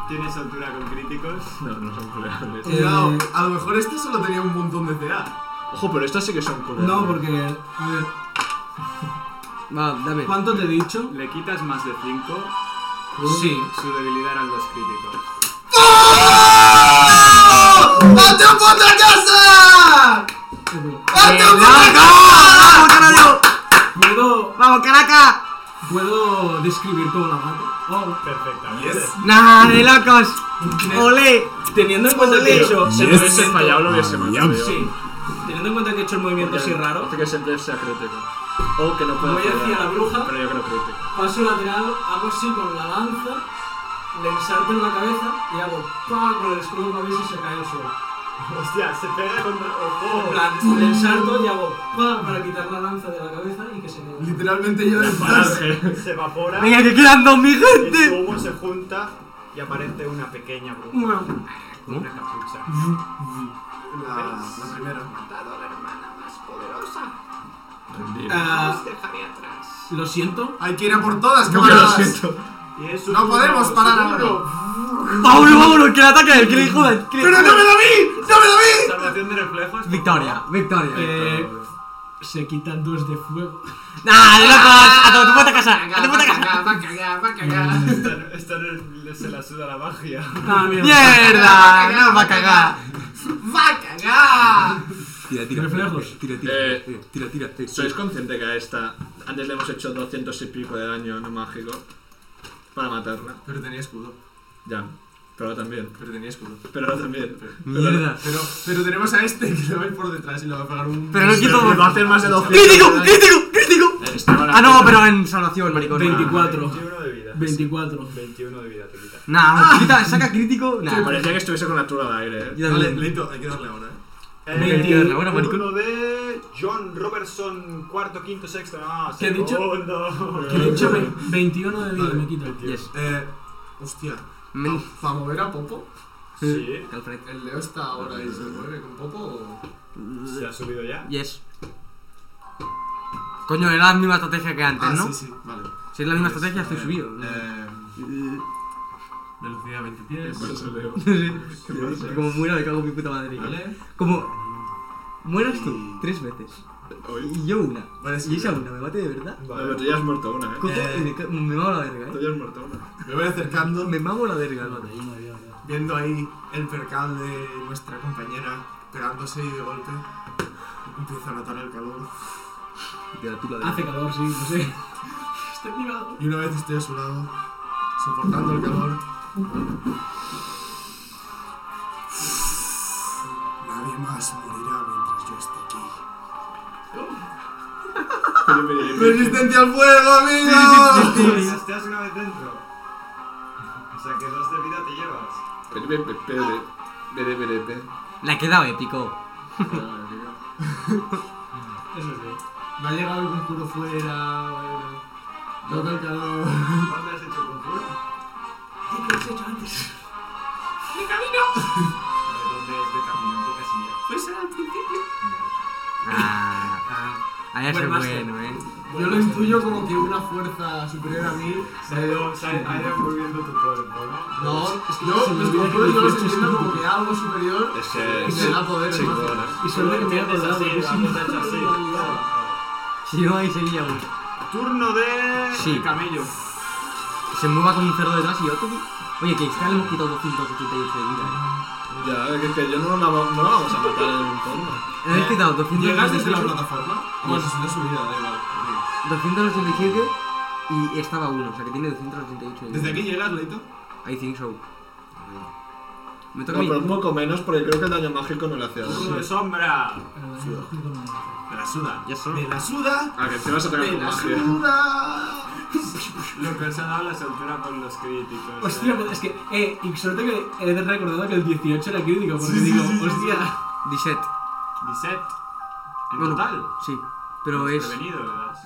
¿Tienes altura con críticos? No, no son culeables. Cuidado, a lo mejor este solo tenía un montón de CA. Ojo, pero estas sí que son culeables. No, porque. A ver. Va, dame. ¿Cuánto te he dicho? Le quitas más de 5. Sí. Su debilidad eran los críticos. ¡Hazte un puta casa! ¡Hazte un puta casa! carajo! ¿Puedo, ¡Vamos, Caraca! ¿Puedo describir cómo la mato? Oh, perfectamente. ¡Nah, de locos! ¡Olé! Teniendo en cuenta que he hecho. Si el hubiese movimiento- fallado, lo hubiese matado. yo. Sí. Teniendo en cuenta que he hecho el movimiento así raro, Hace que siempre sea crítico. O Oh, que no pueda Voy hacia fallar, la bruja. Pero yo creo crítico. paso lateral, hago así con la lanza, le ensarto en la cabeza y hago pa con el escudo con la cabeza y se cae al suelo. Hostia, se pega contra. En ¡Ojo! plan, le ensarto y hago pa para quitar la lanza de la cabeza y que se quede. Literalmente yo Se evapora. Venga, que quedan dos, mi y su gente. humo se junta y aparece una pequeña bruja Bueno, con una capucha. La, la primera. Matado a la hermana más poderosa. Rendir. ah, Os dejaré atrás. lo siento. Hay que ir a por todas, No, que lo camaradas. siento. Y es un No podemos turno, parar es un turno. ahora. ¡Vámonos, vámonos! ¡Que le ataque! ¡Que le jodan! ¡Que le ¡Pero jodan! dámelo a mí! ¡Dámelo a mí! Salvación de reflejos. Victoria, victoria. Eh, se quitan dos de fuego. ¡Nah, de locos! ¡A tu- tu puta casa! ¡A tu Va puta a casa! cagar, va a cagar, va a cagar. Esta, no- esta no- se la suda la magia. Ah, mierda. ¡Mierda! ¡No va a cagar! ¡Va a cagar! Tira, Reflejos. Tira, tira, tira, tira, Eh, ¿Sois consciente que a esta antes le hemos hecho 200 y pico de daño no mágico para matarla? Pero tenía escudo. Ya, pero ahora también. Pero tenía escudo. Pero ahora también. ¡Mierda! Pero, pero tenemos a este que le va a ir por detrás y le va a pegar un. Pero no Pero quito... que va a hacer más de 200. ¡Crítico! de daño. ¡Crítico! ¡Crítico! Eh, estaba la- Ah, no, pero en salvación, maricón. 24. 21 de vida. 24. 21 de vida te quita. Nah, quita, saca crítico. Me Nah, Ah, parecía que estuviese con la altura al aire, eh. Yo Vale, también. Leito, hay que darle ahora, eh. Venga, tío, El ahora, maricón. turno de John Robertson, cuarto, quinto, sexto. No, ¿Qué he dicho? segundo. Que le he hecho ve- 21 de vida, Vale. me quito. Yes. Eh. Hostia. Men- ¿Va a mover a Popo? Sí, Alfred. ¿El Leo está ahora y se mueve con Popo o...? se ha subido ya. Yes. Coño, era la misma estrategia que antes, Ah, ¿no? sí, sí, vale. Si es la misma Pues, estrategia, estoy eh, subido. Eh, velocidad 20 pies. Sí. Como muera, me cago en mi puta madre. Vale. Como mueras tú tres veces y yo una, Vale, sí, y esa una me mate de verdad, No, pero tú ya has muerto una, eh. cojo y me, ca- me mago la verga, Tú eh. ya has muerto una. Me voy acercando, Me mago la verga, mate. viendo ahí el percal de nuestra compañera pegándose y de golpe empieza a notar el calor. Te la tú la Hace calor, sí, no sé. Estoy privado. Y una vez estoy a su lado, soportando el calor. Nadie más morirá mientras yo esté aquí. ¡Resistencia al fuego, amigo! Estás una vez dentro. O sea que dos de vida te llevas. Pere, pere, pere, pere, pere, pere, pere. La he quedado épico. Eso sí. Me ha llegado el conjuro fuera, bueno... Nota el calor... ¿Cuándo has hecho conjuro? ¿Qué has hecho antes? ¡Mi camino! ¿Dónde es de camino en tu casilla? Pues era al principio. Ah, Ah, ahí es Buen máster. bueno, eh. Yo lo intuyo como que una fuerza superior a mí... Se ha ido, se ha ha ido envolviendo tu cuerpo, ¿no? No, se yo me los olvida que conjuros yo los 18 es entiendo como- como que algo superior Es y que. me da poder. Sí, ¿no? bueno. y Tú lo solo que me he entiendes acordado. así, que sí. la cosa hecha así. Si no, ahí seguíamos. Turno de. Sí. Camello. Se mueva con un cerdo detrás y yo... tú- Oye, que está le hemos quitado 288 de vida, eh. Ya, que, que yo no la va- no la vamos a matar en un turno. eh. Le hemos quitado ¿Llegas desde la 288 plataforma? Ah, Bueno, es una subida, da igual. 287 Y estaba uno, o sea que tiene 288 de vida. ¿Desde aquí llegas, Leito? I think so. Me toca No, mi- pero un poco menos porque creo que el daño mágico no le hace daño. ¡Culo de sombra! De la suda. Ya son. De la suda. Ah, que te vas a pegar de con la magia. suda. Lo que os han dado la soltura por los críticos. Hostia, pues es que, eh, y suerte que he recordado que el 18 era crítico, porque digo, hostia. 17. 17. ¿En Bueno, total? Pues Sí, pero es. Prevenido le das.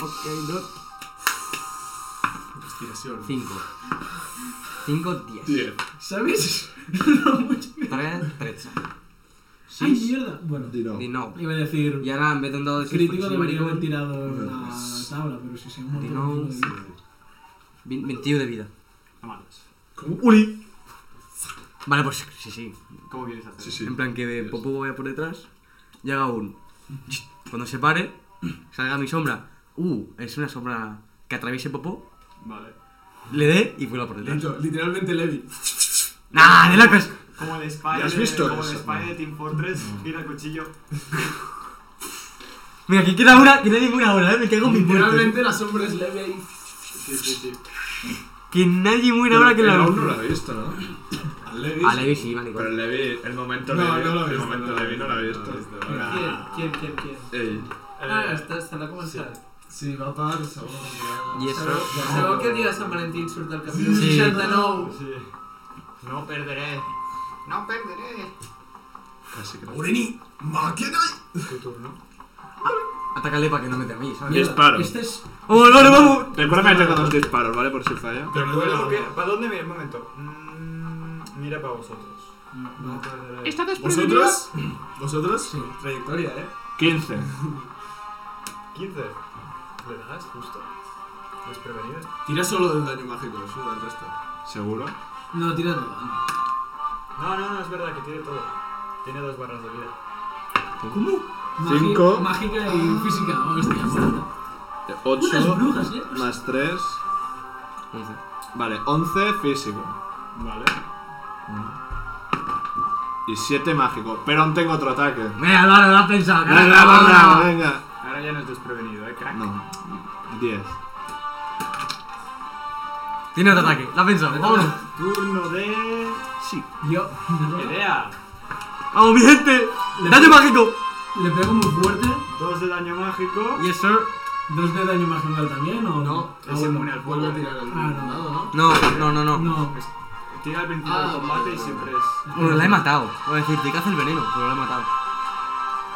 Ok, no. Respiración. 5. 5, 10. Diez. ¿Sabes? 3, 13. Ay, mierda. Bueno, Dino. iba a decir, Y ahora en vez de un dado de 6 crítico debería haber tirado la tabla, pero si se ha muerto. Dino. no puedo ir. 21 de vida. No matas. Como Uri. Vale, pues sí, sí. ¿Cómo quieres hacer? Sí, sí. En plan que de popo voy a por detrás, llega un. Cuando se pare, salga mi sombra. Uh, es una sombra que atraviese popo, Vale. le dé y vuela por detrás. Leito, literalmente Levi. ¡Nah, de locos! Como el Spy, ¿Ya has de- visto como el eso? Spy de Team Fortress, gira el cuchillo. Mira, aquí queda una, que no hay ninguna ahora, ¿eh? Me cago en mi muerte. Literalmente la sombra es leve ahí. Sí, sí, sí. Que nadie muere Pero ahora que él la aún no lo ha visto, ¿no? A Levi. A Levi sí, vale. Pero el Levi, el momento No, Levi, no lo ha el visto, momento no lo ha Levi no lo ha visto. ¿Quién? ¿Quién? ¿Quién? ¿Quién? Ey, Eh, Ah, está, está la comensal. Si va a pagar, seguro que Y eso. Sabeu que dia de Sant Valentí surt del camí? Sí. 69. Sí. No perderé. No perderé. casi que no. Ureni. Máquina. Tu turno. Atacale para que no me a mí, ¿sabes? Disparo. Este es. ¡Oh, no, no, vamos! Recuérdame que tengo dos disparos, ¿vale? Por si falla. Recuerdo que. ¿Para dónde mira? Un momento. Mm, mira para vosotros. No perderé. Está desprevenido. ¿Vosotros? ¿Vosotros? Sí. Trayectoria, eh. 15. 15. ¿Le das justo? Desprevenido. Tira solo del daño mágico, suda el resto. ¿Seguro? No, tira todo. No, no, no, es verdad que tiene todo. Tiene dos barras de vida. ¿Cómo? Magi- Cinco. Mágica y física, oh, hostia. puta. Unas 8 brujas, eh. más 3. Vale, 11 físico. Vale. Y 7 mágico. Pero aún tengo otro ataque. Mira, no, no lo has pensado. ¡Venga, venga, venga! Ahora ya no es desprevenido, eh, crack. No. 10. Tiene otro ataque, lo has pensado. Vámonos. Turno de. Sí. Yo Idea. ¡Vamos, mi gente! ¡Daño mágico! le pego muy fuerte. Dos de daño mágico. Yes, sir. ¿Dos de daño mágico también o no? Es inmune al Vuelve fuego. a tirar el Ah, no. dado, ¿no? No, no, no, no. No. Tira al principio del Ah, combate vale, y vale. siempre es. Bueno, la he matado. Voy a decirte que hace el veneno, pero la he matado.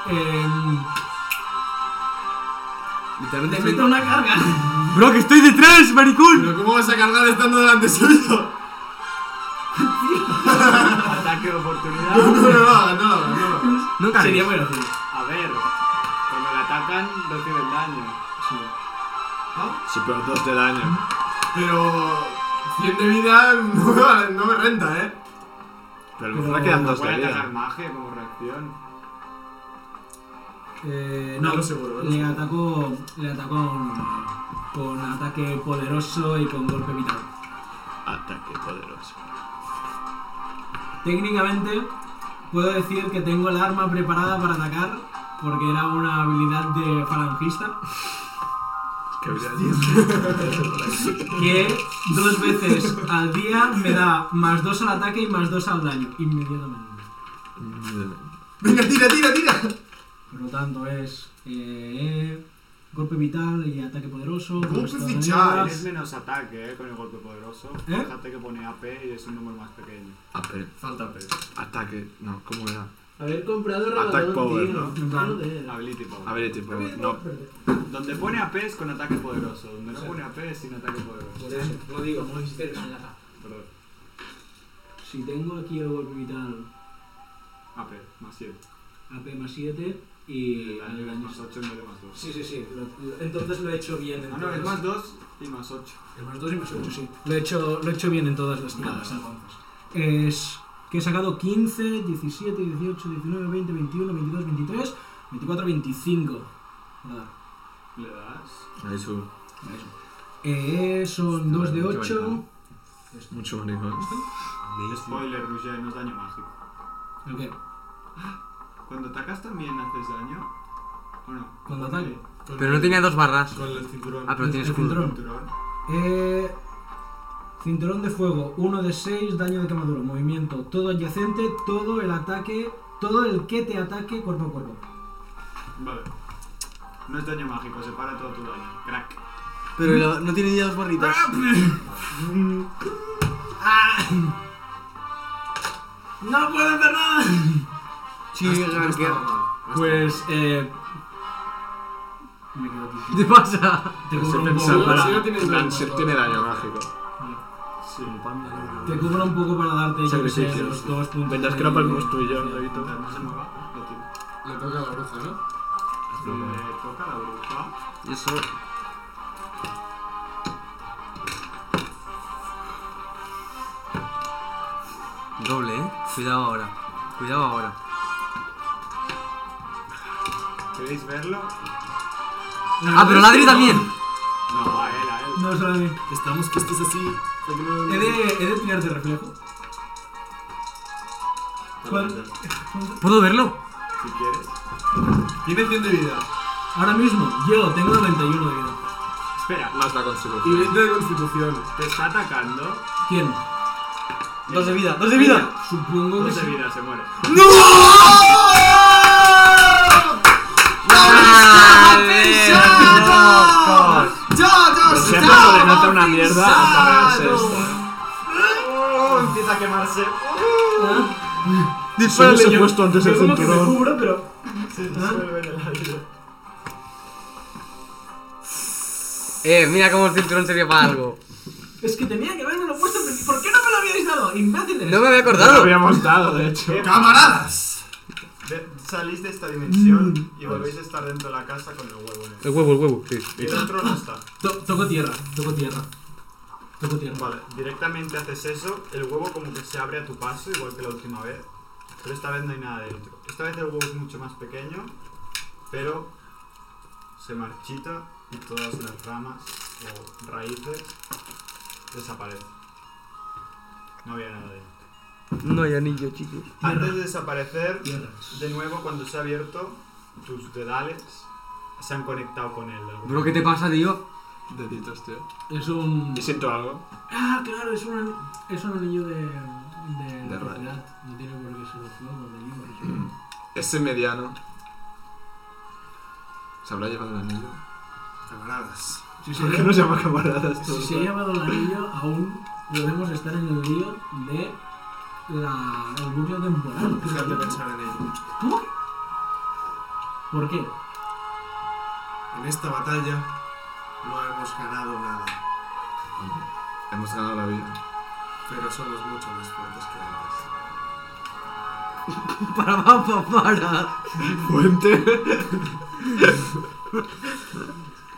Eh, Literalmente te me- meto una carga. Bro, que estoy detrás, maricón. Pero ¿cómo vas a cargar estando delante suyo? Ataque de oportunidad. No, no lo hagas, no lo hagas, no lo hagas. No cargues. Sería muy gracioso. A ver, cuando le atacan reciben daño. Sí, pero 2 de daño. Pero 100 de vida no, me va- no me renta, ¿eh? Pero a lo mejor le Pero quedan No 2 de puede atacar vida. magia como reacción. Eh, Ya lo seguro, ya lo le seguro. atacó, le atacó con, con ataque poderoso y con golpe vital. Ataque poderoso. Técnicamente puedo decir que tengo el arma preparada para atacar porque era una habilidad de falangista Que hubiera que dos veces al día me da más dos al ataque y más dos al daño inmediatamente. Mm, Venga, tira, tira, tira. Por lo tanto es eh, golpe vital y ataque poderoso. Golpe más dos de vital, daño. Es menos ataque eh, con el golpe poderoso. ¿Eh? Fíjate que pone AP y es un número más pequeño. Ape. Falta peso. Ataque. No, ¿cómo era? Haber comprado Attack regalado power, un ¿no? tiro. En plan, Joder. Ability power. Ability power. No. Donde pone AP es con ataque poderoso. Donde no pone AP es sin ataque poderoso. Por eso, lo digo, muy interesante. Perdón. Si tengo aquí el golpe vital AP, más 7. AP más 7 y El el daño es daño más 8 en vez de más 2. Sí, sí, sí. lo- lo- entonces lo he hecho bien. Ah, no, es entonces. más 2 y más 8. El más dos y más ocho, sí. Lo he hecho, lo he hecho bien en todas las tiradas, entonces. Es que he sacado 15, 17, 18, 19, 20, 21, 22, 23, 24, 25. Nada, Le das. Ahí su. eso. Eh, son 2 de 8. Mucho maricón. Spoiler, Roger, no es daño mágico. ¿El qué? Cuando atacas también haces daño. Bueno, Con ataque. Pero Ah, no tenía dos barras. Con el cinturón. Ah, pero El- tiene el escudo. cinturón. Eh, cinturón de fuego, 1 de 6, daño de quemadura, movimiento, todo adyacente, todo el ataque, todo el que te ataque cuerpo a cuerpo. Vale. No es daño mágico, separa todo tu daño. Crack. Pero la- no tiene ni dos barritas. ¡No puedo hacer nada! Sí, gankear. Pues, eh. Me quedo aquí. ¿Qué pasa? Te Pues cubro he un pensado, poco. para- la- Lancer tiene daño mágico. Sí. Te cubro un poco para darte yo que sé, Sacrificios. los dos puntos. Mientras de- que no palmos tú y yo, Davidito. Mientras no se mueva, lo tiro. Le toca a la bruja, ¿no? Le Este, toca a la bruja. Eso. Doble, eh. Cuidado ahora. Cuidado ahora. ¿Queréis verlo? Ah, pero ladri también. No, a él, a él. No, solo a mí. Estamos que esto es así. porque no- He de, he de tirar de reflejo. ¿Cuál? ¿Puedo verlo? Si quieres. Tiene 100 de vida. Ahora mismo, yo tengo 91 de vida. Espera, Más la Y constitución. 20 de constitución. te está atacando. ¿Quién? Dos de vida, dos de vida. Supongo que Dos de sí. vida, se muere. ¡Locos! Siempre se le nota una mierda Ah, Ah, hasta verse esto. Oh, empieza a quemarse. Solo se ha puesto antes el Yo como Ah, que me cinturón. cubro, pero. Se disuelve en el aire. Eh, mira cómo el cinturón sirvió para algo. Es que tenía que haberme lo puesto. pero ¿Por qué no me lo habíais dado? ¡Imbéciles! No me había No lo acordado. habíamos dado, de hecho. Eh, ¡Camaradas! de- salís de esta dimensión y volvéis a estar dentro de la casa con el huevo en el. El huevo, el huevo, sí. El otro no está. To- toco tierra, toco tierra. Toco tierra. Vale, directamente haces eso, el huevo como que se abre a tu paso, igual que la última vez, pero esta vez no hay nada dentro. Esta vez el huevo es mucho más pequeño, pero se marchita y todas las ramas o raíces desaparecen. No había nada dentro. No hay anillo, chicos. Antes de desaparecer, Tierra. de nuevo cuando se ha abierto, tus dedales se han conectado con él. de alguna Bro, ¿qué te manera. pasa, tío? Deditos, tío. Es un. Y siento algo. Ah, claro, es un, es un anillo de. de. De propiedad. No tiene por qué ser fuego, de libros. Ese mediano. ¿Se habrá llevado el anillo? Camaradas. Si se ¿Por qué lleva- no se llama camaradas todo? Si se ha llevado el anillo, aún podemos estar en el lío de la, el bucle temporal. Dejad de pensar en ello. ¿Cómo? ¿Por qué? En esta batalla no hemos ganado nada, Hemos ganado la vida. pero somos mucho más fuertes que antes. Para, para, para. Fuente.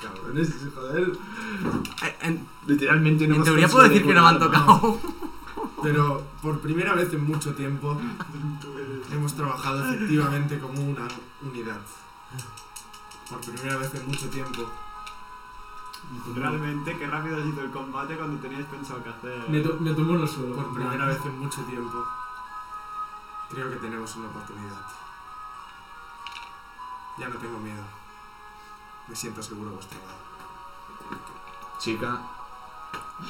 Cabrones, joder. Eh, En, Literalmente no en hemos teoría puedo decir que no me han conseguido tocado. Pero por primera vez en mucho tiempo hemos trabajado efectivamente como una unidad. Por primera vez en mucho tiempo. Realmente, qué rápido ha sido el combate cuando teníais pensado que hacer. Me, tu- me tumbo en el suelo. Por primera Ya. vez en mucho tiempo. Creo que tenemos una oportunidad. Ya no tengo miedo. Me siento seguro a vuestro lado. nada. Chica,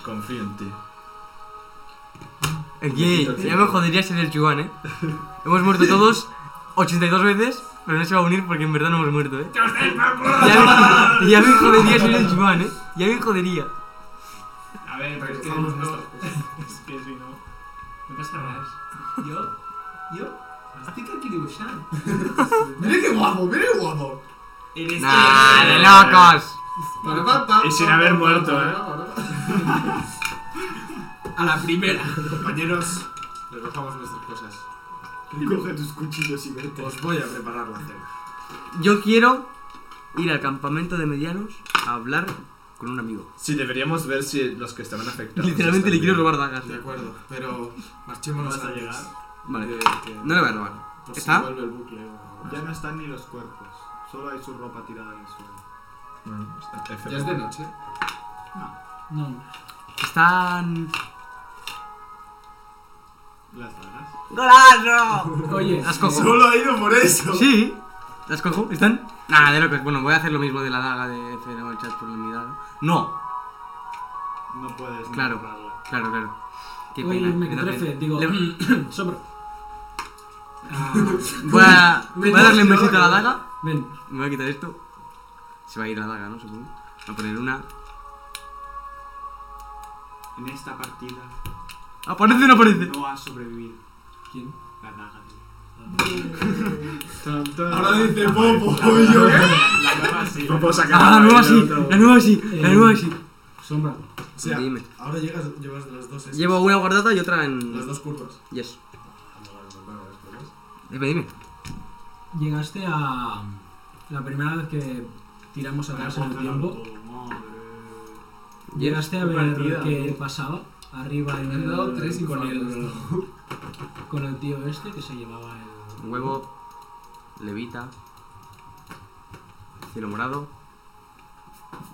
confío en ti. Oye, ya me jodería ser el Chuan, eh. Hemos muerto todos 82 veces, pero no se va a unir porque en verdad no hemos muerto, eh. Ya me, ya me jodería ser el Chuan, eh. Ya me jodería. A ver, pero es que Vamos, no. Es que si no. No pasa nada. Yo, yo, estoy aquí dibujando. ¡Mira qué guapo! ¡Mira qué guapo! Eres Nah, de locos. Para, pa, pa, Y sin pa, haber pa, muerto, pa, ¿eh? pa, pa. A la primera. Compañeros, recojamos nuestras cosas. Coge tus cuchillos y vete. Os voy a preparar la cena. Yo quiero ir al campamento de medianos a hablar con un amigo. Sí, deberíamos ver si los que estaban afectados. Literalmente están le quiero bien. robar dagas. ¿eh? De acuerdo, pero marchémonos ¿Vas a antes llegar? Vale. de que- No le voy a robar. por si ¿Está? vuelve el bucle o- Ya no están ni los cuerpos, solo hay su ropa tirada en el suelo. Bueno, está- Ya es de noche. No. Están. Las dagas. ¡Golazo! Oye, Las cojo. ah, Solo ha ido por eso. Sí. ¿Las cojo? ¿Están? Nada, de locos. Bueno, voy a hacer lo mismo de la daga de Feneo Chat por unidad. ¡No! No puedes. no Claro, comprarla. claro, claro. Qué Uy, pena. me me da trefe, pena. digo, Le- sombra. Ah, Voy a, Ven, voy a darle un no, besito a la no, no. daga. Ven. Me voy a quitar esto. Se va a ir la daga, ¿no? Supongo. Voy a poner una. En esta partida. ¿Aparece o no aparece? No ha sobrevivido. ¿Quién? La daga de. Ahora dice Popo, La- yo. la- la nueva sí, la nueva sí. Ah, la nueva sí, la nueva sí, la Eh, nueva sí. Sombra. O sea, Dime. ahora llegas, llevas las dos. esas. Llevo una guardada y otra en. Las dos curvas. Yes. Bueno, las curvas. Dime, dime. Llegaste a. La primera vez que tiramos atrás en el tiempo, llegaste Qué a ver partida, qué ¿no? pasaba arriba en Me han el- dado tres con el, infartos. con el tío este que se llevaba el. Huevo. Levita. Cielo morado.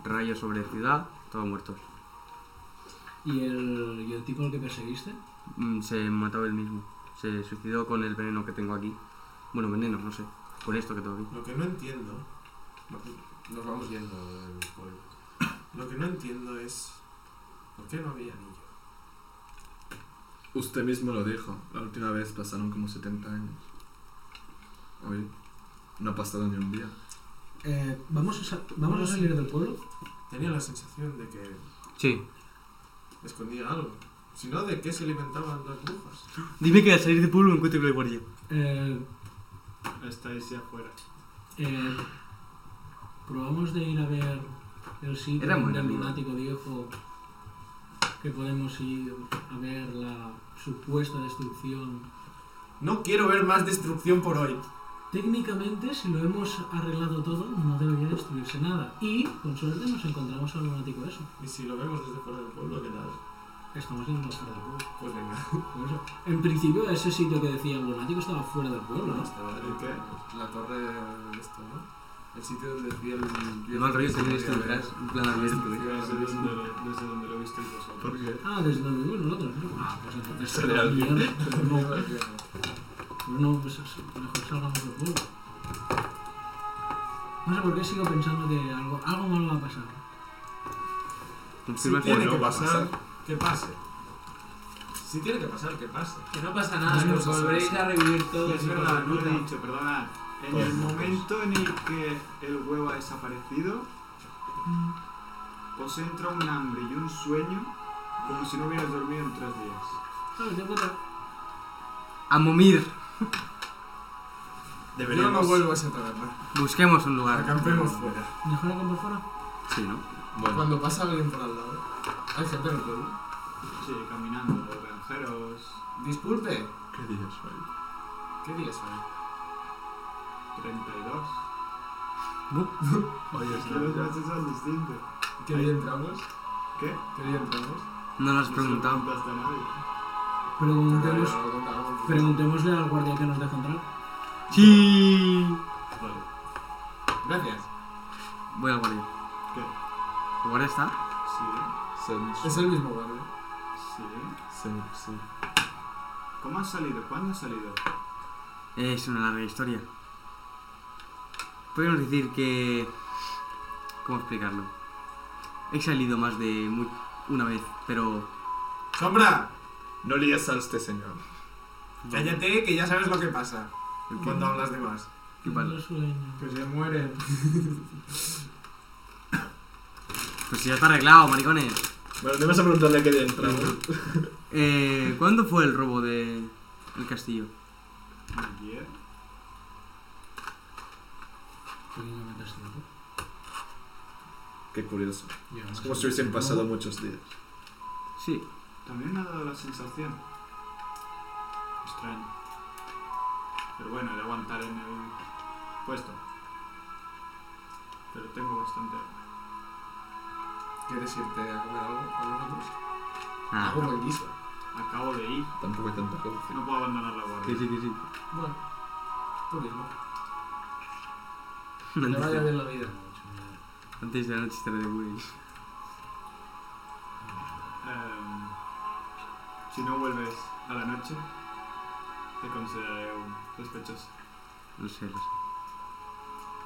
Rayo sobre ciudad. Todos muertos. Y el, y el tipo al que perseguiste. Mm, se mató él mismo. Se suicidó con el veneno que tengo aquí. Bueno, veneno, no sé. Con esto que tengo aquí. Lo que no entiendo. Nos vamos yendo del pueblo. Lo que no entiendo es. ¿Por qué no había anillo? Usted mismo lo dijo. La última vez pasaron como 70 años. Hoy no ha pasado ni un día. Eh, vamos a, sa- vamos a salir del pueblo. Tenía la sensación de que Sí. escondía algo. Si no, ¿de qué se alimentaban las brujas? Dime que al salir de pueblo me encuentro con el guardia. Eh, Estáis ya afuera. eh, probamos de ir a ver el sitio Era muy del amigo. lunático viejo que podemos ir a ver la supuesta destrucción No quiero ver más destrucción por hoy. Técnicamente, si lo hemos arreglado todo, no debería destruirse nada. Y, con suerte, nos encontramos al lunático eso. Y si lo vemos desde fuera del pueblo, ¿qué tal? Estamos yendo fuera del pueblo. Pues venga. Por eso. En principio, ese sitio que decía el lunático estaba fuera del pueblo, No, ¿no? estaba ¿El qué? La torre de esto, ¿no? El sitio donde decía el viejo. Mal rollo que se tener podía esto ver. detrás, en plan abierto, ¿eh? Desde donde lo, desde donde lo visteis vosotros. ¿Por qué? Ah, desde donde vivimos nosotros. ¿no? Ah, pues entonces. Sería la el mierda. bien. No, no, pues es- mejor salgamos del pueblo. No sé por qué sigo pensando que algo, algo malo va a pasar. Si Confirmas tiene Bueno, que va a pasar, que pase. Si tiene que pasar, que pase. Que no pasa nada, que Vamos os a volveréis hacer a revivir todos. Es hijos de verdad, no lo puta. he dicho, perdonad. En el momento en el que el huevo ha desaparecido, os entra un hambre y un sueño como si no hubierais dormido en tres días. Claro, te encuentras- A momir. Yo no vuelvo a esa taberna. Busquemos un lugar. Acampemos fuera. Mejor acá por fuera. Sí, ¿no? Bueno, Cuando pasa alguien por al lado, hay gente en el pueblo. Sí, caminando, granjeros, Disculpe, ¿qué día es hoy? ¿qué día es hoy? 32. Hoy Es es que los Navidad. meses son distintos. ¿Qué día entramos? ¿Qué? ¿Qué día entramos? No lo has No se lo preguntado. preguntaste a nadie. Preguntemos, Pero lo contábamos. preguntémosle al guardia que nos deja entrar. Sí. Vale. Gracias. Voy al guardia. ¿Qué? ¿El guardia está? Sí, Sen- Es el mismo guardia. sí. sen- sen- ¿Cómo has salido? ¿Cuándo has salido? Es una larga historia. Podríamos decir que... ¿Cómo explicarlo? He salido más de mu- una vez, pero... ¡Sombra! No líes a este señor. Cállate, que ya sabes lo que pasa ¿El qué? cuando hablas de más. ¿Qué pasa? Tengo sueño. Que se muere. Pues si ya está arreglado, maricones. Bueno, te vas a preguntarle a qué día entramos. Eh, ¿Cuándo fue el robo de el castillo? Ayer. Pequeño metastropo. Qué curioso. Es como si hubiesen pasado muchos días. Sí. También me ha dado la sensación. Extraño. Pero bueno, he de aguantar en el puesto. Pero tengo bastante. hambre. ¿Quieres irte a comer algo con nosotros? Ah, Hago buen guiso. Acabo de ir, Tampoco hay tanta cosa. no puedo abandonar la guardia. que sí, que sí. Bueno, tú mismo. Que Antes vaya de, bien la vida. antes de la noche estaré de Google. Em, si no vuelves a la noche, te consideraré un sospechoso. No sé, no sé.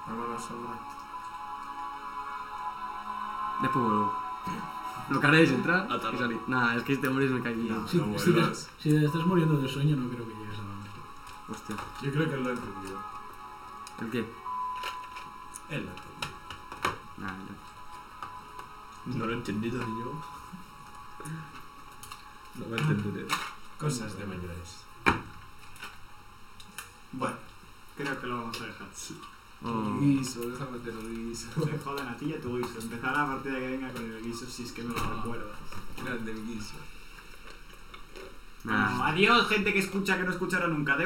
Ahora la sobra. Después vuelvo. Lo que haré es entrar Ah, y salir. Nah, es que este hombre es me cae bien. Si, si te, si te estás muriendo de sueño, no creo que llegues a la muerte. Hostia. Yo creo que él lo ha entendido. ¿El qué? Él lo ha entendido. Nah, no. No lo he entendido ni yo. Lo voy a entender él. Cosas de mayores. Bueno, creo que lo vamos a dejar. Oh. Guiso, déjame te lo guiso. Te jodan a ti y a tu guiso. Empezar la partida que venga con el guiso si es que no lo recuerdas. Grande el guiso. Nah. Bueno, adiós, gente que escucha que no escuchará nunca. De